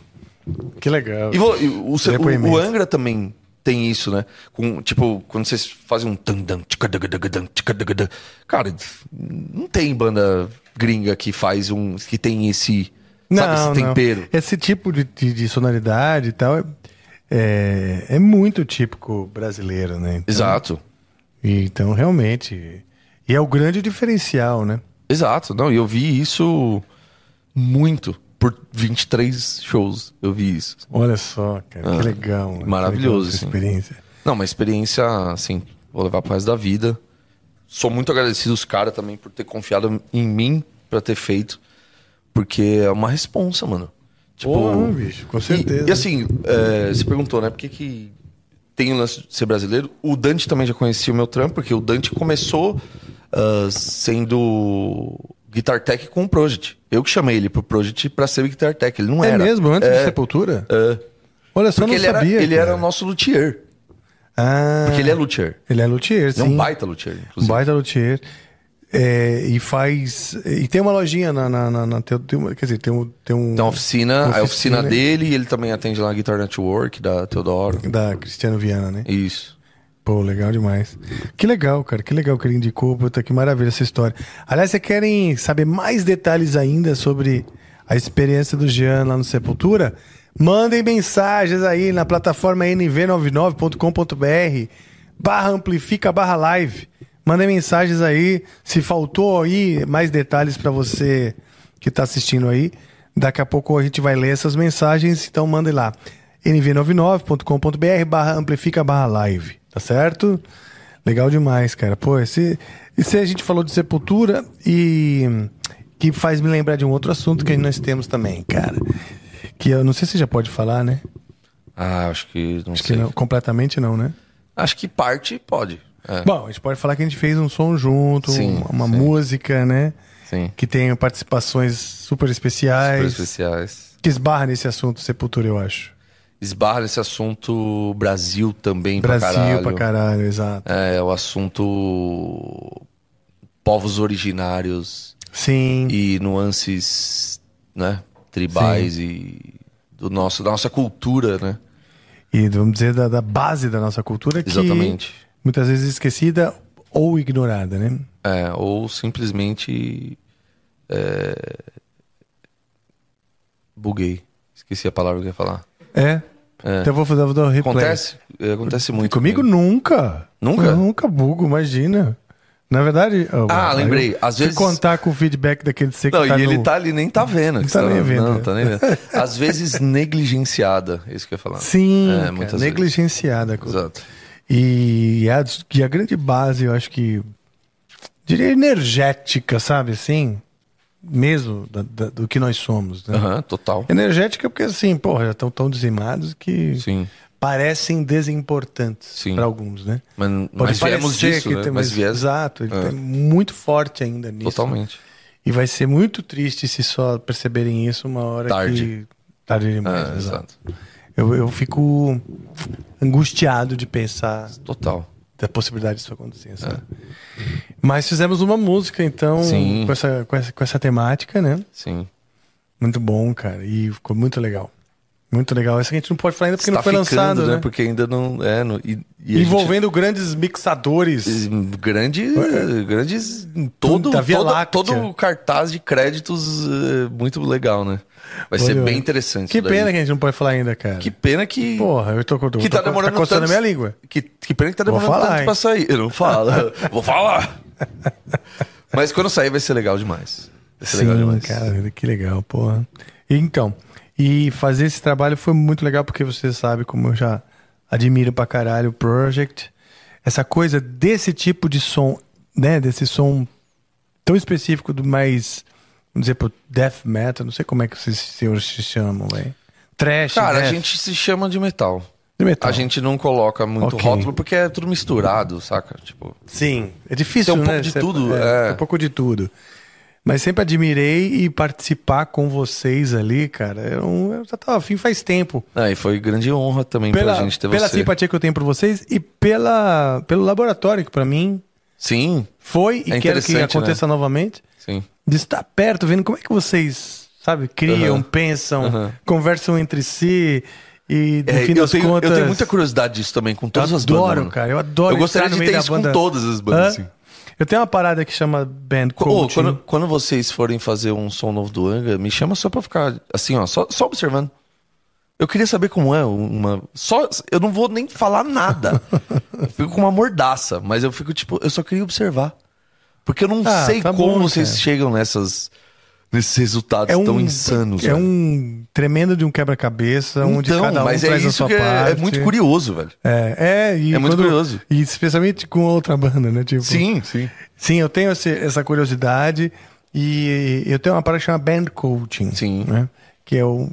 A: Que legal.
C: E vo- e o, o-
A: Depoimento.
C: o Angra também tem isso, né? Com, tipo, quando vocês fazem um tan dan ticadagadan, ticadagadan. Cara, não tem banda gringa que faz um. que tem esse. sabe, esse tempero.
A: Esse tipo de, de, de sonoridade e tal é, é, é muito típico brasileiro, né? Então,
C: Exato.
A: e então, realmente. E é o grande diferencial, né?
C: Exato. Não, e eu vi isso muito. Por 23 shows eu vi isso.
A: Olha só, cara, que legal. mano, que
C: Ah, maravilhoso,
A: legal essa
C: sim.
A: experiência.
C: Não, uma experiência, assim, vou levar pro resto da vida. Sou muito agradecido aos caras também por ter confiado em mim pra ter feito. Porque é uma responsa, mano. Tipo,
A: Porra, bicho, com
C: e-
A: certeza.
C: E, assim, é, você perguntou, né? Por que, que tem o lance de ser brasileiro? O Dante também já conhecia o meu trampo, porque o Dante começou ah, sendo Guitar Tech com o Project. Eu que chamei ele pro Project pra ser o Guitar Tech. Ele não
A: É
C: era.
A: mesmo? Antes
C: É,
A: do Sepultura?
C: é.
A: Olha só,
C: Porque
A: não
C: ele,
A: sabia.
C: era, ele
A: cara.
C: era o nosso luthier.
A: Ah,
C: Porque ele é luthier.
A: ele é luthier,
C: Ele
A: sim.
C: é um baita luthier,
A: Um
C: inclusive.
A: baita luthier. É, e faz. E tem uma lojinha na. na, na, na- tem, tem uma- quer dizer, tem um. Tem um
C: Tem uma oficina,
A: Uma
C: a oficina
A: oficina.
C: dele, e ele também atende lá a Guitar Network da Teodoro.
A: Da Cristiano Viana, né?
C: Isso.
A: Pô, legal demais. Que legal, cara. Que legal que ele indicou. Puta, que maravilha essa história. Aliás, vocês querem saber mais detalhes ainda sobre a experiência do Jean lá no Sepultura? Mandem mensagens aí na plataforma nv99.com.br barra amplifica barra live. Mandem mensagens aí. Se faltou aí mais detalhes pra você que tá assistindo aí. Daqui a pouco a gente vai ler essas mensagens, então mandem lá. nv99.com.br barra amplifica barra live, tá certo? Legal demais, cara. Pô, esse, esse a gente falou de Sepultura e que faz me lembrar de um outro assunto que nós temos também, cara. Que eu não sei se já pode falar, né?
C: Ah, acho que não
A: Acho que
C: sei.
A: não, completamente não, né?
C: Acho que parte pode. É.
A: Bom, a gente pode falar que a gente fez um som junto,
C: Sim,
A: uma, uma
C: sim.
A: música, né?
C: Sim.
A: Que tem participações super especiais.
C: Super especiais.
A: Que esbarra nesse assunto Sepultura, eu acho.
C: Esbarra esse assunto Brasil também pra
A: Brasil
C: caralho.
A: pra caralho, exato.
C: É, o assunto povos originários
A: Sim,
C: É. e nuances, né, tribais e do nosso, da nossa cultura, né?
A: e vamos dizer da, da base da nossa cultura que
C: Exatamente.
A: muitas vezes esquecida ou ignorada, né?
C: É, ou simplesmente. é, buguei. Esqueci a palavra que eu ia falar.
A: É.
C: É.
A: Então eu vou fazer vou dar um replay.
C: Acontece? é, Acontece muito.
A: Comigo nunca.
C: Nunca?
A: Eu nunca bugo, imagina. Na verdade. eu-
C: Ah,
A: eu-
C: lembrei. Às
A: se
C: vezes-
A: contar com o feedback daquele ser que
C: Não,
A: tá
C: e ele
A: no-
C: tá ali nem tá vendo. que
A: Não tá
C: você
A: nem vendo,
C: Não,
A: é.
C: tá nem vendo. Às vezes negligenciada, é isso que eu ia falar.
A: Sim,
C: É,
A: cara,
C: muitas vezes.
A: negligenciada. a coisa.
C: Exato.
A: E a, e a grande base, eu acho que. Diria energética, sabe assim? Mesmo da- da- do que nós somos. Né?
C: Aham, total.
A: Energética, porque assim, porra, já estão tão dizimados que.
C: Sim.
A: parecem desimportantes
C: Sim.
A: para alguns, né?
C: Mas,
A: Pode
C: mas viemos
A: parecer
C: disso,
A: que
C: né?
A: tem-
C: Mas viemos
A: Exato, ele
C: É.
A: tá muito forte ainda nisso. né?
C: totalmente.
A: E vai ser muito triste se só perceberem isso uma hora que...
C: Tarde.
A: Tarde demais,
C: Ah,
A: É, exato.
C: exato.
A: Eu, eu fico angustiado de pensar
C: Total.
A: da possibilidade disso acontecer, sabe? É. Mas fizemos uma música, então,
C: Sim.
A: com essa, com, essa, com essa temática, né?
C: Sim.
A: Muito bom, cara. E ficou muito legal. Muito legal. Essa que a gente não pode falar ainda porque
C: Está
A: não foi lançado, né?
C: tá Porque ainda não. É, no, e, e a
A: Envolvendo grandes mixadores.
C: gente- grande, grandes. Todo,
A: Da É. Via
C: todo,
A: Láctea.
C: todo o cartaz de créditos eh, muito legal, né? Vai ser
A: Olha,
C: bem interessante.
A: Que
C: isso daí.
A: pena que a gente não pode falar ainda, cara.
C: Que pena que.
A: Porra, eu tô, eu tô,
C: que tá
A: tô-
C: demorando
A: tá coçando
C: tanto-
A: a minha língua.
C: Que, que pena que tá demorando
A: falar,
C: tanto
A: hein?
C: pra sair. Eu não falo. Vou falar. Mas quando sair vai ser legal demais. Vai ser é legal demais.
A: cara, que legal, porra. E Então, e fazer esse trabalho foi muito legal porque você sabe como eu já admiro pra caralho o Project. Essa coisa desse tipo de som, né? Desse som tão específico do mais, vamos dizer, pro death metal, não sei como é que vocês senhores se chamam, velho. Trash,
C: Cara, a
A: death,
C: gente se chama de metal.
A: de metal.
C: A gente não coloca muito
A: Ok.
C: rótulo porque é tudo misturado, saca? Tipo,
A: Sim, é difícil,
C: Tem um
A: né?
C: pouco de
A: Você-
C: tudo, é.
A: Tem um pouco de tudo. Mas sempre admirei e participar com vocês ali, cara. Eu, eu já tava afim faz tempo.
C: ah, e foi grande honra também pra gente ter
A: pela
C: você.
A: simpatia que eu tenho por vocês e pela, pelo laboratório que pra mim
C: Sim,
A: foi e
C: É
A: quero que
C: interessante,
A: aconteça novamente.
C: sim.
A: De estar perto, vendo como é que vocês, sabe, criam,
C: Aham.
A: pensam,
C: Aham.
A: conversam entre si e, no
C: É,
A: fim
C: eu,
A: das
C: tenho,
A: contas...
C: eu tenho muita curiosidade disso também com todas
A: eu
C: as bandas.
A: adoro,
C: mano.
A: cara. Eu adoro
C: Eu gostaria
A: estar no
C: de
A: meio
C: ter
A: da
C: isso
A: banda.
C: com todas as bandas,
A: Hã?
C: assim.
A: Eu tenho uma parada que chama Band
C: Ô,
A: Coaching.
C: quando, quando vocês forem fazer um som novo do Anga, me chama só pra ficar assim, ó, só, só observando. Eu queria saber como é uma. Só, eu não vou nem falar nada. eu fico com uma mordaça, mas eu fico tipo, eu só queria observar. Porque eu não
A: Ah,
C: sei
A: tá
C: como
A: bom,
C: vocês
A: cara.
C: chegam nessas, nesses resultados tão insanos.
A: É
C: velho.
A: um tremendo de um quebra-cabeça, onde
C: então,
A: cada um
C: mas é
A: traz a
C: isso
A: sua
C: que é, é
A: parte.
C: muito curioso, velho.
A: É, é, e
C: É muito
A: quando-
C: curioso.
A: E especialmente com outra banda, né? Tipo,
C: Sim, sim.
A: Sim, eu tenho esse- essa curiosidade e eu tenho uma parada que chama Band Coaching.
C: Sim.
A: Né? Que é o.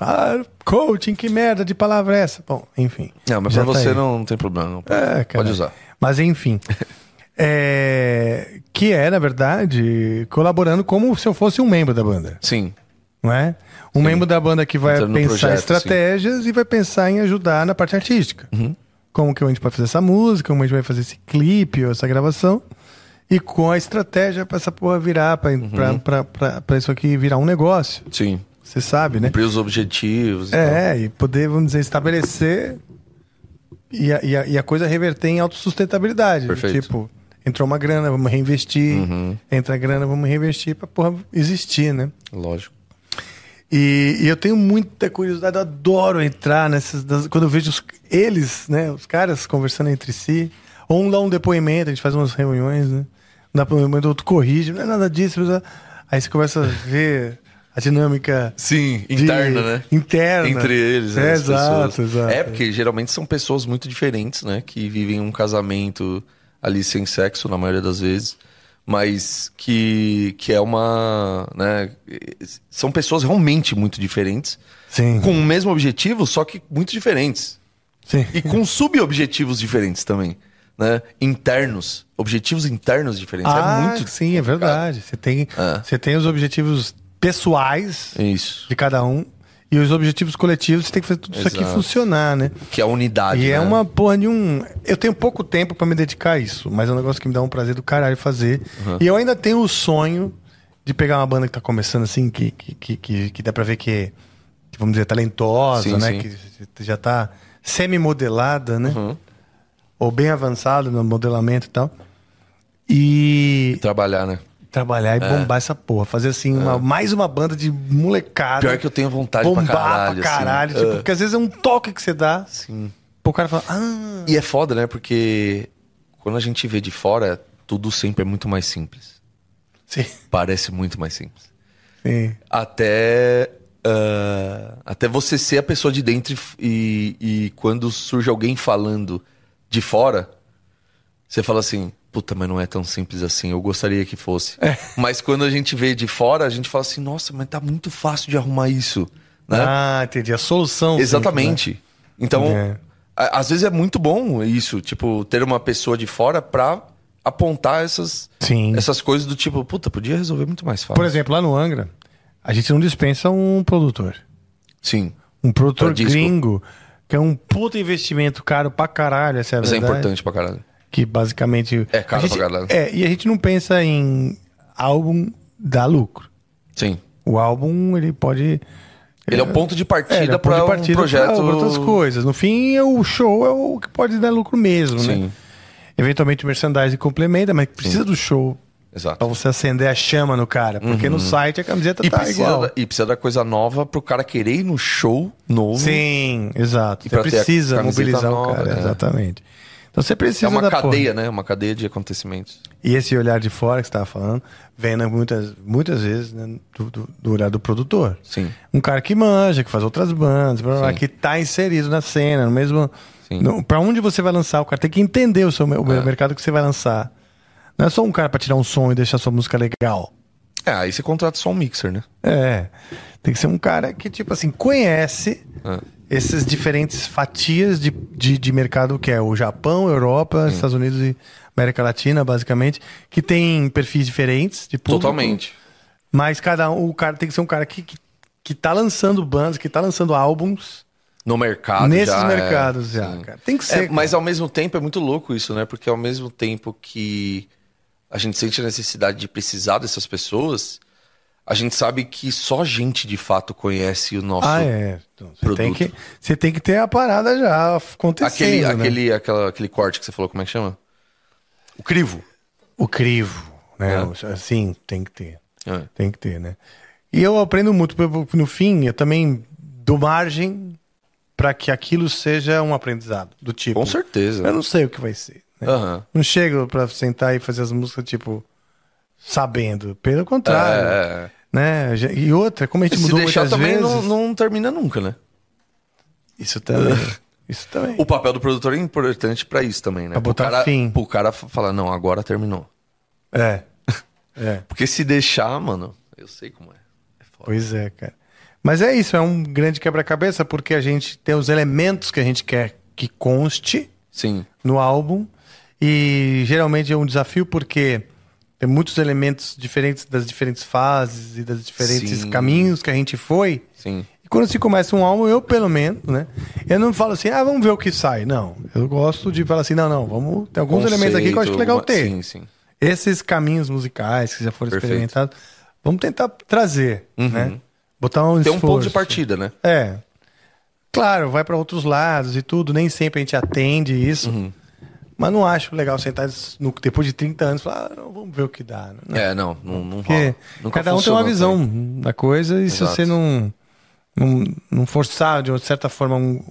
A: Ah, coaching, que merda de palavra é essa? Bom, enfim.
C: Não, mas
A: já
C: pra
A: tá
C: você
A: aí.
C: não, tem problema. Não.
A: É, cara.
C: Pode usar.
A: Mas enfim. É, que é, na verdade, colaborando como se eu fosse um membro da banda.
C: Sim.
A: não é? Um membro da banda que vai
C: Entrando no
A: pensar
C: projeto, assim.
A: estratégias e vai pensar em ajudar na parte artística.
C: Uhum.
A: Como que a gente vai fazer essa música, como a gente vai fazer esse clipe ou essa gravação. E com a estratégia pra essa porra virar, pra,
C: Uhum.
A: pra, pra, pra, pra isso aqui virar um negócio.
C: Sim.
A: Você sabe, né?
C: Cumprir os objetivos. e tal.
A: É, e poder, vamos dizer, estabelecer e a, e a- e a coisa reverter em autossustentabilidade.
C: Perfeito.
A: Tipo, entrou uma grana, vamos reinvestir. Entra a grana, vamos reinvestir pra porra existir, né?
C: então, Lógico.
A: E, e eu tenho muita curiosidade, eu adoro entrar nessas. das- quando eu vejo os- eles, né? Os caras conversando entre si. Ou um dá um depoimento, a gente faz umas reuniões, né? Um dá depoimento, o outro corrige, não é nada disso. mas, ah, Aí você começa a ver a dinâmica.
C: Sim,
A: de-
C: interno, né?
A: Interna.
C: Entre eles,
A: é,
C: né, as
A: Exato,
C: pessoas.
A: exato.
C: É, porque geralmente são pessoas muito diferentes, né? Que vivem um casamento ali sem sexo, na maioria das vezes. Mas que, que é uma. Né? São pessoas realmente muito diferentes.
A: Sim.
C: Com o mesmo objetivo, só que muito diferentes.
A: Sim.
C: E com subobjetivos diferentes também. Né? Internos. Objetivos internos diferentes.
A: ah,
C: é muito.
A: sim, é verdade. Você tem,
C: Ah.
A: você tem os objetivos pessoais
C: Isso.
A: de cada um e os objetivos coletivos, você tem que fazer tudo isso aqui
C: Exato.
A: funcionar, né?
C: Que é a unidade.
A: E é
C: né?
A: uma porra de um. Eu tenho pouco tempo pra me dedicar a isso, mas é um negócio que me dá um prazer do caralho fazer.
C: Uhum.
A: E eu ainda tenho o sonho de pegar uma banda que tá começando assim, que, que, que, que, que dá pra ver que, é, que, vamos dizer, talentosa,
C: Sim,
A: né?
C: sim.
A: Que já tá semi-modelada, né?
C: Uhum.
A: Ou bem avançada no modelamento e tal. E
C: Trabalhar, né?
A: trabalhar e bombar essa porra. Fazer assim, uma, mais uma banda de molecada.
C: É. Pior que eu tenho vontade
A: Ah, né? bombar
C: pra caralho. assim.
A: caralho,
C: Ah.
A: tipo, porque às vezes é um toque que você dá.
C: Sim.
A: O cara fala, ah,
C: E é foda, né? Porque quando a gente vê de fora, tudo sempre é muito mais simples.
A: sim.
C: Parece muito mais simples.
A: sim.
C: Até. ah, até você ser a pessoa de dentro e f- e, e quando surge alguém falando de fora, você fala assim: puta, mas não é tão simples assim, eu gostaria que fosse.
A: É.
C: Mas quando a gente vê de fora, a gente fala assim: nossa, mas tá muito fácil de arrumar isso. Né?
A: Ah, entendi. A solução.
C: Exatamente. Então,
A: É.
C: a- às vezes é muito bom isso, tipo, ter uma pessoa de fora pra apontar essas,
A: Sim.
C: essas coisas do tipo, puta, podia resolver muito mais fácil.
A: Por exemplo, lá no Angra, a gente não dispensa um produtor.
C: Sim.
A: Um produtor
C: Pra disco.
A: gringo, que é um puta investimento caro pra caralho, essa é a
C: Mas é
A: verdade.
C: importante pra caralho.
A: Que basicamente.
C: É caro
A: a gente,
C: pra caralho.
A: É, e a gente não pensa em álbum dar lucro.
C: Sim.
A: O álbum, ele pode. eh,
C: Ele é o ponto de
A: ele
C: partida
A: é
C: pra
A: ponto de
C: para um
A: partida
C: projeto.
A: pra outras coisas. No fim, é o show é o que pode dar lucro mesmo, né?
C: Sim,
A: Eventualmente o merchandising complementa, mas precisa do show pra
C: exato. Uhum.
A: você acender a chama no cara. Porque no site a camiseta
C: E
A: tá
C: precisa,
A: igual.
C: da, e precisa da coisa nova pro cara querer ir no show novo.
A: Sim, exato.
C: E
A: Você
C: pra ter a
A: precisa
C: camiseta
A: mobilizar o
C: nova,
A: cara,
C: né?
A: exatamente. Então você precisa
C: É uma
A: da
C: cadeia,
A: porra.
C: né? Uma cadeia de acontecimentos.
A: E esse olhar de fora que você estava falando, vem né, muitas, muitas vezes né, do, do- do olhar do produtor.
C: Sim.
A: Um cara que manja, que faz outras bandas, blá, blá, blá,
C: Sim.
A: que está inserido na cena, no mesmo.
C: Sim. É.
A: Para onde você vai lançar, o cara tem que entender o, seu, o mercado que você vai lançar. Não é só um cara para tirar um som e deixar sua música legal.
C: É, aí você contrata só um mixer, né?
A: É. Tem que ser um cara que, tipo assim, conhece
C: Ah.
A: essas diferentes fatias de, de, de mercado que é o Japão, Europa, Estados Unidos e América Latina, basicamente, que tem perfis diferentes de público.
C: Totalmente.
A: Mas cada um, o cara tem que ser um cara que, que, que tá lançando bandas, que tá lançando álbuns
C: No mercado.
A: nesses
C: já é,
A: mercados já,
C: sim.
A: cara. Tem que
C: É,
A: ser.
C: mas ao mesmo tempo é muito louco isso, né? Porque ao mesmo tempo que a gente sente a necessidade de precisar dessas pessoas, a gente sabe que só gente de fato conhece o nosso.
A: Ah, é. Então, você, tem
C: produto.
A: que, você tem que ter a parada já acontecendo.
C: Aquele,
A: né?
C: aquele, aquela, aquele corte que você falou, como é que chama? O crivo.
A: O crivo, né?
C: É.
A: O- Assim, tem que ter.
C: É.
A: Tem que ter, né? E eu aprendo muito, porque no fim, eu também dou margem para que aquilo seja um aprendizado. Do tipo,
C: Com certeza.
A: eu não sei o que vai ser. né?
C: É, Aham.
A: Não chego para sentar e fazer as músicas, tipo, sabendo. Pelo contrário.
C: É, é, é.
A: Né? Já- E outra, como a Tá. gente
C: Se
A: mudou
C: deixar
A: muitas
C: também
A: vezes...
C: não, não termina nunca, né?
A: Isso também. isso também.
C: O papel do produtor é importante pra isso também, né?
A: Pra botar
C: pro cara,
A: fim.
C: Pro cara f- falar, não, agora terminou.
A: É. É.
C: Porque se deixar, mano, eu sei como é. É foda.
A: Pois é, cara. Mas é isso, é um grande quebra-cabeça, porque a gente tem os elementos que a gente quer que conste
C: Sim,
A: no álbum. E geralmente é um desafio porque tem muitos elementos diferentes das diferentes fases e das diferentes
C: Sim.
A: caminhos que a gente foi.
C: sim.
A: E quando se começa um álbum, eu pelo menos, né? Eu não falo assim, ah, vamos ver o que sai. Não. Eu gosto de falar assim, não, não, vamos. Tem alguns elementos aqui que eu acho que é legal
C: alguma-
A: ter.
C: Sim, sim.
A: Esses caminhos musicais que já foram
C: Perfeito.
A: experimentados, vamos tentar trazer, né? Botar um
C: Tem um
A: esforço.
C: ponto de partida, né?
A: É. Claro, vai para outros lados e tudo, nem sempre a gente atende isso.
C: Uhum.
A: Mas não acho legal sentar no- depois de 30 anos e falar, ah, não, vamos ver o que dá. né?
C: É, não, não, não
A: Porque
C: rola. Nunca né?
A: cada um tem
C: funcionou
A: uma visão
C: também.
A: da coisa e
C: Exato.
A: se você não, não, não forçar de uma certa forma um,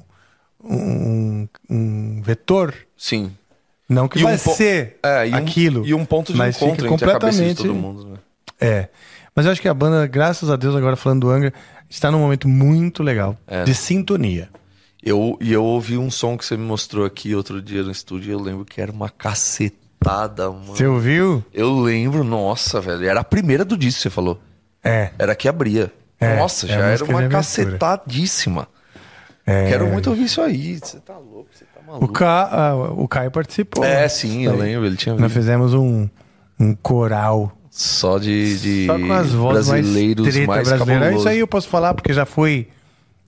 A: um, um vetor,
C: Sim.
A: não que
C: E um
A: vai
C: po-
A: ser
C: É, e um,
A: aquilo.
C: E um ponto de
A: mas
C: encontro
A: fica
C: entre a cabeça de
A: completamente
C: todo mundo, né?
A: é. Mas eu acho que a banda, graças a Deus, agora falando do Angra, está num momento muito legal
C: É.
A: de sintonia.
C: Eu, e eu ouvi um som que você me mostrou aqui outro dia no estúdio e eu lembro que era uma cacetada, mano.
A: Você ouviu?
C: Eu lembro, nossa, velho. Era a primeira do disco, que você falou.
A: É.
C: Era a que abria.
A: É,
C: nossa,
A: é
C: já
A: a
C: era
A: música de
C: uma
A: abertura.
C: cacetadíssima.
A: É.
C: Quero muito ouvir isso aí. Você tá louco, você tá
A: O,
C: maluco.
A: Ca... ah, o Caio participou. né?
C: É, sim, eu lembro. Ele tinha
A: Nós
C: vindo
A: fizemos um, um coral.
C: só de, de
A: Só com as vozes mais,
C: brasileiros mais,
A: treta brasileira. É
C: cabuloso.
A: Isso aí eu posso falar, porque já foi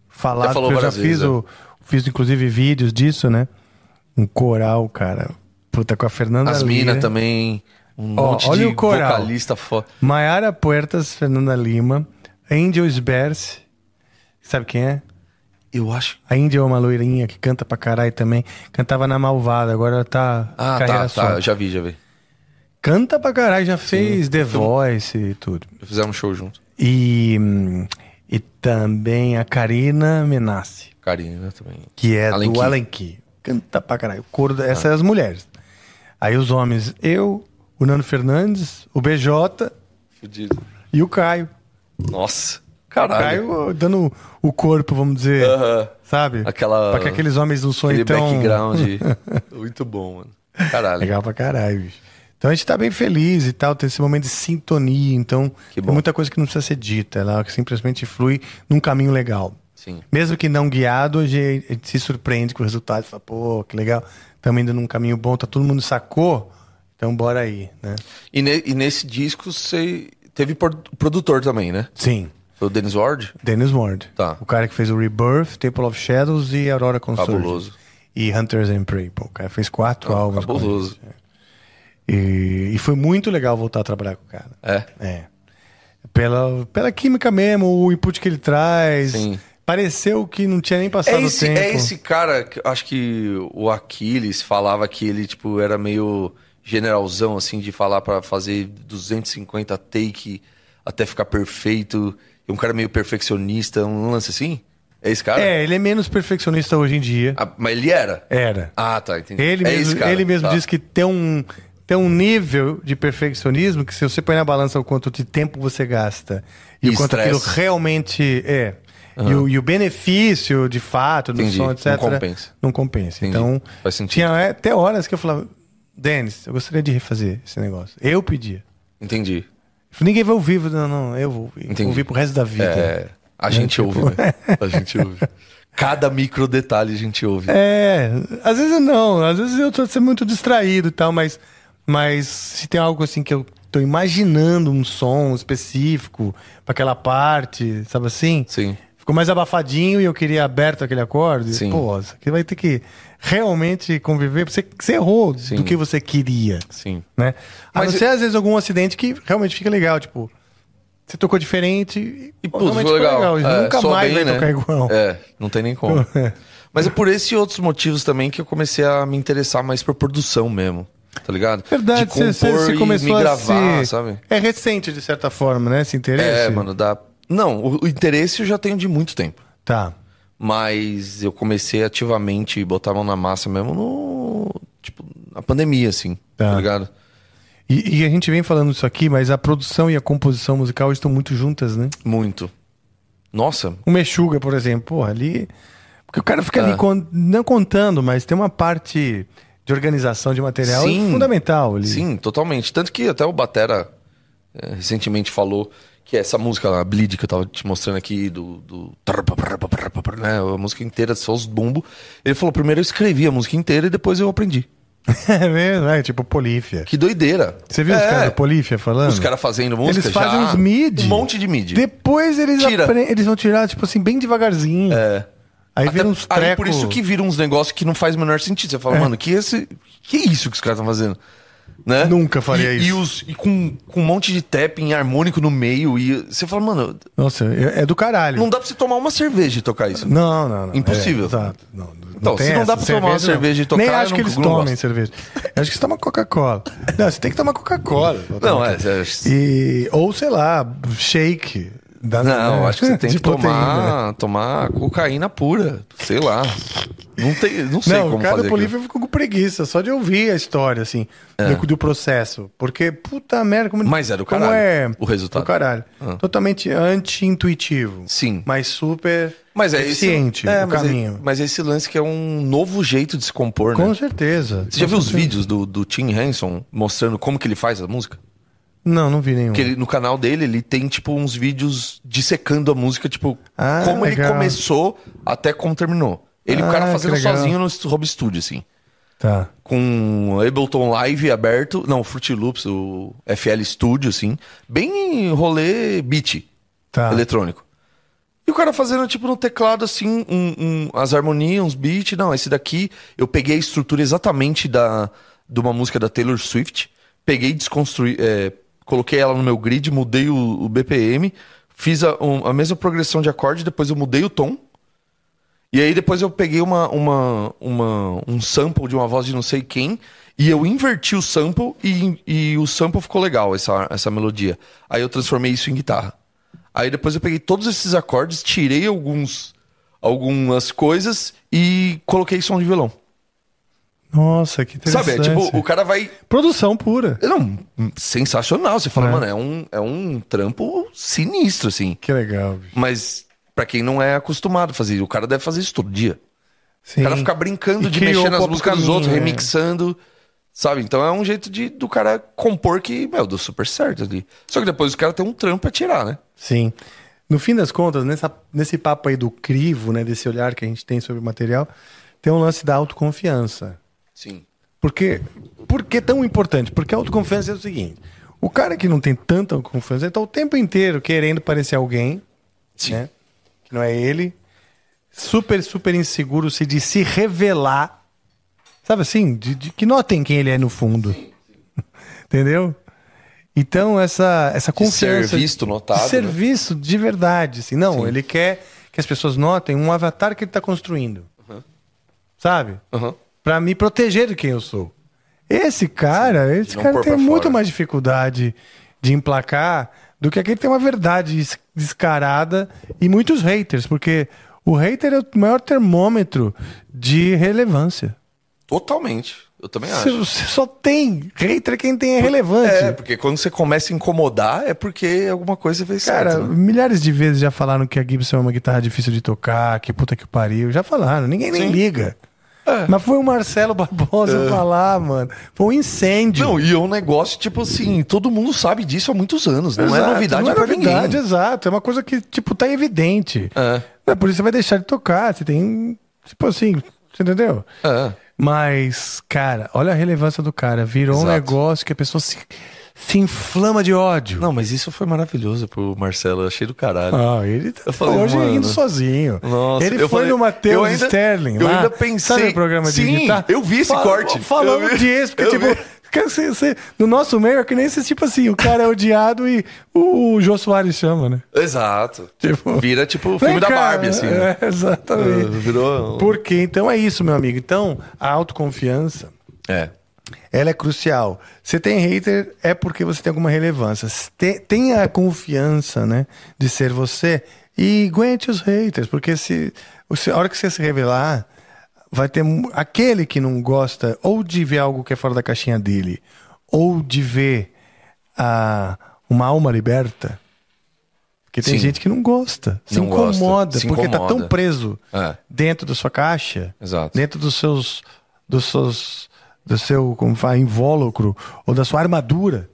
A: falado.
C: Já falou
A: porque eu já
C: várias vezes, é.
A: fiz, o, fiz, inclusive, vídeos disso, né? Um coral, cara. Puta, com a Fernanda
C: As
A: Lira.
C: minas também. Um
A: né? Ó,
C: monte
A: olha
C: de
A: o coral.
C: vocalista foda.
A: Maiara Puertas, Fernanda Lima. Angel Sberce. Sabe quem é?
C: Eu acho.
A: A Angel é uma loirinha que canta pra caralho também. Cantava na Malvada, agora ela tá
C: Ah,
A: carreira
C: tá,
A: solo.
C: tá. Já vi, já vi.
A: Canta pra caralho, já fez The
C: Então-
A: Voice e tudo.
C: Já fizeram um show junto.
A: E, hum, e também a Karina Menassi,
C: Karina né, também.
A: que é
C: Alenquim. Tá.
A: do Alenquim. Canta pra caralho. O coro da- essas são as mulheres. Aí os homens, eu, o Nano Fernandes, o BJ
C: Fudido.
A: e o Caio.
C: Nossa.
A: O
C: Caralho.
A: Caio dando o corpo, vamos dizer,
C: Aham.
A: sabe?
C: Aquela-
A: Pra que aqueles homens não soem
C: Aquele
A: tão...
C: background. Muito bom, mano. Caralho.
A: então- Legal pra caralho, bicho. Então a gente tá bem feliz e tal, tem esse momento de sintonia. Então,
C: Que
A: tem
C: bom.
A: muita coisa que não precisa ser dita, ela simplesmente flui num caminho legal.
C: Sim.
A: Mesmo que não guiado, a gente, a gente se surpreende com o resultado. Fala, pô, que legal. Estamos indo num caminho bom, tá todo mundo sacou. Então bora aí, né?
C: E, ne- e nesse disco você teve por- produtor também, né?
A: Sim.
C: Foi o Dennis Ward?
A: Dennis Ward.
C: Tá.
A: O cara que fez o Rebirth, Temple of Shadows e Aurora Consurge.
C: Fabuloso.
A: E Hunters and Prey. Pô, o cara fez quatro
C: Tá,
A: álbuns. com a
C: Fabuloso.
A: gente. E, e foi muito legal voltar a trabalhar com o cara.
C: É.
A: É. Pela, pela química mesmo, o input que ele traz.
C: Sim.
A: Pareceu que não tinha nem passado
C: É esse,
A: tempo.
C: é esse cara, que eu acho que o Aquiles falava que ele, tipo, era meio generalzão, assim, de falar pra fazer 250 take até ficar perfeito. E um cara meio perfeccionista, um lance assim? É esse cara?
A: É, ele é menos perfeccionista hoje em dia.
C: Ah, mas ele era?
A: Era.
C: Ah, tá, entendi.
A: Ele
C: é
A: mesmo,
C: esse cara,
A: ele mesmo
C: tá.
A: diz que tem um, tem um nível de perfeccionismo que se você põe na balança o quanto de tempo você gasta e,
C: E
A: o quanto aquilo
C: estresse.
A: realmente é. E, o, e o benefício, de fato, do
C: Entendi.
A: som,
C: Não
A: etc.
C: compensa.
A: Não compensa.
C: Entendi.
A: Então,
C: Faz sentido.
A: tinha é, até horas que eu falava, Denis, eu gostaria de refazer esse negócio. Eu pedia.
C: Entendi.
A: Ninguém vai ouvir, Eu falei, não, não, eu vou ouvir.
C: Entendi.
A: Vou ouvir pro resto da vida. tipo,
C: É, a gente ouve, né? A gente ouve. Cada micro detalhe a gente ouve.
A: É, às vezes eu não, às vezes eu tô sendo muito distraído e tal, mas, mas se tem algo assim que eu tô imaginando um som específico pra aquela parte, sabe assim?
C: Sim.
A: Ficou mais abafadinho e eu queria aberto aquele acorde.
C: Sim.
A: Pô, isso aqui vai ter que realmente conviver, porque você, você errou
C: Sim.
A: do que você queria,
C: Sim.
A: né? A
C: Mas
A: não ser, às vezes, algum acidente que realmente fica legal, tipo, você tocou diferente e,
C: E pô,
A: realmente
C: foi legal.
A: isso
C: É,
A: tipo, Nunca
C: soa
A: mais
C: bem,
A: vai
C: né?
A: tocar igual.
C: É, não tem nem como. Mas é por esse e outros motivos também que eu comecei a me interessar mais por produção mesmo. Tá ligado?
A: Verdade,
C: De
A: você- você
C: compor
A: você
C: e
A: começou
C: me
A: a
C: gravar,
A: se...
C: sabe?
A: É recente, de certa forma, né? Esse interesse.
C: É, mano, dá. Não, o, o interesse eu já tenho de muito tempo.
A: Tá.
C: Mas eu comecei ativamente botar a mão na massa mesmo no. Tipo, na pandemia, assim. Tá,
A: Tá.
C: ligado?
A: E, e a gente vem falando isso aqui, mas a produção e a composição musical estão muito juntas, né?
C: Muito. Nossa,
A: O Mexuga, por exemplo, porra, ali. Porque o cara fica
C: Ah.
A: ali, con- não contando, mas tem uma parte de organização de material
C: Sim.
A: fundamental ali.
C: Sim, totalmente. Tanto que até o Batera eh, recentemente falou que essa música, a Bleed, que eu tava te mostrando aqui, do. do né, a música inteira, só os bumbo. Ele falou: primeiro eu escrevi a música inteira e depois eu aprendi.
A: é mesmo, é tipo Polífia.
C: Que doideira.
A: Você viu os
C: É,
A: caras do Polífia falando?
C: Os caras fazendo música
A: Eles fazem
C: já,
A: uns mid.
C: Um monte de mid.
A: Depois eles,
C: Tira.
A: apre- eles vão tirar, tipo assim, bem devagarzinho.
C: É.
A: Aí
C: Até-
A: vira uns É. trecos.
C: aí por isso que vira uns negócios que não faz o menor sentido. Você fala, mano, que esse. Que isso que os caras estão fazendo? Né?
A: Nunca faria
C: E-
A: isso.
C: E, os, e com, com um monte de tapping harmônico no meio. E você fala, mano,
A: Nossa, é é do caralho.
C: não dá pra você tomar uma cerveja e tocar isso.
A: Não, não, não.
C: Impossível.
A: É, exato. Não, não
C: Então,
A: tem
C: se não dá
A: essa.
C: pra tomar uma cerveja e tocar,
A: Nem
C: eu
A: acho
C: não-
A: que eles
C: eu não
A: tomem
C: gosto.
A: cerveja. Eu acho que você toma Coca-Cola. Não, você tem que tomar Coca-Cola.
C: Não, é. é-
A: E, ou, sei lá, shake. da-
C: Não,
A: né,
C: acho que você tem
A: de
C: que tomar,
A: proteína. né?
C: tomar cocaína pura. Sei lá. Não, tem, não sei
A: Não, o
C: como
A: cara é
C: fazer.
A: do Polívia ficou com preguiça só de ouvir a história, assim, do, do processo. Porque, puta merda, como,
C: É. Mas é do
A: como
C: caralho,
A: é
C: o resultado. Ah.
A: Do caralho. Totalmente anti-intuitivo.
C: Sim.
A: Mas super
C: Mas é
A: eficiente
C: esse, é,
A: o
C: mas é-
A: caminho.
C: mas é esse lance que é um novo jeito de se compor, né?
A: Com certeza.
C: Você já viu os vídeos do, do Tim Henson mostrando como que ele faz a música?
A: Não, não vi nenhum.
C: Porque ele- no canal dele, ele tem, tipo, uns vídeos dissecando a música, tipo,
A: Ah,
C: como ele
A: legal.
C: começou até como terminou. Ele, o
A: Ah,
C: cara
A: que
C: fazendo
A: legal.
C: sozinho no estu- home studio, assim.
A: Tá.
C: Com Ableton Live aberto, não, Fruit Loops, o FL Studio, assim. Bem rolê beat
A: Tá.
C: eletrônico. E o cara fazendo, tipo, no teclado, assim, um- um- as harmonias, uns beats. Não, esse daqui eu peguei a estrutura exatamente da, de uma música da Taylor Swift. Peguei, desconstruí, é, coloquei ela no meu grid, mudei o, o BPM, fiz a, um- a mesma progressão de acorde, depois eu mudei o tom. E aí depois eu peguei uma, uma, uma- um sample de uma voz de não sei quem e eu inverti o sample e, e o sample ficou legal, essa, essa melodia. Aí eu transformei isso em guitarra. Aí depois eu peguei todos esses acordes, tirei alguns algumas coisas e coloquei som de violão.
A: Nossa, que interessante.
C: Sabe, é tipo, o cara vai...
A: Produção pura.
C: Não, sensacional. Você fala,
A: É.
C: mano, é um, é um trampo sinistro, assim.
A: Que legal, bicho.
C: Mas pra quem não é acostumado a fazer, o cara deve fazer isso todo dia.
A: Sim.
C: O cara fica brincando
A: E
C: de
A: criou
C: mexer nas
A: próprio
C: músicas dos
A: caminho,
C: outros,
A: né?
C: remixando. Sabe? Então é um jeito de, do cara compor que, meu, deu super certo ali. Só que depois o cara tem um trampo pra tirar, né?
A: Sim. No fim das contas, nessa, nesse papo aí do crivo, né, desse olhar que a gente tem sobre o material, tem um lance da autoconfiança.
C: Sim.
A: Porque, por que tão importante? Porque a autoconfiança é o seguinte: o cara que não tem tanta autoconfiança, ele tá o tempo inteiro querendo parecer alguém, né? Que não é ele. Super, super inseguro se de se revelar. Sabe assim? De, de que notem quem ele é no fundo. Entendeu? Então, essa, essa confiança.
C: ser visto, notado,
A: De ser
C: né?
A: visto de verdade. Assim. Não, ele quer que as pessoas notem um avatar que ele está construindo. Sabe?
C: Aham.
A: Pra me proteger de quem eu sou. Esse cara, esse
C: não
A: cara
C: pôr
A: tem
C: pra
A: muito
C: fora.
A: mais dificuldade de emplacar do que aquele que tem uma verdade es- descarada e muitos haters, porque o hater é o maior termômetro de relevância.
C: Totalmente. Eu também
A: Você é
C: acho.
A: você só tem hater quem tem é relevante.
C: É, porque quando você começa a incomodar, é porque alguma coisa fez
A: Cara,
C: certo. né?
A: milhares de vezes já falaram que a Gibson é uma guitarra difícil de tocar, que puta que pariu. Já falaram, ninguém nem liga.
C: É.
A: Mas foi o Marcelo Barbosa falar, mano. Foi um incêndio.
C: Não, e é um negócio, tipo assim, todo mundo sabe disso há muitos anos. Não é
A: Exato,
C: novidade
A: não é
C: pra
A: novidade,
C: ninguém.
A: exato. É uma coisa que, tipo, tá evidente.
C: É.
A: Não é por isso que você vai deixar de tocar. Você tem. Tipo assim, você entendeu?
C: É.
A: Mas, cara, olha a relevância do cara. Virou um
C: Exato.
A: negócio que a pessoa se, se inflama de ódio.
C: Não, mas isso foi maravilhoso pro Marcelo. Eu achei do caralho.
A: Ah, ele tá
C: Eu falei,
A: hoje
C: mano.
A: indo sozinho.
C: Nossa,
A: ele foi
C: eu falei-
A: no
C: eu
A: Matheus
C: ainda-
A: Sterling.
C: eu
A: lá,
C: ainda pensei-
A: Sabe o programa de Tá?
C: Sim,
A: guitarra?
C: eu vi esse corte.
A: Falando
C: Eu vi-
A: disso, porque,
C: eu
A: tipo,
C: vi.
A: cara, você- você- no nosso meio é que nem esse tipo assim: o cara é odiado e o, o Jô Soares chama, né?
C: Exato.
A: Tipo,
C: Vira tipo o filme
A: Vem
C: da
A: cá.
C: Barbie, assim. né?
A: É, exatamente.
C: Virou. um-
A: Porque então é isso, meu amigo. Então, a autoconfiança,
C: É.
A: ela é crucial. Você tem hater é porque você tem alguma relevância. Te- Tenha a confiança, né, de ser você e aguente os haters, porque se se- a hora que você se revelar, vai ter mu- aquele que não gosta ou de ver algo que é fora da caixinha dele, ou de ver a uma alma liberta. Porque tem
C: Sim.
A: gente que não gosta, se
C: Não gosta,
A: incomoda,
C: se
A: porque tá
C: incomoda.
A: tão preso
C: É.
A: dentro da sua caixa,
C: Exato.
A: dentro dos seus, dos seus, do seu, como fala, invólucro ou da sua armadura,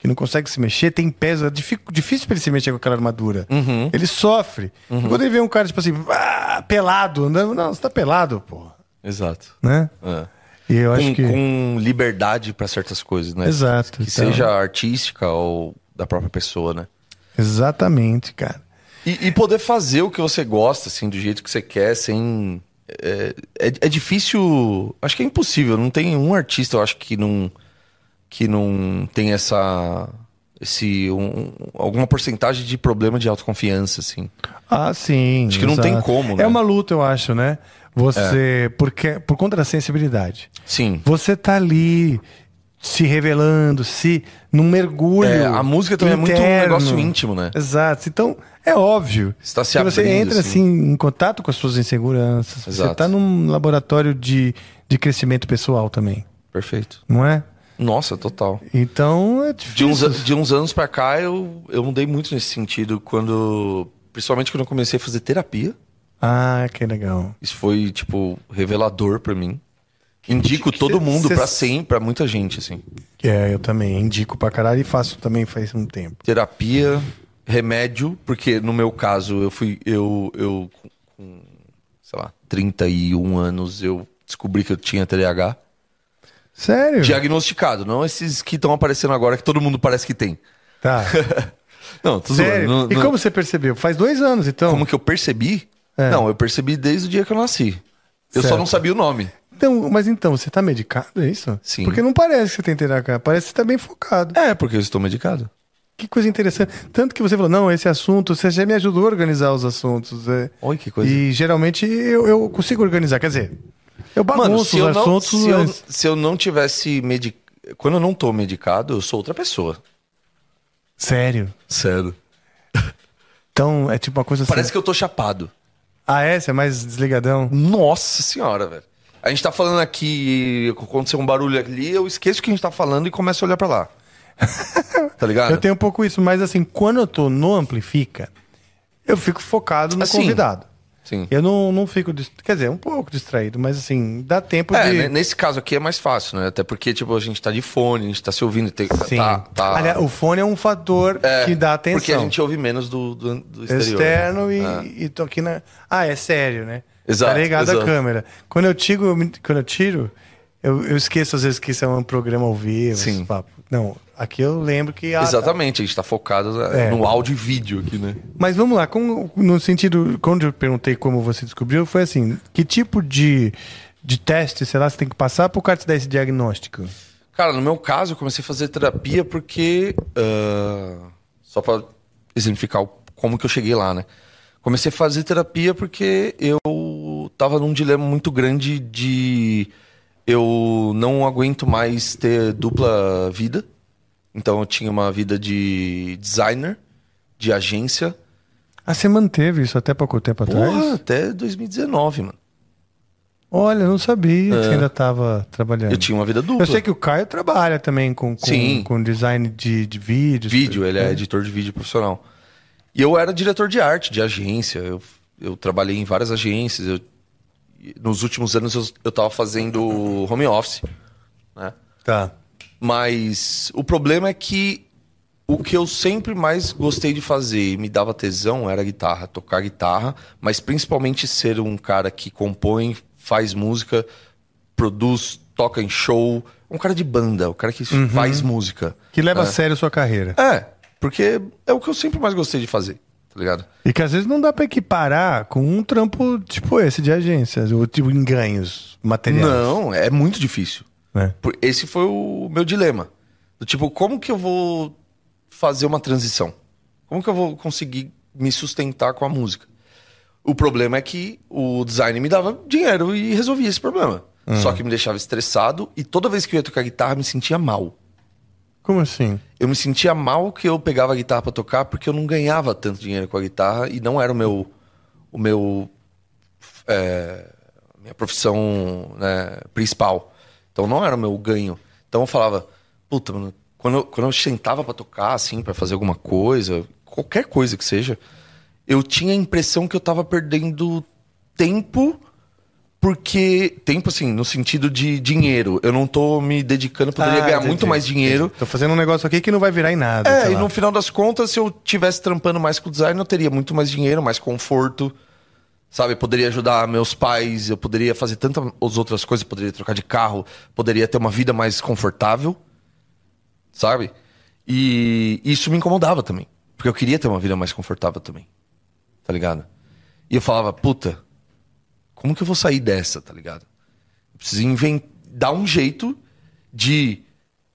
A: que não consegue se mexer, tem peso, é difi- difícil para ele se mexer com aquela armadura.
C: Uhum.
A: Ele sofre. E Quando ele vê um cara, tipo assim, ah, pelado, andando, não, você tá pelado, pô,
C: Exato.
A: né?
C: É.
A: E eu acho
C: Com,
A: que...
C: com liberdade pra certas coisas, né?
A: Exato,
C: Que
A: então.
C: seja artística ou da própria pessoa, né?
A: Exatamente, cara.
C: E, e poder fazer o que você gosta, assim, do jeito que você quer, sem. É, é, é difícil. Acho que é impossível. Não tem um artista, eu acho, que não. Que não tem essa. Esse, um- alguma porcentagem de problema de autoconfiança, assim.
A: Ah, sim.
C: Acho que não tem como, né?
A: É
C: É.
A: uma luta, eu acho, né? Você... Porque, por conta da sensibilidade.
C: Sim.
A: Você tá ali se revelando, se num mergulho.
C: É, a música também é muito um
A: interno.
C: negócio íntimo, né?
A: Exato. Então, é óbvio.
C: Você tá se
A: que você
C: abrindo,
A: entra assim. em contato com as suas inseguranças. Você
C: Exato.
A: tá num laboratório de, de crescimento pessoal também,
C: Perfeito.
A: não é?
C: Nossa, total.
A: Então é
C: De
A: difícil.
C: um uns, a- de uns anos pra cá, eu, eu mudei muito nesse sentido. Quando. Principalmente quando eu comecei a fazer terapia.
A: Ah, que legal.
C: Isso foi, tipo, revelador pra mim. Indico todo mundo
A: cê-
C: pra sempre, pra muita gente, assim.
A: É, eu também indico pra caralho e faço também faz um tempo.
C: Terapia, remédio, porque no meu caso eu fui. Eu, eu com, com, sei lá, 31 anos, eu descobri que eu tinha TDAH.
A: Sério?
C: Diagnosticado, não esses que estão aparecendo agora que todo mundo parece que tem.
A: Tá.
C: Não, tô
A: Sério?
C: zoando. Não-
A: E
C: não-
A: como você percebeu? Faz dois anos, então.
C: como que eu percebi? Não, eu percebi desde o dia que eu nasci. Eu
A: É.
C: só
A: Certo.
C: não sabia o nome.
A: Então, mas então, você tá medicado, é isso?
C: Sim.
A: Porque não parece que você tem TDAH, parece que você tá bem focado.
C: É, porque eu estou medicado.
A: Que coisa interessante. Tanto que você falou, não, esse assunto, você já me ajudou a organizar os assuntos. É.
C: Olha que coisa.
A: E geralmente eu, eu consigo organizar, quer dizer, eu bagunço
C: Mano, se
A: os
C: eu, não,
A: assuntos.
C: se, eu,
A: mas-
C: se eu não tivesse medi... Quando eu não tô medicado, eu sou outra pessoa.
A: Sério.
C: Sério.
A: Então, é tipo uma coisa assim.
C: Parece que eu tô chapado.
A: Ah, é? Você é mais desligadão?
C: Nossa senhora, velho. A gente tá falando aqui, aconteceu um barulho ali, eu esqueço o que a gente tá falando e começo a olhar pra lá. tá ligado?
A: Eu tenho um pouco isso, mas assim, quando eu tô no Amplifica, eu fico focado no
C: Assim,
A: convidado.
C: Sim.
A: Eu não, não fico. dis- Quer dizer, um pouco distraído, mas assim, dá tempo
C: É,
A: de.
C: né, nesse caso aqui é mais fácil, né? Até porque, tipo, a gente tá de fone, a gente tá se ouvindo. Tem,
A: Sim.
C: Tá, tá-
A: Aliás, o fone é um fator que dá atenção.
C: Porque a gente ouve menos do, do, do exterior.
A: externo
C: né?
A: e,
C: É.
A: e tô aqui na. Ah, é sério, né?
C: Exato,
A: Tá ligado
C: exato.
A: a câmera. Quando eu tiro, eu, me- quando eu tiro, eu, eu esqueço às vezes que isso é um programa ao vivo.
C: Sim.
A: esse papo. Não, aqui eu lembro que. ah, tá.
C: Exatamente, a gente tá focado né,
A: É.
C: no áudio e vídeo aqui, né?
A: Mas vamos lá, como- no sentido. Quando eu perguntei como você descobriu, foi assim: que tipo de, de teste, sei lá, você tem que passar pro cara te dar esse diagnóstico?
C: Cara, no meu caso, eu comecei a fazer terapia porque. ah, só pra exemplificar o- como que eu cheguei lá, né? Comecei a fazer terapia porque eu tava num dilema muito grande de. Eu não aguento mais ter dupla vida. Então eu tinha uma vida de designer, de agência.
A: Ah, você manteve isso até pouco tempo atrás?
C: Porra, até 2019, mano.
A: Olha, eu não sabia que você ainda tava trabalhando.
C: É. Eu tinha uma vida dupla.
A: Eu sei que o Caio trabalha também com, com,
C: Sim.
A: com design de, de vídeos.
C: vídeo, ele é editor de vídeo profissional. E eu era diretor de arte, de agência. Eu, eu trabalhei em várias agências. eu- e nos últimos anos eu, eu tava fazendo home office. Né?
A: Tá.
C: Mas o problema é que o que eu sempre mais gostei de fazer e me dava tesão era guitarra, tocar guitarra, mas principalmente ser um cara que compõe, faz música, produz, toca em show. Um cara de banda, o cara que faz música.
A: Uhum. Que leva
C: né?
A: a sério a sua carreira.
C: É, porque é o que eu sempre mais gostei de fazer, tá ligado?
A: E que às vezes não dá pra equiparar com um trampo tipo esse de agência, ou tipo em ganhos materiais.
C: Não, é muito difícil.
A: né?
C: Por- Esse foi o meu dilema. Do tipo, como que eu vou fazer uma transição? Como que eu vou conseguir me sustentar com a música? O problema é que o design me dava dinheiro e resolvia esse problema. Só que me deixava estressado e toda vez que eu ia tocar guitarra eu me sentia mal.
A: Como assim?
C: Eu me sentia mal que eu pegava a guitarra pra tocar porque eu não ganhava tanto dinheiro com a guitarra e não era o meu o meu é, minha profissão né, principal. Então não era o meu ganho. Então eu falava, puta, mano, quando eu, quando eu sentava pra tocar assim, pra fazer alguma coisa, qualquer coisa que seja, eu tinha a impressão que eu tava perdendo tempo porque tempo assim, no sentido de dinheiro, eu não tô me dedicando, eu poderia
A: Ah,
C: ganhar
A: entendi.
C: muito mais dinheiro.
A: Tô fazendo um negócio aqui que não vai virar em nada.
C: É,
A: sei
C: e
A: lá.
C: no final das contas, se eu tivesse trampando mais com o design, eu teria muito mais dinheiro, mais conforto. Sabe, eu poderia ajudar meus pais, eu poderia fazer tantas outras coisas, eu poderia trocar de carro, poderia ter uma vida mais confortável, sabe? E isso me incomodava também, porque eu queria ter uma vida mais confortável também, tá ligado? E eu falava, puta, como que eu vou sair dessa, tá ligado? Eu preciso inven- dar um jeito de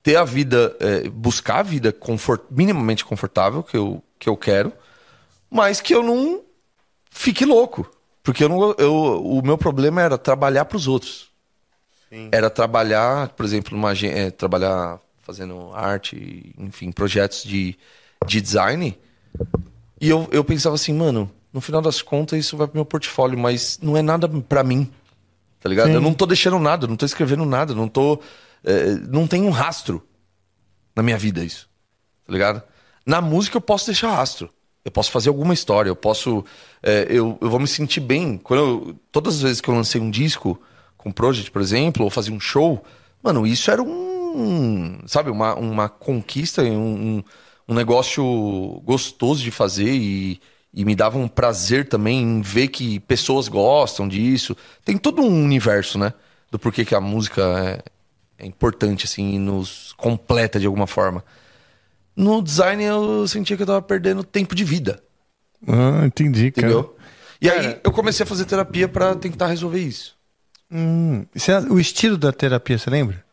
C: ter a vida, eh, buscar a vida confort- minimamente confortável que eu, que eu quero, mas que eu não fique louco. Porque eu não, eu, o meu problema era trabalhar para os outros. Era trabalhar, por exemplo, numa, agen- eh, trabalhar fazendo arte, enfim, projetos de, de design. E eu, eu pensava assim, mano, no final das contas isso vai pro meu portfólio, mas não é nada pra mim. Tá ligado? Eu não tô deixando nada, eu não tô escrevendo nada, eu não tô. eh, não tem um rastro na minha vida isso. Tá ligado? Na música eu posso deixar rastro. Eu posso fazer alguma história, eu posso. eh, eu, eu vou me sentir bem. Quando eu- todas as vezes que eu lancei um disco com Project, por exemplo, ou fazia um show, mano, isso era um. Sabe, uma, uma conquista, um, um, um negócio gostoso de fazer e, e me dava um prazer também em ver que pessoas gostam disso. Tem todo um universo, né? Do porquê que a música é, é importante, assim, e nos completa de alguma forma. No design eu sentia que eu tava perdendo tempo de vida,
A: Ah, entendi, cara.
C: entendeu? E aí eu comecei a fazer terapia pra tentar resolver isso.
A: Hum, você- o estilo da terapia, você lembra?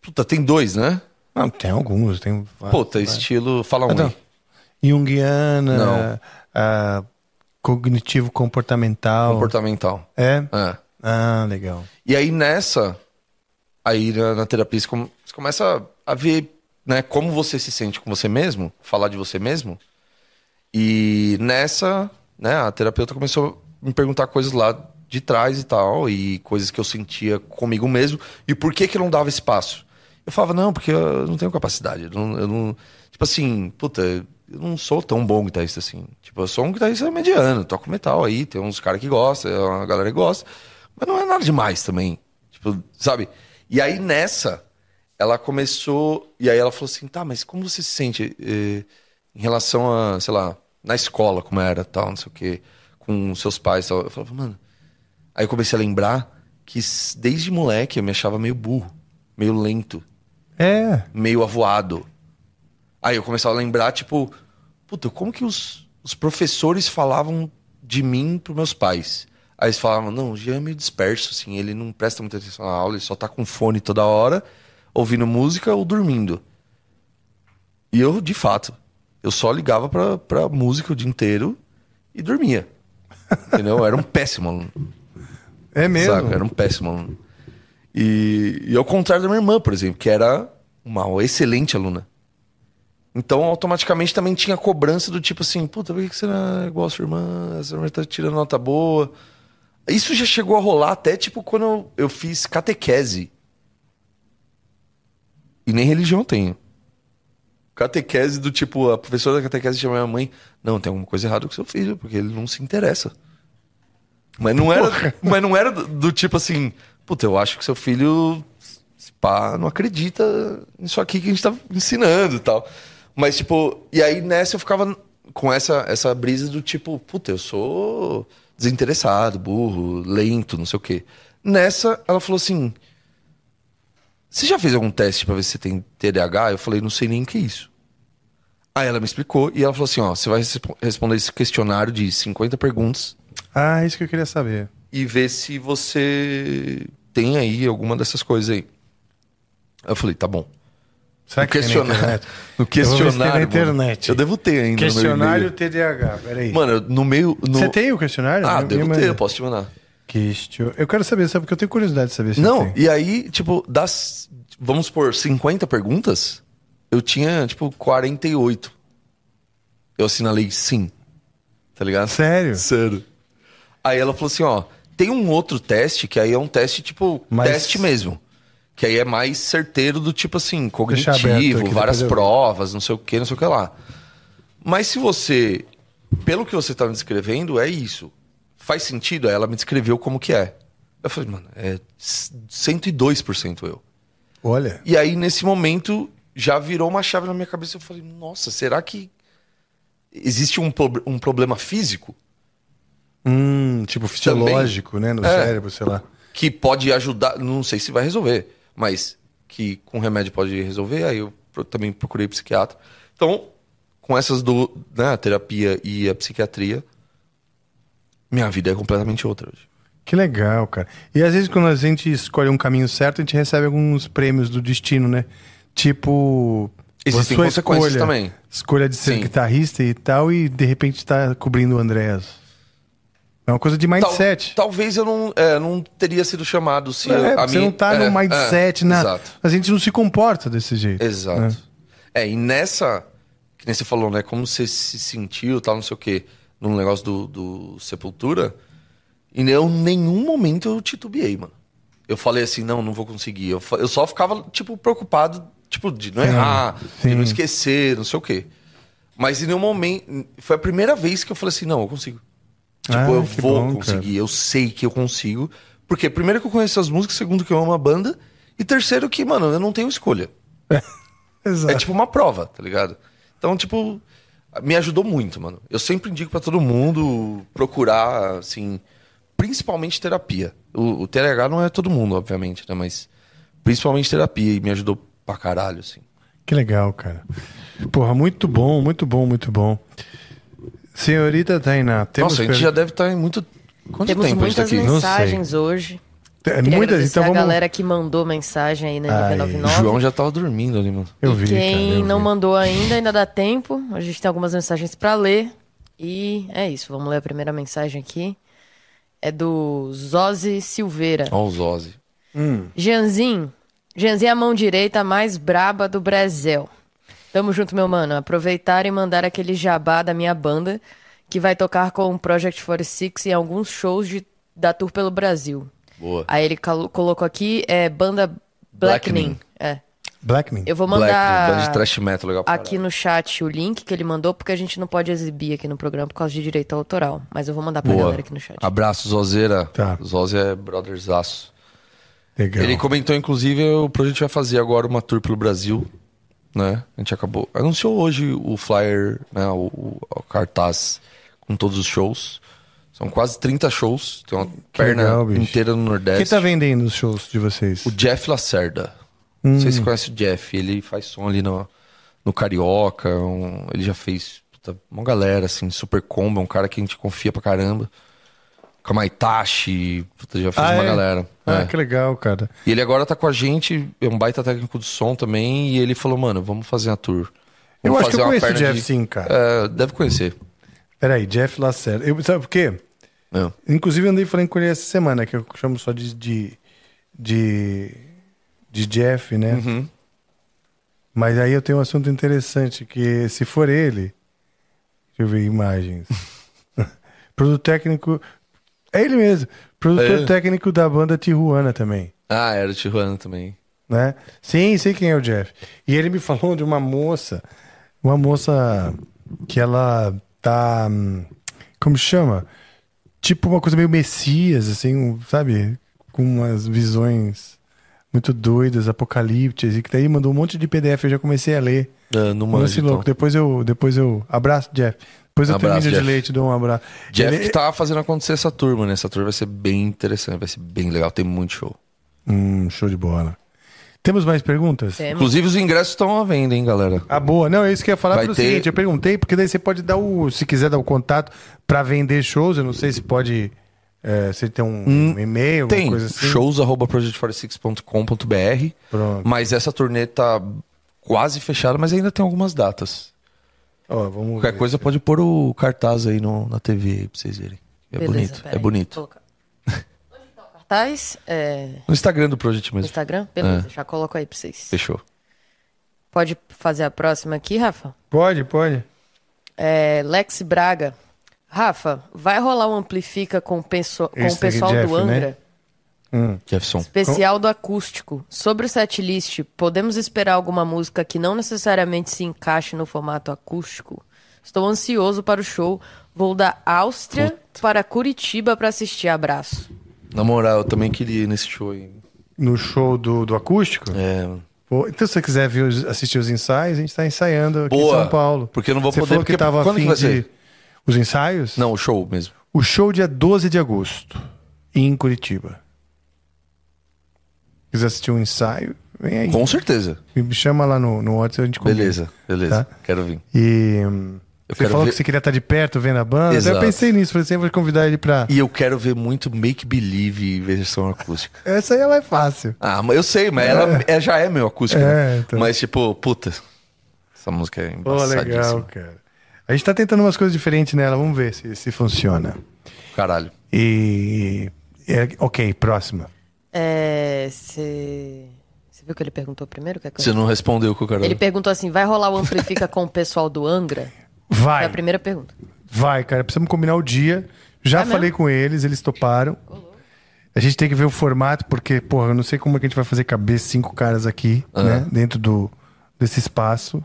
C: Puta, tem dois, né?
A: Não, tem alguns, tem vários.
C: Puta, estilo. Fala um
A: Então,
C: aí. Não.
A: Jungiana, ah, cognitivo
C: Um.
A: comportamental.
C: Comportamental.
A: É?
C: É.
A: Ah, legal.
C: E aí nessa, aí na, na terapia você, come- você começa a, a ver né, como você se sente com você mesmo, falar de você mesmo. E nessa, né, a terapeuta começou a me perguntar coisas lá de trás e tal, e coisas que eu sentia comigo mesmo, e por que que eu não dava espaço. Eu falava, não, porque eu não tenho capacidade, eu não, eu não- Tipo assim, puta, eu não sou tão bom guitarrista assim. Tipo, eu sou um guitarrista mediano, toco metal aí, tem uns caras que gostam, é uma galera que gosta, mas não é nada demais também. Tipo, sabe? E aí nessa, ela começou, e aí ela falou assim: tá, mas como você se sente eh, em relação a, sei lá, na escola, como era, tal, não sei o quê, com seus pais tal? Eu falava, mano. Aí eu comecei a lembrar que s- desde moleque eu me achava meio burro, meio lento
A: É.
C: meio avoado. Aí eu começava a lembrar, tipo, puta, como que os, os professores falavam de mim pros meus pais? Aí eles falavam, não, o Jean é meio disperso, assim, ele não presta muita atenção na aula, ele só tá com fone toda hora, ouvindo música ou dormindo. E eu, de fato, eu só ligava pra, pra música o dia inteiro e dormia. Entendeu? Eu era um péssimo aluno.
A: É mesmo.
C: Saca? Era um péssimo aluno. E, e ao contrário da minha irmã, por exemplo, que era uma excelente aluna. Então, automaticamente também tinha cobrança do tipo assim: puta, por que que você não é igual a sua irmã? A sua irmã tá tirando nota boa. Isso já chegou a rolar até tipo quando eu, eu fiz catequese. E nem religião eu tenho. Catequese do tipo, a professora da catequese chama minha mãe: não, tem alguma coisa errada com seu filho, porque ele não se interessa. Mas não era, mas não era do, do tipo assim, puta, eu acho que seu filho se pá, não acredita nisso aqui que a gente tá ensinando e tal. Mas, tipo, e aí nessa eu ficava com essa, essa brisa do tipo, puta, eu sou desinteressado, burro, lento, não sei o quê. Nessa, ela falou assim: Você já fez algum teste pra ver se você tem TDAH? Eu falei, não sei nem o que é isso. Aí ela me explicou e ela falou assim: ó, você vai respo- responder esse questionário de 50 perguntas
A: Ah, isso que eu queria saber.
C: e ver se você tem aí alguma dessas coisas aí. Eu falei, tá bom.
A: Será
C: No
A: que tem na
C: questionário.
A: internet?
C: No
A: ver se tem na
C: questionário. mano.
A: internet.
C: Eu devo ter ainda. no meu
A: Questionário
C: e-mail.
A: TDAH, peraí.
C: Mano, eu- no meio. No...
A: Você tem né? o questionário?
C: Ah,
A: Me-
C: devo
A: me
C: ter,
A: manda.
C: eu posso te mandar.
A: Question... Eu quero saber, sabe? Porque eu tenho curiosidade de saber se
C: Não,
A: eu tenho.
C: e aí, tipo, das. Vamos por 50 perguntas, eu tinha, tipo, 48. Eu assinalei sim. Tá ligado?
A: Sério?
C: Sério. Aí ela falou assim: ó, tem um outro teste que aí é um teste, tipo,
A: Mas-
C: teste mesmo. Que aí é mais certeiro do tipo assim,
A: Deixa aberto aqui,
C: cognitivo, várias
A: depois eu-
C: provas, não sei o que, não sei o que lá. Mas se você. Pelo que você tá me descrevendo, é isso. Faz sentido? Aí Ela me descreveu como que é. Eu falei, mano, é 102% eu.
A: Olha.
C: E aí, nesse momento, já virou uma chave na minha cabeça. Eu falei, nossa, será que existe um, prob- um problema físico
A: Hum, tipo fisiológico, né? No
C: É.
A: cérebro, sei lá.
C: que pode ajudar? Não sei se vai resolver, mas que com remédio pode resolver. Aí eu pro- também procurei psiquiatra. Então, com essas do, né, a terapia e a psiquiatria, minha vida é completamente outra hoje.
A: Que legal, cara. E às vezes quando a gente escolhe um caminho certo, a gente recebe alguns prêmios do destino, né? Tipo.
C: Existem
A: a sua
C: consequências também.
A: Escolha de ser
C: Sim.
A: guitarrista e tal, e de repente tá cobrindo o Andréas. É uma coisa de
C: Tal-
A: mindset.
C: talvez eu não, é, não teria sido chamado se
A: É,
C: a
A: você não
C: minha-
A: tá
C: é,
A: no mindset, né?
C: é,
A: na...
C: Exato.
A: a gente não se comporta desse jeito. né?
C: Exato. É. e nessa. Que nem você falou, né? Como você se sentiu, tal, não sei o quê, no negócio do, do Sepultura. E em nenhum momento eu titubeei, mano. Eu falei assim, não, não vou conseguir. Eu, fa- eu só ficava, tipo, preocupado, tipo, de não errar, de não esquecer, não sei o quê. Mas em nenhum momento. Foi a primeira vez que eu falei assim, não, eu consigo. Tipo,
A: Ah,
C: eu
A: que
C: vou
A: bom,
C: conseguir, eu sei que eu consigo. Porque, primeiro, que eu conheço as músicas, segundo, que eu amo a banda. E terceiro, que, mano, eu não tenho escolha.
A: Exato.
C: É tipo uma prova, tá ligado? Então, tipo, me ajudou muito, mano. Eu sempre indico pra todo mundo procurar, assim, principalmente terapia. O, o TDAH não é todo mundo, obviamente, né? Mas principalmente terapia e me ajudou pra caralho, assim.
A: Que legal, cara. Porra, muito bom, muito bom, muito bom. Senhorita Tainá, temos
C: Nossa, a gente
A: per-
C: já deve estar em muito. Quanto
B: Temos
C: tempo a gente tá
B: muitas
C: aqui?
B: mensagens hoje.
A: É,
B: Queria
A: muitas,
B: agradecer
A: então
B: a
A: vamos.
B: galera que mandou mensagem aí na
A: Ai,
B: 999.
C: João já tava dormindo ali, mano.
A: Eu
B: E
A: vi,
B: quem
A: cara, eu
B: não
A: vi.
B: mandou ainda, ainda dá tempo. A gente tem algumas mensagens pra ler. E é isso, vamos ler a primeira mensagem aqui. É do Zose Silveira.
C: Ó, o Zose.
B: Jeanzinho. Jeanzinho é a mão direita mais braba do Brasil. Tamo junto, meu mano. Aproveitar e mandar aquele jabá da minha banda, que vai tocar com o Project 46 em alguns shows de, da tour pelo Brasil.
C: Boa.
B: Aí ele calo- colocou aqui, é banda Blackening.
C: Blackening.
B: É.
A: Blackman.
B: Eu vou
C: Black, banda de
B: mandar
C: trash metal legal pra
B: aqui no chat o link que ele mandou, porque a gente não pode exibir aqui no programa por causa de direito autoral. Mas eu vou mandar pra
C: caralho.
B: galera aqui no chat.
C: Abraço, Zozeira.
A: Tá.
C: Zoze é brotherzaço.
A: Legal.
C: Ele comentou, inclusive, o projeto vai fazer agora uma tour pelo Brasil, né? A gente acabou. Anunciou hoje o flyer, né? O, o- o cartaz com todos os shows. São quase 30 shows. Tem uma perna
A: legal, bicho.
C: inteira no Nordeste.
A: Quem tá vendendo os shows de vocês?
C: O Jeff Lacerda. Não
A: Hum.
C: sei se você conhece o Jeff. Ele faz som ali no, no Carioca. um- ele já fez puta, uma galera, assim, Super Combo. É um cara que a gente confia pra caramba. Kamaitachi. Puta, já fez
A: Ah,
C: uma
A: é?
C: galera.
A: Ah,
C: É.
A: que legal, cara.
C: E ele agora tá com a gente. É um baita técnico de som também. E ele falou, mano, vamos fazer uma tour.
A: Eu
C: Vamos
A: acho que eu
C: fazer uma
A: conheço o
C: perna
A: Jeff,
C: de-
A: sim, cara.
C: É, deve conhecer.
A: Peraí, Jeff Lacerda. Eu, sabe por quê?
C: É.
A: Inclusive, eu andei falando com ele essa semana, que eu chamo só de. de, de, de Jeff, né?
C: Uhum.
A: Mas aí eu tenho um assunto interessante, que se for ele. Deixa eu ver imagens. Produto técnico. É ele mesmo. Produtor
C: É.
A: técnico da banda Tijuana também.
C: Ah, era o Tijuana também.
A: né? Sim, sei quem é o Jeff. E ele me falou de uma moça, uma moça que ela tá, hum, como chama? Tipo uma coisa meio messias, assim, um, sabe? Com umas visões muito doidas, apocalípticas, e que daí mandou um monte de PDF, eu já comecei a ler.
C: Ah, não
A: Mano,
C: manjo,
A: louco.
C: então.
A: Depois eu, depois eu abraço Jeff. Depois eu
C: Abraço,
A: termino
C: Jeff.
A: de leite, dou um abraço.
C: Jeff
A: Ele-
C: que tá fazendo acontecer essa turma, né? Essa tour vai ser bem interessante, vai ser bem legal, tem muito show.
A: Hum, show de bola. Temos mais perguntas?
B: Temos.
C: Inclusive, os ingressos estão à venda, hein, galera?
A: Ah, boa. Não, é isso que eu ia falar
C: Vai
A: pelo
C: ter-
A: seguinte, eu perguntei, porque daí você pode dar o. Se quiser dar o contato pra vender shows, eu não sei se pode. É, se tem um, um e-mail, alguma
C: Hum, Tem
A: coisa assim.
C: shows arroba project46.com.br,
A: Pronto.
C: mas essa turnê tá quase fechada, mas ainda tem algumas datas.
A: Ó, vamos
C: Qualquer
A: ver.
C: coisa pode pôr o cartaz aí no- na TV aí pra vocês verem. É
B: Beleza,
C: bonito,
B: pera
C: é
B: aí,
C: bonito.
B: vou colocar. Onde tá o cartaz? É,
C: No Instagram do Project
B: no
C: mesmo.
B: Instagram? Beleza, já coloco aí pra vocês.
C: É. Fechou.
B: Pode fazer a próxima aqui, Rafa?
A: Pode, pode.
B: É, Lex Braga. Rafa, vai rolar um Amplifica com, o pesso- com
A: Esse
B: o pessoal
A: aqui,
B: do
A: Jeff, né?
B: Angra?
C: Jefferson.
B: Especial do acústico. Sobre o setlist, podemos esperar alguma música que não necessariamente se encaixe no formato acústico? Estou ansioso para o show. Vou da Áustria para Curitiba para assistir. Abraço.
C: Na moral, eu também queria ir nesse show aí.
A: No show do, do acústico.
C: É.
A: Pô, então, se você quiser ver os- assistir os ensaios, a gente tá ensaiando aqui
C: Boa,
A: em São Paulo.
C: porque eu não vou
A: você
C: poder,
A: Falou que
C: porque-
A: tava
C: quando que
A: afim
C: vai
A: de...
C: ser?
A: Os ensaios?
C: Não, o show mesmo.
A: O show dia 12 de agosto, em Curitiba. Quiser assistir um ensaio, vem aí.
C: Com certeza.
A: Me chama lá no, no WhatsApp, a gente combina.
C: Beleza, beleza.
A: Tá.
C: Quero vir.
A: E hum,
C: Eu
A: você
C: quero
A: falou
C: ver-
A: que você queria estar de perto vendo a banda. daí
C: Exato.
A: Eu pensei nisso, falei assim, vou convidar ele pra...
C: E eu quero ver muito Make Believe versão acústica.
A: Essa aí ela é fácil.
C: Ah, mas eu sei, mas ela é- já é meu acústica. né?
A: É, então.
C: Mas, tipo, puta, essa música é
A: Pô, legal,
C: embaçadíssima.
A: cara. A gente tá tentando umas coisas diferentes nela, vamos ver se, se funciona.
C: Caralho.
A: E... é, ok, próxima.
B: É. Você viu que ele perguntou primeiro? Quer que eu-
C: Você não respondeu com o caralho.
B: Ele perguntou assim: vai rolar o Amplifica com o pessoal do Angra? Foi
A: Vai,
B: a primeira pergunta.
A: vai, cara. Precisamos combinar o dia. Já
B: É mesmo?
A: falei com eles, eles toparam. A gente tem que ver o formato, porque, porra, eu não sei como é que a gente vai fazer caber cinco caras aqui, né? Dentro do, desse espaço.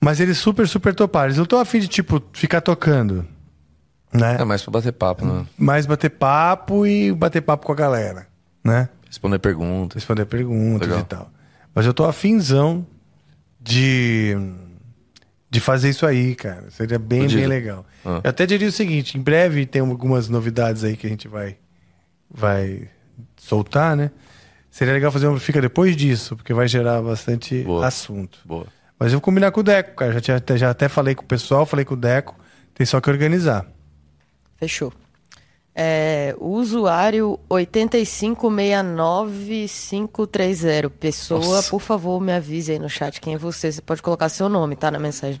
A: Mas eles super, super toparam. Eles não estão afim de, tipo, ficar tocando, né?
C: É mais pra bater papo, né?
A: Mas bater papo e bater papo com a galera, né?
C: Responder perguntas.
A: Responder perguntas
C: Legal.
A: e tal. Mas eu tô afinzão de, de fazer isso aí, cara. Seria bem,
C: Fudido.
A: bem legal.
C: Ah.
A: Eu até diria o seguinte, em breve tem algumas novidades aí que a gente vai, vai soltar, né? Seria legal fazer um fica depois disso, porque vai gerar bastante
C: Boa.
A: assunto.
C: Boa.
A: Mas eu vou combinar com o Deco, cara. Já, tinha até- já até falei com o pessoal, falei com o Deco. Tem só que organizar.
B: Fechou. É, o usuário 8569530. Pessoa,
C: Nossa.
B: por favor, me avise aí no chat quem é você. Você pode colocar seu nome, tá? Na mensagem.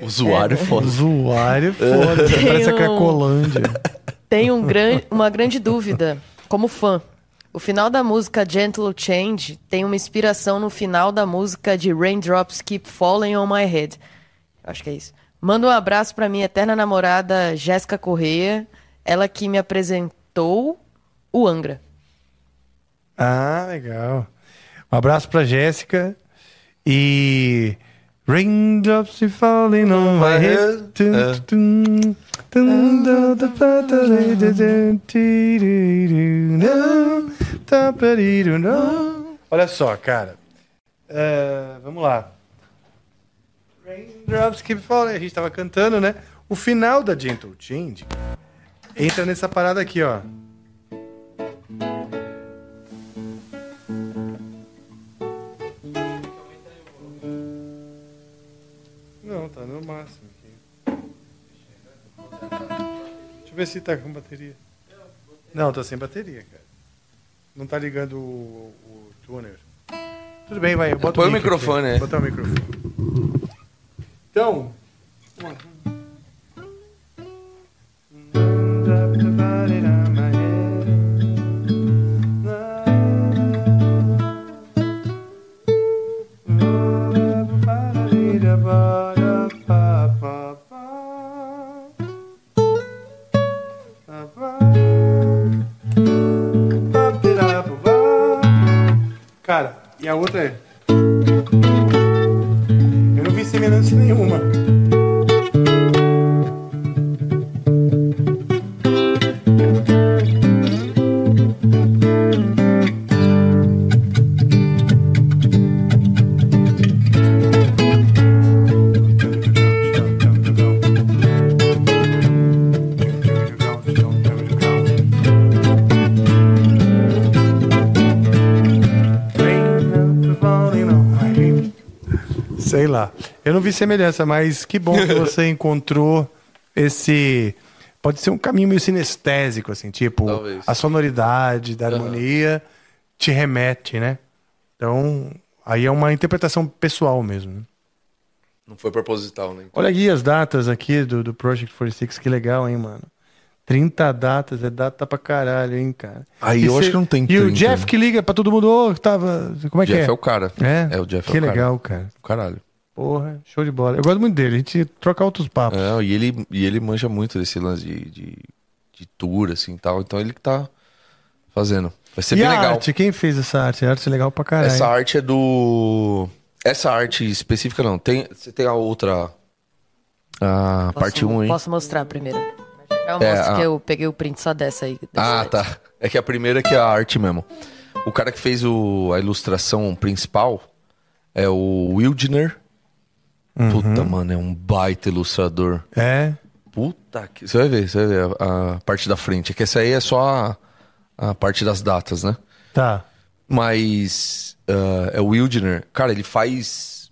C: Usuário é
B: É.
C: foda.
A: Usuário foda,
B: Tem
A: parece a
B: um-
A: Cracolândia.
B: Tem um gran... uma grande dúvida, como fã. O final da música Gentle Change tem uma inspiração no final da música de Raindrops Keep Falling on My Head. Eu acho que é isso. Manda um abraço pra minha eterna namorada Jéssica Correia, ela que me apresentou o Angra.
A: Ah, legal. Um Um abraço pra Jéssica e. Raindrops are falling on my head.
C: É.
A: Tum, tum, da, da, pa, da, da, da, da, ti, di, di, da, ta, pa, di, do, da. Olha só, cara. É, vamos lá. Raindrops keep falling. A gente tava cantando, né? O final da Gentle Change entra nessa parada aqui, ó. Não, tá no máximo aqui. Deixa eu ver se tá com bateria. Não, tá sem bateria, cara. Não tá ligando o, o tuner. Tudo bem, vai. Bota
C: Põe o
A: mic aqui.
C: microfone é. aí.
A: Botar o microfone. Então. Cara, e a outra é. Eu não vi semelhança nenhuma. Sei lá. Eu não vi semelhança, mas que bom que você encontrou esse. Pode ser um caminho meio sinestésico, assim, tipo,
C: Talvez.
A: a sonoridade da harmonia te remete, né? Então, aí é uma interpretação pessoal mesmo. Né?
C: Não foi proposital, né?
A: Olha aqui as datas aqui do, do Project 46, que legal, hein, mano? 30 datas, é data pra caralho, hein, cara?
C: Aí eu acho que não tem
A: E o
C: 30,
A: Jeff
C: né?
A: que liga pra todo mundo, ô, que tava. Como é
C: Jeff é?
A: que é?
C: o cara.
A: É,
C: o Jeff
A: Que
C: é o cara.
A: legal, cara.
C: Caralho.
A: Porra, show de bola. Eu gosto muito dele, a gente troca outros papos.
C: É, e ele, e ele manja muito desse lance de, de, de tour, assim, e tal. Então ele que tá fazendo. Vai ser
A: e
C: é bem
A: a
C: legal.
A: arte, quem fez essa arte? A arte é legal pra caralho.
C: Essa arte é do... Essa arte específica não. Tem, você tem a outra... A parte 1, um, hein?
B: Posso mostrar primeiro? Eu
C: É,
B: mostro
C: a-
B: que eu peguei o print só dessa aí. dessa
C: Ah,
B: daí.
C: tá. É que a primeira que é a arte mesmo. O cara que fez o- a ilustração principal é o Wildner.
A: Uhum.
C: Puta, mano, é um baita ilustrador.
A: É.
C: Puta que. Você vai ver, você vai ver a, a parte da frente. É que essa aí é só a, a parte das datas, né?
A: Tá.
C: Mas ah, é o Wildner. Cara, ele faz.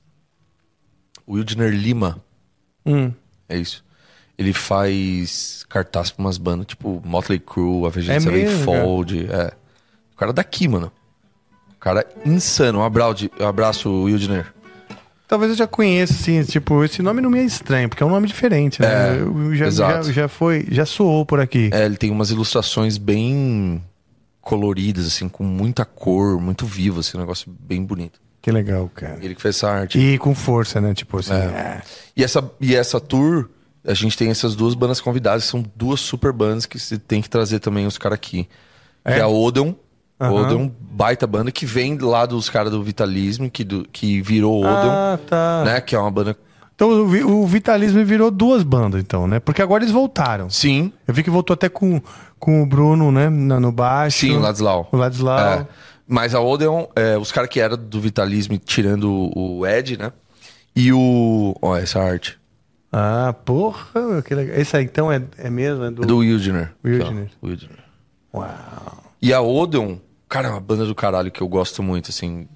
C: O Wildner Lima.
A: Hum.
C: É isso. Ele faz cartaz pra umas bandas, tipo Motley Crue,
A: É
C: Avenged é
A: mesmo,
C: Sevenfold. É. O cara daqui, mano. O cara insano. Um abraço, um abraço Wildner.
A: Talvez eu já conheça, assim, tipo, esse nome não me é estranho, porque é um nome diferente, né?
C: É,
A: Eu já,
C: exato.
A: já, já foi, já soou por aqui.
C: É, ele tem umas ilustrações bem coloridas, assim, com muita cor, muito vivo, assim, um negócio bem bonito.
A: Que legal, cara.
C: Ele que fez essa arte.
A: E com força, né? Tipo assim. é.
C: E essa, e essa tour, a gente tem essas duas bandas convidadas, são duas super bandas que você tem que trazer também os caras aqui. Que é a Odeon.
A: Aham.
C: Odeon, baita banda, que vem lá dos caras do Vitalismo, que, do, que virou Odeon,
A: Ah, tá.
C: né? Que é uma banda.
A: Então o, vi- o Vitalismo virou duas bandas, então, né? Porque agora eles voltaram.
C: Sim,
A: Eu vi que voltou até com, com o Bruno, né? na- No baixo.
C: sim, Ladislau.
A: O Ladislau.
C: É. Mas a Odeon, é, os caras que eram do Vitalismo, tirando o o Ed, né? E o. Ó, essa arte.
A: Ah, porra, que legal. Esse aí então é, é mesmo? É do...
C: É do Wildner.
A: Wildner.
C: Tá, Wildner.
A: Uau.
C: E a Odeon, cara, é uma banda do caralho que eu gosto muito, assim,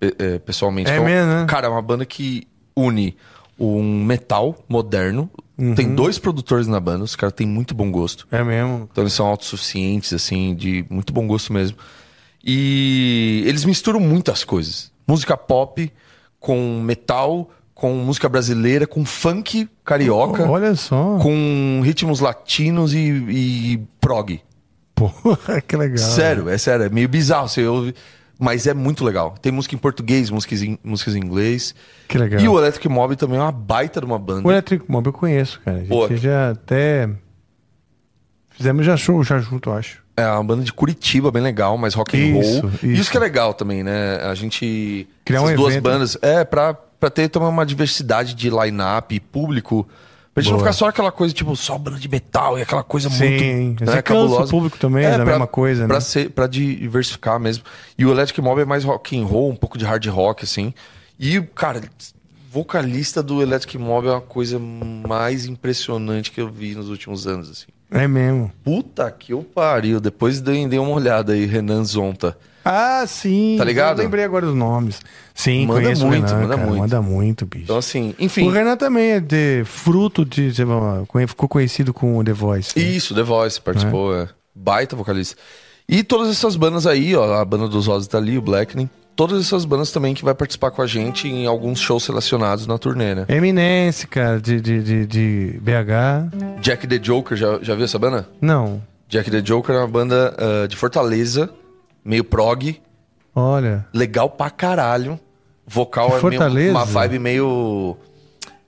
C: pe- é, pessoalmente.
A: É
C: Que um-
A: mesmo, né?
C: Cara, é uma banda que une um metal moderno.
A: Uhum.
C: Tem dois produtores na banda, os caras têm muito bom gosto.
A: É mesmo.
C: Então eles são autossuficientes, assim, de muito bom gosto mesmo. E eles misturam muitas coisas. Música pop com metal, com música brasileira, com funk carioca,
A: Olha só.
C: com ritmos latinos e, e prog.
A: Porra, que legal.
C: Sério, é sério, é meio bizarro você ouve, mas é muito legal. Tem música em português, músicas em, músicas em inglês.
A: Que legal.
C: E o Electric Mob também é uma baita de uma banda.
A: O Electric Mob eu conheço, cara. A gente
C: Boa.
A: já até. Fizemos já show já junto, eu acho.
C: É uma banda de Curitiba, bem legal, mas rock and roll.
A: Isso,
C: Isso,
A: isso.
C: que é legal também, né? A gente.
A: Criar
C: essas
A: um
C: duas
A: evento.
C: bandas. É, pra, pra ter também uma diversidade de line-up, público. Pra gente não ficar só aquela coisa, tipo, só banda de metal e aquela coisa
A: Sim,
C: muito. né, É,
A: você cansa o público também da mesma coisa, né?
C: Pra, ser, pra diversificar mesmo. E o Electric Mob é mais rock and roll, um pouco de hard rock, assim. E, cara, vocalista do Electric Mob é uma coisa mais impressionante que eu vi nos últimos anos, assim.
A: É mesmo.
C: Puta que eu pariu. Depois dei, dei uma olhada aí, Renan Zonta.
A: Ah, sim.
C: Tá ligado?
A: Eu lembrei agora os nomes. Sim,
C: Manda
A: conheço o
C: muito,
A: Renan,
C: manda
A: cara,
C: muito.
A: Manda muito, bicho.
C: Então, assim, enfim.
A: O Renan também é de fruto de. sei lá, conhe- Ficou conhecido com o The Voice. né?
C: Isso, The Voice participou, é. Baita vocalista. E todas essas bandas aí, ó, a banda dos Ozzy tá ali, o Blackening. Todas essas bandas também que vai participar com a gente em alguns shows selecionados na turnê, né?
A: Eminence, cara, de, de, de, de BH.
C: Jack the Joker, já, já viu essa banda?
A: Não.
C: Jack the Joker é uma banda ah, de Fortaleza, meio prog,
A: Olha.
C: legal pra caralho. Vocal é meio,
A: Fortaleza?
C: uma vibe meio.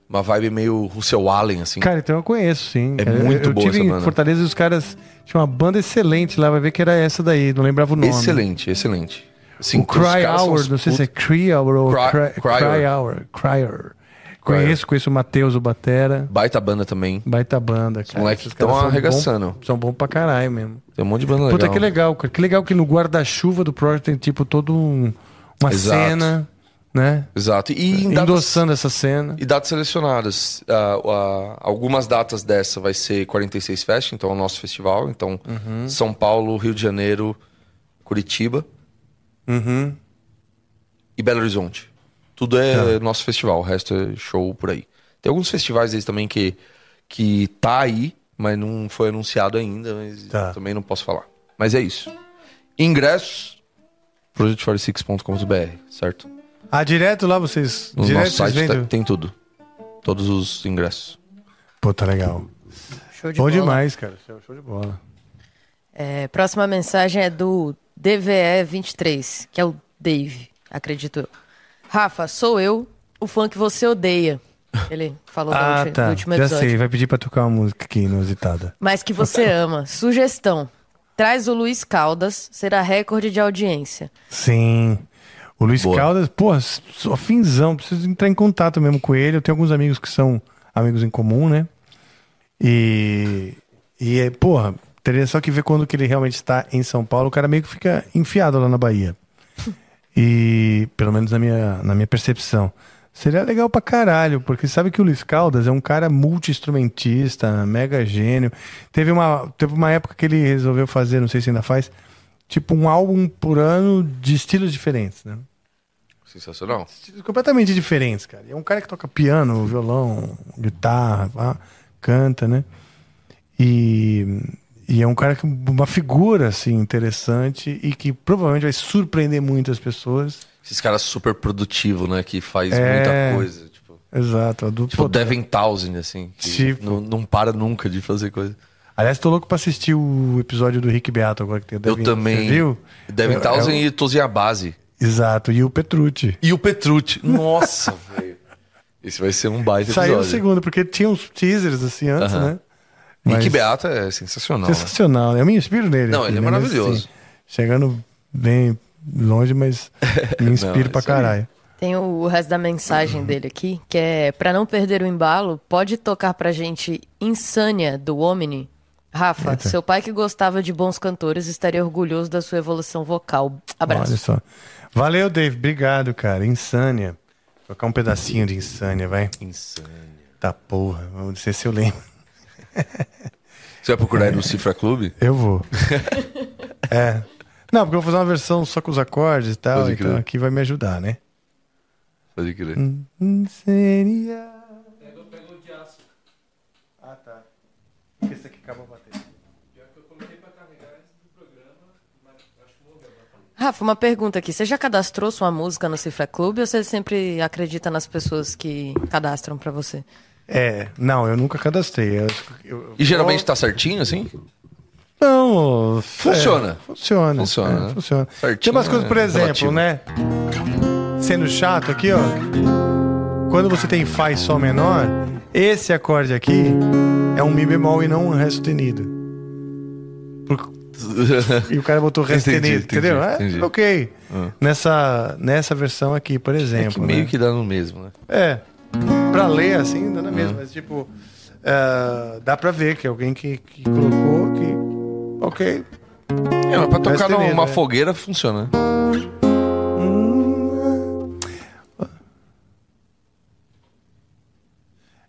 C: Uma vibe meio Russell Allen, assim.
A: Cara, então eu conheço, sim.
C: É
A: cara. Eu-
C: muito
A: eu,
C: boa
A: tive
C: essa
A: em
C: banda.
A: Fortaleza e os caras. Tinha uma banda excelente lá, vai ver que era essa daí, não lembrava o nome.
C: Excelente, excelente. Assim,
A: O Cry
C: os caras são
A: Hour,
C: uns
A: não sei se é
C: puta-
A: Cry Hour ou
C: Cry-
A: Cry,
C: Cryer.
A: Cry Hour. Cryer. Conheço, conheço o Matheus, o Batera.
C: Baita banda também.
A: Baita banda, cara.
C: moleques
A: Esses caras
C: tão
A: são bom-
C: arregaçando.
A: São bons pra caralho mesmo.
C: Tem um monte de banda legal.
A: Puta, que legal, cara. Que legal que no guarda-chuva do Project tem, tipo, todo um, uma
C: Exato.
A: cena, né?
C: Exato. E em datas,
A: Endossando essa cena.
C: e datas selecionadas. Ah, ah, algumas datas dessa vai ser 46 Fest, então é o nosso festival. Então, São Paulo, Rio de Janeiro, Curitiba
A: Uhum.
C: e Belo Horizonte. Tudo é
A: Tá.
C: nosso festival, o resto é show por aí. Tem alguns festivais aí também que, que tá aí, mas não foi anunciado ainda, mas
A: Tá.
C: também não posso falar. Mas é isso. Ingressos, project46.com.br, certo?
A: Ah, direto lá vocês.
C: No
A: direto
C: nosso
A: vocês
C: site tá-
A: vendem.
C: tem tudo. Todos os ingressos.
A: Pô, tá legal.
B: Show de
A: Bom
B: bola.
A: demais, cara. Show show de bola.
B: É, próxima mensagem é do DVE23, que é o Dave, acredito eu. Rafa, sou eu, o fã que você odeia. Ele falou no,
A: Ah,
B: ulti-
A: tá.
B: no último
A: Já
B: episódio.
A: sei. Vai pedir pra tocar uma música aqui inusitada.
B: Mas que você ama. Sugestão. Traz o Luiz Caldas, será recorde de audiência.
A: Sim. O Luiz
C: Boa.
A: Caldas, porra, só finzão, preciso entrar em contato mesmo com ele. Eu tenho alguns amigos que são amigos em comum, né? E, e é, porra, teria só que ver quando que ele realmente está em São Paulo. O cara meio que fica enfiado lá na Bahia. E, pelo menos na minha, na minha percepção. Seria legal pra caralho, porque sabe que o Luiz Caldas é um cara multi-instrumentista, mega gênio. Teve uma, teve uma época que ele resolveu fazer, não sei se ainda faz, tipo um álbum por ano de estilos diferentes, né?
C: Sensacional.
A: Estilos completamente diferentes, cara. E É um cara que toca piano, violão, guitarra, pá, canta, né? E, e é um cara que uma figura assim interessante e que provavelmente vai surpreender muitas pessoas.
C: Esses caras super produtivos, né? Que faz
A: É.
C: muita coisa. Tipo,
A: Exato, a dupla.
C: tipo o Devin Townsend, assim. Que
A: Tipo.
C: Não, não para nunca de fazer coisa.
A: Aliás, tô louco pra assistir o episódio do Rick Beato agora que tem o
C: Eu
A: Devin,
C: também.
A: Você viu? É, um
C: Devin
A: Eu-
C: Townsend
A: eu-
C: e Tozinha Base.
A: Exato, e o Petrucci.
C: E o Petrucci. Nossa, velho. Esse vai ser um baita
A: Saiu o
C: episódio.
A: segundo, porque tinha uns teasers assim antes,
C: Aham.
A: né?
C: E que
A: Mas-
C: Beata é sensacional. né?
A: Sensacional, né? Eu me inspiro nele.
C: Não, ele é
A: né? Mas, assim,
C: maravilhoso.
A: chegando bem longe, mas me inspiro
C: Não,
A: pra
C: isso aí.
A: caralho.
B: Tem o, o resto da
A: Uhum.
B: mensagem dele aqui, que é pra não perder o embalo, pode tocar pra gente Insânia do Omni. Rafa, seu pai que gostava de bons cantores estaria orgulhoso da sua evolução vocal. Abraço.
A: Olha só. Valeu, Dave. Obrigado, cara. Insânia. Vou tocar um pedacinho de insânia, vai.
C: né? Insano.
A: Tá porra. Vamos dizer se eu lembro.
C: Você vai procurar aí no Cifra Clube?
A: Eu vou. é. Não, porque eu vou fazer uma versão só com os acordes e tal.
C: Pode
A: Então
C: crer.
A: aqui vai me ajudar, né?
C: Pode crer.
A: Hum. Insânia. Ah, tá. Porque esse aqui acabou batendo.
B: Rafa, uma pergunta aqui. Você já cadastrou sua música no Cifra Clube ou você sempre acredita nas pessoas que cadastram pra você?
A: É, não, eu nunca cadastrei. Eu- eu-
C: E geralmente tá certinho, assim?
A: Não,
C: Funciona.
A: é, funciona.
C: Funciona,
A: é,
C: né?
A: funciona. Tem
C: Certinho
A: umas coisas, por
C: é
A: exemplo,
C: relativo.
A: né? Sendo chato aqui, ó. Quando você tem Fá e Sol menor, esse acorde aqui é um Mi bemol e não um Ré sustenido. Por- e o cara botou
C: Entendi,
A: Restenese,
C: entendi,
A: entendeu? É,
C: entendi. Ah.
A: ok. Nessa, nessa versão aqui, por
C: É
A: exemplo.
C: que meio
A: né?
C: que dá no mesmo, né?
A: É. Pra ler assim, dá na mesma, mas tipo, ah, dá pra ver que alguém que, que colocou que. Ok.
C: É, mas pra tocar
A: Parece
C: numa
A: teneiro, né?
C: fogueira funciona. né?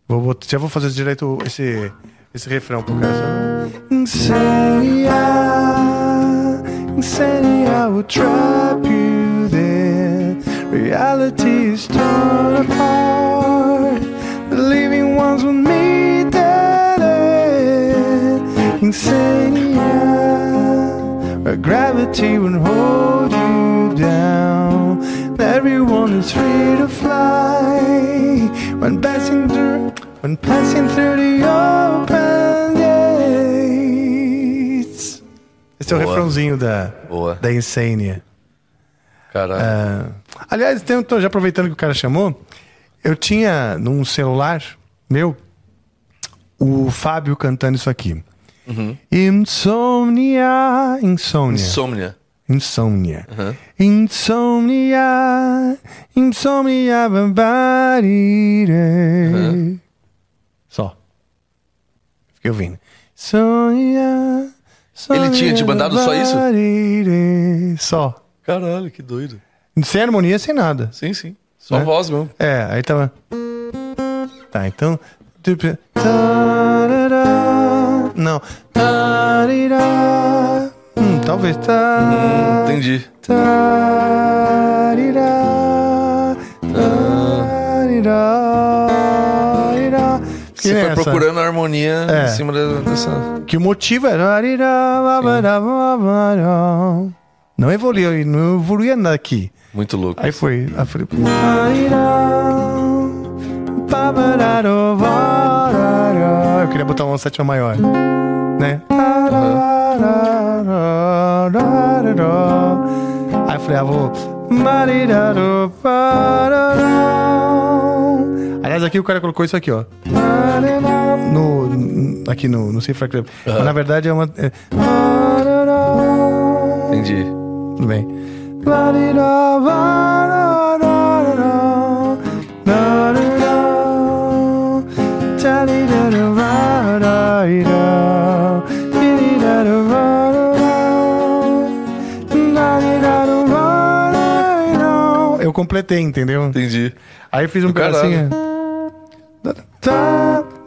A: Vou, bot- já vou fazer direito esse, esse refrão por causa.
G: Incendia, incendia will trap you there. Reality is torn apart. The living ones will meet that end. Incendia, where gravity will hold you down. Everyone is free to fly when passing through, when passing through the open gates.
A: Esse é o
C: Boa.
A: refrãozinho da,
C: Boa.
A: da Insania.
C: Caralho.
A: Ah, aliás, tem- tô já aproveitando que o cara chamou, eu tinha num celular meu o Fábio cantando isso aqui.
C: Uhum.
A: Insomnia, insônia,
C: Insônia.
A: insônia,
C: Uhum.
A: insônia, insônia, babarire.
C: Uhum.
A: Só. Fiquei ouvindo. Insônia,
C: Ele tinha te
A: insônia,
C: mandado só isso?
A: babarire. Só.
C: Caralho, que doido.
A: Sem harmonia, sem nada.
C: Sim, sim. Só
A: Né?
C: voz mesmo.
A: É, aí tava. Tá, então. Não. Hum, talvez.
C: Hum, entendi. Você foi procurando a harmonia
A: É.
C: em cima da- dessa.
A: Que o motivo é? era. Não evoluía, não evoluía nada aqui.
C: Muito louco.
A: Aí foi. Aí foi. Eu queria botar uma sétima maior. Né? Aí eu falei, ah, vou. Aliás, aqui o cara colocou isso aqui, ó. No, aqui no, no Cifra Club. Mas na verdade é uma. é-
C: Entendi.
A: tudo bem. Eu completei, entendeu?
C: Entendi.
A: Aí fiz um
C: Caralho.
A: pedacinho.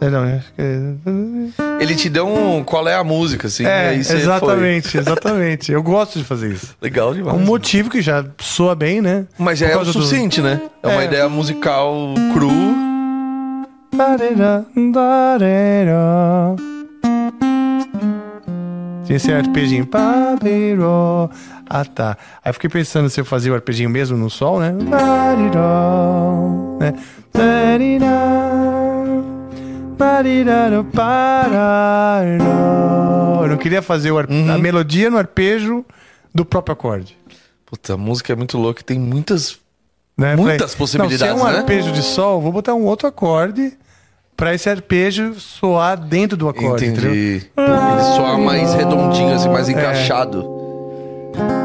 A: É, não, acho que-
C: Ele te deu um. Qual é a música, assim? e
A: É,
C: aí você
A: exatamente, exatamente. Eu gosto de fazer isso.
C: Foi. Legal
A: É
C: demais.
A: um motivo que já soa bem, né?
C: Mas já
A: Por
C: é o
A: causa do-
C: suficiente, né? É uma
A: É.
C: ideia musical cru.
A: Tinha esse arpejinho. Pariró. Ah, tá. Aí eu fiquei pensando se eu fazia o arpejinho mesmo no sol, né? Pariró, né? Parirá, pariraró, pararó. Eu não queria fazer o ar-
C: Uhum.
A: a melodia no arpejo do próprio acorde.
C: Puta, a música é muito louca e tem muitas.
A: né?
C: Muitas
A: Falei,
C: possibilidades,
A: não, se é um
C: né?
A: arpejo de sol, vou botar um outro acorde pra esse arpejo soar dentro do acorde, entendeu? É.
C: Entendi. Ele soa mais redondinho, assim, mais encaixado.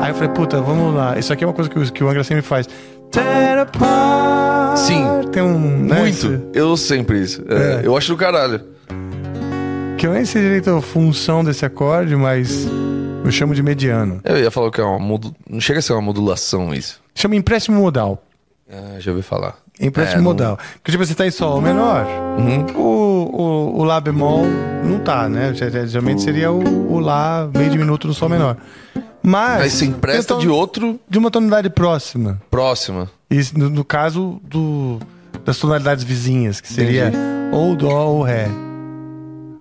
A: Aí eu falei, puta, vamos lá. Isso aqui é uma coisa que, o- que o Angra sempre faz. Tear apart.
C: Sim.
A: Tem um... né, esse-
C: Muito. Eu sempre isso.
A: É.
C: É, Eu acho do caralho.
A: Que eu nem sei direito a função desse acorde, mas eu chamo de mediano.
C: Eu ia falar que é uma modu... Não chega a ser uma modulação isso.
A: Chama empréstimo modal.
C: Ah, já ouvi falar.
A: Empréstimo
C: É, não-
A: modal. Porque tipo, você tá em sol menor,
C: Uhum.
A: o, o, o Lá bemol não tá, né? Geralmente seria o, o Lá meio diminuto no sol menor. Mas.
C: Mas se empresta
A: então,
C: de outro
A: de uma tonalidade próxima.
C: próxima.
A: E se- no, no caso do, das tonalidades vizinhas, que seria ou Dó ou Ré.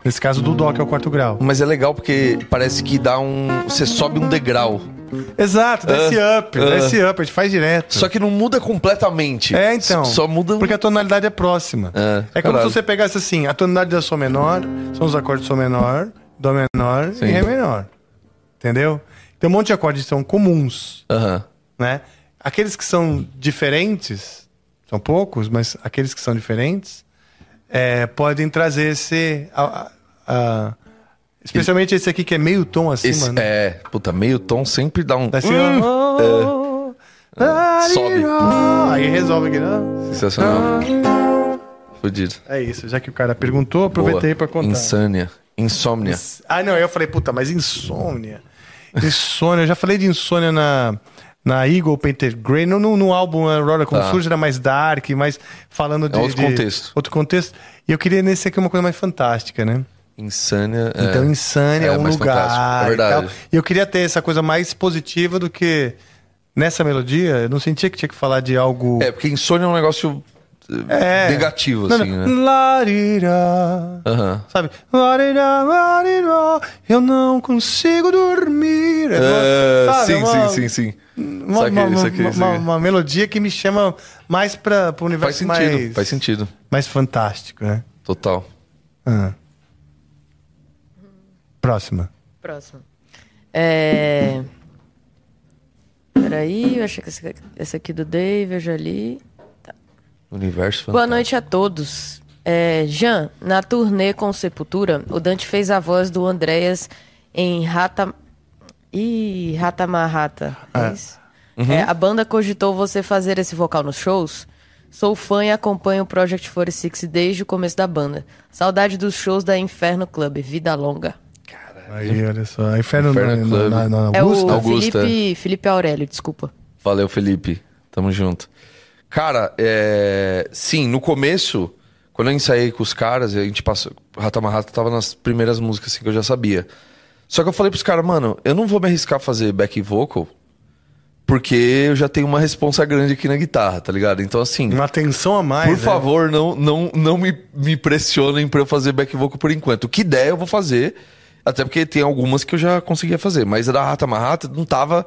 A: Nesse caso do Dó, que é o quarto grau.
C: Mas é legal porque parece que dá um. Você sobe um degrau.
A: Exato, dá esse up, dá
C: ah.
A: esse up, a gente faz direto.
C: Só que não muda completamente.
A: É, então.
C: S- Tipo, Só muda. um-
A: Porque a tonalidade é próxima. É,
C: É,
A: como se
C: caralho.
A: você pegasse assim, a tonalidade da Sol menor, são os acordes de Sol menor, Dó menor e Ré menor. Entendeu? Tem um monte de acordes que são comuns,
C: Aham.
A: né? Aqueles que são diferentes, são poucos, mas aqueles que são diferentes, é, podem trazer esse, a- a- a- Especialmente esse aqui que é meio tom acima,
C: Esse,
A: né?
C: É, puta, meio tom sempre dá um.
A: Dá assim, ó.
C: Hum. É. sobe.
A: Aí resolve aqui, né?
C: Sensacional. Fudido.
A: É isso, já que o cara perguntou, aproveitei
C: Boa.
A: pra contar.
C: Insânia. Insônia.
A: Ah, não, eu falei, puta, mas insônia. Insônia, eu já falei de insônia na, na Eagle Painter Grey, no, no, no álbum eh, Roller Como
C: Tá. É
A: Surge era mais dark, mas falando de.
C: outro
A: de-
C: contexto.
A: Outro contexto. E eu queria nesse aqui uma coisa mais fantástica, né?
C: Insânia. é.
A: Então, insânia é, um
C: mais
A: lugar. Então,
C: fantástico. É
A: e tal.
C: verdade.
A: E eu queria ter essa coisa mais positiva do que nessa melodia. Eu não sentia que tinha que falar de algo.
C: É, porque insônia é um negócio eh,
A: É.
C: negativo,
A: Não,
C: assim,
A: não.
C: né?
A: Larirá.
C: Aham.
A: Sabe? Larirá, larirá, eu não consigo dormir. É
C: Ah,
A: uma- sabe?
C: sim,
A: Uma-
C: sim, sim, sim.
A: Uma,
C: Saquei,
A: uma-
C: saquei,
A: uma-
C: saquei.
A: uma- uma melodia que me chama mais para o
C: Faz
A: universo
C: sentido,
A: mais,
C: faz sentido.
A: mais fantástico, né?
C: Total.
A: Ah. Próxima.
B: Próximo. É... Peraí, eu achei que esse, esse aqui do Dave, eu já li.
C: Universo fantástico.
B: Boa noite a todos. É, Jean, na turnê com Sepultura, o Dante fez a voz do Andréas em Rata... Ih, Rata Marrata. É isso? É, a banda cogitou você fazer esse vocal nos shows? Sou fã e acompanho o Project 46 desde o começo da banda. Saudade dos shows da Inferno Club. Vida longa.
A: Aí, olha só. Inferno,
C: Inferno
A: na-
C: Club.
A: na, na, na
B: É
A: Augusta.
B: o
C: Augusta.
B: Felipe, Felipe Aurélio, desculpa.
C: Valeu, Felipe. Tamo junto. Cara, é, sim, no começo, quando eu ensaiei com os caras, a gente passou. Ratamarrata tava nas primeiras músicas assim, que eu já sabia. Só que eu falei pros caras, mano, eu não vou me arriscar a fazer back vocal, porque eu já tenho uma responsa grande aqui na guitarra, tá ligado? Então, assim.
A: Uma atenção a mais.
C: Por
A: né?
C: favor, não, não, não me, me pressionem pra eu fazer back vocal por enquanto. O que der, eu vou fazer. Até porque tem algumas que eu já conseguia fazer. Mas a da Rata Marrata não tava.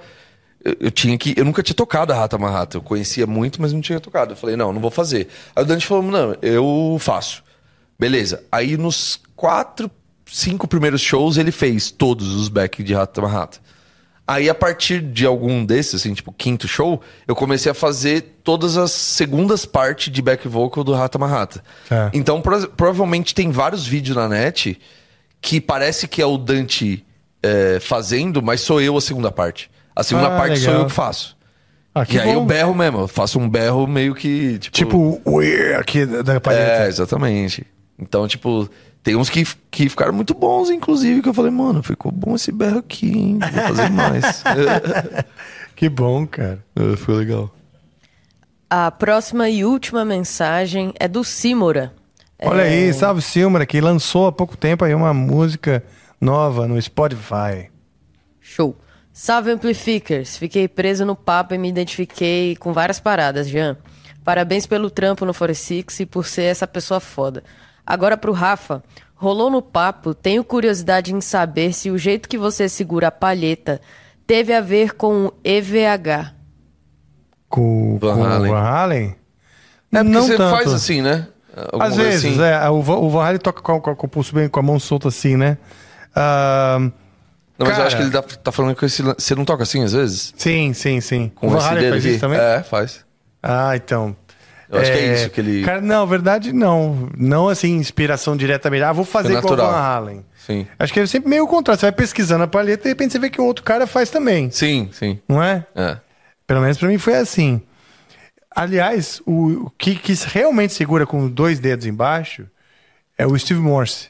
C: Eu, eu tinha que. Eu nunca tinha tocado a Rata Marrata. Eu conhecia muito, mas não tinha tocado. Eu falei, não, não vou fazer. Aí o Dante falou, não, eu faço. Beleza. Aí nos quatro, cinco primeiros shows, ele fez todos os back de Rata Marrata. Aí, a partir de algum desses, assim, tipo, quinto show, eu comecei a fazer todas as segundas partes de back vocal do Rata Marrata.
A: Tá.
C: Então, pro- provavelmente tem vários vídeos na net que parece que é o Dante é, fazendo, mas sou eu a segunda parte. A segunda
A: Ah,
C: parte sou
A: legal.
C: eu que faço.
A: Ah, que
C: e aí
A: bom.
C: eu berro mesmo, eu faço um berro meio que, tipo...
A: Tipo, o yeah, aqui da
C: é,
A: palheta.
C: exatamente. Então, tipo, tem uns que, que ficaram muito bons, inclusive, que eu falei, mano, ficou bom esse berro aqui, hein? Vou fazer mais.
A: Que bom, cara.
C: É, Ficou legal.
B: A próxima e última mensagem é do É, Simora.
A: Olha
C: É.
A: aí, salve Silmara, que lançou há pouco tempo aí uma música nova no Spotify.
B: Show. Salve Amplificers. Fiquei preso no papo e me identifiquei com várias paradas, Jean. Parabéns pelo trampo no 46 e por ser essa pessoa foda. Agora pro Rafa. Rolou no papo, tenho curiosidade em saber se o jeito que você segura a palheta teve a ver com o EVH.
A: Com,
C: Van
A: com
C: Halen.
A: o Van Halen?
C: É porque você faz assim, né? Alguma
A: Às
C: coisa
A: vezes,
C: assim.
A: é. O Van, o Van Halen toca com, com- com o pulso bem, com a mão solta assim, né? Ah,
C: Não, mas eu
A: cara.
C: acho que ele tá, tá falando que esse lan- você não toca assim às vezes?
A: sim, sim, sim.
C: Com
A: o Van
C: esse
A: Halen
C: dedo
A: faz
C: aqui?
A: isso também?
C: É, faz.
A: Ah, então.
C: Eu acho que é isso que ele-
A: Cara, não, verdade não. Não assim, inspiração diretamente. Ah, vou fazer igual o
C: natural.
A: Van Halen.
C: Sim.
A: Acho que é sempre meio o contrário. Você vai pesquisando a palheta e de repente você vê que um outro cara faz também.
C: Sim, sim.
A: Não é?
C: É.
A: Pelo menos pra mim foi assim. Aliás, o, o que, que realmente segura com dois dedos embaixo é o Steve Morse.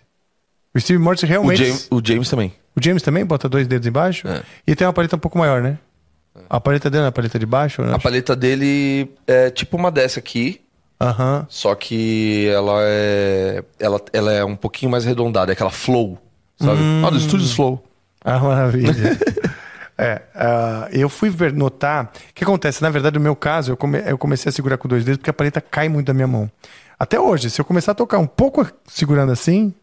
A: O Steve Morse
C: O
A: realmente.
C: James, o James também.
A: O James também bota dois dedos embaixo?
C: É.
A: E tem uma paleta um pouco maior, né? A paleta dele é a paleta de baixo? né?
C: A paleta dele é tipo uma dessa aqui,
A: Aham.
C: só que ela é. Ela, ela é um pouquinho mais arredondada, é aquela flow, sabe?
A: Hum.
C: Ah, do Studios Flow.
A: Ah, maravilha. é, ah, eu fui ver- notar. O que acontece? Na verdade, no meu caso, eu, come- eu comecei a segurar com dois dedos porque a paleta cai muito da minha mão. Até hoje, se eu começar a tocar um pouco segurando assim,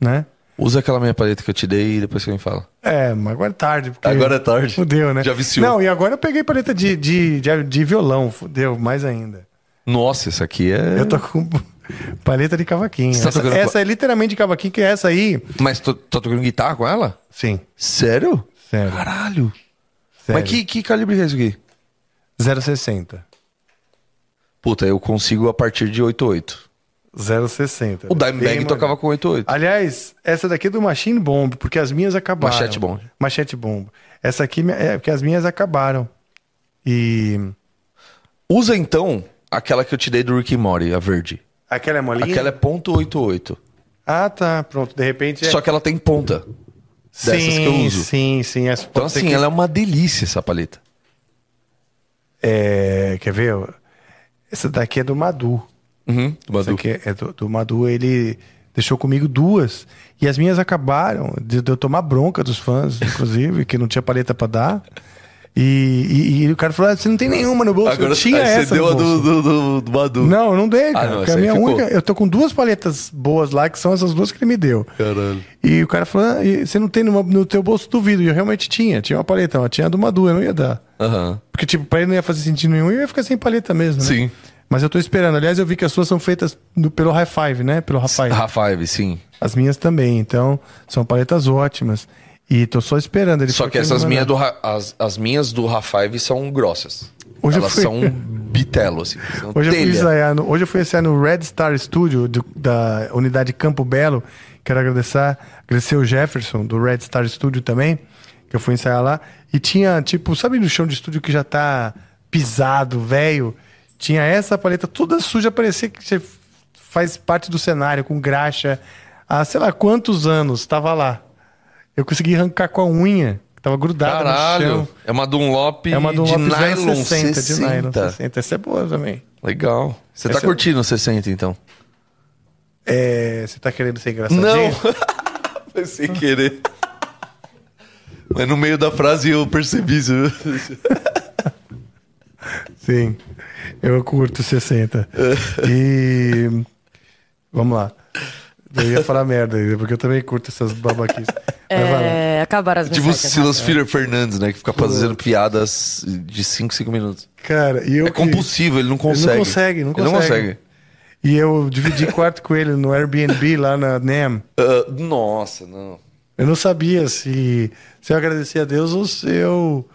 A: né?
C: Usa aquela minha paleta que eu te dei e depois você me fala.
A: É, mas agora é tarde. Porque
C: Agora é tarde.
A: Fudeu, né?
C: Já viciou.
A: Não, e agora eu peguei paleta de, de, de, de violão. Fudeu, mais ainda.
C: Nossa, isso aqui é.
A: Eu tô com paleta de cavaquinho.
C: Você tá
A: essa,
C: tocando
A: essa é literalmente de cavaquinho, que é essa aí.
C: Mas tô, tá tocando guitarra com ela?
A: Sim,
C: Sério?
A: sério.
C: Caralho.
A: sério.
C: Mas que, que calibre que é isso aqui?
A: 0,60.
C: Puta, eu consigo a partir de 8.8.
A: 060.
C: O Dimebag tocava com 88.
A: Aliás, essa daqui é do Machine Bomb, porque as minhas acabaram.
C: Machete Bomb.
A: Machete Bomb. Essa aqui é porque as minhas acabaram. E
C: Usa então aquela que eu te dei do Rick and Morty, a verde.
A: aquela é molinha?
C: Aquela é .88.
A: Ah, tá, pronto. De repente é...
C: Só que ela tem ponta. dessas
A: sim,
C: que eu uso.
A: Sim, sim. Essa
C: Então
A: pode ser
C: assim,
A: que-
C: ela é uma delícia essa paleta.
A: É, quer ver? Essa daqui é do Madu.
C: Uhum. do
A: Essa
C: Badu.
A: aqui é, é do, do Madu. Ele deixou comigo duas. E as minhas acabaram de, de eu tomar bronca dos fãs, inclusive, que não tinha paleta pra dar. E, e- e o cara falou: ah, você não tem nenhuma no bolso. eu tinha
C: aí
A: essa. no
C: você deu a
A: bolso.
C: do, do, do, do Badu.
A: Não, eu não dei, cara.
C: não,
A: porque
C: essa
A: a
C: aí
A: minha
C: ficou.
A: única. Eu tô com duas paletas boas lá, que são essas duas que ele me deu.
C: Caralho.
A: E o cara falou: ah, e você não tem numa- no teu bolso, duvido. E eu realmente tinha. Tinha uma paleta, mas tinha a do Madu, eu não ia dar.
C: Aham.
A: Porque, tipo, pra ele não ia fazer sentido nenhum e eu ia ficar sem paleta mesmo, né?
C: Sim.
A: Mas eu tô esperando. Aliás, eu vi que as suas são feitas no- pelo High Five, né? Pelo High Five.
C: High five, sim.
A: As minhas também. Então, são paletas ótimas. E tô só esperando. Ele
C: Só
A: falou
C: que
A: ele
C: essas
A: vai
C: minhas
A: dar.
C: do, Ra- as, as minhas do Rafive são grossas.
A: Hoje eu
C: Elas
A: fui-
C: são bitelo, assim. São
A: Hoje eu, fui
C: telha.
A: ensaiar no, hoje eu fui ensaiar no Red Star Studio do- da unidade Campo Belo. Quero agradecer, agradecer o Jefferson do Red Star Studio também, que eu fui ensaiar lá. E tinha, tipo, sabe no chão de estúdio que já tá pisado, velho? Tinha essa paleta toda suja, parecia que você faz parte do cenário com graxa há sei lá quantos anos, tava lá. Eu consegui arrancar com a unha, que tava grudada no chão.
C: Caralho. É uma Dunlop,
A: É uma do
C: de nylon
A: 60,
C: 60.
A: de nylon 60. Essa é boa também.
C: Legal. Você
A: Essa
C: tá
A: é-
C: curtindo o 60, então?
A: É, você tá querendo ser engraçadinho?
C: Foi sem querer. Mas no meio da frase eu percebi isso.
A: Sim. Eu curto 60. e. Vamos lá. Eu ia falar merda, ainda, porque eu também curto essas babaquices. Mas vai lá.
B: É, acabaram as
C: Tipo o
B: mensagens.
C: Silas
A: é.
C: Filler Fernandes, né? Que fica
A: Tipo,
C: fazendo piadas de 5, 5 minutos.
A: Cara, e eu.
C: É
A: que-
C: compulsivo, ele não consegue.
A: consegue, não
C: Ele não
A: consegue.
C: consegue.
A: E eu dividi quarto com ele no Airbnb lá na NEM.
C: Ah, nossa, não.
A: Eu não sabia se, se eu agradecia a Deus ou se eu.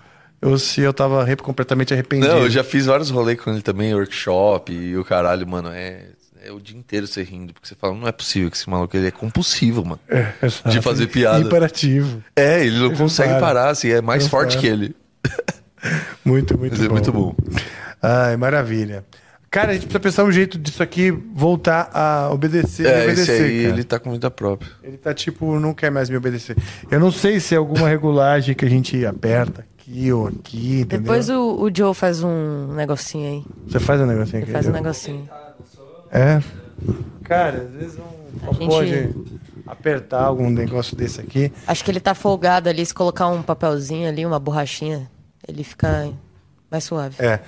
A: Ou se eu tava arre- completamente arrependido.
C: Não, eu já fiz vários rolês com ele também, workshop e o caralho, mano. É, é o dia inteiro você rindo, porque você fala, não é possível que esse maluco ele é compulsivo, mano.
A: É, Exato.
C: de fazer piada.
A: Imperativo.
C: É, ele não
A: Ele não
C: consegue
A: para.
C: parar, assim, é mais
A: Não
C: forte
A: para.
C: que ele.
A: Muito, muito
C: Mas é
A: bom.
C: muito bom.
A: Ai, maravilha. Cara, a gente precisa pensar um jeito disso aqui voltar a obedecer. me
C: É, esse
A: obedecer,
C: aí,
A: cara.
C: ele
A: Ele...
C: tá com vida própria.
A: tá tipo, não quer mais me obedecer. Eu não sei se é alguma regulagem que a gente aperta aqui ou aqui, entendeu?
B: Depois o, o Joe faz um negocinho aí.
A: Você faz um negocinho aqui.
B: Ele faz um
A: entendeu?
B: negocinho.
A: É. Cara, às vezes não, não
B: gente-
A: pode apertar algum negócio desse aqui.
B: Acho que ele tá folgado ali. Se colocar um papelzinho ali, uma borrachinha, ele fica mais suave.
A: É.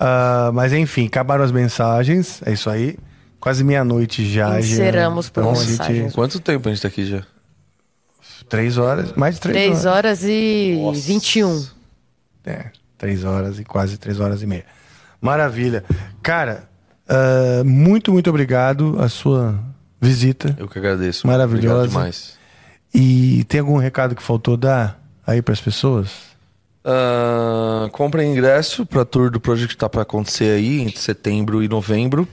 A: Ah, mas enfim, acabaram as mensagens. É isso aí. Quase meia-noite já.
B: Enceramos
A: já.
B: por
A: Então, a
B: mensagens.
A: gente-
C: Quanto tempo a gente tá aqui já?
A: Três horas. Mais de três,
B: 3 horas e 21.
A: É, três horas e quase três horas e meia. Maravilha. Cara, ah, muito, muito obrigado a sua visita.
C: Eu que agradeço.
A: Maravilhosa.
C: Obrigado demais.
A: E tem algum recado que faltou dar aí pras pessoas?
C: Ah, comprem ingresso pra tour do Project tá pra acontecer aí entre setembro e novembro.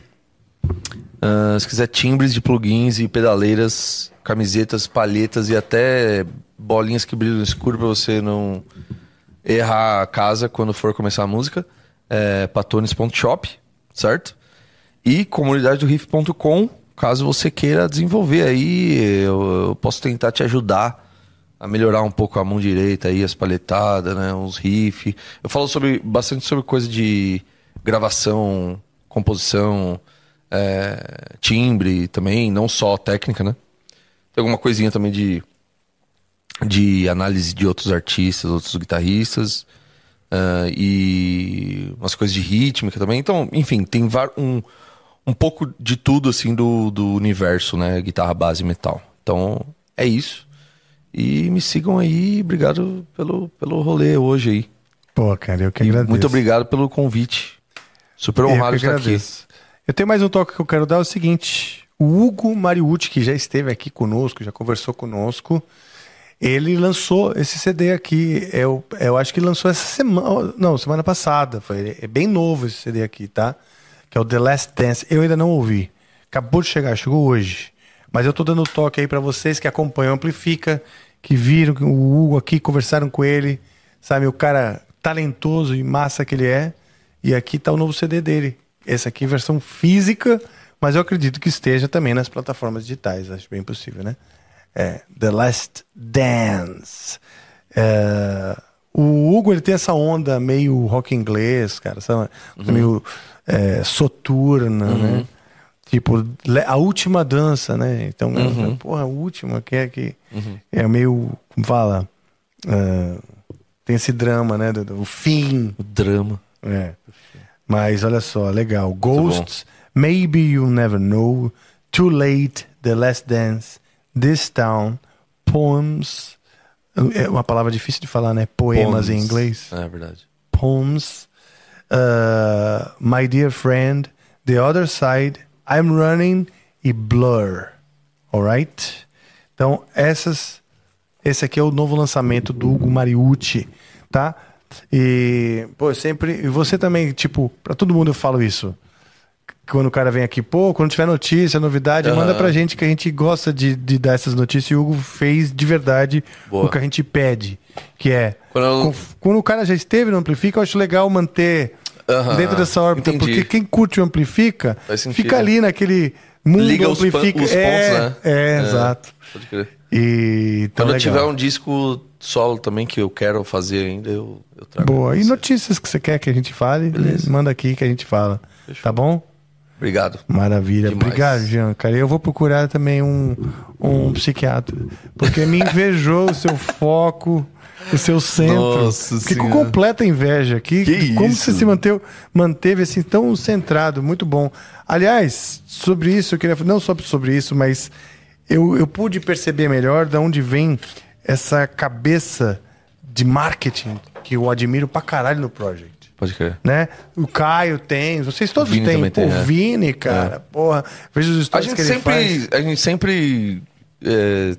C: Ah, se quiser timbres de plugins e pedaleiras, camisetas, palhetas e até bolinhas que brilham no escuro pra você não errar a casa quando for começar a música, é patones.shop, certo? E comunidade do riff.com, caso você queira desenvolver aí, eu, eu posso tentar te ajudar a melhorar um pouco a mão direita aí, as paletadas, né, uns riff. Eu falo sobre bastante sobre coisa de gravação, composição, é, timbre também, não só técnica, né? Tem alguma coisinha também de de análise de outros artistas, outros guitarristas ah, e umas coisas de rítmica também. Então, enfim, tem var- um, um pouco de tudo assim do, do universo, né? Guitarra, base e metal. Então, é isso. E me sigam aí. Obrigado pelo, pelo rolê hoje aí.
A: Pô, cara, eu que agradeço.
C: Muito obrigado pelo convite. Super honrado
A: eu
C: de estar aqui.
A: Eu tenho mais um toque que eu quero dar, é o seguinte. O Hugo Mariucci, que já esteve aqui conosco, já conversou conosco, ele lançou esse CD aqui. Eu, eu acho que lançou essa semana. Não, semana passada. Foi, é bem novo esse CD aqui, tá? Que é o The Last Dance. Eu ainda não ouvi. Acabou de chegar, chegou hoje. Mas eu tô dando um toque aí para vocês que acompanham, amplifica, que viram o Hugo aqui, conversaram com ele, sabe? O cara talentoso e massa que ele é. E aqui tá o novo CD dele. Essa aqui é versão física, mas eu acredito que esteja também nas plataformas digitais, acho bem possível, né? É, The Last Dance. É, o Hugo ele tem essa onda meio rock inglês, cara, sabe? Meio é, soturna, né? Tipo, le- a última dança, né? Então, porra, a última, que é que. É meio. Como fala? Ah, tem esse drama, né? Do, do- o fim.
C: O drama.
A: É. Mas olha só, legal. Ghosts, Maybe You Never Know, Too Late, The Last Dance, This Town, Poems. É uma palavra difícil de falar, né? Poemas em
C: Poems.
A: inglês.
C: É verdade.
A: Poems, uh, My Dear Friend, The Other Side, I'm Running e Blur. Alright? Então, essas, esse aqui é o novo lançamento do Hugo Mariucci, tá? E, pô, eu sempre. E você também, tipo, pra todo mundo eu falo isso. Quando o cara vem aqui, pô, quando tiver notícia, novidade, manda pra gente que a gente gosta de, de dar essas notícias. E o Hugo fez de verdade
C: Boa.
A: o que a gente pede, que é
C: Quando eu-
A: conf- quando o cara já esteve no Amplifica, eu acho legal manter
C: Aham,
A: dentro dessa órbita,
C: entendi.
A: porque quem curte o Amplifica
C: Faz sentido.
A: fica ali naquele mundo
C: Liga os, pan-
A: Amplifica.
C: os
A: é,
C: pontos, né?
A: é, exato.
C: Pode crer.
A: E então,
C: Quando eu
A: legal.
C: tiver um disco solo também que eu quero fazer ainda, eu, eu trago.
A: Boa.
C: pra
A: E
C: você.
A: notícias que você quer que a gente fale,
C: Beleza.
A: manda aqui que a gente fala. Tá bom?
C: Obrigado.
A: Maravilha.
C: Demais.
A: Obrigado, Jean, cara. Eu vou procurar também um, um psiquiatra. Porque me invejou o seu foco, o seu centro.
C: Nossa
A: Fiquei com
C: Senhora.
A: completa inveja aqui.
C: Que
A: Como
C: isso?
A: você se manteu, manteve assim tão centrado, muito bom. Aliás, sobre isso, eu queria não só sobre isso, mas eu, eu pude perceber melhor de onde vem essa cabeça de marketing que eu admiro pra caralho no Project
C: Pode crer.
A: né? O Caio tem, vocês todos
C: O Vini
A: têm.
C: também tem,
A: Pô,
C: é.
A: O Vini, cara, porra, veja os
C: A
A: stories que
C: gente
A: ele faz.
C: sempre, a gente sempre é,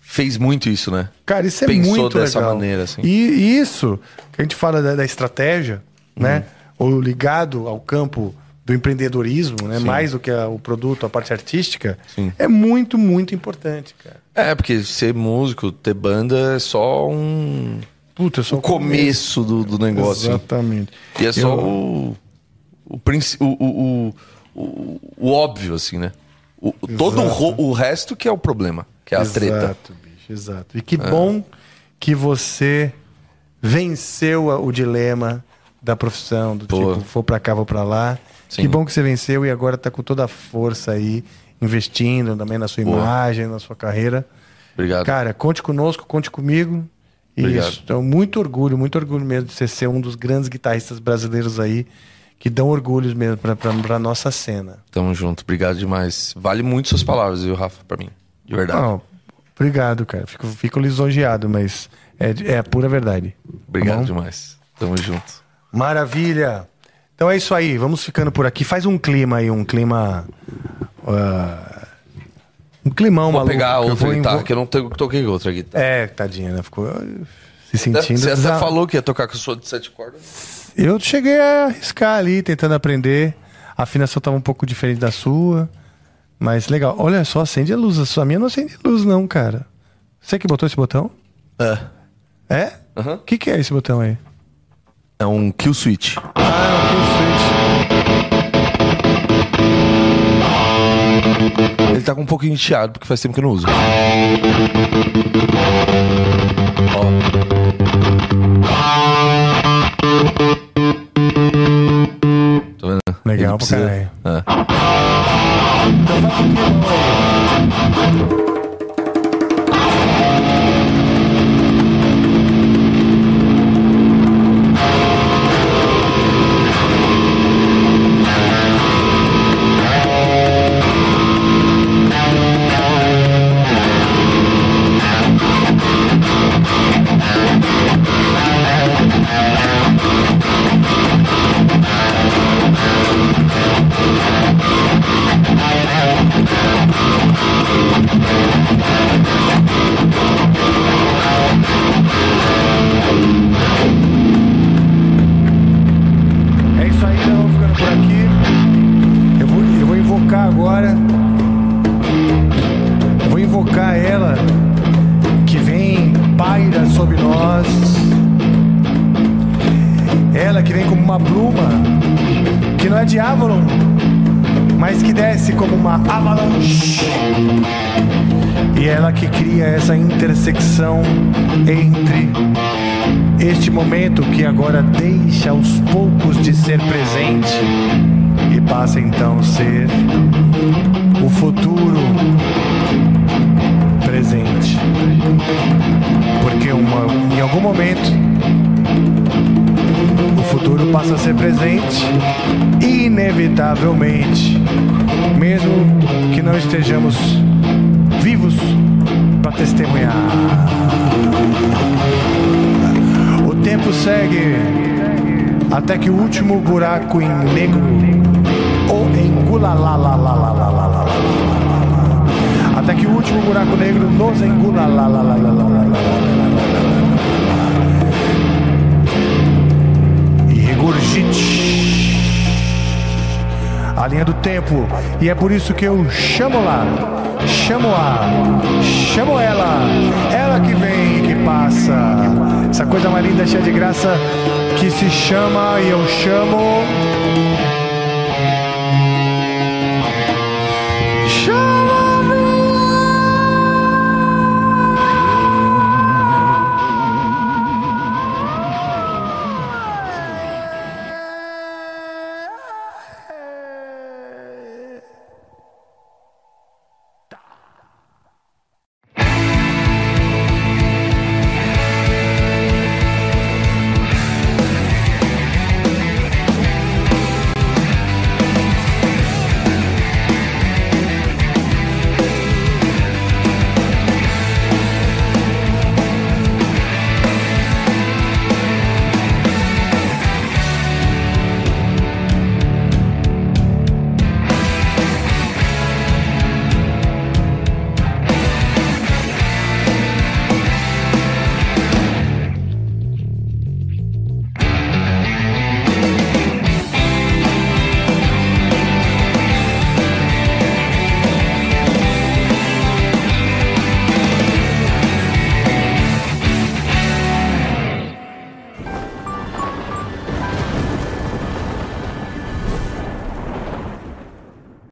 C: fez muito isso, né?
A: Cara, isso é
C: pensou
A: muito
C: dessa
A: legal.
C: maneira, assim.
A: E, e isso, que a gente fala da, da estratégia,
C: Uhum.
A: né? Ou ligado ao campo do empreendedorismo, né? Mais do que a- o produto, a parte artística,
C: Sim.
A: é muito, muito importante, cara.
C: É, porque ser músico, ter banda é só um
A: Puta, eu sou
C: o começo do, do negócio. assim.
A: Exatamente.
C: E é só
A: Eu-
C: o, o, princi- o, o, o, o- o óbvio, assim, né? O, o- todo o, ro- o resto que é o problema, que é a treta.
A: Exato, bicho, exato. E que bom que você venceu a- o dilema da profissão, do
C: Pô.
A: tipo, vou pra cá, vou pra lá.
C: Sim.
A: Que bom que você venceu e agora tá com toda a força aí, investindo também na sua
C: Boa.
A: imagem, na sua carreira.
C: Obrigado.
A: Cara, conte conosco, conte comigo. E
C: Obrigado.
A: Isso, então, muito orgulho, muito orgulho mesmo de você ser um dos grandes guitarristas brasileiros aí, que dão orgulhos mesmo pra, pra, pra nossa cena.
C: Tamo junto, obrigado demais. Vale muito suas palavras, viu, Rafa, pra mim. De verdade.
A: Não, obrigado, cara. Fico, fico lisonjeado, mas é, é a pura verdade. tá
C: obrigado
A: bom?
C: demais. Tamo junto.
A: Maravilha. Então é isso aí. Vamos ficando por aqui. Faz um clima aí, um clima. ah, um climão,
C: Vou
A: maluco.
C: pegar
A: que eu
C: outra
A: vou
C: guitarra,
A: envol-
C: que eu não tenho- toquei com outra guitarra.
A: É, tadinha, né? Ficou ah, se sentindo.
C: Você até
A: desa-
C: falou que ia tocar com o sou de sete cordas.
A: Eu cheguei a arriscar ali, tentando aprender. A afinação tava um pouco diferente da sua. Mas legal. Olha só, acende a luz. A sua minha não acende luz, não, cara. Você que botou esse botão?
C: É.
A: É? O
C: Aham.
A: que, que é esse botão aí?
C: É um kill switch.
A: Ah,
C: Ele tá com um pouquinho de chiado, porque faz tempo que eu não uso. Ó. Tá vendo?
A: Legal pra
C: precisa- É.
A: Legal. É é Avalon, mas que desce como uma avalanche. E ela que cria essa intersecção entre este momento que agora deixa aos poucos de ser presente e passa então a ser o futuro presente. Porque uma- em algum momento o futuro passa a ser presente, inevitavelmente, mesmo que não estejamos vivos para testemunhar. O tempo segue até que o último buraco em negro ou em gulalalalalalala até que o último buraco negro nos engula lá, lá, lá, lá, lá, lá, lá, lá, lá, lá, lá. e regurgite a linha do tempo e é por isso que eu chamo lá chamo a chamo ela ela que vem e que passa essa coisa mais linda cheia de graça que se chama e eu chamo